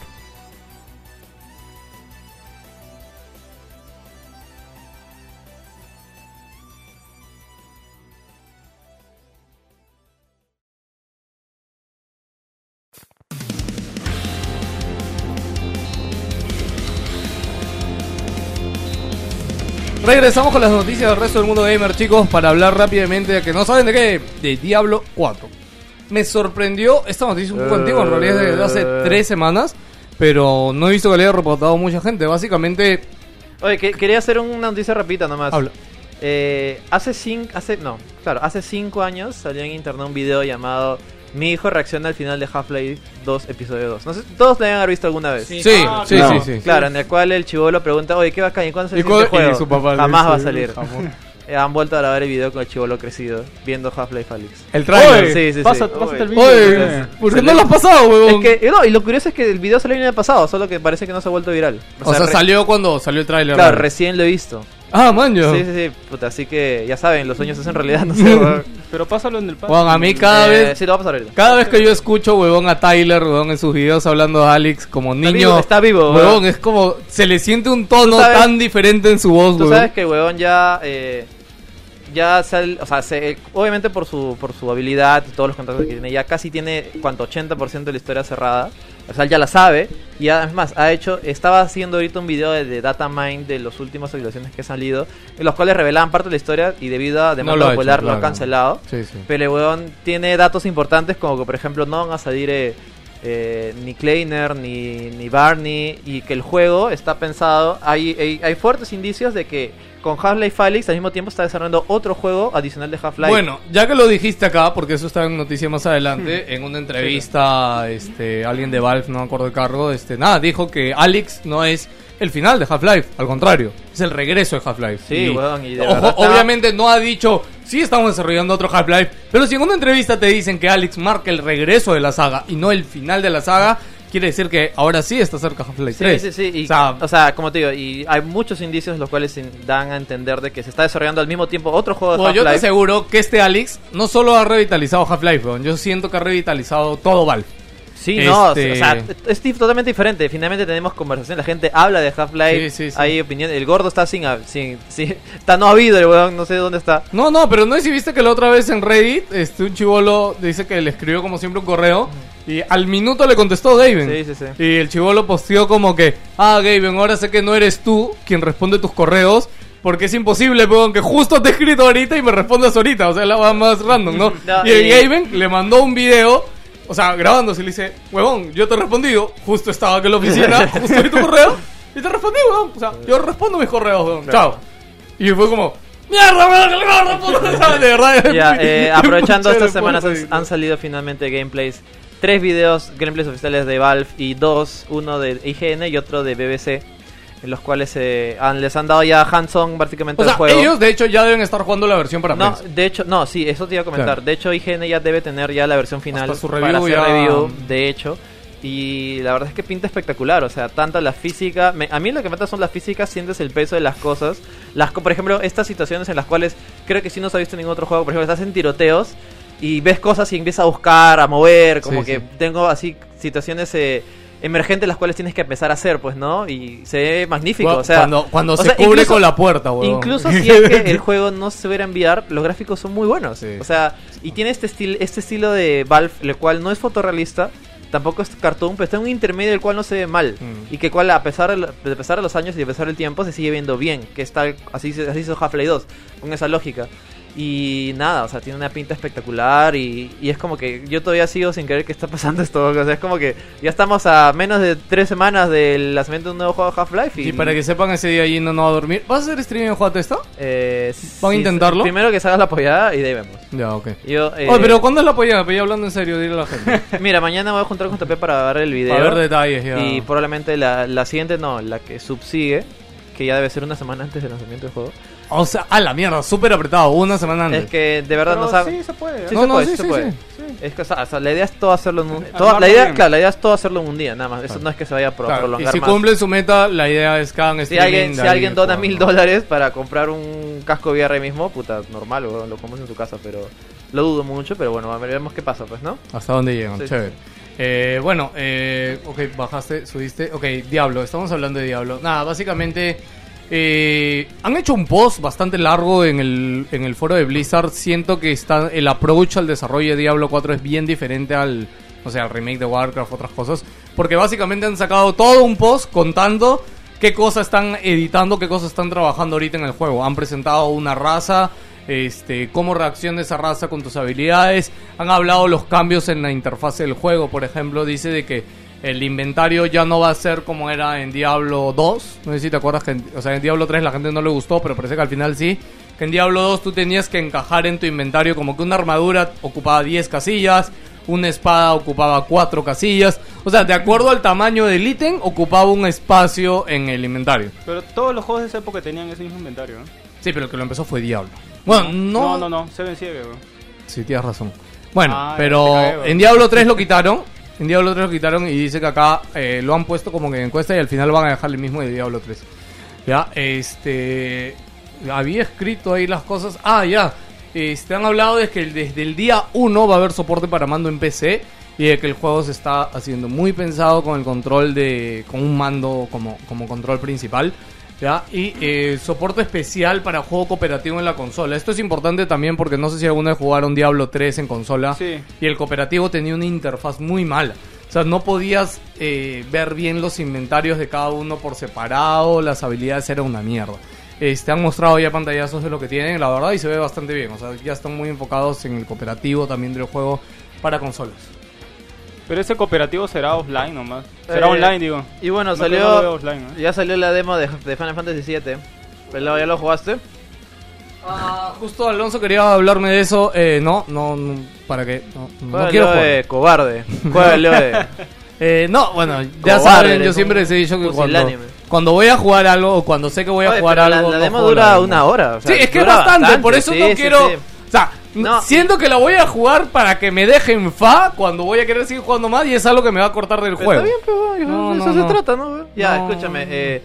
[SPEAKER 2] Regresamos con las noticias del resto del mundo gamer, chicos, para hablar rápidamente de que no saben de qué, de Diablo 4. Me sorprendió esta noticia un poco antigua, en realidad es de hace tres semanas, pero no he visto que le haya reportado mucha gente. Básicamente,
[SPEAKER 3] Oye, que- quería hacer una noticia rapidita nomás.
[SPEAKER 2] habla.
[SPEAKER 3] Eh, hace cinco, hace, no, claro, hace cinco años salió en internet un video llamado Mi hijo reacciona al final de Half-Life 2, episodio 2. No sé, todos le haber visto alguna vez.
[SPEAKER 2] Sí,
[SPEAKER 8] Sí.
[SPEAKER 2] sí,
[SPEAKER 8] Ah,
[SPEAKER 2] sí,
[SPEAKER 4] claro.
[SPEAKER 2] sí.
[SPEAKER 3] Claro, en el cual el chivolo pregunta, oye, ¿qué va a caer? ¿Cuándo sale
[SPEAKER 2] Y,
[SPEAKER 3] el siguiente
[SPEAKER 2] cu-
[SPEAKER 3] juego?
[SPEAKER 2] y su papá le
[SPEAKER 3] Jamás
[SPEAKER 2] dice,
[SPEAKER 3] va a salir.
[SPEAKER 2] "Jamás".
[SPEAKER 3] Eh, Han vuelto a grabar el video con el chivolo crecido, viendo Half-Life Alyx.
[SPEAKER 2] El trailer.
[SPEAKER 3] Oye, Sí, sí,
[SPEAKER 6] Pasa-
[SPEAKER 3] sí.
[SPEAKER 6] Pásate el video.
[SPEAKER 2] Oye, ¿por qué no lo has pasado,
[SPEAKER 3] Es
[SPEAKER 2] huevón?
[SPEAKER 3] que, no, y lo curioso es que el video salió el año pasado, solo que parece que no se ha vuelto viral.
[SPEAKER 2] o sea,
[SPEAKER 3] re-
[SPEAKER 2] salió cuando salió el trailer.
[SPEAKER 3] Claro,
[SPEAKER 2] ¿no?
[SPEAKER 3] recién lo he visto.
[SPEAKER 2] Ah, man, yo.
[SPEAKER 3] Sí, sí, sí, puta, así que ya saben, los sueños se hacen realidad, no sé. weón.
[SPEAKER 6] Pero pásalo en el pan.
[SPEAKER 2] Huevón, a mí cada
[SPEAKER 3] Eh,
[SPEAKER 2] vez...
[SPEAKER 3] Sí, lo vamos a pasar ahorita.
[SPEAKER 2] Cada vez que yo escucho, huevón, a Tyler, huevón, en sus videos hablando de Alex como
[SPEAKER 3] Está
[SPEAKER 2] niño,
[SPEAKER 3] vivo, está vivo,
[SPEAKER 2] huevón,
[SPEAKER 3] weón.
[SPEAKER 2] es como, se le siente un tono
[SPEAKER 3] Tú sabes-
[SPEAKER 2] tan diferente en su voz,
[SPEAKER 3] Tú
[SPEAKER 2] huevón.
[SPEAKER 3] sabes que weón ya eh, ya sal- o sea, se- eh, obviamente por su por su habilidad y todos los contactos que tiene, ya casi tiene cuanto 80% de la historia cerrada. O sea, él ya la sabe y además ha hecho estaba haciendo ahorita un video de, de data mine de las últimas actualizaciones que han salido, en los cuales revelaban parte de la historia y debido a demanda
[SPEAKER 2] lo ha hecho,
[SPEAKER 3] popular lo ha
[SPEAKER 2] claro.
[SPEAKER 3] cancelado.
[SPEAKER 2] Sí, sí.
[SPEAKER 3] Pero el weón tiene datos importantes como que por ejemplo no van a salir eh, eh, ni Kleiner ni, ni Barney y que el juego está pensado, hay, hay, hay fuertes indicios de que con Half-Life Alyx al mismo tiempo está desarrollando otro juego adicional de Half-Life.
[SPEAKER 2] Bueno, ya que lo dijiste acá, porque eso está en noticia más
[SPEAKER 3] Hmm.
[SPEAKER 2] adelante, en una entrevista, este, alguien de Valve, no me acuerdo el cargo, este, nada, dijo que Alex no es el final de Half-Life, al contrario, es el regreso de Half-Life.
[SPEAKER 3] Sí, weón, y de
[SPEAKER 2] ojo,
[SPEAKER 3] verdad está-
[SPEAKER 2] obviamente no ha dicho, sí estamos desarrollando otro Half-Life, pero si en una entrevista te dicen que Alex marca el regreso de la saga y no el final de la saga, quiere decir que ahora sí está cerca Half-Life
[SPEAKER 3] Sí,
[SPEAKER 2] 3.
[SPEAKER 3] sí, sí. y-
[SPEAKER 2] O sea,
[SPEAKER 3] como te digo, y hay muchos indicios los cuales in- dan a entender de que se está desarrollando al mismo tiempo otro juego de
[SPEAKER 2] Bueno, yo te
[SPEAKER 3] Half-Life.
[SPEAKER 2] aseguro que este Alex no solo ha revitalizado Half-Life, weón, yo siento que ha revitalizado todo Valve.
[SPEAKER 3] Sí, no,
[SPEAKER 2] Este-
[SPEAKER 3] o sea, es tip- totalmente diferente. Finalmente tenemos conversación, la gente habla de Half-Life,
[SPEAKER 2] Sí, sí, sí.
[SPEAKER 3] hay opinión. El gordo está sin, hab- sin, sin- está no habido, el weón, no sé dónde está.
[SPEAKER 2] No, no, pero no sé si viste que la otra vez en Reddit, este, un chivolo dice que le escribió como siempre un correo y al minuto le contestó Gaben.
[SPEAKER 3] Sí, sí, sí.
[SPEAKER 2] Y el chivolo posteó como que, ah, Gaben, ahora sé que no eres tú quien responde tus correos. Porque es imposible, weón, que justo te he escrito ahorita y me respondas ahorita. O sea, la va más random, ¿no?
[SPEAKER 3] No,
[SPEAKER 2] y el
[SPEAKER 3] y-
[SPEAKER 2] Gaben le mandó un video, o sea, grabándose. Y le dice, huevón, yo te he respondido. Justo estaba aquí en la oficina, justo vi tu correo. Y te respondí, huevón. O sea, yo respondo mis correos, weón. Chao. Y fue como, ¡Mierda, weón! que le va a dar puta", ¿sabes? De verdad.
[SPEAKER 3] Ya, eh, aprovechando
[SPEAKER 2] Pucha,
[SPEAKER 3] estas
[SPEAKER 2] le
[SPEAKER 3] semanas
[SPEAKER 2] puse
[SPEAKER 3] han, han salido finalmente gameplays, tres videos, gameplays oficiales de Valve y dos, uno de IGN y otro de BBC, en los cuales eh, han- les han dado ya hands-on prácticamente
[SPEAKER 2] O
[SPEAKER 3] el
[SPEAKER 2] sea,
[SPEAKER 3] juego.
[SPEAKER 2] ellos de hecho ya deben estar jugando la versión para
[SPEAKER 3] No,
[SPEAKER 2] prensa.
[SPEAKER 3] de hecho, no, sí, eso te iba a comentar.
[SPEAKER 2] Claro.
[SPEAKER 3] De hecho, IGN ya debe tener ya la versión final
[SPEAKER 2] Hasta su
[SPEAKER 3] para
[SPEAKER 2] review
[SPEAKER 3] hacer
[SPEAKER 2] ya-
[SPEAKER 3] review, de hecho. Y la verdad es que pinta espectacular, o sea, tanto la física, me- a mí lo que me mata son las físicas, sientes el peso de las cosas. Las, co- por ejemplo, estas situaciones en las cuales creo que sí no se ha visto en ningún otro juego, por ejemplo, estás en tiroteos y ves cosas y empiezas a buscar, a mover, como
[SPEAKER 2] Sí,
[SPEAKER 3] que
[SPEAKER 2] sí.
[SPEAKER 3] tengo así situaciones eh, emergentes las cuales tienes que empezar a hacer, pues, ¿no? Y se ve magnífico,
[SPEAKER 2] Cu-
[SPEAKER 3] o sea,
[SPEAKER 2] cuando cuando
[SPEAKER 3] o
[SPEAKER 2] se
[SPEAKER 3] sea,
[SPEAKER 2] cubre
[SPEAKER 3] incluso-
[SPEAKER 2] con la puerta, weón.
[SPEAKER 3] Incluso si es que el juego no se hubiera enviar, los gráficos son muy buenos.
[SPEAKER 2] Sí.
[SPEAKER 3] O sea, y tiene este, estilo este estilo de Valve, el cual no es fotorrealista, tampoco es cartoon, pero está en un intermedio el cual no se ve mal.
[SPEAKER 2] Mm.
[SPEAKER 3] Y que cual, a pesar de, lo- de pesar de los años y a pesar del tiempo, se sigue viendo bien. Que está, así, se- así hizo Half-Life 2, con esa lógica. Y nada, o sea, tiene una pinta espectacular y, y es como que yo todavía sigo sin creer que está pasando esto. O sea, es como que ya estamos a menos de tres semanas del lanzamiento de un nuevo juego de Half-Life.
[SPEAKER 2] Y para que sepan, ese día Gino no va a dormir. ¿Vas a hacer streaming en Juate esto?
[SPEAKER 3] Eh,
[SPEAKER 2] ¿Van a
[SPEAKER 3] sí,
[SPEAKER 2] intentarlo?
[SPEAKER 3] Primero que salga la apoyada y de ahí vemos.
[SPEAKER 2] Ya, ok.
[SPEAKER 3] Yo, eh,
[SPEAKER 2] Oye, pero ¿cuándo es la apoyada? Pero ya hablando en serio, dile a la gente.
[SPEAKER 3] Mira, mañana me voy a juntar con Tapé para ver el video.
[SPEAKER 2] Para ver detalles ya.
[SPEAKER 3] y probablemente la, la siguiente, no, la que subsigue, que ya debe ser una semana antes del lanzamiento del juego.
[SPEAKER 2] O sea, a la mierda, súper apretado, una semana antes.
[SPEAKER 3] Es que de verdad
[SPEAKER 6] Pero
[SPEAKER 3] no sabe.
[SPEAKER 6] Sí, se puede. ¿eh?
[SPEAKER 3] Sí
[SPEAKER 2] No,
[SPEAKER 3] se
[SPEAKER 2] no,
[SPEAKER 3] puede,
[SPEAKER 2] sí,
[SPEAKER 3] sí se
[SPEAKER 2] sí,
[SPEAKER 3] puede.
[SPEAKER 2] sí.
[SPEAKER 3] Es que, o sea, o sea, la idea es todo hacerlo en un
[SPEAKER 6] Armarlo
[SPEAKER 3] todo- la, idea,
[SPEAKER 6] bien.
[SPEAKER 3] claro, la idea es todo hacerlo en un día, nada más. Eso no es que se vaya a pro-
[SPEAKER 2] Claro, Y
[SPEAKER 3] prolongar
[SPEAKER 2] si
[SPEAKER 3] más.
[SPEAKER 2] cumplen su meta, la idea es que hagan
[SPEAKER 3] si
[SPEAKER 2] streaming.
[SPEAKER 3] alguien,
[SPEAKER 2] de
[SPEAKER 3] si
[SPEAKER 2] ahí,
[SPEAKER 3] alguien dona
[SPEAKER 2] weón,
[SPEAKER 3] mil
[SPEAKER 2] ¿no?
[SPEAKER 3] dólares para comprar un casco VR mismo, puta, normal, weón, lo comes en su casa, pero Lo dudo mucho, pero bueno, a ver, vemos qué pasa, pues, ¿no?
[SPEAKER 2] Hasta dónde llegan,
[SPEAKER 3] Sí.
[SPEAKER 2] chévere. Eh, bueno, eh, ok, bajaste, subiste. Ok, Diablo, estamos hablando de Diablo. Nada, básicamente eh, han hecho un post bastante largo en el, en el foro de Blizzard. Siento que está el approach al desarrollo de Diablo 4 es bien diferente al, o sea, al remake de Warcraft, otras cosas. Porque básicamente han sacado todo un post contando qué cosas están editando, qué cosas están trabajando ahorita en el juego. Han presentado una raza, este, cómo reacciona esa raza con tus habilidades. Han hablado los cambios en la interfaz del juego, por ejemplo, dice de que el inventario ya no va a ser como era en Diablo 2. No sé si te acuerdas que, en- o sea, en Diablo 3 la gente no le gustó, pero parece que al final sí. Que en Diablo 2 tú tenías que encajar en tu inventario como que una armadura ocupaba 10 casillas, una espada ocupaba 4 casillas. O sea, de acuerdo al tamaño del ítem, ocupaba un espacio en el inventario.
[SPEAKER 6] Pero todos los juegos de esa época tenían ese mismo inventario, ¿no?
[SPEAKER 2] Sí, pero el que lo empezó fue Diablo. Bueno,
[SPEAKER 6] No, no, no. Seven Siege, bro.
[SPEAKER 2] Sí, tienes razón. Bueno,
[SPEAKER 6] Ah, ya,
[SPEAKER 2] pero
[SPEAKER 6] te cagué, bro.
[SPEAKER 2] en Diablo 3 lo quitaron. En Diablo 3 lo quitaron y dice que acá eh, lo han puesto como que en encuesta y al final van a dejar el mismo de Diablo 3. Ya, este. Había escrito ahí las cosas. Ah, ya. Este, han hablado de que el- desde el día 1 va a haber soporte para mando en PC y de que el juego se está haciendo muy pensado con el control de. con un mando como, como control principal. ¿ya? Y eh, soporte especial para juego cooperativo en la consola. Esto es importante también porque no sé si alguna vez jugaron Diablo 3 en consola.
[SPEAKER 6] Sí.
[SPEAKER 2] Y el cooperativo tenía una interfaz muy mala. O sea, no podías eh, ver bien los inventarios de cada uno por separado. Las habilidades eran una mierda. Este, han mostrado ya pantallazos de lo que tienen, la verdad, y se ve bastante bien. O sea, ya están muy enfocados en el cooperativo también del juego para consolas.
[SPEAKER 6] Pero ese cooperativo será offline nomás.
[SPEAKER 3] Eh,
[SPEAKER 6] Será online, digo.
[SPEAKER 3] Y bueno,
[SPEAKER 6] No, creo que lo veo
[SPEAKER 3] salió.
[SPEAKER 6] offline, ¿eh? ¿no?
[SPEAKER 3] Ya salió la demo de, de Final Fantasy VII. Pelado, ¿Ya lo jugaste? Ah.
[SPEAKER 2] justo Alonso quería hablarme de eso. Eh, no, no, no, ¿para qué? No, no
[SPEAKER 3] Juégalo
[SPEAKER 2] quiero jugar.
[SPEAKER 3] de cobarde. Juégalo de.
[SPEAKER 2] Eh, no, bueno, ya
[SPEAKER 3] Cobarde
[SPEAKER 2] saben,
[SPEAKER 3] eres,
[SPEAKER 2] yo
[SPEAKER 3] un
[SPEAKER 2] siempre les he dicho que cuando,
[SPEAKER 3] pusilánime.
[SPEAKER 2] cuando voy a jugar algo o cuando sé que voy a
[SPEAKER 3] Oye,
[SPEAKER 2] jugar
[SPEAKER 3] pero la-
[SPEAKER 2] algo.
[SPEAKER 3] La,
[SPEAKER 2] no
[SPEAKER 3] demo
[SPEAKER 2] juego
[SPEAKER 3] dura
[SPEAKER 2] demo.
[SPEAKER 3] una hora. o sea,
[SPEAKER 2] sí, es que es
[SPEAKER 3] dura
[SPEAKER 2] bastante, por eso
[SPEAKER 3] sí,
[SPEAKER 2] no
[SPEAKER 3] sí,
[SPEAKER 2] quiero.
[SPEAKER 3] sí.
[SPEAKER 2] O sea,
[SPEAKER 3] No.
[SPEAKER 2] siento que la voy a jugar para que me dejen fa cuando voy a querer seguir jugando más y es algo que me va a cortar del
[SPEAKER 3] Pero
[SPEAKER 2] juego.
[SPEAKER 3] Está bien, pero hijo,
[SPEAKER 2] No,
[SPEAKER 3] de
[SPEAKER 2] no,
[SPEAKER 3] eso
[SPEAKER 2] no.
[SPEAKER 3] se trata, ¿no? güey? Ya,
[SPEAKER 2] No.
[SPEAKER 3] escúchame. Eh,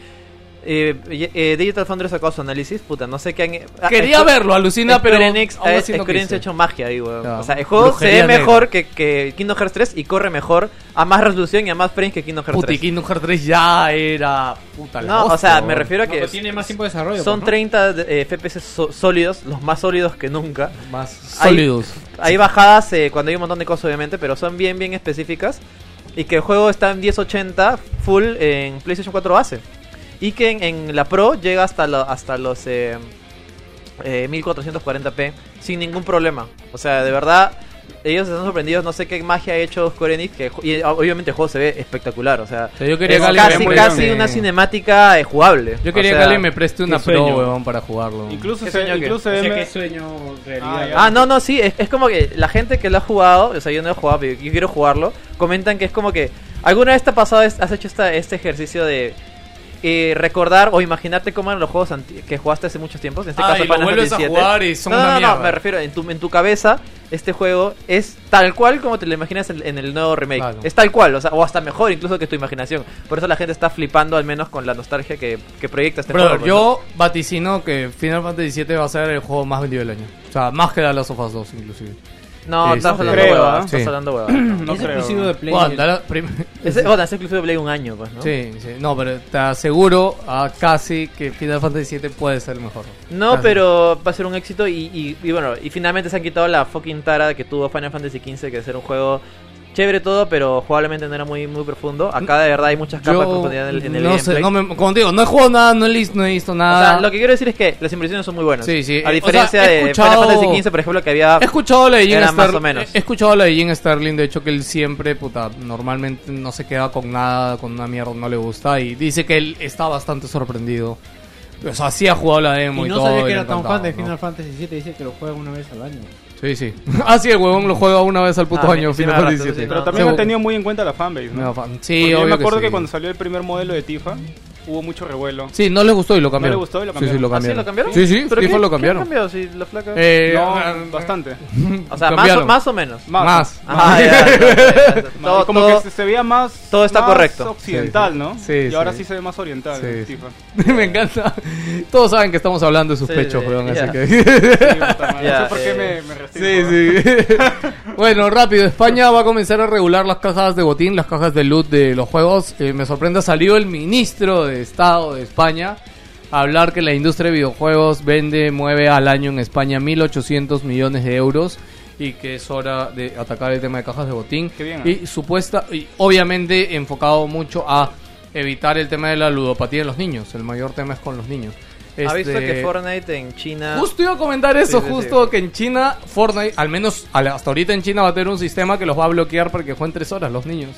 [SPEAKER 3] eh, eh, Digital Foundry sacó su análisis, puta, no sé qué han... ah,
[SPEAKER 2] Quería
[SPEAKER 3] Square-
[SPEAKER 2] verlo, alucina,
[SPEAKER 3] Square
[SPEAKER 2] pero
[SPEAKER 3] Enix,
[SPEAKER 2] aún
[SPEAKER 3] eh,
[SPEAKER 2] así no
[SPEAKER 3] Square Enix
[SPEAKER 2] quise.
[SPEAKER 3] ha hecho magia ahí, weón.
[SPEAKER 2] Claro.
[SPEAKER 3] O sea, el juego se
[SPEAKER 2] Brujería
[SPEAKER 3] ve
[SPEAKER 2] negra.
[SPEAKER 3] mejor que, que Kingdom Hearts 3 y corre mejor a más resolución y a más frames que Kingdom Hearts
[SPEAKER 2] Puti,
[SPEAKER 3] 3.
[SPEAKER 2] Kingdom Hearts 3 ya era puta la
[SPEAKER 3] No, o
[SPEAKER 2] hostia,
[SPEAKER 3] sea, me
[SPEAKER 2] weón.
[SPEAKER 3] refiero a que
[SPEAKER 5] pero tiene más tiempo de desarrollo.
[SPEAKER 3] son
[SPEAKER 5] pues, ¿no?
[SPEAKER 3] 30 de- eh, FPS so- sólidos, los más sólidos que nunca.
[SPEAKER 2] Más
[SPEAKER 3] Hay-
[SPEAKER 2] sólidos.
[SPEAKER 3] Hay bajadas eh, cuando hay un montón de cosas, obviamente, pero son bien, bien específicas. Y que el juego está en 1080 full en PlayStation 4 base. Y que en, en la Pro llega hasta, lo- hasta los eh, eh, 1440p sin ningún problema. O sea, de verdad, ellos están sorprendidos. No sé qué magia ha hecho Square Enix. Que, el ju- y, ah, obviamente el juego se ve espectacular. O sea,
[SPEAKER 2] O sea, yo quería
[SPEAKER 3] es
[SPEAKER 2] que alguien
[SPEAKER 3] casi,
[SPEAKER 2] me
[SPEAKER 3] casi
[SPEAKER 2] preste-
[SPEAKER 3] una cinemática eh, jugable.
[SPEAKER 2] Yo quería
[SPEAKER 3] O sea,
[SPEAKER 2] que alguien me preste una
[SPEAKER 8] qué
[SPEAKER 2] pro,
[SPEAKER 8] sueño.
[SPEAKER 2] weón, para jugarlo.
[SPEAKER 6] Incluso
[SPEAKER 3] ¿Qué
[SPEAKER 6] se,
[SPEAKER 3] señor que-
[SPEAKER 6] incluso
[SPEAKER 8] O sea,
[SPEAKER 6] M-
[SPEAKER 8] que es sueño realidad.
[SPEAKER 6] Ah, ya.
[SPEAKER 3] Ah, no, no, sí, es, es como que la gente que lo ha jugado, o sea, yo no he jugado, pero yo quiero jugarlo, comentan que es como que alguna vez te ha pasado, es- has hecho esta, este ejercicio de eh, recordar o imaginarte cómo eran los juegos anti- que jugaste hace muchos tiempos, en este
[SPEAKER 2] Ah,
[SPEAKER 3] caso
[SPEAKER 2] y lo
[SPEAKER 3] Final
[SPEAKER 2] vuelves a
[SPEAKER 3] Fantasy VII.
[SPEAKER 2] jugar y son
[SPEAKER 3] no, no,
[SPEAKER 2] una
[SPEAKER 3] no, no,
[SPEAKER 2] mierda.
[SPEAKER 3] me refiero, en tu, en tu cabeza este juego es tal cual como te lo imaginas en, en el nuevo remake,
[SPEAKER 2] Claro.
[SPEAKER 3] es tal cual, o, sea, o hasta mejor incluso que tu imaginación, por eso la gente está flipando al menos con la nostalgia que, que proyecta este
[SPEAKER 2] Brother,
[SPEAKER 3] juego. ¿no?
[SPEAKER 2] yo vaticino que Final Fantasy VII va a ser el juego más vendido del año. O sea, más que The Last of Us 2, inclusive.
[SPEAKER 3] No, estás
[SPEAKER 2] Este,
[SPEAKER 3] hablando
[SPEAKER 6] creo,
[SPEAKER 3] huevas,
[SPEAKER 6] ¿ah?
[SPEAKER 3] estás
[SPEAKER 2] Sí.
[SPEAKER 3] hablando huevas, no.
[SPEAKER 6] no
[SPEAKER 5] es
[SPEAKER 6] creo.
[SPEAKER 5] exclusivo de Play.
[SPEAKER 2] Bueno, The La- prim-
[SPEAKER 3] Ese, bueno, ese exclusivo de Play un año, pues, ¿no?
[SPEAKER 2] Sí, sí. No, pero te aseguro a casi que Final Fantasy VII puede ser el mejor.
[SPEAKER 3] No,
[SPEAKER 2] Casi.
[SPEAKER 3] pero va a ser un éxito y, y- y bueno, y finalmente se han quitado la fucking tara que tuvo Final Fantasy XV, que es un juego chévere todo, pero jugablemente no era muy, muy profundo. Acá de verdad hay muchas capas de
[SPEAKER 2] Yo
[SPEAKER 3] profundidad en el, en el
[SPEAKER 2] no sé,
[SPEAKER 3] gameplay.
[SPEAKER 2] no me, como te digo, no he jugado nada, no he, lis- no he visto
[SPEAKER 3] O
[SPEAKER 2] nada.
[SPEAKER 3] sea, lo que quiero decir es que las impresiones son muy buenas.
[SPEAKER 2] Sí, sí. Eh,
[SPEAKER 3] A
[SPEAKER 2] o
[SPEAKER 3] diferencia
[SPEAKER 2] sea, he
[SPEAKER 3] de
[SPEAKER 2] escuchado-
[SPEAKER 3] Final Fantasy XV, por ejemplo, que había...
[SPEAKER 2] He escuchado la de Jim
[SPEAKER 3] Era más
[SPEAKER 2] Sterling.
[SPEAKER 3] o menos.
[SPEAKER 2] He escuchado la de Jim Sterling, de hecho, que él siempre, puta, normalmente no se queda con nada, con una mierda, no le gusta. Y dice que él está bastante sorprendido. O sea, sí ha jugado la demo
[SPEAKER 5] Y
[SPEAKER 2] y,
[SPEAKER 5] no
[SPEAKER 2] todo.
[SPEAKER 5] sabía
[SPEAKER 2] y
[SPEAKER 5] que
[SPEAKER 2] le
[SPEAKER 5] era tan
[SPEAKER 2] encantaba,
[SPEAKER 5] fan de
[SPEAKER 2] ¿no?
[SPEAKER 5] Final Fantasy VII. Dice que lo juega una vez al año.
[SPEAKER 2] Sí, sí. ah, sí, el huevón lo juega una vez al puto
[SPEAKER 3] Ah,
[SPEAKER 2] año,
[SPEAKER 3] sí,
[SPEAKER 2] Final
[SPEAKER 3] me abrazo,
[SPEAKER 2] Fantasy
[SPEAKER 3] sí,
[SPEAKER 2] VII.
[SPEAKER 3] sí,
[SPEAKER 6] Pero
[SPEAKER 3] no,
[SPEAKER 6] también
[SPEAKER 2] Sí,
[SPEAKER 6] han tenido muy en cuenta la fanbase, ¿no?
[SPEAKER 2] no, fan- Sí,
[SPEAKER 6] Porque yo
[SPEAKER 2] obvio
[SPEAKER 6] me acuerdo que,
[SPEAKER 2] sí.
[SPEAKER 6] cuando salió el primer modelo de Tifa, hubo mucho revuelo.
[SPEAKER 2] Sí, no le gustó y lo cambiaron.
[SPEAKER 6] le gustó y lo
[SPEAKER 2] Sí, sí,
[SPEAKER 6] cambiaron.
[SPEAKER 2] lo
[SPEAKER 3] ¿Ah, sí,
[SPEAKER 2] cambiaron.
[SPEAKER 3] lo cambiaron?
[SPEAKER 2] Sí, sí,
[SPEAKER 3] ¿Pero
[SPEAKER 2] Fijo
[SPEAKER 3] qué-
[SPEAKER 2] lo
[SPEAKER 3] qué
[SPEAKER 2] cambiaron.
[SPEAKER 3] cambió? Si la flaca...
[SPEAKER 2] Eh,
[SPEAKER 6] No,
[SPEAKER 2] ah,
[SPEAKER 6] bastante.
[SPEAKER 3] o sea, más o,
[SPEAKER 2] cambiaron.
[SPEAKER 3] más o menos.
[SPEAKER 6] Más.
[SPEAKER 2] Más.
[SPEAKER 3] Ajá, ya, ya, ya, ya.
[SPEAKER 6] Más.
[SPEAKER 3] Todo-
[SPEAKER 6] como
[SPEAKER 3] todo-
[SPEAKER 6] que se, se veía más.
[SPEAKER 3] todo está
[SPEAKER 6] más
[SPEAKER 3] correcto.
[SPEAKER 6] Occidental,
[SPEAKER 2] Sí, sí.
[SPEAKER 6] ¿no?
[SPEAKER 2] Sí,
[SPEAKER 6] Y
[SPEAKER 2] sí.
[SPEAKER 6] ahora sí se ve más oriental.
[SPEAKER 2] Sí,
[SPEAKER 6] FIFA.
[SPEAKER 2] Me encanta. Todos saben que estamos hablando de sus
[SPEAKER 3] Sí,
[SPEAKER 2] pechos,
[SPEAKER 3] sí,
[SPEAKER 2] weón,
[SPEAKER 3] ya.
[SPEAKER 2] así que...
[SPEAKER 6] Sí, puta madre.
[SPEAKER 3] Ya,
[SPEAKER 6] no sé por qué
[SPEAKER 3] eh.
[SPEAKER 6] me, me
[SPEAKER 2] Sí,
[SPEAKER 6] restringo.
[SPEAKER 2] sí. bueno, rápido. España va a comenzar a regular las cajas de botín, las cajas de loot de los juegos. Eh, me sorprende, ha salido el ministro de Estado de España a hablar que la industria de videojuegos vende, mueve al año en España 1.800 millones de euros y que es hora de atacar el tema de cajas de botín.
[SPEAKER 6] Qué bien, ¿eh?
[SPEAKER 2] y supuesta, y obviamente enfocado mucho a evitar el tema de la ludopatía en los niños. El mayor tema es con los niños.
[SPEAKER 3] ¿Ha visto
[SPEAKER 2] Este-
[SPEAKER 3] que Fortnite en China...
[SPEAKER 2] Justo iba a comentar eso,
[SPEAKER 3] Sí, sí,
[SPEAKER 2] justo
[SPEAKER 3] sí.
[SPEAKER 2] que en China, Fortnite, al menos al- hasta ahorita en China va a tener un sistema que los va a bloquear para que jueguen tres horas los niños.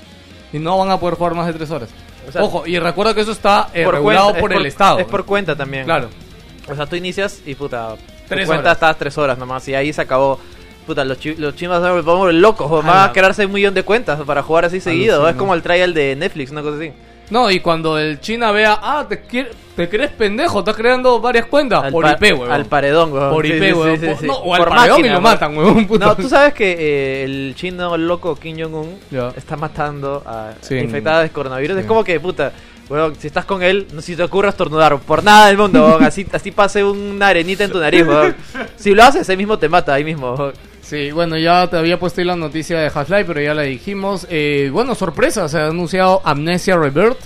[SPEAKER 2] Y no van a poder jugar más de tres horas.
[SPEAKER 3] O sea,
[SPEAKER 2] Ojo, y recuerda que eso está eh,
[SPEAKER 3] por
[SPEAKER 2] regulado
[SPEAKER 3] cuenta- es
[SPEAKER 2] por, el Estado.
[SPEAKER 3] Es por cuenta también.
[SPEAKER 2] Claro.
[SPEAKER 3] O sea, tú inicias y puta.
[SPEAKER 2] Tres
[SPEAKER 3] Tres cuenta
[SPEAKER 2] horas.
[SPEAKER 3] estabas tres horas nomás y ahí se acabó. Puta, los, chi- los chinos van a volver locos. o Van
[SPEAKER 2] Ala.
[SPEAKER 3] a crearse un millón de cuentas para jugar así seguido.
[SPEAKER 2] Alucina.
[SPEAKER 3] Es como el trial de Netflix, una cosa así.
[SPEAKER 2] No, y cuando el China vea, ah, te, quiere- te crees pendejo, estás creando varias cuentas. Ah, por
[SPEAKER 3] pa-
[SPEAKER 2] IP, weón.
[SPEAKER 3] Al paredón, weón.
[SPEAKER 2] Por
[SPEAKER 3] Sí,
[SPEAKER 2] IP,
[SPEAKER 3] sí, sí,
[SPEAKER 2] weón.
[SPEAKER 3] sí,
[SPEAKER 2] Por-
[SPEAKER 3] sí.
[SPEAKER 2] no, o al
[SPEAKER 3] Por
[SPEAKER 2] paredón y
[SPEAKER 3] máquina,
[SPEAKER 2] lo
[SPEAKER 3] weón.
[SPEAKER 2] matan, weón. puta.
[SPEAKER 3] No, tú sabes que eh, el chino loco Kim Jong-un
[SPEAKER 2] Ya.
[SPEAKER 3] está matando a
[SPEAKER 2] Sí,
[SPEAKER 3] infectadas de coronavirus.
[SPEAKER 2] sí.
[SPEAKER 3] Es como que, puta, weón, si estás con él, no si te ocurra estornudar. Por nada del mundo, weón. Así, así pase una arenita en tu nariz, weón. Si lo haces, ahí mismo te mata, ahí mismo. weón.
[SPEAKER 2] Sí, bueno, ya te había puesto ahí la noticia de Half-Life, pero ya la dijimos. Eh, bueno, sorpresa, se ha anunciado Amnesia Rebirth,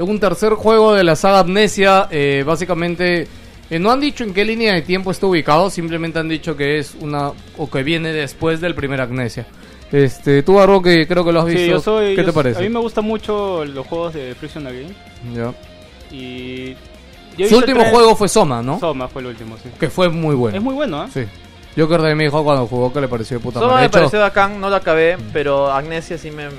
[SPEAKER 2] un tercer juego de la saga Amnesia. eh, básicamente, eh, no han dicho en qué línea de tiempo está ubicado, simplemente han dicho que es una o que viene después del primer Amnesia. Este, tú Arro, que creo que lo has visto.
[SPEAKER 6] Sí, yo soy.
[SPEAKER 2] ¿Qué
[SPEAKER 6] yo
[SPEAKER 2] te
[SPEAKER 6] soy-
[SPEAKER 2] parece?
[SPEAKER 6] A mí me gustan mucho los juegos de Friction Game.
[SPEAKER 2] Ya.
[SPEAKER 6] Y. yo he visto
[SPEAKER 2] Su
[SPEAKER 6] el
[SPEAKER 2] último
[SPEAKER 6] trailer-
[SPEAKER 2] juego fue Soma, ¿no?
[SPEAKER 6] Soma fue el último, sí.
[SPEAKER 2] Que fue muy bueno.
[SPEAKER 6] Es muy bueno, ¿eh?
[SPEAKER 2] Sí. Yo creo que me dijo cuando jugó que le pareció de puta
[SPEAKER 3] Solo
[SPEAKER 2] madre.
[SPEAKER 3] me
[SPEAKER 2] De hecho,
[SPEAKER 3] pareció bacán, no lo acabé, pero Agnesia sí me, no,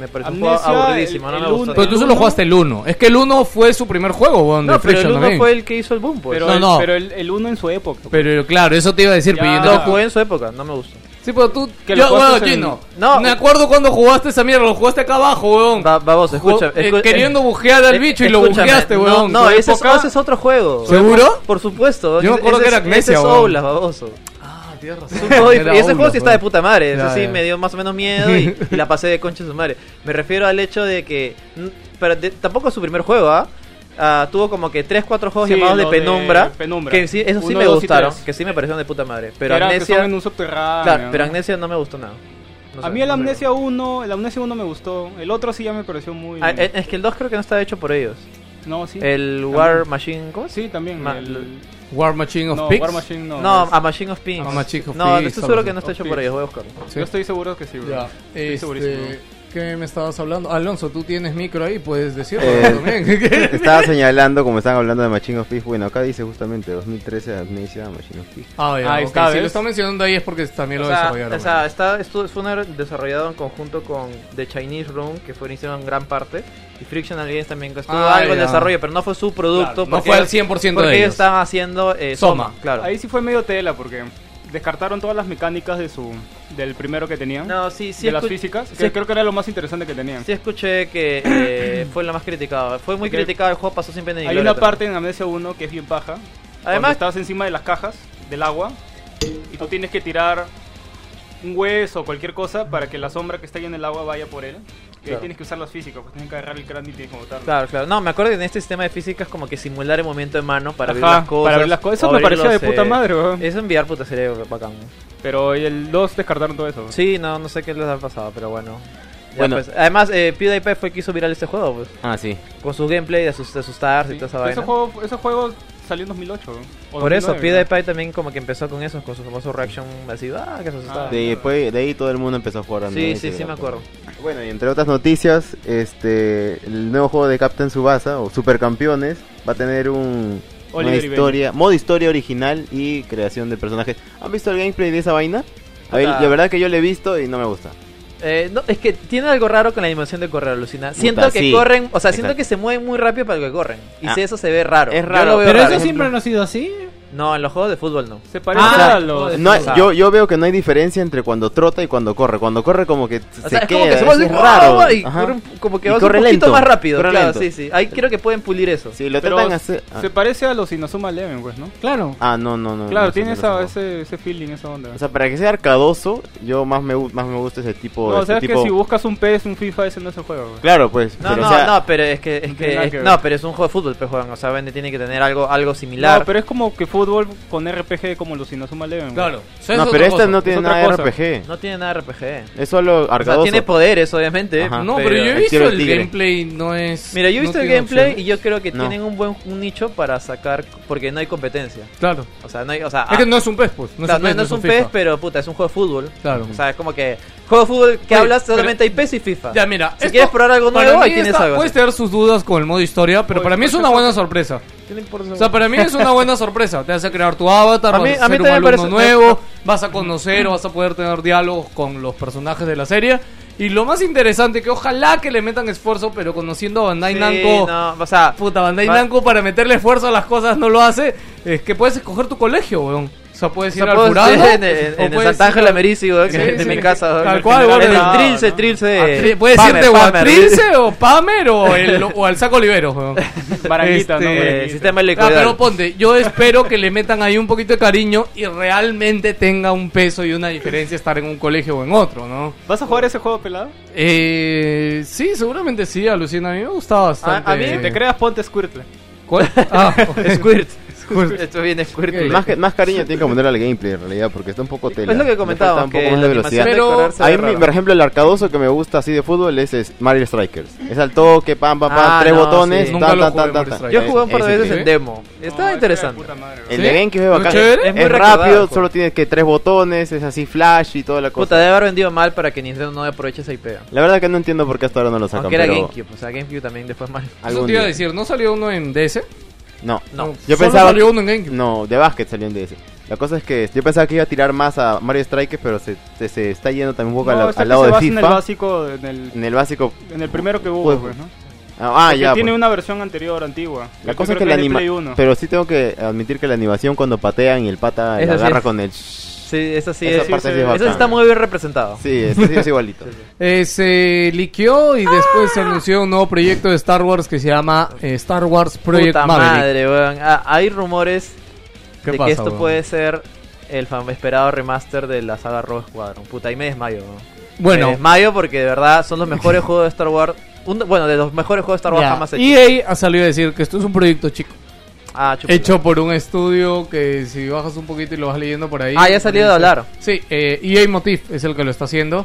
[SPEAKER 3] me pareció un juego
[SPEAKER 6] Amnesia,
[SPEAKER 3] aburridísimo,
[SPEAKER 6] el-
[SPEAKER 3] no me
[SPEAKER 6] el
[SPEAKER 3] gustó.
[SPEAKER 6] uno-
[SPEAKER 2] Pero tú solo
[SPEAKER 6] uno-
[SPEAKER 2] jugaste el 1. Es que el 1 fue su primer juego, weón, de
[SPEAKER 3] no, pero el
[SPEAKER 2] Friction
[SPEAKER 3] uno
[SPEAKER 2] también.
[SPEAKER 3] fue el que hizo el boom, pues.
[SPEAKER 6] Pero,
[SPEAKER 2] No,
[SPEAKER 6] el,
[SPEAKER 2] no.
[SPEAKER 6] pero el, el uno en su época. pues.
[SPEAKER 2] Pero claro, eso te iba a decir,
[SPEAKER 6] Ya.
[SPEAKER 2] pero yo
[SPEAKER 3] lo
[SPEAKER 2] no-
[SPEAKER 3] jugué en su época, no me gustó.
[SPEAKER 2] Sí, pero tú.
[SPEAKER 6] Que
[SPEAKER 2] yo,
[SPEAKER 6] lo jugaste
[SPEAKER 2] weón,
[SPEAKER 6] en-
[SPEAKER 2] Gino,
[SPEAKER 3] No.
[SPEAKER 2] Me acuerdo cuando jugaste esa mierda, lo jugaste acá abajo, weón.
[SPEAKER 3] Va, vamos, escucha.
[SPEAKER 2] Ju- eh,
[SPEAKER 3] escu-
[SPEAKER 2] queriendo bujear al
[SPEAKER 3] eh,
[SPEAKER 2] bicho y lo
[SPEAKER 3] escúchame,
[SPEAKER 2] bujeaste,
[SPEAKER 3] no,
[SPEAKER 2] weón.
[SPEAKER 3] No,
[SPEAKER 2] Su
[SPEAKER 3] ese, es-
[SPEAKER 2] época-
[SPEAKER 3] ese es otro juego.
[SPEAKER 2] ¿Seguro?
[SPEAKER 3] Por supuesto.
[SPEAKER 2] Yo me acuerdo
[SPEAKER 3] ese
[SPEAKER 2] que era
[SPEAKER 3] es- ese
[SPEAKER 2] Agnesia,
[SPEAKER 3] es
[SPEAKER 2] weón.
[SPEAKER 3] Outlast, baboso.
[SPEAKER 6] Ah,
[SPEAKER 3] Es un
[SPEAKER 2] Era
[SPEAKER 3] juego dif- y ese
[SPEAKER 2] Outlast,
[SPEAKER 3] juego sí está de
[SPEAKER 2] weón.
[SPEAKER 3] puta madre. Eso
[SPEAKER 2] Ya,
[SPEAKER 3] sí
[SPEAKER 2] ya.
[SPEAKER 3] me dio más o menos miedo y, y la pasé de concha de su madre. Me refiero al hecho de que. n- Pero de- tampoco es su primer juego, ¿ah? Ah, tuvo como que 3, 4 juegos
[SPEAKER 6] Sí,
[SPEAKER 3] llamados de
[SPEAKER 6] lo de
[SPEAKER 3] penumbra,
[SPEAKER 6] Penumbra.
[SPEAKER 3] Que sí, esos sí
[SPEAKER 6] Uno,
[SPEAKER 3] me
[SPEAKER 6] dos y
[SPEAKER 3] gustaron.
[SPEAKER 6] tres.
[SPEAKER 3] Que sí me parecieron de puta madre. Pero
[SPEAKER 6] Pero
[SPEAKER 3] Amnesia.
[SPEAKER 6] en un subterráneo.
[SPEAKER 3] Claro, pero
[SPEAKER 6] ¿no?
[SPEAKER 3] Amnesia no me gustó nada. No
[SPEAKER 6] A
[SPEAKER 3] sé,
[SPEAKER 6] mí el
[SPEAKER 3] no me
[SPEAKER 6] Amnesia 1, el Amnesia 1 me gustó. El otro sí ya me pareció muy.
[SPEAKER 3] Ah, eh, es que el 2 creo que no está hecho por ellos.
[SPEAKER 6] no, sí.
[SPEAKER 3] El War Machine, ¿cómo es?
[SPEAKER 6] Sí, también.
[SPEAKER 3] Ma-
[SPEAKER 6] el-
[SPEAKER 2] War Machine of
[SPEAKER 6] no,
[SPEAKER 2] Pigs.
[SPEAKER 6] War Machine no.
[SPEAKER 3] No,
[SPEAKER 6] es-
[SPEAKER 3] a Machine of Pins.
[SPEAKER 2] A Machine of
[SPEAKER 3] no,
[SPEAKER 2] Pigs,
[SPEAKER 3] estoy
[SPEAKER 2] algo
[SPEAKER 3] seguro
[SPEAKER 2] así.
[SPEAKER 3] que no está
[SPEAKER 6] Of
[SPEAKER 3] hecho por
[SPEAKER 6] Pigs.
[SPEAKER 3] ellos, voy a buscarlo.
[SPEAKER 2] Sí.
[SPEAKER 6] Yo estoy seguro que sí, bro.
[SPEAKER 2] Ya.
[SPEAKER 6] Estoy segurísimo.
[SPEAKER 2] Este, ¿Qué me estabas hablando? Alonso, tú tienes micro ahí, puedes decirlo
[SPEAKER 4] Eh.
[SPEAKER 2] también.
[SPEAKER 4] Estaba señalando, como estaban hablando de Machine of Peace, bueno, acá dice justamente 2013 Amnesia Machine of Peace.
[SPEAKER 2] ah, ya,
[SPEAKER 6] Ahí
[SPEAKER 2] ok,
[SPEAKER 6] está,
[SPEAKER 2] Si lo
[SPEAKER 6] ¿ves?
[SPEAKER 2] está mencionando ahí es porque también
[SPEAKER 3] O
[SPEAKER 2] lo
[SPEAKER 3] sea,
[SPEAKER 2] desarrollaron.
[SPEAKER 3] o sea, está, esto fue un er-, desarrollado en conjunto con The Chinese Room, que fueron hicieron en gran parte, y Frictional Games también, que estuvo
[SPEAKER 2] Ah,
[SPEAKER 3] algo en
[SPEAKER 2] ya.
[SPEAKER 3] desarrollo, pero no fue su producto.
[SPEAKER 2] Claro, no
[SPEAKER 3] porque
[SPEAKER 2] fue al
[SPEAKER 3] ellos-
[SPEAKER 2] 100%
[SPEAKER 3] porque
[SPEAKER 2] de ellos.
[SPEAKER 3] estaban haciendo eh, Soma,
[SPEAKER 2] Soma.
[SPEAKER 3] claro.
[SPEAKER 6] Ahí sí fue medio tela porque descartaron todas las mecánicas de su del primero que tenían.
[SPEAKER 3] No, sí, sí,
[SPEAKER 6] de las
[SPEAKER 3] escu-
[SPEAKER 6] físicas, que
[SPEAKER 3] sí-
[SPEAKER 6] creo que era lo más interesante que tenían.
[SPEAKER 3] sí escuché que eh, fue la más criticada. Fue muy
[SPEAKER 6] Porque
[SPEAKER 3] criticada, el juego pasó sin pena ni
[SPEAKER 6] Hay
[SPEAKER 3] gloria
[SPEAKER 6] una
[SPEAKER 3] también.
[SPEAKER 6] parte en Amnesia 1 que es bien paja. Además,
[SPEAKER 3] Además,
[SPEAKER 6] estabas encima de las cajas del agua y tú tienes que tirar un hueso o cualquier cosa para que la sombra que está ahí en el agua vaya por él. Y ahí
[SPEAKER 3] Claro.
[SPEAKER 6] tienes que usar las físicas, pues tienes que agarrar el cráneo y tienes que botarlo.
[SPEAKER 3] Claro, claro. No, me acuerdo que en este sistema de físicas como que simular el movimiento de mano para abrir
[SPEAKER 6] Ajá,
[SPEAKER 3] las cosas.
[SPEAKER 6] para abrir las cosas. Eso
[SPEAKER 3] o
[SPEAKER 6] me
[SPEAKER 3] abrir
[SPEAKER 6] parecía de
[SPEAKER 3] los,
[SPEAKER 6] puta
[SPEAKER 3] eh,
[SPEAKER 6] madre, weón.
[SPEAKER 3] Eso enviar puta sería bacán.
[SPEAKER 6] Pero y el 2 descartaron todo eso.
[SPEAKER 3] Sí, no, no sé qué les ha pasado, pero bueno. Ya,
[SPEAKER 4] Bueno.
[SPEAKER 3] pues. Además, eh, PewDiePie fue el que hizo viral este juego, pues.
[SPEAKER 4] Ah, sí.
[SPEAKER 3] Con su gameplay de sus, de sus stars
[SPEAKER 6] Sí,
[SPEAKER 3] y toda esa
[SPEAKER 6] pero
[SPEAKER 3] vaina.
[SPEAKER 6] ese, juego, ese juego salió en 2008. o
[SPEAKER 3] Por eso,
[SPEAKER 6] 2009,
[SPEAKER 3] PewDiePie también como que empezó con eso, con su famoso reaction así, ah, que se asustaba.
[SPEAKER 6] Sí,
[SPEAKER 3] sí,
[SPEAKER 4] Después, de ahí todo el mundo empezó a pues. jugar a
[SPEAKER 3] sí,
[SPEAKER 4] Amnesia,
[SPEAKER 3] sí, me
[SPEAKER 4] ¿verdad?
[SPEAKER 3] acuerdo.
[SPEAKER 4] Bueno, y entre otras noticias, este, el nuevo juego de Captain Subasa o Supercampeones va a tener un una
[SPEAKER 6] Oliver y
[SPEAKER 4] historia, modo historia original y creación de personajes. ¿Han visto el gameplay de esa vaina? A ver,
[SPEAKER 3] Puta.
[SPEAKER 4] la verdad que yo lo he visto y no me gusta.
[SPEAKER 3] Eh, no, es que tiene algo raro con la animación de correr, alucina. Siento que
[SPEAKER 4] sí.
[SPEAKER 3] corren, o sea,
[SPEAKER 4] Exacto.
[SPEAKER 3] siento que se mueven muy rápido para lo que corren. Y
[SPEAKER 4] Ah.
[SPEAKER 3] si eso se ve raro.
[SPEAKER 4] Es
[SPEAKER 3] Yo
[SPEAKER 4] raro.
[SPEAKER 3] lo veo
[SPEAKER 5] Pero
[SPEAKER 3] raro.
[SPEAKER 5] eso siempre no ha sido así.
[SPEAKER 3] No, en los juegos de fútbol no.
[SPEAKER 6] Se parece
[SPEAKER 5] Ah,
[SPEAKER 6] a los.
[SPEAKER 4] No, hay- yo, yo veo que no hay diferencia entre cuando trota y cuando corre. Cuando corre como que
[SPEAKER 3] O
[SPEAKER 4] se
[SPEAKER 3] sea, es
[SPEAKER 4] queda.
[SPEAKER 3] como que se vuelve
[SPEAKER 4] es raro.
[SPEAKER 3] y
[SPEAKER 4] Ajá.
[SPEAKER 3] corre un- como que
[SPEAKER 4] Y
[SPEAKER 3] vas
[SPEAKER 4] corre
[SPEAKER 3] un poquito
[SPEAKER 4] lento,
[SPEAKER 3] más rápido.
[SPEAKER 4] corre
[SPEAKER 3] Claro,
[SPEAKER 4] lento.
[SPEAKER 3] sí, sí. Ahí creo que pueden pulir eso.
[SPEAKER 4] Sí, lo
[SPEAKER 6] Pero
[SPEAKER 4] tratan de hacer. Ah,
[SPEAKER 6] Se parece a los Inazuma Eleven, pues, ¿no?
[SPEAKER 5] Claro.
[SPEAKER 4] ah, no, no, no.
[SPEAKER 6] Claro,
[SPEAKER 4] no, no,
[SPEAKER 6] tiene
[SPEAKER 4] no,
[SPEAKER 6] esa,
[SPEAKER 4] no.
[SPEAKER 6] ese, ese feeling, esa onda.
[SPEAKER 4] O sea, para que sea arcadoso, yo más me, gu- más me gusta ese tipo.
[SPEAKER 6] no, o
[SPEAKER 4] este
[SPEAKER 6] sea, es
[SPEAKER 4] tipo...
[SPEAKER 6] que si buscas un PES, un FIFA, ese no es el juego, güey.
[SPEAKER 4] Claro, pues.
[SPEAKER 3] No,
[SPEAKER 4] pero,
[SPEAKER 3] no,
[SPEAKER 4] o sea,
[SPEAKER 3] no, pero es que, es
[SPEAKER 6] no
[SPEAKER 3] que,
[SPEAKER 6] tiene nada
[SPEAKER 3] es-
[SPEAKER 6] que ver.
[SPEAKER 3] no, pero es un juego de fútbol, pues, juegan. O sea, vende- tiene que tener algo, algo similar.
[SPEAKER 6] No, pero es como que fútbol con RPG como los Inazuma Eleven. pues. güey.
[SPEAKER 2] Claro. Eso es
[SPEAKER 4] no,
[SPEAKER 2] otra
[SPEAKER 4] pero este
[SPEAKER 2] cosa.
[SPEAKER 4] no tiene
[SPEAKER 6] otra
[SPEAKER 4] nada de
[SPEAKER 6] cosa.
[SPEAKER 4] RPG.
[SPEAKER 3] No tiene nada de RPG.
[SPEAKER 4] Es solo
[SPEAKER 3] O sea,
[SPEAKER 4] arcadoso.
[SPEAKER 3] tiene poderes, obviamente.
[SPEAKER 4] Ajá.
[SPEAKER 2] No, pero, yo he
[SPEAKER 4] el
[SPEAKER 2] visto
[SPEAKER 4] tiro del
[SPEAKER 2] el
[SPEAKER 4] tigre.
[SPEAKER 2] gameplay, no es...
[SPEAKER 3] Mira, yo he visto
[SPEAKER 2] no
[SPEAKER 3] el
[SPEAKER 2] tiene
[SPEAKER 3] gameplay
[SPEAKER 2] opción.
[SPEAKER 3] y yo creo que
[SPEAKER 4] No.
[SPEAKER 3] tienen un buen un nicho para sacar porque no hay competencia.
[SPEAKER 2] Claro.
[SPEAKER 3] O sea, no hay, o sea,
[SPEAKER 2] Es
[SPEAKER 3] ah,
[SPEAKER 2] que no es un PES, pues. No
[SPEAKER 3] o sea,
[SPEAKER 2] es un PES, no es un
[SPEAKER 3] pez,
[SPEAKER 2] FIFA.
[SPEAKER 3] E pero puta, es un juego de fútbol.
[SPEAKER 2] Claro.
[SPEAKER 3] O sea, es como que juego de fútbol que
[SPEAKER 2] Oye,
[SPEAKER 3] hablas
[SPEAKER 2] pero-
[SPEAKER 3] solamente hay PES y FIFA.
[SPEAKER 2] Ya, mira.
[SPEAKER 3] Si quieres probar algo
[SPEAKER 2] para
[SPEAKER 3] nuevo,
[SPEAKER 2] mí
[SPEAKER 3] ahí tienes
[SPEAKER 2] está-
[SPEAKER 3] algo.
[SPEAKER 2] Puedes tener sus dudas con el modo historia, pero para mí es una buena sorpresa.
[SPEAKER 3] ¿Qué le importa eso?
[SPEAKER 2] O sea, para mí es una buena sorpresa. Te vas a crear tu avatar,
[SPEAKER 3] A
[SPEAKER 2] vas
[SPEAKER 3] mí-
[SPEAKER 2] a ser
[SPEAKER 3] a mí
[SPEAKER 2] un
[SPEAKER 3] también me
[SPEAKER 2] alumno
[SPEAKER 3] parece-
[SPEAKER 2] nuevo, vas a conocer o vas a poder tener diálogos con los personajes de la serie. Y lo más interesante, que ojalá que le metan esfuerzo, pero conociendo a Bandai
[SPEAKER 3] Sí,
[SPEAKER 2] Namco,
[SPEAKER 3] no, o sea,
[SPEAKER 2] puta, Bandai
[SPEAKER 3] Va-
[SPEAKER 2] Namco para meterle esfuerzo a las cosas no lo hace, es que puedes escoger tu colegio, weón. O sea, puedes
[SPEAKER 3] o
[SPEAKER 2] ir
[SPEAKER 3] sea,
[SPEAKER 2] al
[SPEAKER 3] puedo-
[SPEAKER 2] Burano,
[SPEAKER 3] en, en-
[SPEAKER 2] o
[SPEAKER 3] en
[SPEAKER 2] puedes
[SPEAKER 3] Santa
[SPEAKER 2] ir
[SPEAKER 3] Ángela
[SPEAKER 2] al-
[SPEAKER 3] Merisi, güey,
[SPEAKER 2] Sí,
[SPEAKER 3] que es de
[SPEAKER 2] sí.
[SPEAKER 3] mi casa.
[SPEAKER 2] Tal
[SPEAKER 3] güey.
[SPEAKER 2] cual, Ah, güey,
[SPEAKER 3] En
[SPEAKER 2] no,
[SPEAKER 3] el Trilce, Trilce.
[SPEAKER 2] a Tri-
[SPEAKER 3] de-
[SPEAKER 2] Puedes
[SPEAKER 3] Palmer,
[SPEAKER 2] irte o a
[SPEAKER 3] Palmer,
[SPEAKER 2] Trilce o Pamer o, el- o al Saco Oliveros, weón.
[SPEAKER 6] Baranguita, ¿no?
[SPEAKER 2] Este,
[SPEAKER 3] Eh, sistema
[SPEAKER 2] Ah,
[SPEAKER 3] helicoidal.
[SPEAKER 2] pero ponte, yo espero que le metan ahí un poquito de cariño y realmente tenga un peso y una diferencia estar en un colegio o en otro, ¿no?
[SPEAKER 6] ¿Vas a jugar ese juego pelado?
[SPEAKER 2] Eh, sí, seguramente sí, alucina. A mí me gustaba bastante.
[SPEAKER 3] Ah, A- a mí
[SPEAKER 6] Si te creas, ponte Squirtle.
[SPEAKER 2] ¿Cuál? Ah,
[SPEAKER 3] Squirt. Esto viene Squirt.
[SPEAKER 2] Ok.
[SPEAKER 4] Más, que- más cariño tiene que poner al gameplay en realidad, porque está un poco tela.
[SPEAKER 3] Es lo que
[SPEAKER 4] Le falta
[SPEAKER 3] comentábamos,
[SPEAKER 4] un
[SPEAKER 3] que
[SPEAKER 4] poco más de
[SPEAKER 3] la
[SPEAKER 4] velocidad.
[SPEAKER 3] animación de
[SPEAKER 2] Pero-
[SPEAKER 3] correr se
[SPEAKER 4] A mí,
[SPEAKER 3] ve rara.
[SPEAKER 4] por ejemplo, el arcadoso que me gusta así de fútbol es, es Mario Strikers. Es al toque, pam, pam, pam,
[SPEAKER 3] Ah,
[SPEAKER 4] tres
[SPEAKER 3] no,
[SPEAKER 4] botones,
[SPEAKER 3] sí.
[SPEAKER 4] tan,
[SPEAKER 2] Nunca
[SPEAKER 4] tan,
[SPEAKER 2] lo
[SPEAKER 4] tan,
[SPEAKER 2] jugué
[SPEAKER 4] tan,
[SPEAKER 2] Mario
[SPEAKER 4] tan.
[SPEAKER 2] Strikers.
[SPEAKER 3] Yo jugué un par de
[SPEAKER 4] Ese
[SPEAKER 3] veces
[SPEAKER 4] sí. ¿eh?
[SPEAKER 3] en demo. Estaba interesante.
[SPEAKER 4] El
[SPEAKER 2] ¿Sí?
[SPEAKER 4] de GameCube es
[SPEAKER 2] ¿No
[SPEAKER 4] bacán.
[SPEAKER 2] chévere?
[SPEAKER 4] Es,
[SPEAKER 3] Es muy
[SPEAKER 4] rápido,
[SPEAKER 3] recordado, pues.
[SPEAKER 4] solo tienes que tres botones, es así flash y toda la cosa.
[SPEAKER 3] Puta, debe haber vendido mal para que Nintendo no aproveche esa IP.
[SPEAKER 4] La verdad que no entiendo por qué hasta ahora no lo sacan.
[SPEAKER 3] Aunque era
[SPEAKER 4] pero
[SPEAKER 3] GameCube, o sea, GameCube también después mal.
[SPEAKER 2] Eso
[SPEAKER 4] algún
[SPEAKER 2] te iba a
[SPEAKER 4] día.
[SPEAKER 2] decir, ¿no salió uno en DS?
[SPEAKER 4] No,
[SPEAKER 3] No.
[SPEAKER 4] Yo
[SPEAKER 2] Solo
[SPEAKER 4] pensaba-
[SPEAKER 2] salió uno en GameCube.
[SPEAKER 4] no, de básquet salió en DS. La cosa es que yo pensaba que iba a tirar más a Mario Strikers, pero se, se, se está yendo también un poco
[SPEAKER 6] No,
[SPEAKER 4] al,
[SPEAKER 6] ese
[SPEAKER 4] al
[SPEAKER 6] que
[SPEAKER 4] lado
[SPEAKER 6] se
[SPEAKER 4] de
[SPEAKER 6] basa en el
[SPEAKER 4] FIFA.
[SPEAKER 6] básico, en el,
[SPEAKER 4] En el básico.
[SPEAKER 6] en el primero que hubo,
[SPEAKER 4] Pues-
[SPEAKER 6] pues, ¿no?
[SPEAKER 4] Ah, ah,
[SPEAKER 6] Porque
[SPEAKER 4] ya.
[SPEAKER 6] tiene
[SPEAKER 4] pues.
[SPEAKER 6] una versión anterior, antigua.
[SPEAKER 4] La
[SPEAKER 6] Yo
[SPEAKER 4] cosa es
[SPEAKER 6] creo
[SPEAKER 4] que la
[SPEAKER 6] es de
[SPEAKER 4] anima...
[SPEAKER 6] Play 1.
[SPEAKER 4] Pero sí tengo que admitir que la animación cuando patean y el pata
[SPEAKER 3] Esa
[SPEAKER 4] la
[SPEAKER 3] sí
[SPEAKER 4] agarra
[SPEAKER 3] es.
[SPEAKER 4] con el...
[SPEAKER 3] Sí, eso sí
[SPEAKER 4] Esa
[SPEAKER 3] es.
[SPEAKER 4] parte sí, es
[SPEAKER 3] Eso sí
[SPEAKER 4] bacán.
[SPEAKER 3] está muy bien representado.
[SPEAKER 4] Sí, ese sí es igualito.
[SPEAKER 2] Eh, se liqueó y después se anunció un nuevo proyecto de Star Wars que se llama eh, Star Wars Project
[SPEAKER 3] Puta
[SPEAKER 2] Maverick.
[SPEAKER 3] madre, weón. Ah, hay rumores
[SPEAKER 2] ¿Qué
[SPEAKER 3] de
[SPEAKER 2] pasa,
[SPEAKER 3] que esto
[SPEAKER 2] weón?
[SPEAKER 3] puede ser el fam- esperado remaster de la saga Rogue Squadron. Puta, ahí me desmayo, weón.
[SPEAKER 2] Bueno,
[SPEAKER 3] Me desmayo porque de verdad son los mejores juegos de Star Wars. un- bueno, de los mejores juegos de Star Wars
[SPEAKER 2] ya,
[SPEAKER 3] jamás hechos.
[SPEAKER 2] EA ha salido a decir que esto es un proyecto chico.
[SPEAKER 3] Ah, chúpala.
[SPEAKER 2] Hecho por un estudio que si bajas un poquito y lo vas leyendo por ahí.
[SPEAKER 3] Ah, ya ha salido de hablar.
[SPEAKER 2] Sí, eh, EA Motif es el que lo está haciendo.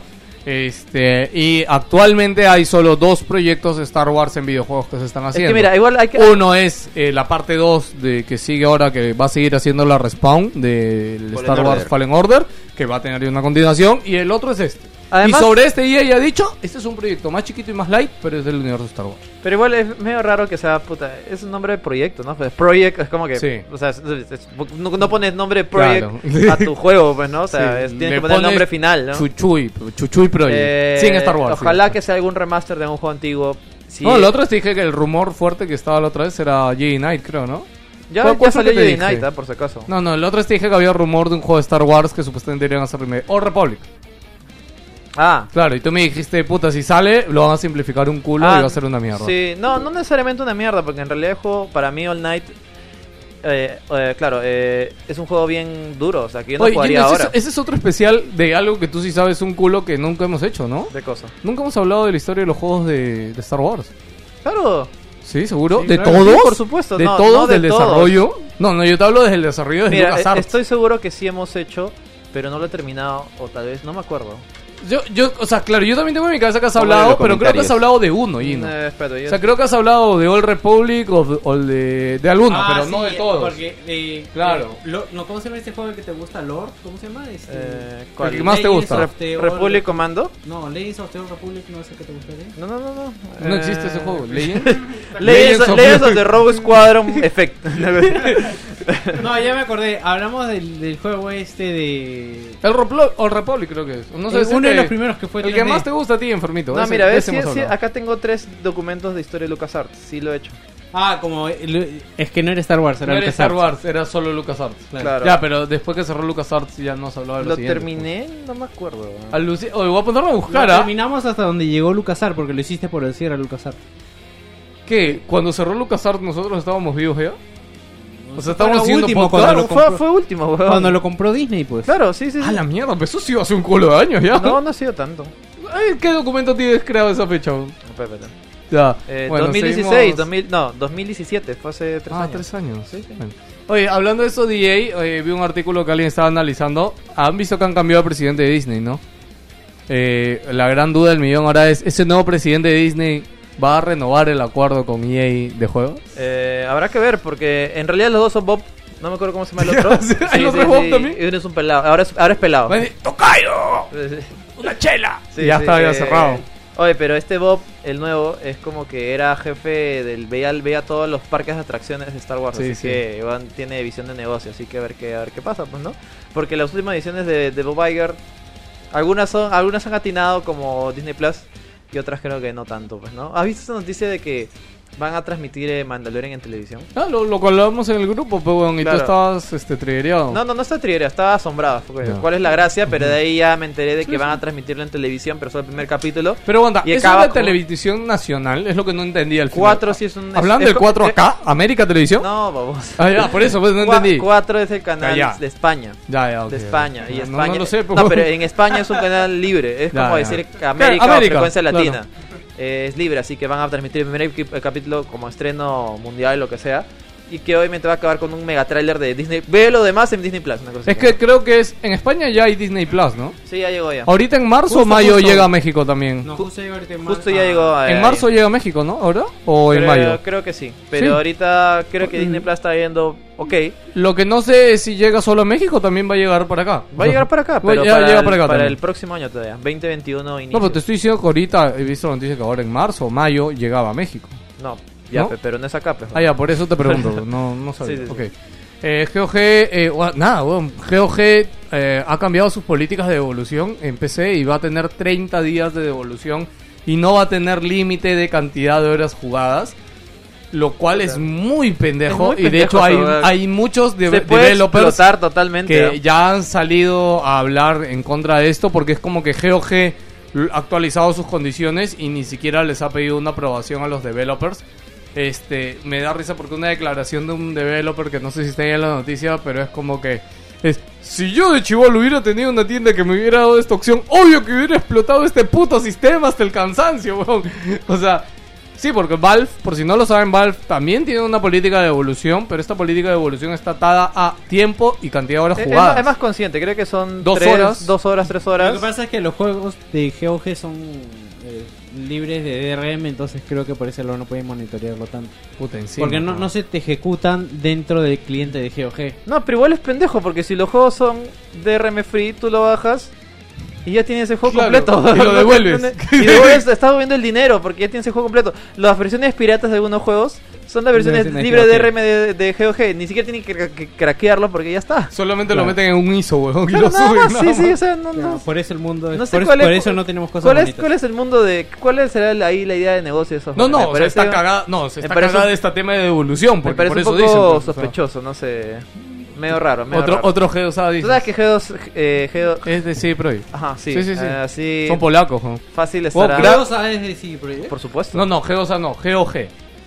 [SPEAKER 2] Este, y actualmente hay solo dos proyectos de Star Wars en videojuegos que se están
[SPEAKER 3] Es
[SPEAKER 2] haciendo.
[SPEAKER 3] que mira, igual hay que.
[SPEAKER 2] Uno es eh, la parte 2 de que sigue ahora, que va a seguir haciendo la respawn del
[SPEAKER 4] Fallen
[SPEAKER 2] Star Wars
[SPEAKER 4] Order.
[SPEAKER 2] Fallen Order, que va a tener una continuación. Y el otro es este.
[SPEAKER 3] Además-
[SPEAKER 2] y sobre este EA ya ha dicho, este es un proyecto más chiquito y más light, pero es del universo Star Wars.
[SPEAKER 3] Pero igual es medio raro que sea puta. Es un nombre de proyecto, ¿no? Pues Project es como que.
[SPEAKER 2] Sí.
[SPEAKER 3] O sea, es- es- es- no, no pones nombre Project
[SPEAKER 2] Claro.
[SPEAKER 3] a tu juego, pues, ¿no? O sea,
[SPEAKER 2] Sí,
[SPEAKER 3] es- tienes
[SPEAKER 2] le
[SPEAKER 3] que poner el
[SPEAKER 2] pones
[SPEAKER 3] nombre final, ¿no?
[SPEAKER 2] Chuchuy, Chuchuy Project.
[SPEAKER 3] Eh,
[SPEAKER 2] sin Star Wars.
[SPEAKER 3] Ojalá
[SPEAKER 2] sí.
[SPEAKER 3] que sea algún remaster de un juego antiguo. Sí.
[SPEAKER 2] No, el otro te dije que el rumor fuerte que estaba la otra vez era Jedi Knight, creo, ¿no?
[SPEAKER 3] Ya,
[SPEAKER 2] ¿Cuál-
[SPEAKER 3] ya
[SPEAKER 2] cuál fue
[SPEAKER 3] salió
[SPEAKER 2] el que te
[SPEAKER 3] Jedi Knight,
[SPEAKER 2] dije?
[SPEAKER 3] ah, por si acaso.
[SPEAKER 2] No, no, el otro te dije que había rumor de un juego de Star Wars que supuestamente irían a hacer remake. O Republic.
[SPEAKER 3] Ah.
[SPEAKER 2] Claro, y tú me dijiste, puta, si sale, lo van a simplificar un culo
[SPEAKER 3] Ah,
[SPEAKER 2] y va a ser una mierda.
[SPEAKER 3] Sí, no, no necesariamente una mierda, porque en realidad el juego, para mí, All Night. eh, eh, claro, eh, es un juego bien duro, o sea, que yo no
[SPEAKER 2] Oye,
[SPEAKER 3] jugaría
[SPEAKER 2] Gino, ese,
[SPEAKER 3] ahora.
[SPEAKER 2] es- ese es otro especial de algo que tú sí sabes un culo que nunca hemos hecho, ¿no?
[SPEAKER 3] De cosas.
[SPEAKER 2] Nunca hemos hablado de la historia de los juegos de, de Star Wars.
[SPEAKER 3] Claro.
[SPEAKER 2] Sí, seguro.
[SPEAKER 3] Sí,
[SPEAKER 2] de
[SPEAKER 3] claro.
[SPEAKER 2] todos.
[SPEAKER 3] Sí, por supuesto.
[SPEAKER 2] De
[SPEAKER 3] no,
[SPEAKER 2] todos,
[SPEAKER 3] no de
[SPEAKER 2] del
[SPEAKER 3] todos.
[SPEAKER 2] desarrollo. No, no, yo te hablo desde el desarrollo de
[SPEAKER 3] Mira, eh,
[SPEAKER 2] LucasArts.
[SPEAKER 3] estoy seguro que sí hemos hecho, pero no lo he terminado, o tal vez, no me acuerdo.
[SPEAKER 2] Yo, yo, o sea, claro, yo también tengo en mi cabeza que has
[SPEAKER 4] Póngalo en
[SPEAKER 2] hablado,
[SPEAKER 4] los
[SPEAKER 2] pero creo que has
[SPEAKER 4] comentarios.
[SPEAKER 2] hablado de uno, Gino.
[SPEAKER 3] Eh, espérate, yo-
[SPEAKER 2] O sea, creo que has hablado de Old Republic o de, o de, de alguno,
[SPEAKER 8] Ah,
[SPEAKER 2] pero no
[SPEAKER 8] sí,
[SPEAKER 2] de todos.
[SPEAKER 8] Porque, eh,
[SPEAKER 2] Claro.
[SPEAKER 8] lo- no, ¿Cómo se llama este juego el que te gusta? ¿Lord? ¿Cómo se llama? Este,
[SPEAKER 3] eh,
[SPEAKER 2] El que
[SPEAKER 3] ¿Cuál?
[SPEAKER 2] más- te
[SPEAKER 8] Legends
[SPEAKER 2] gusta?
[SPEAKER 8] of the Old
[SPEAKER 3] ¿Republic Commando?
[SPEAKER 8] No, Legends of the Old Republic no es el que te gusta. ¿eh?
[SPEAKER 3] No, no, no, no.
[SPEAKER 2] No
[SPEAKER 3] Eh,
[SPEAKER 2] existe ese juego. ¿Legend?
[SPEAKER 3] Legends,
[SPEAKER 2] Legends of-
[SPEAKER 3] Legends of the Rogue Squadron Effect.
[SPEAKER 8] No, ya me acordé. Hablamos del, del juego este de.
[SPEAKER 2] El Replo- Old Republic creo que es. No sé,
[SPEAKER 8] Eh,
[SPEAKER 2] ese
[SPEAKER 8] uno de
[SPEAKER 2] que-
[SPEAKER 8] los primeros que fue
[SPEAKER 2] El que
[SPEAKER 8] 3D.
[SPEAKER 2] más te gusta a ti, enfermito.
[SPEAKER 3] no,
[SPEAKER 2] Ese-
[SPEAKER 3] mira, ves,
[SPEAKER 2] ese hemos
[SPEAKER 3] sí, sí,
[SPEAKER 2] hablado.
[SPEAKER 3] acá tengo tres documentos de historia de LucasArts. Sí, lo he hecho.
[SPEAKER 5] Ah, como. Es que no era Star Wars, era
[SPEAKER 2] No era Star
[SPEAKER 5] LucasArts.
[SPEAKER 2] Wars, era solo LucasArts.
[SPEAKER 3] Claro.
[SPEAKER 2] Ya, pero después que cerró LucasArts ya no se hablaba de lo,
[SPEAKER 3] Lo
[SPEAKER 2] siguiente,
[SPEAKER 3] terminé, no me acuerdo.
[SPEAKER 2] pues. Aluci- Oye, voy a ponerme a
[SPEAKER 5] Lo
[SPEAKER 2] buscar, ¿ah?
[SPEAKER 5] Terminamos hasta donde llegó LucasArts porque lo hiciste por decir a LucasArts.
[SPEAKER 2] ¿Qué? Cuando cerró LucasArts nosotros estábamos vivos ya. O sea,
[SPEAKER 5] Fue
[SPEAKER 2] estamos
[SPEAKER 5] lo
[SPEAKER 2] haciendo
[SPEAKER 5] último
[SPEAKER 2] podcast.
[SPEAKER 5] cuando
[SPEAKER 3] Claro,
[SPEAKER 5] lo
[SPEAKER 3] fue,
[SPEAKER 5] compró.
[SPEAKER 3] fue último, weón.
[SPEAKER 5] Cuando lo compró Disney, pues.
[SPEAKER 3] Claro, sí, sí. sí.
[SPEAKER 2] A la mierda, pero eso sí hace un culo de años ya.
[SPEAKER 3] No, no ha sido tanto.
[SPEAKER 2] Ay, ¿Qué documento tienes creado esa fecha? weón?
[SPEAKER 3] Espérate.
[SPEAKER 2] Ya.
[SPEAKER 3] Eh,
[SPEAKER 2] bueno,
[SPEAKER 3] 2016,
[SPEAKER 2] seguimos.
[SPEAKER 3] 2000, no, 2017, fue hace tres
[SPEAKER 2] ah,
[SPEAKER 3] años.
[SPEAKER 2] tres años.
[SPEAKER 3] Sí, sí.
[SPEAKER 2] Bueno. Oye, hablando de eso, DJ, eh, vi un artículo que alguien estaba analizando. Han visto que han cambiado de presidente de Disney, ¿no? Eh, la gran duda del millón ahora es, ¿ese nuevo presidente de Disney va a renovar el acuerdo con EA de juegos?
[SPEAKER 3] Eh, habrá que ver, porque en realidad los dos son Bob. No me acuerdo cómo se llama el otro.
[SPEAKER 2] Sí, ¿hay otro Bob también?
[SPEAKER 3] y uno es un pelado. Ahora es, ahora es pelado.
[SPEAKER 2] Va a decir, ¡Tocayo!
[SPEAKER 3] Sí, sí.
[SPEAKER 2] ¡Una chela!
[SPEAKER 3] Pues, Sí,
[SPEAKER 2] Y ya
[SPEAKER 3] sí,
[SPEAKER 2] está, ya
[SPEAKER 3] eh,
[SPEAKER 2] cerrado.
[SPEAKER 3] Oye, pero este Bob, el nuevo, es como que era jefe del. Veía, veía todos los parques de atracciones de Star Wars.
[SPEAKER 2] Sí,
[SPEAKER 3] así
[SPEAKER 2] sí.
[SPEAKER 3] que Iván tiene visión de negocio. Así que a ver qué, a ver qué pasa, pues, ¿no? Porque las últimas ediciones de, de Bob Iger, algunas, son, algunas han atinado como Disney Plus y otras creo que no tanto, pues, ¿no? ¿Has visto esa noticia de que van a transmitir eh, Mandalorian en televisión?
[SPEAKER 2] Ah, lo, lo hablamos en el grupo, pues, weón, y
[SPEAKER 3] Claro.
[SPEAKER 2] tú estabas este, triggereado.
[SPEAKER 3] No, no, no está triguera, estaba asombrado. fue como,
[SPEAKER 2] Ya.
[SPEAKER 3] ¿Cuál es la gracia? Pero de ahí ya me enteré de que van a transmitirlo en televisión, pero solo el primer capítulo.
[SPEAKER 2] Pero aguanta,
[SPEAKER 3] Y
[SPEAKER 2] ¿eso es
[SPEAKER 3] acaba
[SPEAKER 2] la
[SPEAKER 3] como-
[SPEAKER 2] televisión nacional? Es lo que no entendía el
[SPEAKER 3] Cuatro sí es un. es-
[SPEAKER 2] Hablando
[SPEAKER 3] es
[SPEAKER 2] del
[SPEAKER 3] co-
[SPEAKER 2] 4
[SPEAKER 3] eh,
[SPEAKER 2] acá, América Televisión.
[SPEAKER 3] No, vamos.
[SPEAKER 2] Ah, ya, por eso, pues no entendí.
[SPEAKER 3] 4 es el canal
[SPEAKER 2] Ya, ya.
[SPEAKER 3] de España.
[SPEAKER 2] Ya, ya, ok.
[SPEAKER 3] De España. Y
[SPEAKER 2] No,
[SPEAKER 3] España.
[SPEAKER 2] No, no lo sé, pues,
[SPEAKER 3] No, pero en España es un canal libre. Es
[SPEAKER 2] Ya,
[SPEAKER 3] como
[SPEAKER 2] ya.
[SPEAKER 3] decir
[SPEAKER 2] Claro,
[SPEAKER 3] América, o
[SPEAKER 2] América,
[SPEAKER 3] frecuencia
[SPEAKER 2] claro.
[SPEAKER 3] latina. Eh, es libre, así que van a transmitir el primer equi- el capítulo como estreno mundial, lo que sea. Y que obviamente va a acabar con un mega trailer de Disney. Ve lo demás en Disney Plus. Una cosa
[SPEAKER 2] Es
[SPEAKER 3] así.
[SPEAKER 2] que creo que es. En España ya hay Disney Plus, ¿no?
[SPEAKER 3] Sí, ya llegó ya.
[SPEAKER 2] Ahorita en marzo o
[SPEAKER 5] Justo,
[SPEAKER 2] mayo
[SPEAKER 5] justo.
[SPEAKER 2] llega a México también.
[SPEAKER 5] No, justo llegó ahorita en mar-
[SPEAKER 3] Justo ya
[SPEAKER 5] ah,
[SPEAKER 3] llegó. eh,
[SPEAKER 2] en
[SPEAKER 3] ahí.
[SPEAKER 2] marzo llega a México, ¿no? ¿Ahora? ¿O en
[SPEAKER 3] Creo-
[SPEAKER 2] mayo?
[SPEAKER 3] Creo que sí. Pero
[SPEAKER 2] Sí.
[SPEAKER 3] ahorita creo que Disney Plus está viendo. Ok.
[SPEAKER 2] Lo que no sé es si llega solo a México también va a llegar para acá.
[SPEAKER 3] Va a llegar para acá,
[SPEAKER 2] Va-
[SPEAKER 3] pero
[SPEAKER 2] ya
[SPEAKER 3] para,
[SPEAKER 2] llega
[SPEAKER 3] el,
[SPEAKER 2] para acá
[SPEAKER 3] para
[SPEAKER 2] también.
[SPEAKER 3] el próximo año todavía. 2021 inicio.
[SPEAKER 2] No, pues, pero te estoy diciendo que ahorita he visto la noticia que ahora en marzo o mayo llegaba a México.
[SPEAKER 3] No, ya,
[SPEAKER 2] ¿No?
[SPEAKER 3] pe- pero no es acá, pues.
[SPEAKER 2] Ah, ya, por eso te pregunto. No, no sabía.
[SPEAKER 3] Sí, sí, sí.
[SPEAKER 2] Ok. Eh, GOG, eh, gua- nada, weón. GOG eh, ha cambiado sus políticas de devolución en PC y va a tener 30 días de devolución y no va a tener límite de cantidad de horas jugadas. Lo cual es muy pendejo,
[SPEAKER 3] Es muy
[SPEAKER 2] y de
[SPEAKER 3] pendejo
[SPEAKER 2] hecho hay,
[SPEAKER 3] eso, weón.
[SPEAKER 2] hay muchos de
[SPEAKER 3] Se puede
[SPEAKER 2] developers
[SPEAKER 3] explotar totalmente.
[SPEAKER 2] que
[SPEAKER 3] ¿no?
[SPEAKER 2] ya han salido a hablar en contra de esto porque es como que GOG l- ha actualizado sus condiciones y ni siquiera les ha pedido una aprobación a los developers. Este, me da risa porque una declaración de un developer que no sé si está ahí en la noticia, pero es como que es, si yo de chivolo hubiera tenido una tienda que me hubiera dado esta opción, obvio que hubiera explotado este puto sistema hasta el cansancio, weón. O sea, Sí, porque Valve, por si no lo saben, Valve también tiene una política de evolución, pero esta política de evolución está atada a tiempo y cantidad de horas
[SPEAKER 3] Eh, Es- es,
[SPEAKER 2] jugadas.
[SPEAKER 3] es más consciente, creo que son
[SPEAKER 2] Dos
[SPEAKER 3] tres-
[SPEAKER 2] horas.
[SPEAKER 3] dos horas, tres
[SPEAKER 5] Lo que
[SPEAKER 3] horas.
[SPEAKER 5] pasa es que los juegos de GOG son eh, libres de DRM, entonces creo que por ese lado no pueden monitorearlo tanto.
[SPEAKER 2] Puta, encima,
[SPEAKER 5] porque no,
[SPEAKER 2] ¿no?
[SPEAKER 5] no se te ejecutan dentro del cliente de GOG.
[SPEAKER 3] No, pero igual es pendejo, porque si los juegos son DRM free, tú lo bajas y ya tienes el juego
[SPEAKER 2] Claro,
[SPEAKER 3] completo.
[SPEAKER 2] y lo
[SPEAKER 3] No te-
[SPEAKER 2] devuelves.
[SPEAKER 3] Y devuelves, estás moviendo el dinero porque ya tienes el juego completo. Las versiones piratas de algunos juegos son las versiones
[SPEAKER 5] Versiones
[SPEAKER 3] libres de
[SPEAKER 5] GOG.
[SPEAKER 3] DRM de, de GOG. Ni siquiera tienen que, cra- que craquearlo porque ya está.
[SPEAKER 2] Solamente
[SPEAKER 5] Claro.
[SPEAKER 2] lo meten en un ISO, weón, y
[SPEAKER 3] Claro,
[SPEAKER 2] lo
[SPEAKER 3] nada
[SPEAKER 2] suben.
[SPEAKER 3] más,
[SPEAKER 2] nada
[SPEAKER 3] sí, sí,
[SPEAKER 2] más.
[SPEAKER 3] o sea, no, no,
[SPEAKER 5] Por eso el mundo es-
[SPEAKER 3] No sé
[SPEAKER 5] por, eso-
[SPEAKER 3] cuál es-
[SPEAKER 5] por eso no tenemos cosas
[SPEAKER 3] ¿Cuál es,
[SPEAKER 5] bonitas.
[SPEAKER 3] ¿Cuál es el mundo de.? ¿Cuál será la- ahí la idea de negocio de esos
[SPEAKER 2] No, no,
[SPEAKER 3] juegos?
[SPEAKER 2] o sea, está
[SPEAKER 3] cagado
[SPEAKER 2] cagada, no, se está
[SPEAKER 3] parece un-
[SPEAKER 2] cagada esta tema de devolución,
[SPEAKER 3] Me
[SPEAKER 2] porque por
[SPEAKER 3] parece un
[SPEAKER 2] eso
[SPEAKER 3] poco
[SPEAKER 2] dicen. pues, o sea,
[SPEAKER 3] sospechoso, no sé. Medio raro, medio
[SPEAKER 2] Otro,
[SPEAKER 3] raro.
[SPEAKER 2] otro GOSA dice.
[SPEAKER 3] ¿Tú sabes que G2. Eh, G2
[SPEAKER 2] Es de CD Projekt.
[SPEAKER 3] ajá, sí.
[SPEAKER 2] Sí, sí, sí.
[SPEAKER 3] eh, así
[SPEAKER 2] Son polacos, ¿no?
[SPEAKER 3] fácil
[SPEAKER 2] Wow,
[SPEAKER 3] estará.
[SPEAKER 2] gra-
[SPEAKER 5] ¿Tú sabes Ah, de CD Projekt?
[SPEAKER 3] por supuesto.
[SPEAKER 2] No, no, GOSA no, GOG.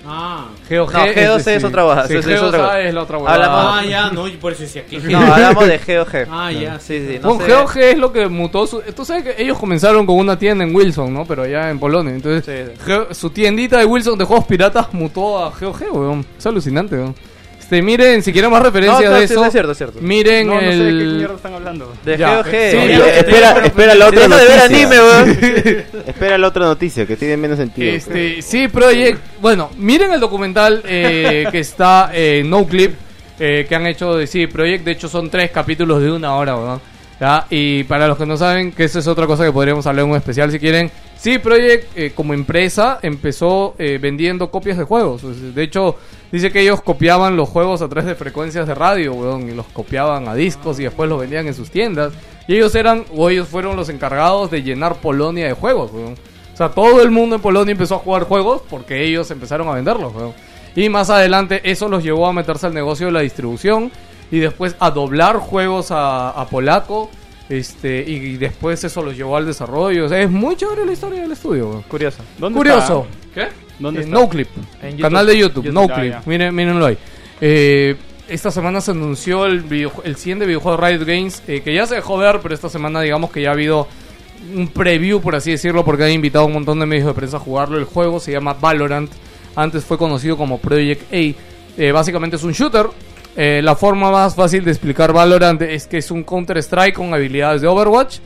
[SPEAKER 5] Ah.
[SPEAKER 2] GOG
[SPEAKER 3] No,
[SPEAKER 2] de
[SPEAKER 3] G12 es
[SPEAKER 2] CD.
[SPEAKER 3] otra huevada,
[SPEAKER 2] Sí,
[SPEAKER 3] eso es
[SPEAKER 2] GOSA
[SPEAKER 3] otra huevada.
[SPEAKER 2] es la otra huevada.
[SPEAKER 3] Hablamos-
[SPEAKER 5] Ah, ya, no, yo por eso decía que
[SPEAKER 3] No, hablamos de GOG.
[SPEAKER 5] Ah, ya,
[SPEAKER 3] Sí, sí, no
[SPEAKER 2] Con
[SPEAKER 3] sé.
[SPEAKER 2] GOG es lo que mutó su... Tú sabes que ellos comenzaron con una tienda en Wilson, ¿no? Pero allá en Polonia. Entonces,
[SPEAKER 3] Sí, sí.
[SPEAKER 2] Ge- su tiendita de Wilson de juegos piratas mutó a GOG, weón. Es alucinante, weón. Este, miren, si quieren más
[SPEAKER 3] No,
[SPEAKER 2] referencias
[SPEAKER 3] no,
[SPEAKER 2] de
[SPEAKER 3] sí,
[SPEAKER 2] eso,
[SPEAKER 3] es cierto, es cierto.
[SPEAKER 2] miren
[SPEAKER 6] No, no sé de qué
[SPEAKER 2] el...
[SPEAKER 6] mierda están hablando.
[SPEAKER 3] De
[SPEAKER 2] Ya,
[SPEAKER 3] GOG.
[SPEAKER 2] sí,
[SPEAKER 3] eh,
[SPEAKER 2] ya,
[SPEAKER 3] eh,
[SPEAKER 4] espera, espera la otra
[SPEAKER 3] deja de ver
[SPEAKER 4] noticia.
[SPEAKER 3] anime, weón.
[SPEAKER 4] Espera la otra noticia que tiene menos sentido. pues.
[SPEAKER 2] Este, sí, Project. Bueno, miren el documental eh, que está eh, en Noclip eh, que han hecho de sí, Project. De hecho, son tres capítulos de una hora, ¿verdad? ¿Ya? Y para los que no saben, que eso es otra cosa que podríamos hablar en un especial si quieren. Sí, Project eh, como empresa empezó eh, vendiendo copias de juegos. De hecho, dice que ellos copiaban los juegos a través de frecuencias de radio, weón, y los copiaban a discos y después los vendían en sus tiendas. Y ellos eran, o ellos fueron los encargados de llenar Polonia de juegos, weón. O sea, todo el mundo en Polonia empezó a jugar juegos porque ellos empezaron a venderlos, weón. Y más adelante eso los llevó a meterse al negocio de la distribución y después a doblar juegos a, a polaco. Este, y, y después eso los llevó al desarrollo. O sea, es muy chévere la historia del estudio. weón.
[SPEAKER 6] Curioso. ¿Dónde
[SPEAKER 2] Curioso. ¿Qué?
[SPEAKER 6] ¿Dónde
[SPEAKER 2] Eh,
[SPEAKER 6] está?
[SPEAKER 2] Noclip.
[SPEAKER 6] En YouTube.
[SPEAKER 2] Canal de YouTube,
[SPEAKER 6] YouTube,
[SPEAKER 2] Noclip.
[SPEAKER 6] ya, ya.
[SPEAKER 2] Miren, mírenlo ahí. Eh, esta semana se anunció el, video, el 100 de videojuegos Riot Games, eh, que ya se dejó ver, pero esta semana digamos que ya ha habido un preview, por así decirlo, porque han invitado a un montón de medios de prensa a jugarlo. El juego se llama Valorant, antes fue conocido como Project A. Eh, básicamente es un shooter. Eh, la forma más fácil de explicar Valorant es que es un Counter-Strike con habilidades de Overwatch.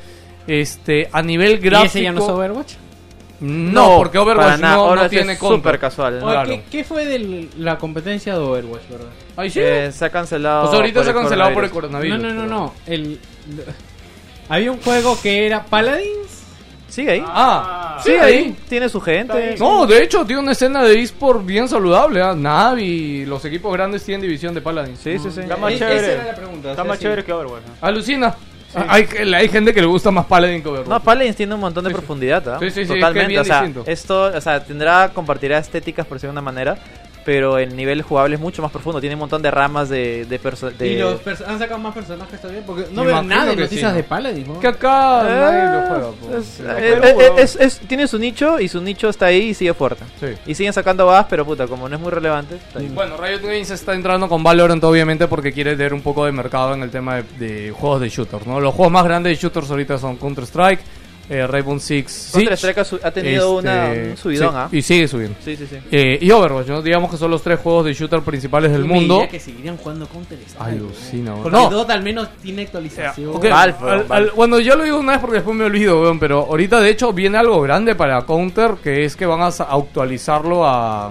[SPEAKER 2] Este, a nivel
[SPEAKER 5] ¿Y
[SPEAKER 2] gráfico...
[SPEAKER 5] ese ya no es Overwatch?
[SPEAKER 2] No, porque
[SPEAKER 3] para
[SPEAKER 2] Overwatch
[SPEAKER 3] nada,
[SPEAKER 2] no, no
[SPEAKER 3] Overwatch
[SPEAKER 2] tiene
[SPEAKER 3] es
[SPEAKER 2] counter.
[SPEAKER 3] súper casual. ¿no?
[SPEAKER 5] Oye,
[SPEAKER 2] Claro.
[SPEAKER 5] ¿qué, qué fue de la competencia de Overwatch, verdad?
[SPEAKER 2] Ay, sí.
[SPEAKER 3] Eh, se ha cancelado.
[SPEAKER 2] O sea, Pues ahorita
[SPEAKER 3] por
[SPEAKER 2] se ha
[SPEAKER 3] el
[SPEAKER 2] cancelado por el
[SPEAKER 3] coronavirus.
[SPEAKER 2] coronavirus.
[SPEAKER 5] no, no, no,
[SPEAKER 2] pero-
[SPEAKER 5] no. El... Había un juego que era Paladins.
[SPEAKER 3] Sigue ahí.
[SPEAKER 2] Ah, sí,
[SPEAKER 3] Sigue
[SPEAKER 2] ahí.
[SPEAKER 3] Tiene su gente.
[SPEAKER 2] No, de hecho, tiene una escena de eSport bien saludable. ¿ah? Navi, los equipos grandes tienen división de Paladins.
[SPEAKER 3] Sí, sí, sí.
[SPEAKER 6] Está más
[SPEAKER 5] E-
[SPEAKER 6] chévere.
[SPEAKER 5] Esa era la pregunta. o
[SPEAKER 6] Está
[SPEAKER 5] sea,
[SPEAKER 6] más
[SPEAKER 5] sí.
[SPEAKER 6] chévere que Overwatch. ¿no?
[SPEAKER 2] Alucina. Ah, Hay, hay gente que le gusta más Paladin que Overwatch.
[SPEAKER 3] No, Paladins tiene un montón de profundidad, ¿ah?
[SPEAKER 2] Sí, sí, sí, es que es
[SPEAKER 3] Totalmente.
[SPEAKER 2] bien
[SPEAKER 3] o sea,
[SPEAKER 2] distinto.
[SPEAKER 3] esto, o sea, tendrá, compartirá estéticas por decirlo de una manera, pero el nivel jugable es mucho más profundo. Tiene un montón de ramas de, de, perso- de- Eh,
[SPEAKER 5] Y los perso- han sacado más personajes todavía. Porque no
[SPEAKER 2] Me
[SPEAKER 5] veo
[SPEAKER 2] imagino
[SPEAKER 5] nada de
[SPEAKER 2] que
[SPEAKER 5] noticias
[SPEAKER 2] sí.
[SPEAKER 5] de Paladins. ¿no?
[SPEAKER 2] que acá
[SPEAKER 3] Eh,
[SPEAKER 2] nadie lo juega. po.
[SPEAKER 3] es-
[SPEAKER 2] Sí.
[SPEAKER 3] eh,
[SPEAKER 6] Pero,
[SPEAKER 3] eh,
[SPEAKER 6] weón.
[SPEAKER 3] es- es- tiene su nicho y su nicho está ahí y sigue fuerte.
[SPEAKER 2] Sí.
[SPEAKER 3] Y siguen sacando bajas, pero puta, como no es muy relevante. está ahí.
[SPEAKER 2] Bueno, Riot Games está entrando con Valorant obviamente porque quiere tener un poco de mercado en el tema de, de juegos de shooters, ¿no? Los juegos más grandes de shooters ahorita son Counter-Strike, eh, Rainbow Six Siege,
[SPEAKER 3] Counter-Strike ha su- ha tenido una-
[SPEAKER 2] este,
[SPEAKER 3] un subidón,
[SPEAKER 2] sí,
[SPEAKER 3] ¿ah?
[SPEAKER 2] Y sigue subiendo.
[SPEAKER 3] Sí, sí, sí.
[SPEAKER 2] Eh, y Overwatch, ¿no? digamos que son los tres juegos de shooter principales del
[SPEAKER 5] Yo me
[SPEAKER 2] mundo.
[SPEAKER 5] diría que seguirían jugando Counter Strike.
[SPEAKER 2] Alucina,
[SPEAKER 5] Porque
[SPEAKER 2] No.
[SPEAKER 5] Dota al menos tiene
[SPEAKER 2] Ya,
[SPEAKER 5] actualización.
[SPEAKER 2] ok.
[SPEAKER 3] Valve,
[SPEAKER 2] Al- al-
[SPEAKER 3] Valve.
[SPEAKER 2] bueno, yo lo digo una vez porque después me olvido, weón, pero ahorita de hecho viene algo grande para Counter, que es que van a sa- actualizarlo a...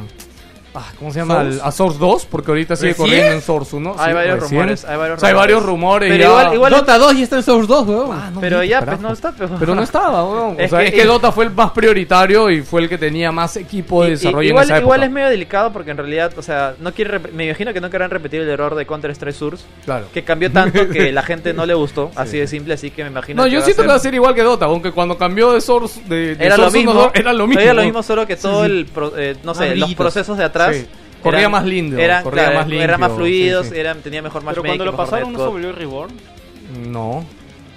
[SPEAKER 2] ah, ¿Cómo se llama? Al- a Source 2, porque ahita sigue
[SPEAKER 5] ¿Recién?
[SPEAKER 2] corriendo en Source 1.
[SPEAKER 3] Hay
[SPEAKER 2] Sí,
[SPEAKER 3] varios
[SPEAKER 2] recién.
[SPEAKER 3] rumores, hay varios
[SPEAKER 2] O sea, hay varios rumores.
[SPEAKER 3] rumores.
[SPEAKER 2] ya.
[SPEAKER 3] Pero igual- igual-
[SPEAKER 5] Dota 2 y está en Source 2, weón.
[SPEAKER 3] Pero ya, pues no está. Pues.
[SPEAKER 2] Pero no estaba, weón. O
[SPEAKER 3] Es
[SPEAKER 2] sea,
[SPEAKER 3] que-
[SPEAKER 2] es que Dota fue el más prioritario y fue el que tenía más equipo de
[SPEAKER 3] Y- y-
[SPEAKER 2] desarrollo
[SPEAKER 3] igual,
[SPEAKER 2] en esa época.
[SPEAKER 3] igual es medio delicado porque en realidad, o sea, no quiere rep- me imagino que no querrán repetir el error de Counter-Strike Source,
[SPEAKER 2] Claro.
[SPEAKER 3] que cambió tanto que la gente no le gustó, así de simple, así que me imagino
[SPEAKER 2] No,
[SPEAKER 3] que
[SPEAKER 2] yo
[SPEAKER 3] va a
[SPEAKER 2] siento
[SPEAKER 3] ser-
[SPEAKER 2] que va a ser igual que Dota, aunque cuando cambió de Source de, de
[SPEAKER 3] era lo
[SPEAKER 2] Source uno a
[SPEAKER 3] mismo,
[SPEAKER 2] dos, era lo mismo.
[SPEAKER 3] Era lo mismo, solo que todo el, pro- eh, no sé, los
[SPEAKER 5] Amarillitos.
[SPEAKER 3] procesos de atrás.
[SPEAKER 2] Sí. Corría
[SPEAKER 3] eran-
[SPEAKER 2] más lindo,
[SPEAKER 3] Eran,
[SPEAKER 2] corría
[SPEAKER 3] claro,
[SPEAKER 2] más limpio,
[SPEAKER 3] eran más
[SPEAKER 2] sí,
[SPEAKER 3] fluidos,
[SPEAKER 2] sí.
[SPEAKER 3] eran, tenía mejor
[SPEAKER 6] Pero
[SPEAKER 3] matchmaking.
[SPEAKER 6] cuando lo
[SPEAKER 3] mejor
[SPEAKER 6] pasaron, ¿no se
[SPEAKER 3] netcode.
[SPEAKER 6] volvió Reborn?
[SPEAKER 2] No.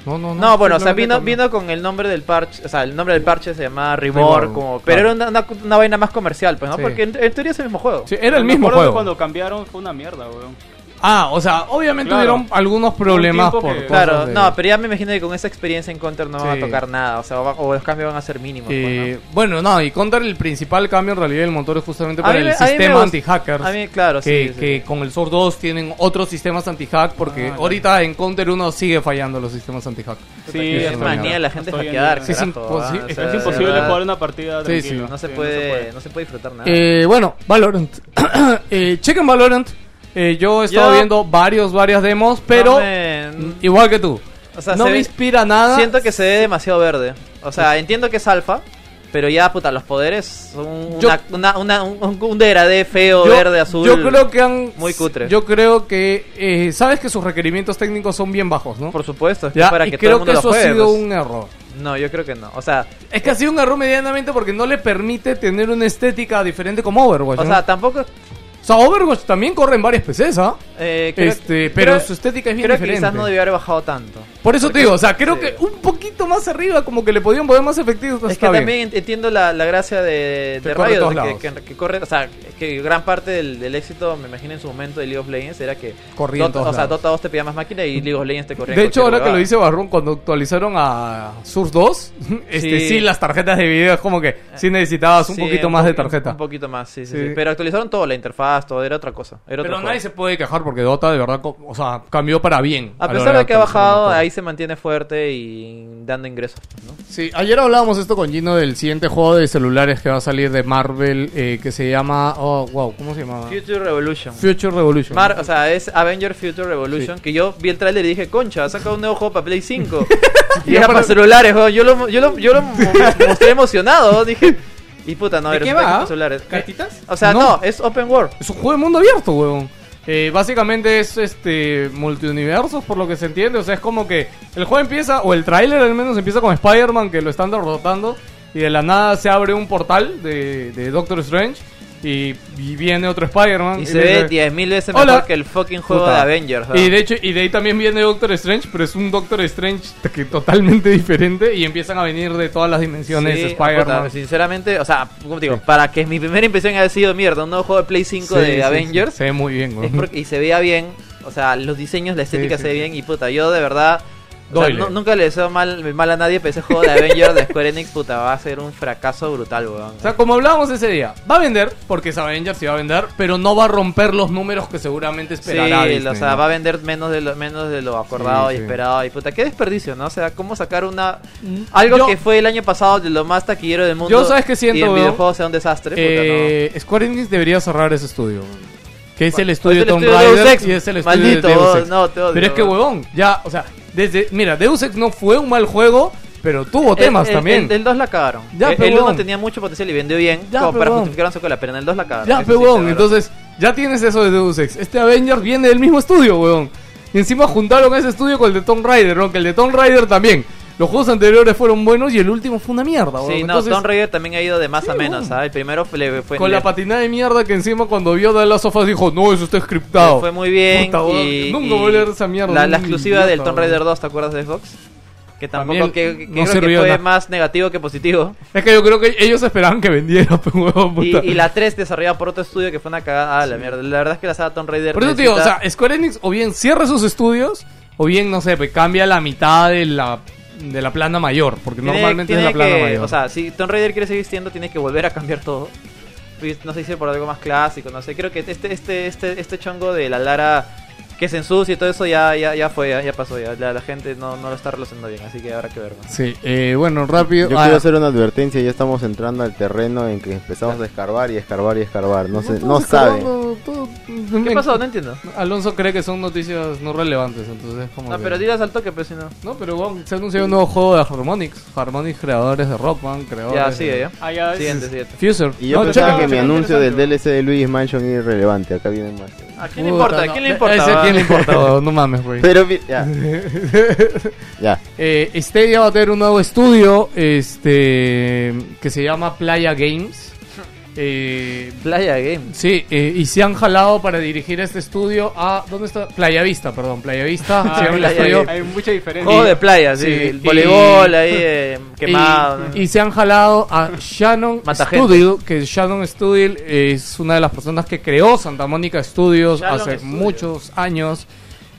[SPEAKER 2] No, no, no.
[SPEAKER 3] No, bueno, o sea, vino,
[SPEAKER 2] Simplemente
[SPEAKER 3] vino con el nombre del parche, o sea, el nombre del parche se llamaba
[SPEAKER 2] Remor,
[SPEAKER 3] Remor, como, pero
[SPEAKER 2] claro.
[SPEAKER 3] era una, una, una vaina más comercial, pues, ¿no?
[SPEAKER 2] Sí.
[SPEAKER 3] Porque en, en teoría es el mismo juego.
[SPEAKER 2] cambió. Sí, era el
[SPEAKER 6] Me
[SPEAKER 2] mismo
[SPEAKER 6] acuerdo que
[SPEAKER 2] juego.
[SPEAKER 6] cuando cambiaron fue una mierda, weón.
[SPEAKER 2] Ah, o sea, obviamente
[SPEAKER 6] Claro.
[SPEAKER 2] hubieron algunos problemas
[SPEAKER 6] tiempo
[SPEAKER 2] por
[SPEAKER 6] que-
[SPEAKER 2] cosas
[SPEAKER 3] Claro,
[SPEAKER 2] de-
[SPEAKER 3] no, pero ya me imagino que con esa experiencia en Counter no van
[SPEAKER 2] Sí.
[SPEAKER 3] a tocar nada, o sea, va- o los cambios van a ser mínimos.
[SPEAKER 2] Eh,
[SPEAKER 3] pues,
[SPEAKER 2] bueno, no, y Counter el principal cambio en realidad del motor es justamente
[SPEAKER 3] ¿no?
[SPEAKER 2] por
[SPEAKER 3] A mí
[SPEAKER 2] el
[SPEAKER 3] me- a mí me
[SPEAKER 2] sistema
[SPEAKER 3] gusta-
[SPEAKER 2] anti-hackers.
[SPEAKER 3] A mí, claro, sí,
[SPEAKER 2] que,
[SPEAKER 3] sí. Ah,
[SPEAKER 2] que con el Source 2 tienen otros sistemas anti-hack porque ahorita en Counter 1 sigue fallando los sistemas anti-hack.
[SPEAKER 6] Sí,
[SPEAKER 3] es manía de la gente
[SPEAKER 6] Estoy
[SPEAKER 3] hackear.
[SPEAKER 6] en-
[SPEAKER 2] Sí, es
[SPEAKER 3] carajo, ah,
[SPEAKER 2] imposi-
[SPEAKER 3] o
[SPEAKER 2] es
[SPEAKER 3] sea,
[SPEAKER 6] Es
[SPEAKER 3] de
[SPEAKER 6] imposible
[SPEAKER 3] verdad,
[SPEAKER 6] jugar una partida
[SPEAKER 2] Sí, sí.
[SPEAKER 6] tranquila.
[SPEAKER 3] No se
[SPEAKER 6] Sí,
[SPEAKER 3] puede, no se puede disfrutar nada.
[SPEAKER 2] Eh, bueno, Valorant. eh, chequen Valorant. Eh, yo he estado
[SPEAKER 3] Yo-
[SPEAKER 2] viendo varios, varias demos, pero
[SPEAKER 3] No me-
[SPEAKER 2] igual que tú.
[SPEAKER 3] o sea,
[SPEAKER 2] no
[SPEAKER 3] se
[SPEAKER 2] me
[SPEAKER 3] ve-
[SPEAKER 2] inspira nada.
[SPEAKER 3] Siento que se ve demasiado verde. O sea, entiendo que es alfa, pero ya, puta, los poderes son
[SPEAKER 2] Yo-
[SPEAKER 3] una, una- una- un, un degradé feo,
[SPEAKER 2] Yo-
[SPEAKER 3] verde, azul.
[SPEAKER 2] Yo creo que han.
[SPEAKER 3] muy cutre.
[SPEAKER 2] Yo creo que. eh, Sabes que sus requerimientos técnicos son bien bajos, ¿no?
[SPEAKER 3] Por supuesto, es que
[SPEAKER 2] Ya,
[SPEAKER 3] para
[SPEAKER 2] y
[SPEAKER 3] que todo el
[SPEAKER 2] creo que
[SPEAKER 3] mundo lo
[SPEAKER 2] eso
[SPEAKER 3] juegue,
[SPEAKER 2] ha sido
[SPEAKER 3] pues.
[SPEAKER 2] un error.
[SPEAKER 3] No, yo creo que no. O sea,
[SPEAKER 2] Es que ha sido un error medianamente porque no le permite tener una estética diferente como Overwatch.
[SPEAKER 3] o
[SPEAKER 2] ¿no?
[SPEAKER 3] sea, tampoco
[SPEAKER 2] O sea, Overwatch también corre en varias PCs, ¿ah?
[SPEAKER 3] Eh, creo-
[SPEAKER 2] Este, pero
[SPEAKER 3] creo-
[SPEAKER 2] su estética es bien
[SPEAKER 3] creo
[SPEAKER 2] diferente.
[SPEAKER 3] que quizás no debió haber bajado tanto.
[SPEAKER 2] Por eso te digo, o sea, creo
[SPEAKER 3] sí.
[SPEAKER 2] que un poquito más arriba, como que le podían poner más efectivos. pues
[SPEAKER 3] es que
[SPEAKER 2] está bien.
[SPEAKER 3] también entiendo la, la gracia de,
[SPEAKER 2] Que
[SPEAKER 3] de
[SPEAKER 2] corre
[SPEAKER 3] Riot,
[SPEAKER 2] todos
[SPEAKER 3] que-
[SPEAKER 2] lados.
[SPEAKER 3] que, que corre, o sea, es que gran parte del, del éxito, me imagino en su momento de League of Legends era que
[SPEAKER 2] Corría en
[SPEAKER 3] Dota-
[SPEAKER 2] todos
[SPEAKER 3] o sea,
[SPEAKER 2] lados.
[SPEAKER 3] Dota 2 te pedía más máquina y League of Legends te corría.
[SPEAKER 2] De
[SPEAKER 3] en
[SPEAKER 2] hecho, ahora
[SPEAKER 3] cualquier
[SPEAKER 2] que lo
[SPEAKER 3] lugar.
[SPEAKER 2] dice Barrón, cuando actualizaron a Source 2, este, sí.
[SPEAKER 3] Sí.
[SPEAKER 2] las tarjetas de video es como que sí necesitabas un
[SPEAKER 3] Sí,
[SPEAKER 2] poquito más de
[SPEAKER 3] poqui-
[SPEAKER 2] tarjeta.
[SPEAKER 3] Un poquito más, sí, sí,
[SPEAKER 2] Sí.
[SPEAKER 3] sí. Pero actualizaron todo, la interfaz, todo, era otra cosa. Era otro
[SPEAKER 2] Pero
[SPEAKER 3] juego.
[SPEAKER 2] nadie se puede quejar porque Dota de verdad, co- o sea, cambió para bien.
[SPEAKER 3] A
[SPEAKER 2] la
[SPEAKER 3] pesar
[SPEAKER 2] hora
[SPEAKER 3] de que ha
[SPEAKER 2] actualizar
[SPEAKER 3] bajado,
[SPEAKER 2] los juegos.
[SPEAKER 3] ahí se mantiene fuerte y dando ingresos, ¿no?
[SPEAKER 2] Sí, ayer hablábamos esto con Gino del siguiente juego de celulares que va a salir de Marvel eh, que se llama. Oh, wow, ¿cómo se llamaba?
[SPEAKER 3] Future Revolution.
[SPEAKER 2] Future Revolution.
[SPEAKER 3] Mar- o sea, es Avenger Future Revolution. Que yo vi el trailer y dije, concha, ha sacado un nuevo juego para Play 5. y
[SPEAKER 2] Ya
[SPEAKER 3] era
[SPEAKER 2] para-
[SPEAKER 3] para celulares, weón. Yo lo, yo lo, yo lo mo- mostré emocionado. Dije, y puta, no,
[SPEAKER 5] ¿De
[SPEAKER 3] era
[SPEAKER 5] qué
[SPEAKER 3] un juego
[SPEAKER 5] va?
[SPEAKER 3] para celulares.
[SPEAKER 5] ¿Cartitas?
[SPEAKER 3] O sea,
[SPEAKER 2] No.
[SPEAKER 3] no. es Open World.
[SPEAKER 2] Es un juego de mundo abierto, weón. Eh, básicamente es este multiuniversos, por lo que se entiende. O sea, es como que el juego empieza, o el tráiler al menos empieza con Spider-Man que lo están derrotando. Y de la nada se abre un portal de, de Doctor Strange. y, y viene otro Spider-Man.
[SPEAKER 3] Y
[SPEAKER 2] y
[SPEAKER 3] se
[SPEAKER 2] le
[SPEAKER 3] ve
[SPEAKER 2] dice,
[SPEAKER 3] 10.000 veces
[SPEAKER 2] Hola.
[SPEAKER 3] mejor que el fucking juego
[SPEAKER 4] Puta.
[SPEAKER 3] de Avengers. ¿no?
[SPEAKER 2] Y de hecho, y de ahí también viene Doctor Strange, pero es un Doctor Strange que totalmente diferente y empiezan a venir de todas las dimensiones
[SPEAKER 3] Sí,
[SPEAKER 2] Spider-Man.
[SPEAKER 3] puta, Sinceramente, o sea, como te digo, para que mi primera impresión haya sido mierda, un nuevo juego de Play 5
[SPEAKER 2] Sí,
[SPEAKER 3] de
[SPEAKER 2] sí,
[SPEAKER 3] Avengers,
[SPEAKER 2] sí, se ve muy bien, güey.
[SPEAKER 3] es porque, y se vea bien, o sea, los diseños, la estética
[SPEAKER 2] sí,
[SPEAKER 3] se ve
[SPEAKER 2] sí.
[SPEAKER 3] bien, y puta, yo de verdad. o sea,
[SPEAKER 2] Doyle.
[SPEAKER 3] nu- nunca le deseo mal, mal a nadie, pero ese juego de Avengers de Square Enix, puta, va a ser un fracaso brutal, weón.
[SPEAKER 2] O sea, como hablábamos ese día, va a vender, porque es Avengers y va a vender, pero no va a romper los números que seguramente
[SPEAKER 3] Sí,
[SPEAKER 2] esperará. Disney,
[SPEAKER 3] o sea,
[SPEAKER 2] ¿no?
[SPEAKER 3] va a vender menos de lo, menos de lo acordado
[SPEAKER 4] Sí,
[SPEAKER 3] y
[SPEAKER 4] sí.
[SPEAKER 3] esperado. Y puta, qué desperdicio, ¿no? O sea, cómo sacar una. Algo
[SPEAKER 2] Mm, Yo-
[SPEAKER 3] que fue el año pasado de lo más taquillero del mundo.
[SPEAKER 2] Yo, ¿sabes qué siento,
[SPEAKER 3] Y en
[SPEAKER 2] weón?
[SPEAKER 3] videojuegos sea un desastre. puta,
[SPEAKER 2] Eh, Square Enix debería cerrar ese estudio. güey. Que es el
[SPEAKER 3] no.
[SPEAKER 2] estudio de Tomb
[SPEAKER 3] estudio de Deus
[SPEAKER 2] Rider
[SPEAKER 3] Ex,
[SPEAKER 2] y es el estudio
[SPEAKER 3] Maldito,
[SPEAKER 2] de Deus
[SPEAKER 3] weón,
[SPEAKER 2] Ex.
[SPEAKER 3] no, te odio,
[SPEAKER 2] pero es que,
[SPEAKER 3] weón.
[SPEAKER 2] huevón, ya, o sea, desde. Mira, Deus Ex no fue un mal juego, pero tuvo temas
[SPEAKER 3] El- el-
[SPEAKER 2] también.
[SPEAKER 3] El, el 2 la cagaron.
[SPEAKER 2] Ya,
[SPEAKER 3] el,
[SPEAKER 2] pero,
[SPEAKER 3] el 1
[SPEAKER 2] weón.
[SPEAKER 3] tenía mucho potencial y vendió bien.
[SPEAKER 2] Ya,
[SPEAKER 3] como
[SPEAKER 2] pero,
[SPEAKER 3] para
[SPEAKER 2] weón.
[SPEAKER 3] justificar una secuela, pero en el 2 la cagaron.
[SPEAKER 2] Ya,
[SPEAKER 3] Eso
[SPEAKER 2] pe,
[SPEAKER 3] sí,
[SPEAKER 2] weón,
[SPEAKER 3] cagaron.
[SPEAKER 2] entonces, ya tienes eso de Deus Ex. Este Avengers viene del mismo estudio, weón. Y encima juntaron ese estudio con el de Tomb Raider, ¿no? Que el de Tomb Raider también. Los juegos anteriores fueron buenos y el último fue una mierda, weón.
[SPEAKER 3] Sí, no,
[SPEAKER 2] Entonces,
[SPEAKER 3] Tomb Raider también ha ido de más a
[SPEAKER 2] Sí,
[SPEAKER 3] menos,
[SPEAKER 2] weón.
[SPEAKER 3] ¿sabes? El primero le fue.
[SPEAKER 2] con la
[SPEAKER 3] le-
[SPEAKER 2] patinada de mierda que encima cuando vio The Last of Us dijo, no, eso está
[SPEAKER 3] le
[SPEAKER 2] scriptado.
[SPEAKER 3] fue muy bien.
[SPEAKER 2] Puta, weón,
[SPEAKER 3] y,
[SPEAKER 2] nunca
[SPEAKER 3] y
[SPEAKER 2] voy a leer esa mierda,
[SPEAKER 3] La, la
[SPEAKER 2] un
[SPEAKER 3] exclusiva
[SPEAKER 2] idiota,
[SPEAKER 3] del Tomb
[SPEAKER 2] weón.
[SPEAKER 3] Raider 2, ¿te acuerdas de Xbox? Que tampoco,
[SPEAKER 2] También
[SPEAKER 3] que, que
[SPEAKER 2] no
[SPEAKER 3] creo que
[SPEAKER 2] sirvió
[SPEAKER 3] fue
[SPEAKER 2] nada.
[SPEAKER 3] más negativo que positivo.
[SPEAKER 2] Es que yo creo que ellos esperaban que vendiera, pe, huevón,
[SPEAKER 3] Y,
[SPEAKER 2] puta.
[SPEAKER 3] y la 3 desarrollada por otro estudio que fue una cagada a la mierda. La verdad es que la saga Tomb Raider.
[SPEAKER 2] Por eso, tío, o
[SPEAKER 3] necesita-
[SPEAKER 2] sea, Square Enix o bien cierra sus estudios, o bien, no sé, pe, cambia la mitad de la, de la plana mayor. Porque
[SPEAKER 3] tiene-
[SPEAKER 2] normalmente
[SPEAKER 3] tiene
[SPEAKER 2] es la plana
[SPEAKER 3] que-
[SPEAKER 2] mayor.
[SPEAKER 3] O sea, si Tomb Raider quiere seguir siendo, tiene que volver a cambiar todo. Pues, No sé si por algo más clásico, no sé. Creo que este, este, este, este chongo de la Lara que se ensucia y todo eso ya, ya, ya fue, ya, ya pasó. Ya. La, la gente no, no lo está relacionando bien, así que habrá que ver. ¿no?
[SPEAKER 2] Sí, eh, bueno, rápido.
[SPEAKER 4] Yo
[SPEAKER 2] Ah,
[SPEAKER 4] quiero hacer una advertencia, ya estamos entrando al terreno en que empezamos a escarbar y escarbar y escarbar. No sé, no sabe.
[SPEAKER 3] ¿Qué pasó? No entiendo.
[SPEAKER 2] Alonso cree que son noticias no relevantes, entonces como
[SPEAKER 3] No,
[SPEAKER 2] que-
[SPEAKER 3] Ah, pero tiras al toque, pero si no.
[SPEAKER 2] No, pero bueno, se anunció un nuevo juego de Harmonix. Harmonix creadores de Rockman, creadores
[SPEAKER 3] Ya, eh.
[SPEAKER 2] de...
[SPEAKER 3] sigue, ya.
[SPEAKER 6] Ah, ya, es-
[SPEAKER 3] Siguiente, siguiente.
[SPEAKER 2] Fuser.
[SPEAKER 4] Y yo
[SPEAKER 2] No,
[SPEAKER 4] pensaba
[SPEAKER 2] checa,
[SPEAKER 4] que mi
[SPEAKER 2] checa,
[SPEAKER 4] anuncio del
[SPEAKER 2] interesante.
[SPEAKER 4] DLC de Luis Mansion es irrelevante. Acá vienen más.
[SPEAKER 3] ¿A quién le
[SPEAKER 2] Puta,
[SPEAKER 3] importa? ¿A
[SPEAKER 2] no.
[SPEAKER 3] quién le importa?
[SPEAKER 2] Ese a quién le
[SPEAKER 3] va?
[SPEAKER 2] importa, weón, no mames, güey.
[SPEAKER 4] Pero mi- ya. ya.
[SPEAKER 2] Eh, Stadia va a tener un nuevo estudio este que se llama Playa Games. Eh,
[SPEAKER 3] Playa Game.
[SPEAKER 2] Sí, eh, y se han jalado para dirigir este estudio a... ¿Dónde está? Playa Vista, perdón, Playa Vista. se llama el
[SPEAKER 3] Ah, Playa
[SPEAKER 2] estudio.
[SPEAKER 3] Vista.
[SPEAKER 6] Hay mucha diferencia.
[SPEAKER 3] Juego de playa, sí.
[SPEAKER 2] sí,
[SPEAKER 3] el
[SPEAKER 2] y-
[SPEAKER 3] voleibol ahí, eh, quemado.
[SPEAKER 2] Y, y se han jalado a Shannon
[SPEAKER 3] Mata gente.
[SPEAKER 2] Studio, que Shannon Studio es una de las personas que creó Santa Mónica Studios
[SPEAKER 3] Shannon
[SPEAKER 2] hace
[SPEAKER 3] Studio.
[SPEAKER 2] muchos años.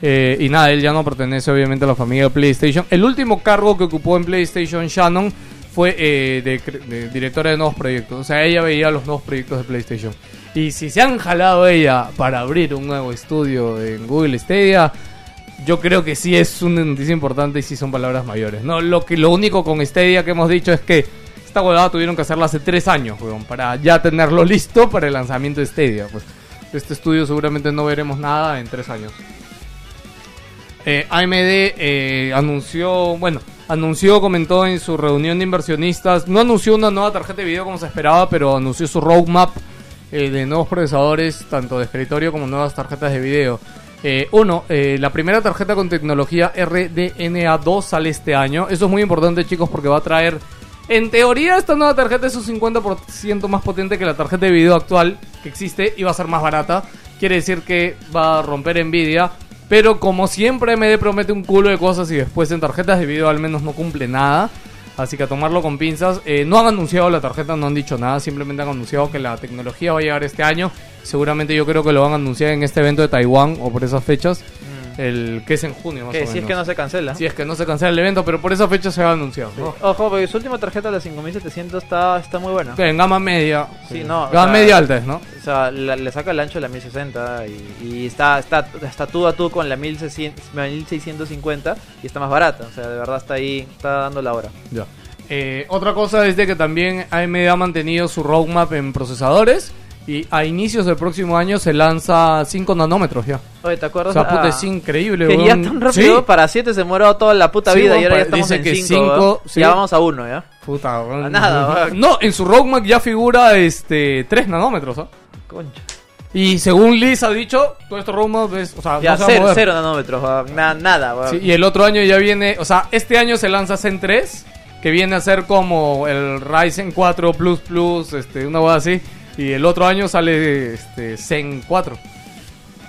[SPEAKER 2] Eh, y nada, él ya no pertenece obviamente a la familia de PlayStation. El último cargo que ocupó en PlayStation Shannon fue eh, de, cre- de directora de nuevos proyectos. O sea, ella veía los nuevos proyectos de PlayStation. Y si se han jalado ella para abrir un nuevo estudio en Google Stadia, yo creo que sí es una noticia importante y sí son palabras mayores. No, lo que lo único con Stadia que hemos dicho es que esta huevada tuvieron que hacerla hace tres años, weón, para ya tenerlo listo para el lanzamiento de Stadia. Pues este estudio seguramente no veremos nada en tres años. Eh, AMD eh, anunció, bueno, anunció, comentó en su reunión de inversionistas, no anunció una nueva tarjeta de video como se esperaba, pero anunció su roadmap eh, de nuevos procesadores, tanto de escritorio como nuevas tarjetas de video. Eh, uno, eh, la primera tarjeta con tecnología RDNA2 sale este año. Eso es muy importante, chicos, porque va a traer, en teoría, esta nueva tarjeta es un 50% más potente que la tarjeta de video actual que existe y va a ser más barata. Quiere decir que va a romper Nvidia. Pero como siempre, AMD promete un culo de cosas y después en tarjetas de video al menos no cumple nada. Así que a tomarlo con pinzas. Eh, no han anunciado la tarjeta, no han dicho nada. Simplemente han anunciado que la tecnología va a llegar este año. Seguramente yo creo que lo van a anunciar en este evento de Taiwán o por esas fechas. El que es en junio, más
[SPEAKER 3] Mm. Que
[SPEAKER 2] o
[SPEAKER 3] si es que no
[SPEAKER 2] menos.
[SPEAKER 3] se cancela.
[SPEAKER 2] Si es que no se cancela el evento, pero por esa fecha se va a anunciar. ¿no?
[SPEAKER 3] Ojo, porque su última tarjeta, la 5700, está, está muy buena.
[SPEAKER 2] Que En gama media.
[SPEAKER 3] Sí, no, o
[SPEAKER 2] Gama
[SPEAKER 3] sea-
[SPEAKER 2] media alta es, ¿no?
[SPEAKER 3] O sea, la- le saca el ancho de la 1060 y, y está, está, está tú a tú con la 1600, 1650 y está más barata. O sea, de verdad está ahí, está dando la hora.
[SPEAKER 2] Ya. Eh, otra cosa es de que también AMD ha mantenido su roadmap en procesadores. Y a inicios del próximo año se lanza 5 nanómetros ya.
[SPEAKER 3] Oye, ¿te
[SPEAKER 2] O
[SPEAKER 3] acuerdas?
[SPEAKER 2] sea, puta,
[SPEAKER 3] Ah,
[SPEAKER 2] es increíble,
[SPEAKER 3] Que ya
[SPEAKER 2] weón.
[SPEAKER 3] tan rápido,
[SPEAKER 2] Sí.
[SPEAKER 3] para 7 se mueró toda la puta
[SPEAKER 2] Sí,
[SPEAKER 3] vida
[SPEAKER 2] weón,
[SPEAKER 3] y ahora ya
[SPEAKER 2] pa-
[SPEAKER 3] estamos
[SPEAKER 2] dice
[SPEAKER 3] en
[SPEAKER 2] que
[SPEAKER 3] 5.
[SPEAKER 2] cinco, sí.
[SPEAKER 3] Ya vamos a 1, ¿ya?
[SPEAKER 2] Puta, weón.
[SPEAKER 3] nada, weón.
[SPEAKER 2] No, en su roadmap ya figura este 3 nanómetros, ¿ah?
[SPEAKER 3] Concha.
[SPEAKER 2] Y según Liz ha dicho, todo este roadmap es, o sea,
[SPEAKER 3] Ya,
[SPEAKER 2] no se va a
[SPEAKER 3] cero,
[SPEAKER 2] mover.
[SPEAKER 3] cero nanómetros, weón. Na- nada, weón.
[SPEAKER 2] Sí, y el otro año ya viene, o sea, este año se lanza Zen 3, que viene a ser como el Ryzen 4 Plus Plus, este, una cosa así. Y el otro año sale este, Zen 4.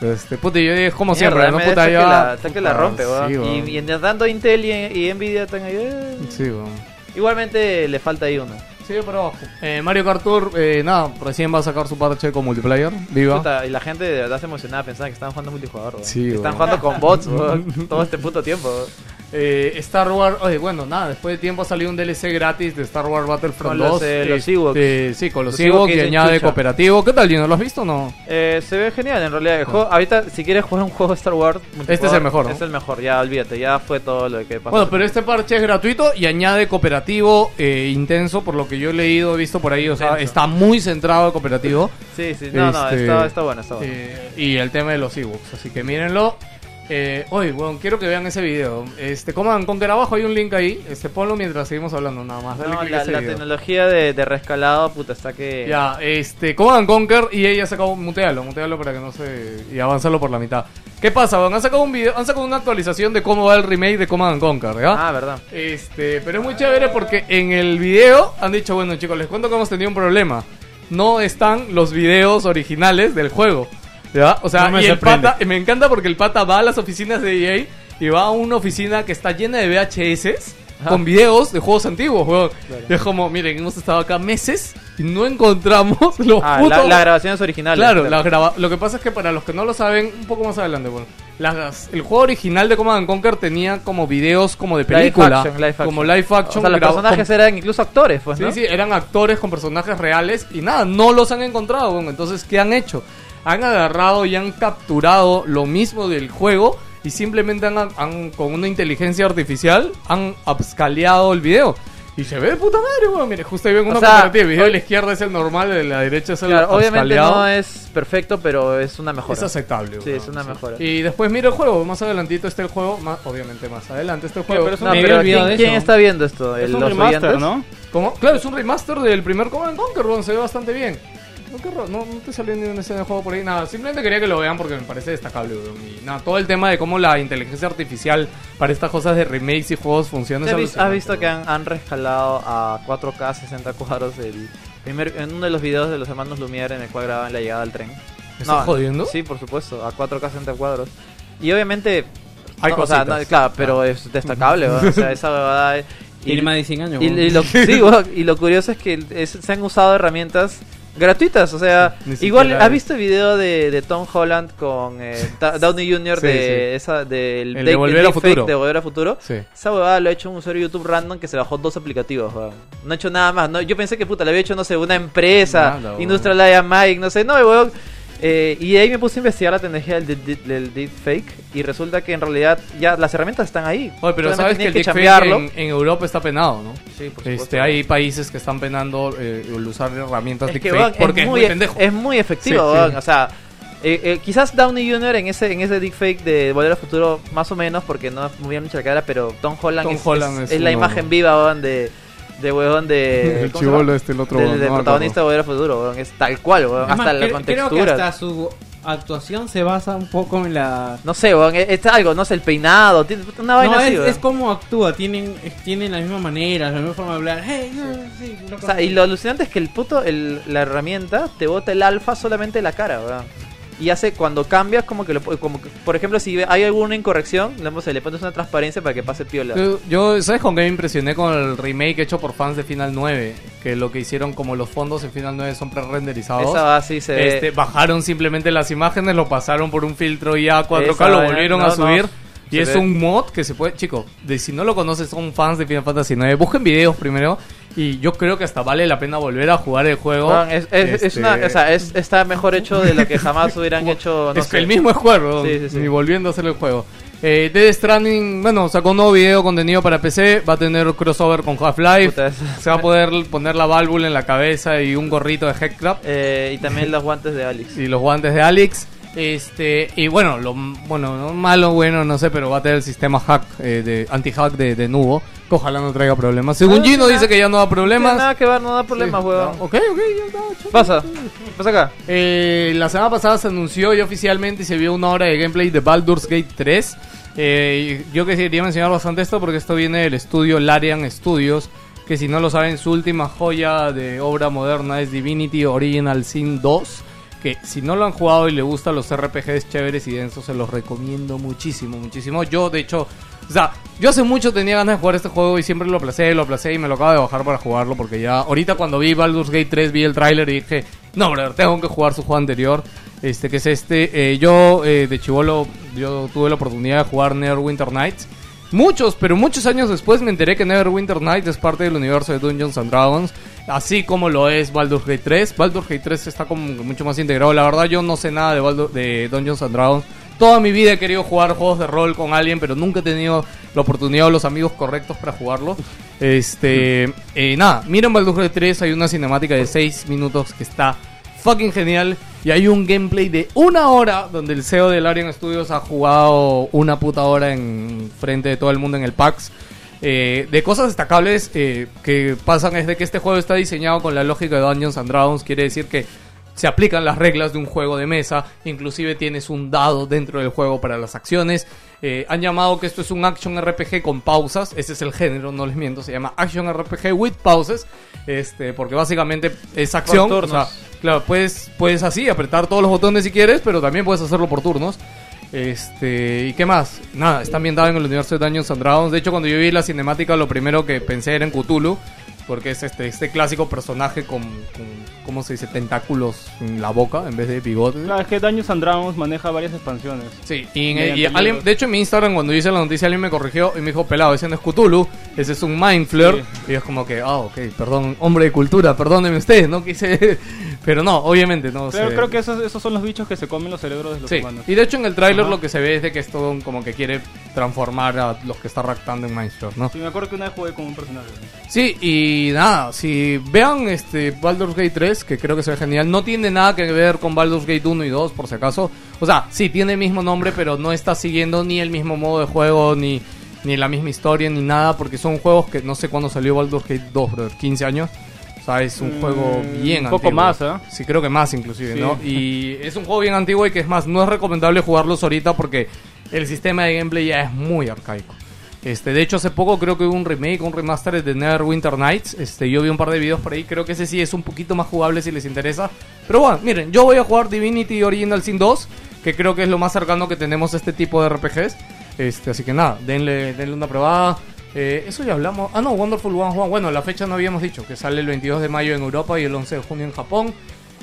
[SPEAKER 2] Este, puta, y yo dije, como
[SPEAKER 3] Mierda,
[SPEAKER 2] siempre, ¿no?
[SPEAKER 3] AMD
[SPEAKER 2] Puta,
[SPEAKER 3] está
[SPEAKER 2] ya-
[SPEAKER 3] que la- está que la
[SPEAKER 2] puta,
[SPEAKER 3] rompe, weón.
[SPEAKER 2] Sí, weón.
[SPEAKER 3] Y mientras tanto Intel y, y Nvidia están ahí. eh.
[SPEAKER 2] Sí, weón.
[SPEAKER 3] Igualmente le falta ahí uno.
[SPEAKER 2] Sí, pero eh, Mario Kart Tour, eh, nada, recién va a sacar su parche con multiplayer. Viva.
[SPEAKER 3] Puta, y la gente de verdad se emocionaba pensaba que estaban jugando multijugador, weón.
[SPEAKER 2] Sí,
[SPEAKER 3] Que
[SPEAKER 2] weón.
[SPEAKER 3] Están jugando con bots, weón, todo este puto tiempo. weón.
[SPEAKER 2] Eh, Star Wars, oye, bueno, nada, después de tiempo ha salido un DLC gratis de Star Wars Battlefront
[SPEAKER 3] Con
[SPEAKER 2] 2.
[SPEAKER 3] los, eh,
[SPEAKER 2] que-
[SPEAKER 3] los Ewoks.
[SPEAKER 2] eh, sí, con los,
[SPEAKER 3] Los Ewoks
[SPEAKER 2] Ewoks
[SPEAKER 3] que
[SPEAKER 2] y
[SPEAKER 3] dicen
[SPEAKER 2] añade
[SPEAKER 3] chucha.
[SPEAKER 2] cooperativo. ¿Qué tal, Gino? ¿Lo has visto o no?
[SPEAKER 3] Eh, se ve genial en realidad. El juego- ahorita, si quieres jugar un juego Star Wars, multijugador,
[SPEAKER 2] Este es el mejor, ¿no?
[SPEAKER 3] Es el mejor, ya olvídate, ya fue todo lo que pasó.
[SPEAKER 2] Bueno, pero este parche es gratuito y añade cooperativo eh, intenso, por lo que yo he leído, he visto por ahí, o sea,
[SPEAKER 3] Intenso.
[SPEAKER 2] está muy centrado en cooperativo.
[SPEAKER 3] Sí, sí, no, no,
[SPEAKER 2] Este-
[SPEAKER 3] está, está bueno, está bueno.
[SPEAKER 2] Eh, y el tema de los Ewoks, así que mírenlo. Eh, oye, bueno, quiero que vean ese video. Este, coman, con que abajo hay un link ahí. Este, ponlo mientras seguimos hablando, nada más. Dale
[SPEAKER 3] No,
[SPEAKER 2] click a
[SPEAKER 3] la,
[SPEAKER 2] ese
[SPEAKER 3] la
[SPEAKER 2] video.
[SPEAKER 3] tecnología de, de rescalado, puta, está que...
[SPEAKER 2] Ya, este, Command and Conquer y ella sacó, mutealo, mutealo para que no se. y avanzalo por la mitad. ¿Qué pasa, weón? Han sacado un video, han sacado una actualización de cómo va el remake de Command and Conquer, ¿ya?
[SPEAKER 3] Ah, verdad.
[SPEAKER 2] Este, pero es muy chévere porque en el video han dicho, bueno chicos, les cuento que hemos tenido un problema. No están los videos originales del juego. ¿Ya? O sea,
[SPEAKER 8] No me
[SPEAKER 2] y el
[SPEAKER 8] sorprende.
[SPEAKER 2] pata, me encanta porque el pata va a las oficinas de EA y va a una oficina que está llena de VHS con videos de juegos antiguos, weón. Y es como, miren, hemos estado acá meses y no encontramos los
[SPEAKER 3] Ah, la,
[SPEAKER 2] putos
[SPEAKER 3] las grabaciones originales.
[SPEAKER 2] Oh, Claro, las graba- lo que pasa es que para los que no lo saben, un poco más adelante, bueno, las- el juego original de Command and Conquer tenía como videos como de
[SPEAKER 3] Live
[SPEAKER 2] película,
[SPEAKER 3] action, live action.
[SPEAKER 2] como live action.
[SPEAKER 3] O sea, los
[SPEAKER 2] gra-
[SPEAKER 3] personajes
[SPEAKER 2] con-
[SPEAKER 3] eran incluso actores, pues, ¿no?
[SPEAKER 2] Sí, sí, eran actores con personajes reales y nada, no los han encontrado. bueno, entonces, ¿qué han hecho? Han agarrado y han capturado lo mismo del juego y simplemente han, han- con una inteligencia artificial han upscaleado el video. Y se ve de puta madre, weón. Mire, justo ahí ven una
[SPEAKER 3] sea,
[SPEAKER 2] comparativa. El video de la izquierda es el normal, el de la derecha es el
[SPEAKER 3] Claro, obviamente
[SPEAKER 2] upscaleado.
[SPEAKER 3] no es perfecto, pero es una mejora.
[SPEAKER 2] Es aceptable.
[SPEAKER 3] Sí,
[SPEAKER 2] weón.
[SPEAKER 3] es una mejora.
[SPEAKER 2] Y después mira el juego, más adelantito está el juego, más, obviamente más adelante está el juego.
[SPEAKER 6] pero es un-
[SPEAKER 3] No,
[SPEAKER 5] Me había
[SPEAKER 3] pero
[SPEAKER 5] olvidado
[SPEAKER 3] ¿quién,
[SPEAKER 5] de
[SPEAKER 3] quién
[SPEAKER 5] eso.
[SPEAKER 3] está viendo esto?
[SPEAKER 6] Es
[SPEAKER 3] ¿El-
[SPEAKER 6] un
[SPEAKER 3] ¿Los
[SPEAKER 6] remaster,
[SPEAKER 3] oyentes?
[SPEAKER 6] ¿no?
[SPEAKER 2] ¿Cómo? Claro, es un remaster del primer Command Conquer, weón, se ve bastante bien. No, qué raro, no, no te salió ni una escena de juego por ahí, nada. Simplemente quería que lo vean porque me parece destacable, weón. Y nada, todo el tema de cómo la inteligencia artificial para estas cosas de remakes y juegos funciona.
[SPEAKER 3] ¿Has
[SPEAKER 2] es
[SPEAKER 3] visto, has
[SPEAKER 2] alucinante,
[SPEAKER 3] visto que
[SPEAKER 2] weón.
[SPEAKER 3] han, han rescalado a 4K 60 cuadros el primer, en uno de los videos de los hermanos Lumière en el cual grababan la llegada al tren?
[SPEAKER 2] ¿Me estás jodiendo?
[SPEAKER 3] Sí, por supuesto, a 4K 60 cuadros. Y obviamente...
[SPEAKER 2] Hay
[SPEAKER 3] no, o sea,
[SPEAKER 2] cositas.
[SPEAKER 3] no, claro, pero
[SPEAKER 6] Ah.
[SPEAKER 3] es destacable, ¿verdad? o sea, esa verdad... es-
[SPEAKER 5] Tiene más de 100 años.
[SPEAKER 3] Y,
[SPEAKER 5] weón.
[SPEAKER 3] y lo, sí, weón, y lo curioso es que es- se han usado herramientas gratuitas. O sea,
[SPEAKER 2] Ni siquiera
[SPEAKER 3] igual, ¿has
[SPEAKER 2] es.
[SPEAKER 3] visto el video de, de Tom Holland con eh, Da- Downey Jr.
[SPEAKER 2] Sí,
[SPEAKER 3] de,
[SPEAKER 2] sí.
[SPEAKER 3] Esa, del
[SPEAKER 2] El de Volver a
[SPEAKER 3] deepfake
[SPEAKER 2] Futuro.
[SPEAKER 3] de Volver a Futuro?
[SPEAKER 2] Sí.
[SPEAKER 3] Esa huevada lo ha hecho un usuario de YouTube random que se bajó dos aplicativos, weón. No ha hecho nada más. No, yo pensé que puta, le había hecho, no sé, una empresa,
[SPEAKER 2] Nada, weón.
[SPEAKER 3] Industrial Lion Mike, no sé, no, weón. Eh, y de ahí me puse a investigar la tecnología del, deep- deep- del deepfake y resulta que en realidad ya las herramientas están ahí.
[SPEAKER 2] Oye, pero
[SPEAKER 3] Solamente
[SPEAKER 2] sabes que el
[SPEAKER 3] tienes
[SPEAKER 2] deepfake
[SPEAKER 3] chambearlo.
[SPEAKER 2] en, en Europa está penado, ¿no?
[SPEAKER 3] Sí, por supuesto.
[SPEAKER 2] Este, hay países que están penando eh, el usar herramientas
[SPEAKER 3] Es que,
[SPEAKER 2] deepfake
[SPEAKER 3] weón,
[SPEAKER 2] porque
[SPEAKER 3] es, muy,
[SPEAKER 2] muy pendejo.
[SPEAKER 3] es muy efectivo,
[SPEAKER 2] Sí, sí.
[SPEAKER 3] weón. O sea, eh, eh, quizás Downey Jr. en ese, en ese deepfake de Volver al Futuro, más o menos, porque no es muy bien mucho la cara, pero Tom Holland,
[SPEAKER 2] Tom
[SPEAKER 3] es,
[SPEAKER 2] Holland
[SPEAKER 3] es-
[SPEAKER 2] es
[SPEAKER 3] es la
[SPEAKER 2] uno-
[SPEAKER 3] imagen viva, weón, de, de weón de...
[SPEAKER 2] El
[SPEAKER 3] eh, ¿cómo se llama?
[SPEAKER 2] chibolo este, el otro,
[SPEAKER 3] Del,
[SPEAKER 2] weón,
[SPEAKER 3] del
[SPEAKER 2] no me
[SPEAKER 3] protagonista de Volver al Futuro, weón. Es tal cual, weón.
[SPEAKER 5] Además,
[SPEAKER 3] hasta la
[SPEAKER 5] cre- Creo que
[SPEAKER 3] contextura.
[SPEAKER 5] hasta su actuación se basa un poco en la...
[SPEAKER 3] No sé, weón. Es, es algo, no sé, el peinado. tiene
[SPEAKER 2] Ah,
[SPEAKER 3] Una vaina
[SPEAKER 5] No,
[SPEAKER 3] así,
[SPEAKER 5] es,
[SPEAKER 3] weón.
[SPEAKER 5] es como actúa, tienen, es- tienen la misma manera, la misma forma de hablar. Hey, no, sí, no
[SPEAKER 3] O sea, y lo alucinante es que el puto, el- la herramienta te bota el alfa solamente la cara, ¿verdad? Y hace cuando cambias, como que, lo, como que- por ejemplo, si hay alguna incorrección, le, no sé, le pones una transparencia para que pase piola.
[SPEAKER 2] Yo- Yo, ¿sabes con qué me impresioné? Con el remake hecho por fans de Final 9. Que lo que hicieron, como los fondos en Final 9 son pre-renderizados.
[SPEAKER 3] Esa así se ve.
[SPEAKER 2] este, bajaron simplemente las imágenes, lo pasaron por un filtro ya 4K,
[SPEAKER 3] Esa
[SPEAKER 2] lo
[SPEAKER 3] vaina,
[SPEAKER 2] volvieron
[SPEAKER 3] no,
[SPEAKER 2] a
[SPEAKER 3] no.
[SPEAKER 2] subir. Y
[SPEAKER 3] Se
[SPEAKER 2] es
[SPEAKER 3] ve.
[SPEAKER 2] un mod que se puede. Chico, de, si no lo conoces, son fans de Final Fantasy 9. Busquen videos primero. Y yo creo que hasta vale la pena volver a jugar el juego.
[SPEAKER 3] Weón, es, es- es
[SPEAKER 2] Este,
[SPEAKER 3] una, o sea, es- está mejor hecho de lo que jamás hubieran hecho. No
[SPEAKER 2] es
[SPEAKER 3] sé.
[SPEAKER 2] que el mismo juego,
[SPEAKER 3] Sí, sí, sí.
[SPEAKER 2] y volviendo a hacer el juego. Eh, Dead Stranding, bueno, sacó un nuevo video contenido para PC, va a tener crossover con
[SPEAKER 3] Puta,
[SPEAKER 2] Half-Life,
[SPEAKER 3] eso.
[SPEAKER 2] se va a poder poner la válvula en la cabeza y un gorrito de Headcrab
[SPEAKER 3] Eh, y también los guantes de Alex.
[SPEAKER 2] y los guantes de Alex. Este, y bueno, lo m- bueno, no malo, bueno, no sé, pero va a tener el sistema hack, eh, de anti-hack de, de Nubo, que ojalá no traiga problemas. Según
[SPEAKER 3] Ah,
[SPEAKER 2] Gino
[SPEAKER 3] nada.
[SPEAKER 2] dice que ya no da
[SPEAKER 3] No tiene
[SPEAKER 2] problemas.
[SPEAKER 3] nada que ver, no da problemas,
[SPEAKER 2] Sí,
[SPEAKER 3] weón.
[SPEAKER 2] no, ok, ok, ya está, chulo.
[SPEAKER 3] Pasa, pasa acá.
[SPEAKER 2] Eh, la semana pasada se anunció y oficialmente se vio una hora de gameplay de Baldur's Gate 3. Eh, y yo que quería mencionar bastante esto porque esto viene del estudio Larian Studios, que si no lo saben, su última joya de obra moderna es Divinity Original Sin 2, que si no lo han jugado y le gustan los RPGs chéveres y densos, se los recomiendo muchísimo, muchísimo. Yo, de hecho, o sea, yo hace mucho tenía ganas de jugar este juego y siempre lo aplacé, lo aplacé y me lo acabo de bajar para jugarlo porque ya ahorita cuando vi Baldur's Gate 3 vi el tráiler y dije, no, brother, tengo que jugar su juego anterior, este que es este. Eh, yo eh, de chivolo, yo tuve la oportunidad de jugar Neverwinter Nights. Muchos, pero muchos años después me enteré que Neverwinter Nights es parte del universo de Dungeons and Dragons, así como lo es Baldur's Gate 3. Baldur's Gate 3 está como que mucho más integrado. La verdad, yo no sé nada de, Baldur- de Dungeons and Dragons. Toda mi vida he querido jugar juegos de rol con alguien, pero nunca he tenido la oportunidad o los amigos correctos para jugarlo. Este, eh, nada, miren Baldur's Gate 3, hay una cinemática de 6 minutos que está fucking genial. Y hay un gameplay de una hora donde el CEO del Larian Studios ha jugado una puta hora en frente de todo el mundo en el PAX. Eh, de cosas destacables eh, que pasan es de que este juego está diseñado con la lógica de Dungeons and Dragons, quiere decir que se aplican las reglas de un juego de mesa, inclusive tienes un dado dentro del juego para las acciones. Eh, han llamado que esto es un action RPG con pausas, ese es el género, no les miento, se llama action RPG with pauses, este, porque básicamente es acción, o sea, claro, puedes, puedes así apretar todos los botones si quieres, pero también puedes hacerlo por turnos. Este, ¿y qué más? Nada, está ambientado en el universo de Dungeons and Dragons. De hecho, cuando yo vi la cinemática, lo primero que pensé era en Cthulhu, porque es este, este clásico personaje con, con, ¿cómo se dice?, tentáculos en la boca en vez de bigote.
[SPEAKER 6] Claro, es que Daños and Dragons maneja varias expansiones.
[SPEAKER 2] Sí, y, en-
[SPEAKER 6] Mediante
[SPEAKER 2] y alguien-
[SPEAKER 6] libros.
[SPEAKER 2] de hecho en mi Instagram cuando hice la noticia alguien me corrigió y me dijo, pelado, ese no es Cthulhu, ese es un Mind Flare. Y es como que, ah, ok, perdón, hombre de cultura, perdónenme ustedes, no quise... Pero no, obviamente no.
[SPEAKER 6] Pero
[SPEAKER 2] sé.
[SPEAKER 6] creo que esos, esos son los bichos que se comen los cerebros de los
[SPEAKER 2] Sí,
[SPEAKER 6] humanos.
[SPEAKER 2] y de hecho en el tráiler lo que se ve es de que es todo un- como que quiere transformar a los que está raptando en Mindstorm, ¿no?
[SPEAKER 6] Sí, me acuerdo que una vez jugué con un personaje.
[SPEAKER 2] Sí, y nada, si vean este Baldur's Gate 3, que creo que se ve genial, no tiene nada que ver con Baldur's Gate 1 y 2, por si acaso. O sea, sí, tiene el mismo nombre, pero no está siguiendo ni el mismo modo de juego, ni, ni la misma historia, ni nada, porque son juegos que no sé cuándo salió Baldur's Gate 2, brother, 15 años. O sea, es un
[SPEAKER 6] Mm,
[SPEAKER 2] juego bien
[SPEAKER 6] un poco
[SPEAKER 2] antiguo.
[SPEAKER 6] más, ¿ah?
[SPEAKER 2] Sí, creo que más inclusive,
[SPEAKER 6] Sí.
[SPEAKER 2] ¿no? Y es un juego bien antiguo y que es más, no es recomendable jugarlos ahorita porque el sistema de gameplay ya es muy arcaico. Este, de hecho, hace poco creo que hubo un remake, un remaster de Neverwinter Nights. Este, yo vi un par de videos por ahí, creo que ese sí es un poquito más jugable si les interesa. Pero bueno, miren, yo voy a jugar Divinity Original Sin 2, que creo que es lo más cercano que tenemos a este tipo de RPGs. Este, así que nada, denle, denle una probada. Eh, eso ya hablamos. Ah, no, Wonderful 101. Bueno, la fecha no habíamos dicho, que sale el 22 de mayo en Europa y el 11 de junio en Japón.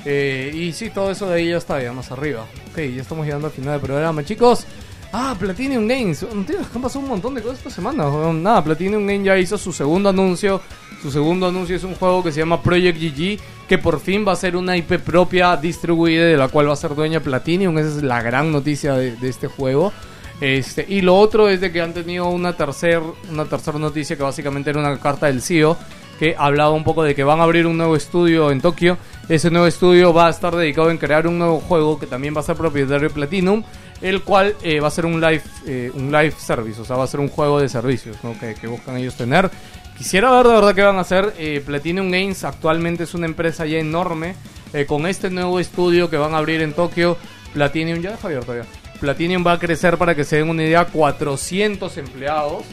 [SPEAKER 2] Eh, y sí, todo eso de ahí ya está, ya más arriba. Ok, ya estamos llegando al final del programa, chicos. Ah, Platinum Games. Oh, tío, es que han pasado un montón de cosas esta semana. weón. Nada, Platinum Games ya hizo su segundo anuncio. Su segundo anuncio es un juego que se llama Project GG, que por fin va a ser una IP propia distribuida de la cual va a ser dueña Platinum. Esa es la gran noticia de, de este juego. Este, y lo otro es de que han tenido una tercer, una tercera noticia que básicamente era una carta del CEO que hablaba un poco de que van a abrir un nuevo estudio en Tokio. Ese nuevo estudio va a estar dedicado en crear un nuevo juego que también va a ser propietario de Platinum, el cual eh, va a ser un live, eh, un live service, o sea, va a ser un juego de servicios ¿no? que, que buscan ellos tener. Quisiera ver de verdad qué van a hacer. Eh, Platinum Games actualmente es una empresa ya enorme. Eh, con este nuevo estudio que van a abrir en Tokio, Platinum ya deja abierto ya. Platinum va a crecer para que se den una idea 400 empleados.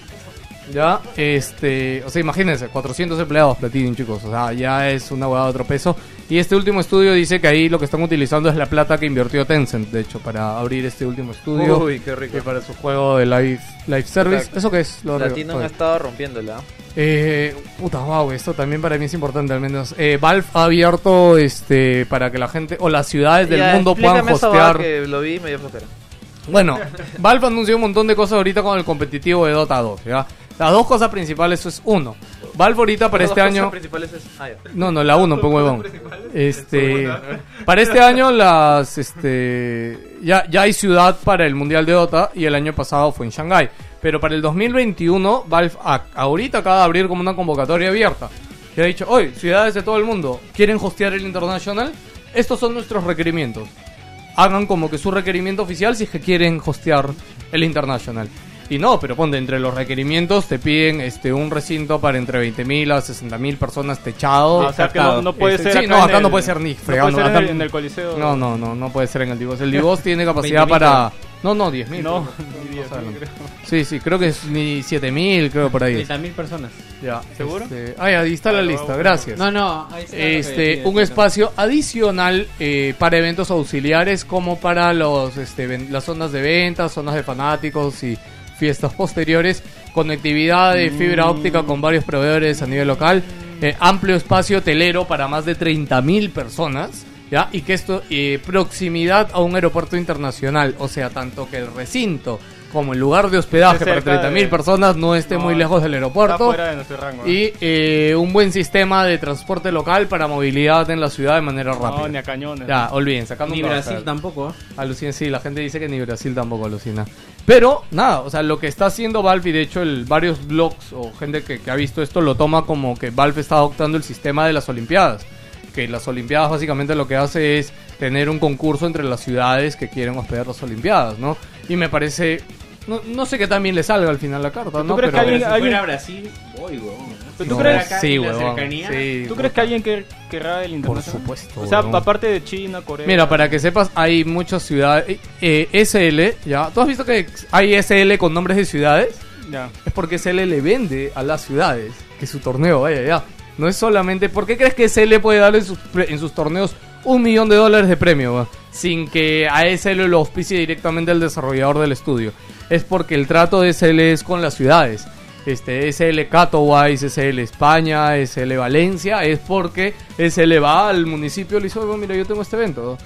[SPEAKER 2] Ya, este, o sea, imagínense, 400 empleados Platinum, chicos, o sea, ya es una huevada de otro peso. Y este último estudio dice que ahí lo que están utilizando es la plata que invirtió Tencent, de hecho, para abrir este último estudio
[SPEAKER 4] Uy, qué rico.
[SPEAKER 2] que para su juego de live, live service.
[SPEAKER 3] Exacto.
[SPEAKER 2] ¿Eso qué es? Lo
[SPEAKER 3] Latino ha
[SPEAKER 2] Oye.
[SPEAKER 3] estado rompiéndola.
[SPEAKER 2] Eh, puta, wow, esto también para mí es importante al menos. Eh, Valve ha abierto este para que la gente o las ciudades del
[SPEAKER 3] Ya,
[SPEAKER 2] mundo puedan
[SPEAKER 3] explícame esa huevada
[SPEAKER 2] hostear.
[SPEAKER 3] que lo vi y me dio flojera.
[SPEAKER 2] Bueno, Valve anunció un montón de cosas ahorita con el competitivo de Dota 2, ¿ya? Las dos cosas principales es uno. Valve ahorita para
[SPEAKER 3] Las
[SPEAKER 2] este
[SPEAKER 3] dos cosas
[SPEAKER 2] año
[SPEAKER 3] principales es- ah, ya.
[SPEAKER 2] no, no, la 1, pues huevón. Este, para este año las este ya ya hay ciudad para el Mundial de Dota y el año pasado fue en Shanghai, pero para el 2021 Valve a- ahorita acaba de abrir como una convocatoria abierta. Que ha dicho, "Hoy, ciudades de todo el mundo, ¿quieren hostear el International? Estos son nuestros requerimientos." hagan como que su requerimiento oficial si es que quieren hostear el International. Y no, pero ponte, entre los requerimientos te piden este un recinto para entre 20.000 a 60.000 personas techado.
[SPEAKER 6] Ah, o sea que no, no puede
[SPEAKER 2] Este,
[SPEAKER 6] ser.
[SPEAKER 2] sí, no,
[SPEAKER 6] en
[SPEAKER 2] acá
[SPEAKER 6] el-
[SPEAKER 2] no puede ser ni
[SPEAKER 6] no
[SPEAKER 2] fregado,
[SPEAKER 6] puede ser
[SPEAKER 2] acá-
[SPEAKER 6] en el- en el Coliseo.
[SPEAKER 2] No, no, no, no puede ser en el Divos. El Divos tiene capacidad para No, no, 10.000.
[SPEAKER 6] No,
[SPEAKER 2] ni Sí, sí, creo que es ni 7.000, creo por ahí. es.
[SPEAKER 5] 30.000 personas.
[SPEAKER 2] Ya.
[SPEAKER 6] ¿Seguro?
[SPEAKER 2] este, ah, ya, ahí está la lista, gracias.
[SPEAKER 5] No, no. ahí está lo que
[SPEAKER 2] Este,
[SPEAKER 5] decía,
[SPEAKER 2] un
[SPEAKER 5] sí,
[SPEAKER 2] espacio adicional eh, para eventos auxiliares como para los, este, ven- las zonas de ventas, zonas de fanáticos y fiestas posteriores, conectividad de
[SPEAKER 6] Mm.
[SPEAKER 2] fibra óptica con varios proveedores a nivel local, eh, amplio espacio hotelero para más de 30.000 personas. ¿Ya? Y que esto, eh, proximidad a un aeropuerto internacional, o sea, tanto que el recinto como el lugar de hospedaje
[SPEAKER 6] Esté
[SPEAKER 2] para
[SPEAKER 6] cerca
[SPEAKER 2] 30.000
[SPEAKER 6] de-
[SPEAKER 2] personas no esté
[SPEAKER 6] No,
[SPEAKER 2] muy lejos del
[SPEAKER 6] Está
[SPEAKER 2] aeropuerto.
[SPEAKER 6] fuera de nuestro rango. ¿eh?
[SPEAKER 2] Y eh, un buen sistema de transporte local para movilidad en la ciudad de manera
[SPEAKER 6] No, ni
[SPEAKER 2] rápida.
[SPEAKER 6] a cañones.
[SPEAKER 2] ya, olviden,
[SPEAKER 5] no.
[SPEAKER 2] sacando
[SPEAKER 5] Ni
[SPEAKER 2] un
[SPEAKER 5] Brasil
[SPEAKER 2] trabajar.
[SPEAKER 5] tampoco. ¿ah?
[SPEAKER 2] Alucina, sí, la gente dice que ni Brasil tampoco alucina. Pero, nada, o sea, lo que está haciendo Valve, y de hecho, el, varios blogs o gente que, que ha visto esto lo toma como que Valve está adoptando el sistema de las Olimpiadas. Que las Olimpiadas básicamente lo que hace es tener un concurso entre las ciudades que quieren hospedar las Olimpiadas, ¿no? Y me parece. No, no sé qué también le salga al final la carta, ¿no?
[SPEAKER 6] crees que
[SPEAKER 2] Pero-
[SPEAKER 6] alguien-
[SPEAKER 5] Si
[SPEAKER 6] alguien-
[SPEAKER 8] fuera a Brasil, voy, weón.
[SPEAKER 6] ¿Tú,
[SPEAKER 2] No,
[SPEAKER 6] crees,
[SPEAKER 8] acá
[SPEAKER 2] sí,
[SPEAKER 8] en la
[SPEAKER 2] huevón,
[SPEAKER 8] cercanía?
[SPEAKER 2] sí,
[SPEAKER 6] ¿Tú crees que alguien quer- querrá el
[SPEAKER 2] Por
[SPEAKER 6] internet?
[SPEAKER 2] supuesto.
[SPEAKER 6] O sea,
[SPEAKER 2] huevón.
[SPEAKER 6] aparte de China, Corea.
[SPEAKER 2] Mira, para que sepas, hay muchas ciudades. eh, eh, SL, ¿ya? ¿Tú has visto que hay SL con nombres de ciudades?
[SPEAKER 6] Ya.
[SPEAKER 2] Es porque SL le vende a las ciudades que su torneo vaya ya. No es solamente. ¿Por qué crees que SL puede darle en sus, pre- en sus torneos un millón de dólares de premio, va? Sin que a SL lo auspicie directamente el desarrollador del estudio. Es porque el trato de SL es con las ciudades. Este, SL Katowice, SL España, SL Valencia, es porque SL va al municipio y le dice, "Oye, mira, yo tengo este evento.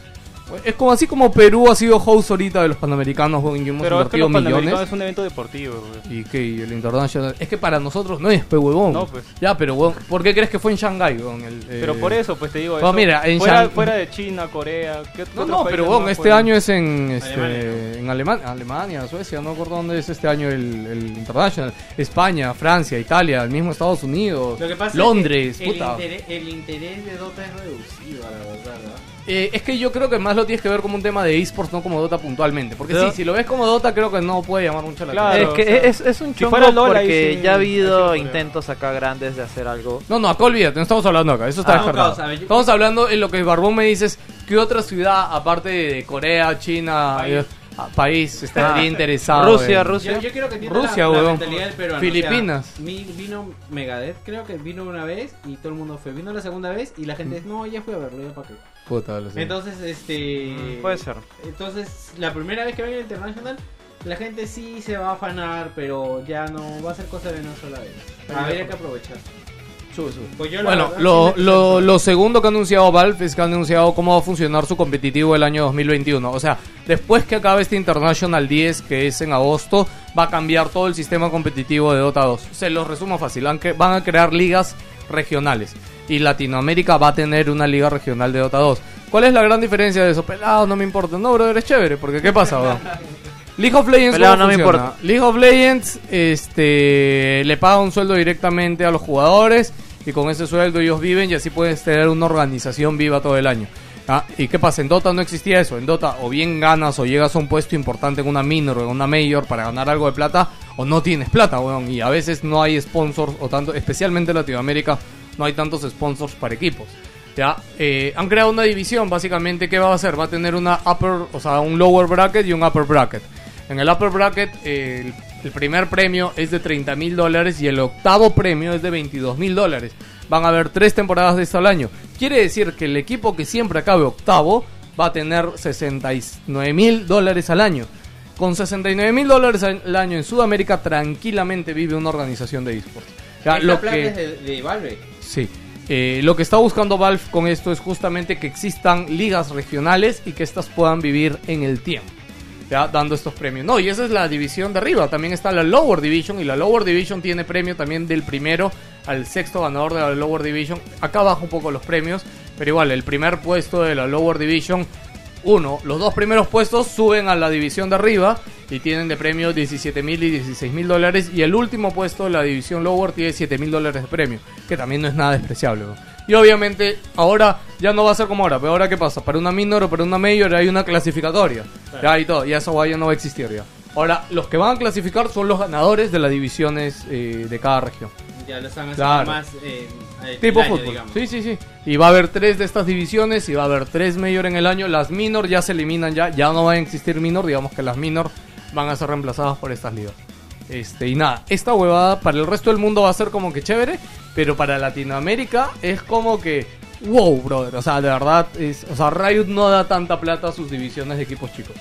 [SPEAKER 2] Es como así como Perú ha sido host ahorita de los Panamericanos, weón, y hemos
[SPEAKER 6] Pero es que
[SPEAKER 2] invertido
[SPEAKER 6] los
[SPEAKER 2] millones.
[SPEAKER 6] Panamericanos es un evento deportivo. güey.
[SPEAKER 2] Y que y el International. Es que para nosotros no es, pe huevón.
[SPEAKER 6] No, pues.
[SPEAKER 2] Ya, pero huevón, ¿por qué crees que fue en Shanghái, huevón? El, eh,
[SPEAKER 6] Pero por eso, pues te digo.
[SPEAKER 2] no,
[SPEAKER 6] eso,
[SPEAKER 2] mira, en
[SPEAKER 6] fuera,
[SPEAKER 2] Shan-
[SPEAKER 6] fuera de China, Corea. ¿qué
[SPEAKER 2] No,
[SPEAKER 6] otros
[SPEAKER 2] no,
[SPEAKER 6] países
[SPEAKER 2] pero huevón,
[SPEAKER 6] no
[SPEAKER 2] este
[SPEAKER 6] pueden?
[SPEAKER 2] año es en, este,
[SPEAKER 8] Alemania.
[SPEAKER 2] en Alemania, Alemania, Suecia, no recuerdo dónde es este año el, el International. España, Francia, Italia, el mismo Estados Unidos,
[SPEAKER 8] Lo que pasa
[SPEAKER 2] Londres,
[SPEAKER 8] es que el
[SPEAKER 2] puta.
[SPEAKER 8] interés- el interés de Dota es reducido, la verdad. ¿verdad?
[SPEAKER 2] Eh, es que yo creo que más lo tienes que ver como un tema de esports, no como Dota puntualmente. Porque
[SPEAKER 3] Pero-
[SPEAKER 2] sí, si lo ves como Dota, creo que no puede llamar mucho la
[SPEAKER 6] Claro.
[SPEAKER 2] atención.
[SPEAKER 3] es que
[SPEAKER 6] o sea,
[SPEAKER 3] es, es un
[SPEAKER 6] si
[SPEAKER 3] chongo
[SPEAKER 6] fuera LOL, ahí
[SPEAKER 3] porque
[SPEAKER 6] sí-
[SPEAKER 3] ya ha
[SPEAKER 6] ahí sí lo
[SPEAKER 3] habido
[SPEAKER 6] creo.
[SPEAKER 3] intentos acá grandes de hacer algo.
[SPEAKER 2] No, no, acá olvídate, no estamos hablando acá, eso está
[SPEAKER 8] Ah, no,
[SPEAKER 2] descartado.
[SPEAKER 8] causa, a ver, yo-
[SPEAKER 2] Estamos hablando en lo que Barbón me dices, ¿qué otra ciudad, aparte de Corea, China, eh, ah, país, estaría
[SPEAKER 3] Ah,
[SPEAKER 2] interesado?
[SPEAKER 3] Rusia,
[SPEAKER 2] en-
[SPEAKER 3] Rusia.
[SPEAKER 8] Yo, yo quiero que entiendan
[SPEAKER 2] Rusia,
[SPEAKER 8] la, la
[SPEAKER 2] huevón.
[SPEAKER 8] mentalidad del peruano.
[SPEAKER 2] Filipinas.
[SPEAKER 8] O sea, mi- vino Megadeth, creo que vino una vez y todo el mundo fue. Vino la segunda vez y la gente
[SPEAKER 2] Mm.
[SPEAKER 8] dice, no, ya fui a verlo, ya para qué.
[SPEAKER 2] Puta, lo sé.
[SPEAKER 8] Entonces, este...
[SPEAKER 6] Mm,
[SPEAKER 3] Puede ser.
[SPEAKER 8] Entonces, la primera vez que venga el International, la gente sí se va a afanar, pero ya no va a ser cosa de una sola vez.
[SPEAKER 2] Ah,
[SPEAKER 8] Habría que aprovechar. Pues yo, la
[SPEAKER 2] Bueno,
[SPEAKER 8] verdad,
[SPEAKER 2] lo,
[SPEAKER 8] sí me-
[SPEAKER 2] lo, lo segundo que ha anunciado Valve es que ha anunciado cómo va a funcionar su competitivo el año 2021. O sea, después que acabe este International 10, que es en agosto, va a cambiar todo el sistema competitivo de Dota 2. Se los resumo fácil, han cre- van a crear ligas regionales. Y Latinoamérica va a tener una liga regional de Dota 2. ¿Cuál es la gran diferencia de eso? Pelado, no me importa. No, brother, es chévere, porque ¿qué pasa, weón? League of Legends
[SPEAKER 3] Pelado,
[SPEAKER 2] ¿cómo
[SPEAKER 3] no me
[SPEAKER 2] funciona?
[SPEAKER 3] importa.
[SPEAKER 2] League of Legends este, le paga un sueldo directamente a los jugadores y con ese sueldo ellos viven y así puedes tener una organización viva todo el año. Ah, ¿Y qué pasa? En Dota no existía eso. En Dota o bien ganas o llegas a un puesto importante en una minor o en una mayor para ganar algo de plata o no tienes plata, weón. Y a veces no hay sponsors o tanto, especialmente en Latinoamérica, no hay tantos sponsors para equipos. Ya, eh, han creado una división básicamente que va a hacer, va a tener una upper, o sea, un lower bracket y un upper bracket. En el upper bracket eh, el, el primer premio es de 30 mil dólares y el octavo premio es de 22 mil dólares. Van a haber tres temporadas de esto al año. Quiere decir que el equipo que siempre acabe octavo va a tener 69 mil dólares al año. Con 69 mil dólares al año en Sudamérica tranquilamente vive una organización de esports. Ya,
[SPEAKER 8] Esta
[SPEAKER 2] lo
[SPEAKER 8] plata
[SPEAKER 2] que-
[SPEAKER 8] es de, de Valve.
[SPEAKER 2] Sí. Eh, lo que está buscando Valve con esto es justamente que existan ligas regionales y que estas puedan vivir en el tiempo. Ya dando estos premios. No, y esa es la división de arriba. También está la Lower Division y la Lower Division tiene premio también del primero al sexto ganador de la Lower Division. Acá abajo un poco los premios, pero igual el primer puesto de la Lower Division uno, los dos primeros puestos suben a la división de arriba y tienen de premio 17 mil y 16 mil dólares. Y el último puesto de la división lower tiene 7 mil dólares de premio, que también no es nada despreciable. ¿no? Y obviamente ahora ya no va a ser como ahora, pero ahora qué pasa, para una minor o para una mayor hay una clasificatoria. Ya y todo, y eso ya no va a existir ya. Ahora, los que van a clasificar son los ganadores de las divisiones eh, de cada región.
[SPEAKER 8] Ya lo están haciendo
[SPEAKER 2] Claro.
[SPEAKER 8] más... eh, El
[SPEAKER 2] Tipo
[SPEAKER 8] año,
[SPEAKER 2] fútbol.
[SPEAKER 8] digamos.
[SPEAKER 2] Sí, sí, sí. Y va a haber tres de estas divisiones y va a haber tres mayor en el año. Las minor ya se eliminan ya, ya no van a existir minor, digamos que las minor van a ser reemplazadas por estas ligas. Este, y nada, esta huevada para el resto del mundo va a ser como que chévere, pero para Latinoamérica es como que wow, brother. O sea, de verdad, es, o sea, Riot no da tanta plata a sus divisiones de equipos chicos.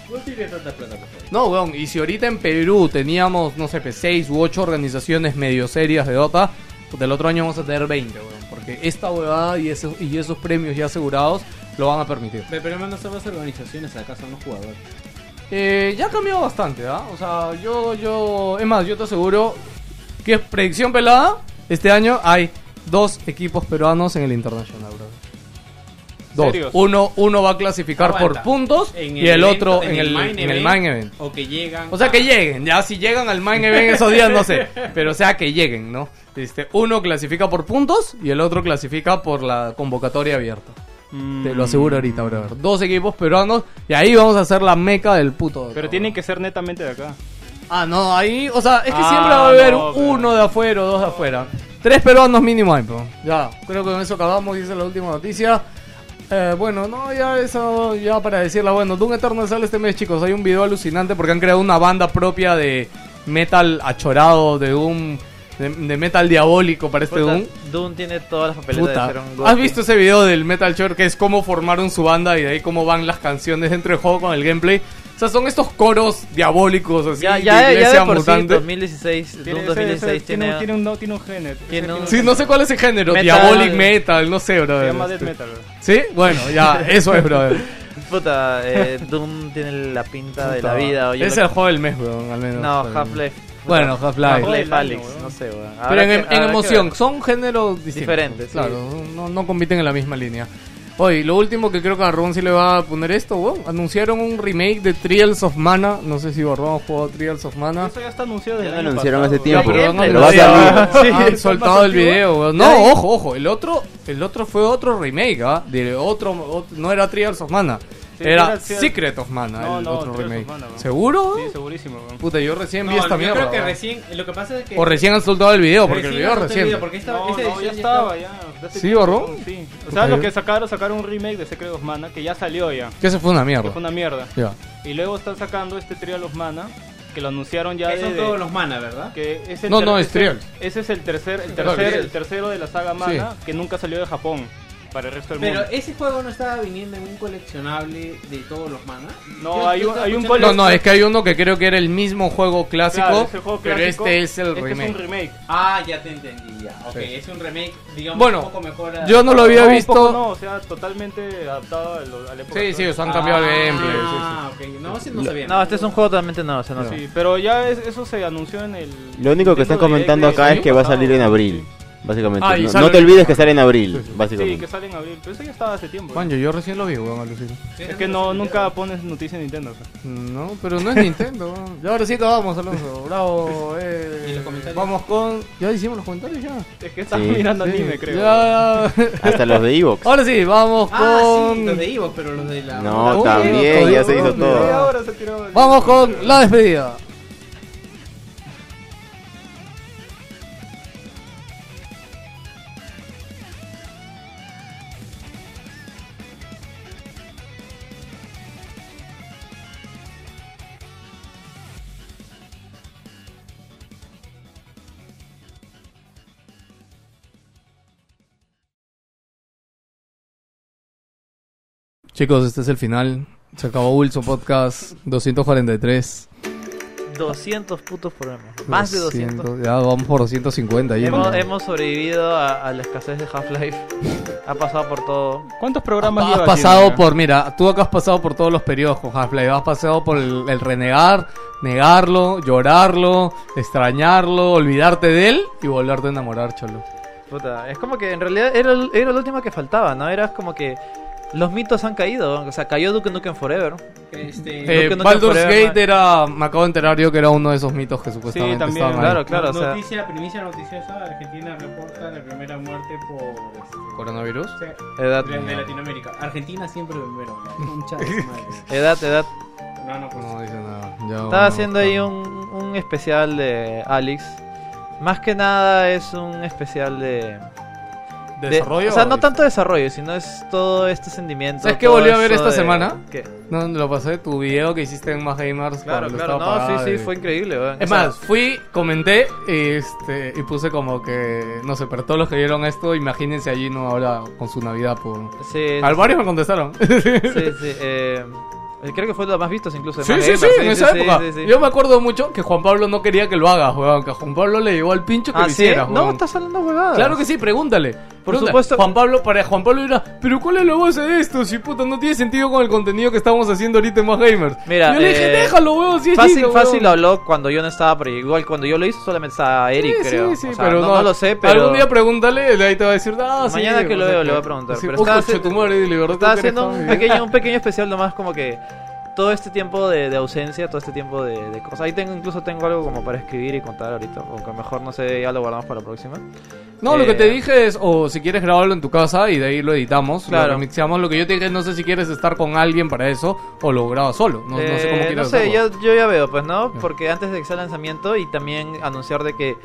[SPEAKER 2] No, weón, y si ahorita en Perú teníamos, no sé, 6 u 8 organizaciones medio serias de Dota, pues del otro año vamos a tener 20, weón. Porque esta huevada y esos, y esos premios ya asegurados lo van a permitir.
[SPEAKER 8] Ve, Pero no son las organizaciones, acá son los jugadores.
[SPEAKER 2] Eh, ya ha cambiado bastante, ¿ah? O sea, yo, yo, es más, yo te aseguro que es predicción pelada. Este año hay dos equipos peruanos en el Internacional, bro.
[SPEAKER 6] ¿Serios?
[SPEAKER 2] Dos. Uno, uno va a clasificar por
[SPEAKER 8] Aguanta.
[SPEAKER 2] puntos
[SPEAKER 8] En
[SPEAKER 2] y el
[SPEAKER 8] evento-
[SPEAKER 2] otro en, el,
[SPEAKER 8] main
[SPEAKER 2] en el
[SPEAKER 8] event,
[SPEAKER 2] main event.
[SPEAKER 8] O que llegan.
[SPEAKER 2] O sea,
[SPEAKER 8] a-
[SPEAKER 2] que lleguen, ya si llegan al main event esos días, no sé. Pero o sea, que lleguen, ¿no? Este, uno clasifica por puntos y el otro clasifica por la convocatoria abierta. Te lo aseguro ahorita, brother. Dos equipos peruanos y ahí vamos a hacer la meca del puto.
[SPEAKER 6] Pero tienen que ser netamente de acá.
[SPEAKER 2] Ah, no, ahí, o sea, es que
[SPEAKER 6] Ah,
[SPEAKER 2] siempre va a haber
[SPEAKER 6] no, pero-
[SPEAKER 2] uno de afuera o dos de afuera. Tres peruanos mínimo hay, pero ya, creo que con eso acabamos, dice la última noticia. Eh, bueno, no, ya eso, ya para decirla, bueno, Doom Eternal sale este mes, chicos, hay un video alucinante porque han creado una banda propia de metal achorado, de Doom, de, de metal diabólico para este
[SPEAKER 3] Puta,
[SPEAKER 2] Doom.
[SPEAKER 3] Doom tiene todas las papeletas de ser
[SPEAKER 2] Puta.
[SPEAKER 3] un
[SPEAKER 2] ¿Has
[SPEAKER 3] gote.
[SPEAKER 2] visto ese video del Metal Shore que es cómo formaron su banda y de ahí cómo van las canciones dentro del juego con el gameplay? O sea, son estos coros diabólicos así
[SPEAKER 3] Ya,
[SPEAKER 2] de
[SPEAKER 3] ya, ya
[SPEAKER 2] iglesia
[SPEAKER 3] de por sí,
[SPEAKER 2] mutante.
[SPEAKER 3] 2016, Doom 2016 tiene...
[SPEAKER 6] tiene, un, no, tiene un género.
[SPEAKER 3] tiene un-
[SPEAKER 2] Sí, no sé cuál es el género,
[SPEAKER 3] Metal.
[SPEAKER 2] diabolic metal, no sé, brother.
[SPEAKER 6] Se llama death
[SPEAKER 2] Este,
[SPEAKER 6] metal. bro.
[SPEAKER 2] Sí, bueno, ya, eso es, brother.
[SPEAKER 3] Puta, eh, Doom tiene la pinta de la vida. oye,
[SPEAKER 2] es
[SPEAKER 3] lo-
[SPEAKER 2] el juego del mes, weón, al menos.
[SPEAKER 3] No,
[SPEAKER 2] Para-
[SPEAKER 3] Half-Life. puta,
[SPEAKER 2] Bueno, Half-Life.
[SPEAKER 3] Half-Life
[SPEAKER 6] Half-Life,
[SPEAKER 3] Alyx,
[SPEAKER 6] weón.
[SPEAKER 3] no sé, weón.
[SPEAKER 2] Pero
[SPEAKER 3] Habrá
[SPEAKER 2] en, em, en
[SPEAKER 3] que- habrá que
[SPEAKER 2] emoción,
[SPEAKER 3] ver.
[SPEAKER 2] son géneros distintos.
[SPEAKER 3] Diferentes, sí.
[SPEAKER 2] Claro, no, no compiten en la misma línea. Oye, lo último que creo que a Ron sí le va a poner esto, weón. Anunciaron un remake de Trials of Mana. No sé si Ron jugó Trials of Mana.
[SPEAKER 6] Eso ya está anunciado desde
[SPEAKER 4] Ya
[SPEAKER 6] el
[SPEAKER 4] lo
[SPEAKER 6] año
[SPEAKER 4] anunciaron hace
[SPEAKER 6] pasado, bro.
[SPEAKER 4] tiempo.
[SPEAKER 3] pero
[SPEAKER 2] Ya,
[SPEAKER 3] no
[SPEAKER 2] han
[SPEAKER 3] lo vas a
[SPEAKER 2] anunciado,
[SPEAKER 3] abrir.
[SPEAKER 2] Ah, han
[SPEAKER 6] Sí, ¿es
[SPEAKER 2] soltado
[SPEAKER 6] más
[SPEAKER 2] el
[SPEAKER 6] antiguo?
[SPEAKER 2] video, weón.
[SPEAKER 6] Ya,
[SPEAKER 2] No,
[SPEAKER 6] ya.
[SPEAKER 2] ojo, ojo. El otro, el otro fue otro remake, ¿ah? De otro, ot- no era Trials of Mana.
[SPEAKER 6] Sí,
[SPEAKER 2] era
[SPEAKER 6] era Trials-
[SPEAKER 2] Secret of Mana,
[SPEAKER 6] No,
[SPEAKER 2] el
[SPEAKER 6] no,
[SPEAKER 2] otro
[SPEAKER 6] Trials of
[SPEAKER 2] remake.
[SPEAKER 6] Mana, weón.
[SPEAKER 2] ¿Seguro?
[SPEAKER 6] Sí, segurísimo. bro.
[SPEAKER 2] Puta, yo recién
[SPEAKER 8] No,
[SPEAKER 2] vi esta
[SPEAKER 8] yo
[SPEAKER 2] mierda.
[SPEAKER 8] creo que
[SPEAKER 2] weón.
[SPEAKER 8] recién. Lo que pasa es que.
[SPEAKER 2] O recién han soltado el video, porque el
[SPEAKER 8] recién
[SPEAKER 2] video es
[SPEAKER 8] han
[SPEAKER 2] recién.
[SPEAKER 8] entendido, Porque esta, esta
[SPEAKER 6] No, no,
[SPEAKER 8] edición
[SPEAKER 6] ya
[SPEAKER 8] ya estaba.
[SPEAKER 6] estaba, ya. Ya
[SPEAKER 2] ¿Sí,
[SPEAKER 6] se-
[SPEAKER 2] borró?
[SPEAKER 6] Sí. O sea,
[SPEAKER 2] Ok.
[SPEAKER 6] lo que sacaron, sacaron un remake de Secret of Mana que ya salió ya.
[SPEAKER 2] Que se fue una mierda.
[SPEAKER 6] Que fue una mierda.
[SPEAKER 2] Ya.
[SPEAKER 6] Y luego están sacando este Trial of Mana que lo anunciaron ya
[SPEAKER 8] Que son
[SPEAKER 6] desde-
[SPEAKER 8] todos los mana, ¿verdad?
[SPEAKER 6] que es el
[SPEAKER 2] No,
[SPEAKER 6] ter-
[SPEAKER 2] no, es
[SPEAKER 6] ese-
[SPEAKER 2] Trials.
[SPEAKER 6] Ese es el tercer, el
[SPEAKER 2] Claro,
[SPEAKER 6] tercer, el
[SPEAKER 2] Trials.
[SPEAKER 6] tercero de la saga Mana que nunca salió de Japón para el resto del
[SPEAKER 8] Pero
[SPEAKER 6] mundo.
[SPEAKER 8] ese juego no estaba viniendo en un coleccionable de todos los mana.
[SPEAKER 6] No,
[SPEAKER 8] Yo-
[SPEAKER 6] hay
[SPEAKER 8] yo
[SPEAKER 6] un-
[SPEAKER 8] estaba
[SPEAKER 6] hay un
[SPEAKER 8] escuchando-
[SPEAKER 2] No, no, es que hay uno que creo que era el mismo juego clásico,
[SPEAKER 6] Claro, es el juego
[SPEAKER 2] pero
[SPEAKER 6] clásico,
[SPEAKER 2] este es el
[SPEAKER 6] este
[SPEAKER 2] remake.
[SPEAKER 6] un remake.
[SPEAKER 8] Ah, ya te entendí, ya. Ok,
[SPEAKER 2] Sí.
[SPEAKER 8] es un remake, digamos,
[SPEAKER 2] Bueno,
[SPEAKER 8] un poco mejor. a-
[SPEAKER 2] Yo no lo había
[SPEAKER 6] No, un
[SPEAKER 2] visto.
[SPEAKER 6] poco no, o sea, totalmente adaptado a, lo- a la época.
[SPEAKER 2] Sí, sí,
[SPEAKER 6] actual.
[SPEAKER 2] o sea, han cambiado el gameplay. sí, sí.
[SPEAKER 8] Ah, ok. No, sí, no sabía.
[SPEAKER 3] No, este es un juego totalmente nuevo, o sea, no sé.
[SPEAKER 6] Sí, pero ya es- eso se anunció en el.
[SPEAKER 4] Ah. Lo único que están
[SPEAKER 6] Nintendo
[SPEAKER 4] comentando
[SPEAKER 6] Direct
[SPEAKER 4] acá
[SPEAKER 6] del
[SPEAKER 4] es que va a salir en
[SPEAKER 6] año
[SPEAKER 4] abril. Básicamente.
[SPEAKER 2] Ah, y
[SPEAKER 4] no,
[SPEAKER 2] sale
[SPEAKER 4] no te
[SPEAKER 2] en-
[SPEAKER 4] olvides que sale en abril,
[SPEAKER 6] pasado. Sí, que
[SPEAKER 4] básicamente.
[SPEAKER 6] sale en abril. Pero eso ya estaba hace tiempo. ¿eh?
[SPEAKER 2] Manjo, yo recién lo vi, weón, alucino.
[SPEAKER 6] Es que no, nunca pones noticia en Nintendo. o sea.
[SPEAKER 2] No, pero no es Nintendo. weón. ya ahora sí acabamos, Alonso. Bravo. eh.
[SPEAKER 8] ¿Y los comentarios?
[SPEAKER 2] Vamos con. Ya hicimos los comentarios ya.
[SPEAKER 6] Es que estás
[SPEAKER 4] Sí.
[SPEAKER 6] mirando
[SPEAKER 2] Sí,
[SPEAKER 6] anime, creo.
[SPEAKER 2] ya.
[SPEAKER 4] Hasta los de Evox.
[SPEAKER 2] ahora sí, vamos
[SPEAKER 8] Ah, sí,
[SPEAKER 2] con.
[SPEAKER 8] los de Ivo, pero los de la.
[SPEAKER 4] No,
[SPEAKER 2] Uy,
[SPEAKER 4] también, ya se hizo
[SPEAKER 2] weón,
[SPEAKER 6] Y
[SPEAKER 4] todo.
[SPEAKER 6] ahora se tiró el-
[SPEAKER 2] vamos con la despedida. Chicos, este es el final. Se acabó Wilson Podcast 243.
[SPEAKER 3] 200 putos programas. Más de 200.
[SPEAKER 2] Ya vamos por 250. ya.
[SPEAKER 3] Hemos, hemos sobrevivido a, a la escasez de Half-Life. Ha pasado por todo.
[SPEAKER 6] ¿Cuántos programas
[SPEAKER 2] Has
[SPEAKER 6] llevas,
[SPEAKER 2] pasado
[SPEAKER 6] Jimena?
[SPEAKER 2] por, mira, tú acá has pasado por todos los periodos con Half-Life. Has pasado por el, el renegar, negarlo, llorarlo, extrañarlo, olvidarte de él y volverte a enamorar, cholo.
[SPEAKER 3] Puta, es como que en realidad era, el- era lo último que faltaba, ¿no? Era como que los mitos han caído. O sea, cayó Duke Nukem Forever.
[SPEAKER 8] Este,
[SPEAKER 2] Eh,
[SPEAKER 3] que no te
[SPEAKER 2] Baldur's
[SPEAKER 3] afuera,
[SPEAKER 2] Gate era, me acabo de enterar yo que era uno de esos mitos que supuestamente
[SPEAKER 6] también,
[SPEAKER 2] estaban ahí.
[SPEAKER 3] Claro, claro, o sea.
[SPEAKER 8] noticia, primicia noticiosa: Argentina reporta la primera muerte por. este,
[SPEAKER 2] ¿Coronavirus?
[SPEAKER 8] Sí,
[SPEAKER 3] Edad,
[SPEAKER 8] de, de Latinoamérica. Argentina siempre primero. la concha de su madre.
[SPEAKER 3] edad, edad.
[SPEAKER 8] No, no, pues.
[SPEAKER 2] No dice nada. Ya
[SPEAKER 3] Estaba
[SPEAKER 2] vamos,
[SPEAKER 3] haciendo ahí
[SPEAKER 2] claro.
[SPEAKER 3] un, un especial de Alex. Más que nada es un especial de De-
[SPEAKER 6] ¿De desarrollo?
[SPEAKER 3] O sea, no
[SPEAKER 6] de-
[SPEAKER 3] tanto desarrollo, sino es todo este sentimiento.
[SPEAKER 2] ¿Sabes qué
[SPEAKER 3] todo
[SPEAKER 2] volví a ver
[SPEAKER 3] eso
[SPEAKER 2] esta
[SPEAKER 3] de-
[SPEAKER 2] semana?
[SPEAKER 3] ¿Qué?
[SPEAKER 2] No, lo pasé tu video que hiciste en Más Gamers.
[SPEAKER 3] Claro,
[SPEAKER 2] cuando
[SPEAKER 3] claro.
[SPEAKER 2] estaba
[SPEAKER 3] No,
[SPEAKER 2] apagado
[SPEAKER 3] sí, sí,
[SPEAKER 2] y-
[SPEAKER 3] fue increíble, weón.
[SPEAKER 2] Es
[SPEAKER 3] O sea,
[SPEAKER 2] más, fui, comenté este, y puse como que, no sé, para todos los que vieron esto, imagínense allí no ahora con su Navidad. Por...
[SPEAKER 3] sí,
[SPEAKER 2] Al varios me contestaron.
[SPEAKER 3] sí, sí, eh, creo que fue lo más visto incluso. de
[SPEAKER 2] Sí,
[SPEAKER 3] Mad
[SPEAKER 2] sí,
[SPEAKER 3] Gamer,
[SPEAKER 2] sí, en esa
[SPEAKER 3] sí,
[SPEAKER 2] época.
[SPEAKER 3] sí, sí.
[SPEAKER 2] Yo me acuerdo mucho que Juan Pablo no quería que lo hagas, weón. Que a Juan Pablo le llegó al pincho que
[SPEAKER 3] ¿Ah,
[SPEAKER 2] lo
[SPEAKER 3] sí?
[SPEAKER 2] hicieras,
[SPEAKER 3] No,
[SPEAKER 2] weón.
[SPEAKER 3] estás hablando huevadas.
[SPEAKER 2] Claro que sí, pregúntale.
[SPEAKER 3] Por
[SPEAKER 2] Pregúntale.
[SPEAKER 3] supuesto.
[SPEAKER 2] Juan Pablo, para Juan Pablo dirá, pero ¿cuál es la base de esto? Si puta, no tiene sentido con el contenido que estamos haciendo ahorita en Más Gamers.
[SPEAKER 3] Mira,
[SPEAKER 2] Yo le dije,
[SPEAKER 3] eh,
[SPEAKER 2] déjalo, weón, si es
[SPEAKER 3] Fácil,
[SPEAKER 2] lindo,
[SPEAKER 3] fácil
[SPEAKER 2] weón".
[SPEAKER 3] lo habló cuando yo no estaba, pero igual cuando yo lo hice solamente estaba Eric,
[SPEAKER 2] Sí,
[SPEAKER 3] creo.
[SPEAKER 2] Sí, sí,
[SPEAKER 3] O sea,
[SPEAKER 2] pero
[SPEAKER 3] no, no lo sé, pero.
[SPEAKER 2] Algún día pregúntale, de ahí te va a decir, ah, sí.
[SPEAKER 3] Mañana que lo
[SPEAKER 2] o sea,
[SPEAKER 3] veo, le voy a preguntar,
[SPEAKER 2] decir,
[SPEAKER 3] pero
[SPEAKER 2] "Oh,
[SPEAKER 3] está
[SPEAKER 2] coche,
[SPEAKER 3] hace-
[SPEAKER 2] tu madre, dile, ¿verdad?
[SPEAKER 3] Estaba
[SPEAKER 2] ¿Tú crees
[SPEAKER 3] haciendo
[SPEAKER 2] que
[SPEAKER 3] un
[SPEAKER 2] estaba bien?".
[SPEAKER 3] pequeño, un pequeño especial nomás como que todo este tiempo de, de ausencia, todo este tiempo de, de cosas. Ahí tengo, incluso tengo algo como para escribir y contar ahorita, aunque mejor no sé, ya lo guardamos para la próxima.
[SPEAKER 2] No, lo que
[SPEAKER 3] Eh,
[SPEAKER 2] te dije es, o si quieres grabarlo en tu casa y de ahí lo editamos,
[SPEAKER 3] Claro.
[SPEAKER 2] lo remixeamos. Lo que yo te dije, no sé si quieres estar con alguien para eso o lo grabas solo. No, no sé cómo
[SPEAKER 3] Eh,
[SPEAKER 2] quieres
[SPEAKER 3] no sé,
[SPEAKER 2] hacerlo.
[SPEAKER 3] yo, yo ya veo, pues, ¿no?
[SPEAKER 2] Ya.
[SPEAKER 3] Porque antes de que sea el lanzamiento y también anunciar de que,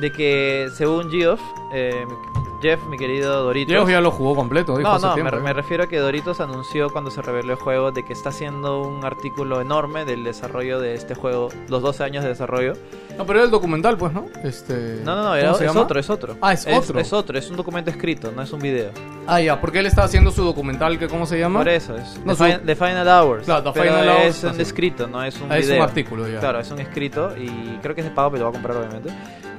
[SPEAKER 3] de que según Geoff, eh, mi- Jeff, mi querido Doritos...
[SPEAKER 2] Diego ya lo jugó completo, dijo
[SPEAKER 3] No,
[SPEAKER 2] hace
[SPEAKER 3] no, me,
[SPEAKER 2] tiempo. ¿eh?
[SPEAKER 3] me refiero a que Doritos anunció cuando se reveló el juego de que está haciendo un artículo enorme del desarrollo de este juego, los 12 años de desarrollo.
[SPEAKER 2] No, pero era el documental, pues, ¿no? Este...
[SPEAKER 3] No, no, no,
[SPEAKER 2] ¿cómo
[SPEAKER 3] era-
[SPEAKER 2] se
[SPEAKER 3] es
[SPEAKER 2] llama?
[SPEAKER 3] otro, es otro.
[SPEAKER 2] Ah, es otro.
[SPEAKER 3] Es otro, es un documento escrito, no es un video.
[SPEAKER 2] Ah, ya, porque él está haciendo su documental, que ¿cómo se llama?
[SPEAKER 3] Por eso es.
[SPEAKER 2] No,
[SPEAKER 3] the,
[SPEAKER 2] su-
[SPEAKER 3] Fin- The Final Hours.
[SPEAKER 2] Claro, The
[SPEAKER 3] pero
[SPEAKER 2] Final Hours,
[SPEAKER 3] Es un
[SPEAKER 2] así.
[SPEAKER 3] escrito, no es un
[SPEAKER 2] Ah, es
[SPEAKER 3] video.
[SPEAKER 2] un artículo ya.
[SPEAKER 3] Claro, es un escrito y creo que es de pago, pero lo voy a comprar obviamente.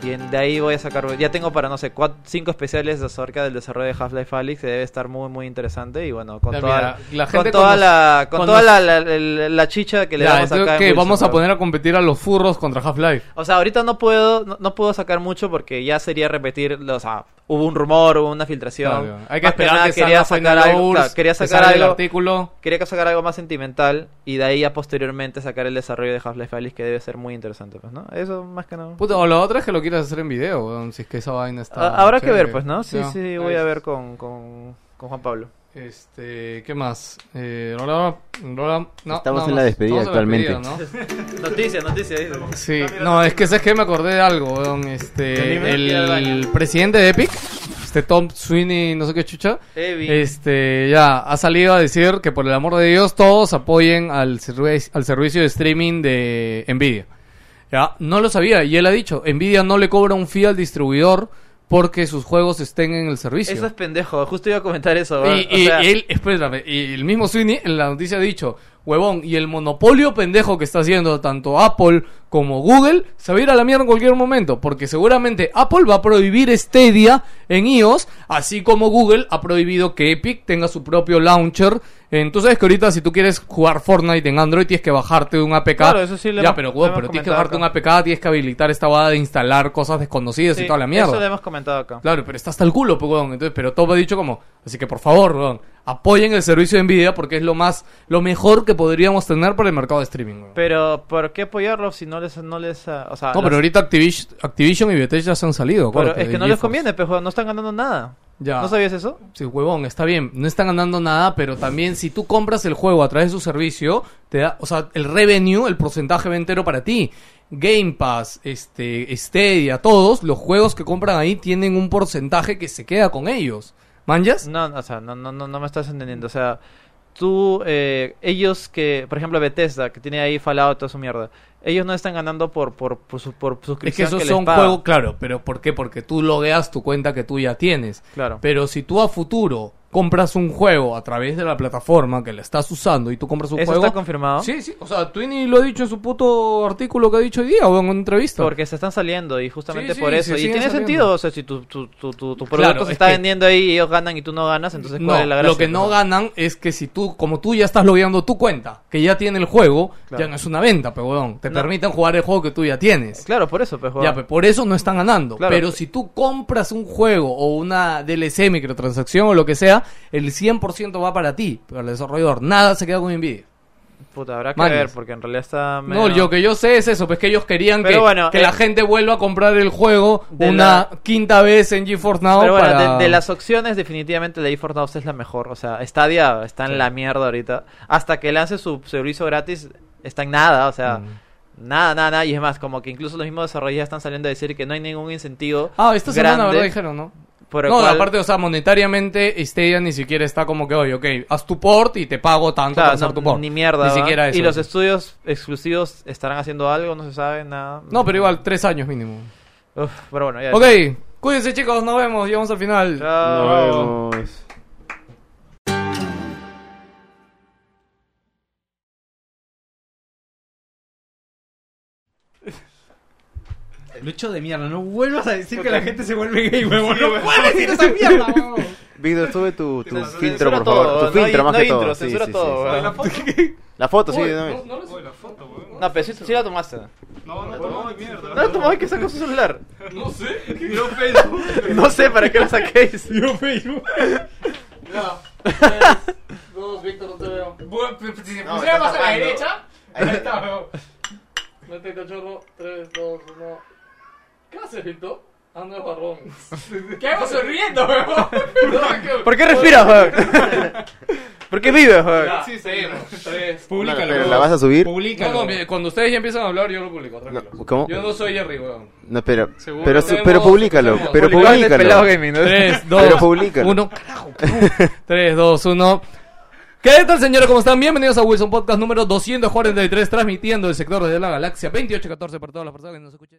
[SPEAKER 3] Y en- de ahí voy a sacar. Ya tengo para, no sé, 5 cinco especiales acerca del desarrollo de Half-Life Alyx, que debe estar muy, muy interesante. Y bueno, con
[SPEAKER 2] Ya,
[SPEAKER 3] toda,
[SPEAKER 2] mira, la
[SPEAKER 3] con
[SPEAKER 2] gente
[SPEAKER 3] toda
[SPEAKER 2] cuando-
[SPEAKER 3] la, con
[SPEAKER 2] cuando-
[SPEAKER 3] toda la, la- la- la chicha que le
[SPEAKER 2] Ya,
[SPEAKER 3] damos
[SPEAKER 2] entonces,
[SPEAKER 3] acá. en
[SPEAKER 2] ¿qué?
[SPEAKER 3] Wilson,
[SPEAKER 2] Vamos a
[SPEAKER 3] ¿verdad?
[SPEAKER 2] poner a competir a los furros contra Half-Life.
[SPEAKER 3] O sea, ahorita no puedo, no, no puedo sacar mucho porque ya sería repetir, o sea, hubo un rumor, hubo una filtración.
[SPEAKER 2] Claro, hay que
[SPEAKER 3] Más
[SPEAKER 2] esperar
[SPEAKER 3] nada
[SPEAKER 2] que salga
[SPEAKER 3] quería sacar
[SPEAKER 2] Final
[SPEAKER 3] algo,
[SPEAKER 2] Hours,
[SPEAKER 3] claro, quería
[SPEAKER 2] que
[SPEAKER 3] sacar
[SPEAKER 2] salga el
[SPEAKER 3] algo,
[SPEAKER 2] artículo.
[SPEAKER 3] quería sacar algo más sentimental y de ahí ya posteriormente sacar el desarrollo de Half-Life Alyx que debe ser muy interesante, pues, ¿no? Eso más que nada.
[SPEAKER 2] Puta, o la otra es que lo quieras hacer en video, weón, si es que esa vaina está...
[SPEAKER 3] Ah, Habrá que
[SPEAKER 2] chévere.
[SPEAKER 3] ver, pues, ¿no? Sí,
[SPEAKER 2] Ya,
[SPEAKER 3] sí,
[SPEAKER 2] ahí
[SPEAKER 3] voy a
[SPEAKER 2] está.
[SPEAKER 3] ver con, con, con Juan Pablo.
[SPEAKER 2] Este, ¿qué más? Eh, Lola, Lola, no,
[SPEAKER 4] Estamos
[SPEAKER 2] no,
[SPEAKER 4] en la
[SPEAKER 2] no,
[SPEAKER 4] despedida
[SPEAKER 2] estamos en la
[SPEAKER 4] actualmente.
[SPEAKER 2] despedida,
[SPEAKER 3] Noticia, noticia.
[SPEAKER 2] ¿no? Sí, no, es que sabes que me acordé de algo, weón, este, el presidente de Epic, este Tom Sweeney, no sé qué chucha, este, ya ha salido a decir que por el amor de Dios todos apoyen al servi- al servicio de streaming de Nvidia. Ya, no lo sabía y él ha dicho, Nvidia no le cobra un fee al distribuidor porque sus juegos estén en el servicio.
[SPEAKER 3] Eso es pendejo, justo iba a comentar eso. ¿verdad?
[SPEAKER 2] Y,
[SPEAKER 3] O
[SPEAKER 2] y
[SPEAKER 3] sea,
[SPEAKER 2] él, espérame, y el mismo Sweeney en la noticia ha dicho, huevón, y el monopolio pendejo que está haciendo tanto Apple como Google se va a ir a la mierda en cualquier momento, porque seguramente Apple va a prohibir Stadia en iOS, así como Google ha prohibido que Epic tenga su propio launcher. Entonces, que ahorita si tú quieres jugar Fortnite en Android tienes que bajarte de un APK.
[SPEAKER 3] Claro, eso sí le
[SPEAKER 2] ya,
[SPEAKER 3] hemos-
[SPEAKER 2] pero,
[SPEAKER 3] le
[SPEAKER 2] huevón,
[SPEAKER 3] hemos
[SPEAKER 2] pero tienes que
[SPEAKER 3] comentado
[SPEAKER 2] bajarte
[SPEAKER 3] acá.
[SPEAKER 2] un APK, tienes que habilitar esta bada de instalar cosas desconocidas
[SPEAKER 3] sí,
[SPEAKER 2] y toda la mierda.
[SPEAKER 3] Eso lo hemos comentado acá.
[SPEAKER 2] Claro, pero está hasta el culo, pues, weón. Entonces, pero todo ha dicho como, así que por favor, weón, apoyen el servicio de Nvidia porque es lo más, lo mejor que podríamos tener para el mercado de streaming, weón.
[SPEAKER 3] Pero, ¿por qué apoyarlos si no les... No les ah, o sea,
[SPEAKER 2] no,
[SPEAKER 3] las-
[SPEAKER 2] pero ahorita Activis- Activision y Bethesda se han salido,
[SPEAKER 3] Pero
[SPEAKER 2] acuérdate,
[SPEAKER 3] es que
[SPEAKER 2] de
[SPEAKER 3] no les
[SPEAKER 2] GeForce.
[SPEAKER 3] conviene, pero no están ganando nada.
[SPEAKER 2] Ya.
[SPEAKER 3] ¿No sabías eso?
[SPEAKER 2] Sí, huevón, está bien, no están ganando nada, pero también si tú compras el juego a través de su servicio, te da, o sea, el revenue, el porcentaje va entero para ti. Game Pass, este, Stadia, todos los juegos que compran ahí tienen un porcentaje que se queda con ellos. ¿Manjas?
[SPEAKER 3] Pues No, o sea, no, no, no, no me estás entendiendo. O sea, tú, eh, ellos que, por ejemplo, Bethesda, que tiene ahí Fallout, toda su mierda, ellos no están ganando por, por, por, su, por
[SPEAKER 2] Es que
[SPEAKER 3] suscripción.
[SPEAKER 2] esos
[SPEAKER 3] les
[SPEAKER 2] son
[SPEAKER 3] pagan.
[SPEAKER 2] juegos, claro, pero ¿por qué? Porque tú logueas tu cuenta que tú ya tienes.
[SPEAKER 3] Claro.
[SPEAKER 2] Pero si tú a futuro compras un juego a través de la plataforma que la estás usando y tú compras un
[SPEAKER 3] ¿Eso
[SPEAKER 2] juego...
[SPEAKER 3] está confirmado?
[SPEAKER 2] Sí, sí, o sea, Twini lo ha dicho en su puto artículo que ha dicho hoy día o en una entrevista.
[SPEAKER 3] Porque se están saliendo y justamente
[SPEAKER 2] Sí, sí,
[SPEAKER 3] por
[SPEAKER 2] se
[SPEAKER 3] eso. Y
[SPEAKER 2] siguen
[SPEAKER 3] tiene
[SPEAKER 2] saliendo.
[SPEAKER 3] sentido, o sea, si tu, tu, tu, tu, tu producto
[SPEAKER 2] Claro, es
[SPEAKER 3] se está
[SPEAKER 2] que-
[SPEAKER 3] vendiendo ahí y ellos ganan y tú no ganas, entonces ¿cuál
[SPEAKER 2] No,
[SPEAKER 3] es la gracia?
[SPEAKER 2] lo que no
[SPEAKER 3] Pues,
[SPEAKER 2] ganan es que si tú, como tú ya estás logueando tu cuenta, que ya tiene el juego, ya no es una venta, pegón. Te
[SPEAKER 3] No.
[SPEAKER 2] permiten jugar el juego que tú ya tienes.
[SPEAKER 3] Claro, por eso, pues,
[SPEAKER 2] Ya,
[SPEAKER 3] juegan.
[SPEAKER 2] pues, por eso no están ganando.
[SPEAKER 3] Claro.
[SPEAKER 2] Pero si tú compras un juego o una DLC, microtransacción o lo que sea, el 100% va para ti, para el desarrollador. Nada se queda con Nvidia.
[SPEAKER 3] Puta, habrá que
[SPEAKER 2] pues, Mañas.
[SPEAKER 3] ver, porque en realidad está...
[SPEAKER 2] No,
[SPEAKER 3] medio-
[SPEAKER 2] lo que yo sé es eso, pues que ellos querían
[SPEAKER 3] Pero
[SPEAKER 2] que,
[SPEAKER 3] bueno,
[SPEAKER 2] que
[SPEAKER 3] eh,
[SPEAKER 2] la gente vuelva a comprar el juego
[SPEAKER 3] de
[SPEAKER 2] una
[SPEAKER 3] la-
[SPEAKER 2] quinta vez en GeForce Now
[SPEAKER 3] Pero bueno,
[SPEAKER 2] para...
[SPEAKER 3] de, de las opciones, definitivamente la eForce Now es la mejor. O sea, Stadia está en la mierda ahorita. Hasta que lance su servicio gratis, está en nada. O sea,
[SPEAKER 2] Mm.
[SPEAKER 3] nada, nada, nada. Y es más, como que incluso los mismos desarrolladores están saliendo a decir que no hay ningún incentivo.
[SPEAKER 2] Ah, esta semana,
[SPEAKER 3] grande.
[SPEAKER 2] ¿verdad? Dijeron, ¿no?
[SPEAKER 3] Por el
[SPEAKER 2] No,
[SPEAKER 3] cual-
[SPEAKER 2] aparte, o sea, monetariamente Stadia ni siquiera está como que, oye, ok, haz tu port y te pago tanto
[SPEAKER 3] Claro,
[SPEAKER 2] por hacer
[SPEAKER 3] no,
[SPEAKER 2] tu port.
[SPEAKER 3] ni mierda.
[SPEAKER 2] Ni
[SPEAKER 3] ¿va?
[SPEAKER 2] siquiera eso.
[SPEAKER 3] Y los estudios exclusivos estarán haciendo algo, no se sabe nada.
[SPEAKER 2] No, pero igual, tres años mínimo.
[SPEAKER 3] Uf, pero bueno, ya. Ah,
[SPEAKER 2] Ok, cuídense chicos, nos vemos, llegamos al final.
[SPEAKER 3] Chao.
[SPEAKER 4] Nos vemos.
[SPEAKER 8] Lucho de mierda, no vuelvas a decir que la gente se vuelve gay, huevón. no puedes decir esa mierda, huevón.
[SPEAKER 4] Víctor, sube tu, tu
[SPEAKER 3] Censura
[SPEAKER 4] filtro, por
[SPEAKER 3] todo,
[SPEAKER 4] favor.
[SPEAKER 3] no
[SPEAKER 4] tu filtro,
[SPEAKER 3] hay-
[SPEAKER 4] más
[SPEAKER 3] no
[SPEAKER 4] que
[SPEAKER 3] intro,
[SPEAKER 4] todo. Sí,
[SPEAKER 3] Censura
[SPEAKER 4] sí, sí,
[SPEAKER 3] todo,
[SPEAKER 4] sí.
[SPEAKER 3] weón.
[SPEAKER 4] La foto, sí, de una vez.
[SPEAKER 3] No, pero sí, sí la tomaste. No, no tomó mierda. No la tomó, hay que sacó su celular. No sé. no sé para qué la saquéis.
[SPEAKER 2] Dos, Víctor, no te veo. Si se
[SPEAKER 4] No, está
[SPEAKER 2] pusiera más a la
[SPEAKER 4] tapando.
[SPEAKER 2] derecha, ahí está, veo. Mete cachorro, 3, 2, 1. ¿Qué haces, Víctor? Ah, Ando de barrón. ¿Qué hago sonriendo, weón?
[SPEAKER 3] ¿Por qué respiras, weón? ¿Por qué vives, weón?
[SPEAKER 2] Sí, seguimos. Tres.
[SPEAKER 8] Públicalo.
[SPEAKER 4] Pero, ¿la vas a subir?
[SPEAKER 8] Públicalo.
[SPEAKER 2] No, no, cuando ustedes ya empiezan a hablar, yo lo publico, tranquilo.
[SPEAKER 4] No, ¿cómo?
[SPEAKER 2] Yo no soy Jerry, weón.
[SPEAKER 4] No, pero,
[SPEAKER 2] Seguro.
[SPEAKER 4] pero, su-
[SPEAKER 2] Tenemos-
[SPEAKER 4] pero públicalo.
[SPEAKER 2] tenemos-
[SPEAKER 4] Pero
[SPEAKER 3] Publicado en el Pelado
[SPEAKER 4] públicalo.
[SPEAKER 3] Gaming, ¿no?
[SPEAKER 2] 3,
[SPEAKER 4] Pero
[SPEAKER 2] 2,
[SPEAKER 4] públicalo.
[SPEAKER 2] 1. Carajo, 3, 2, 1. ¿Qué tal, señores? ¿Cómo están? Bienvenidos a Wilson Podcast número 243, transmitiendo el sector desde la galaxia 2814 para todas las personas que nos escuchen.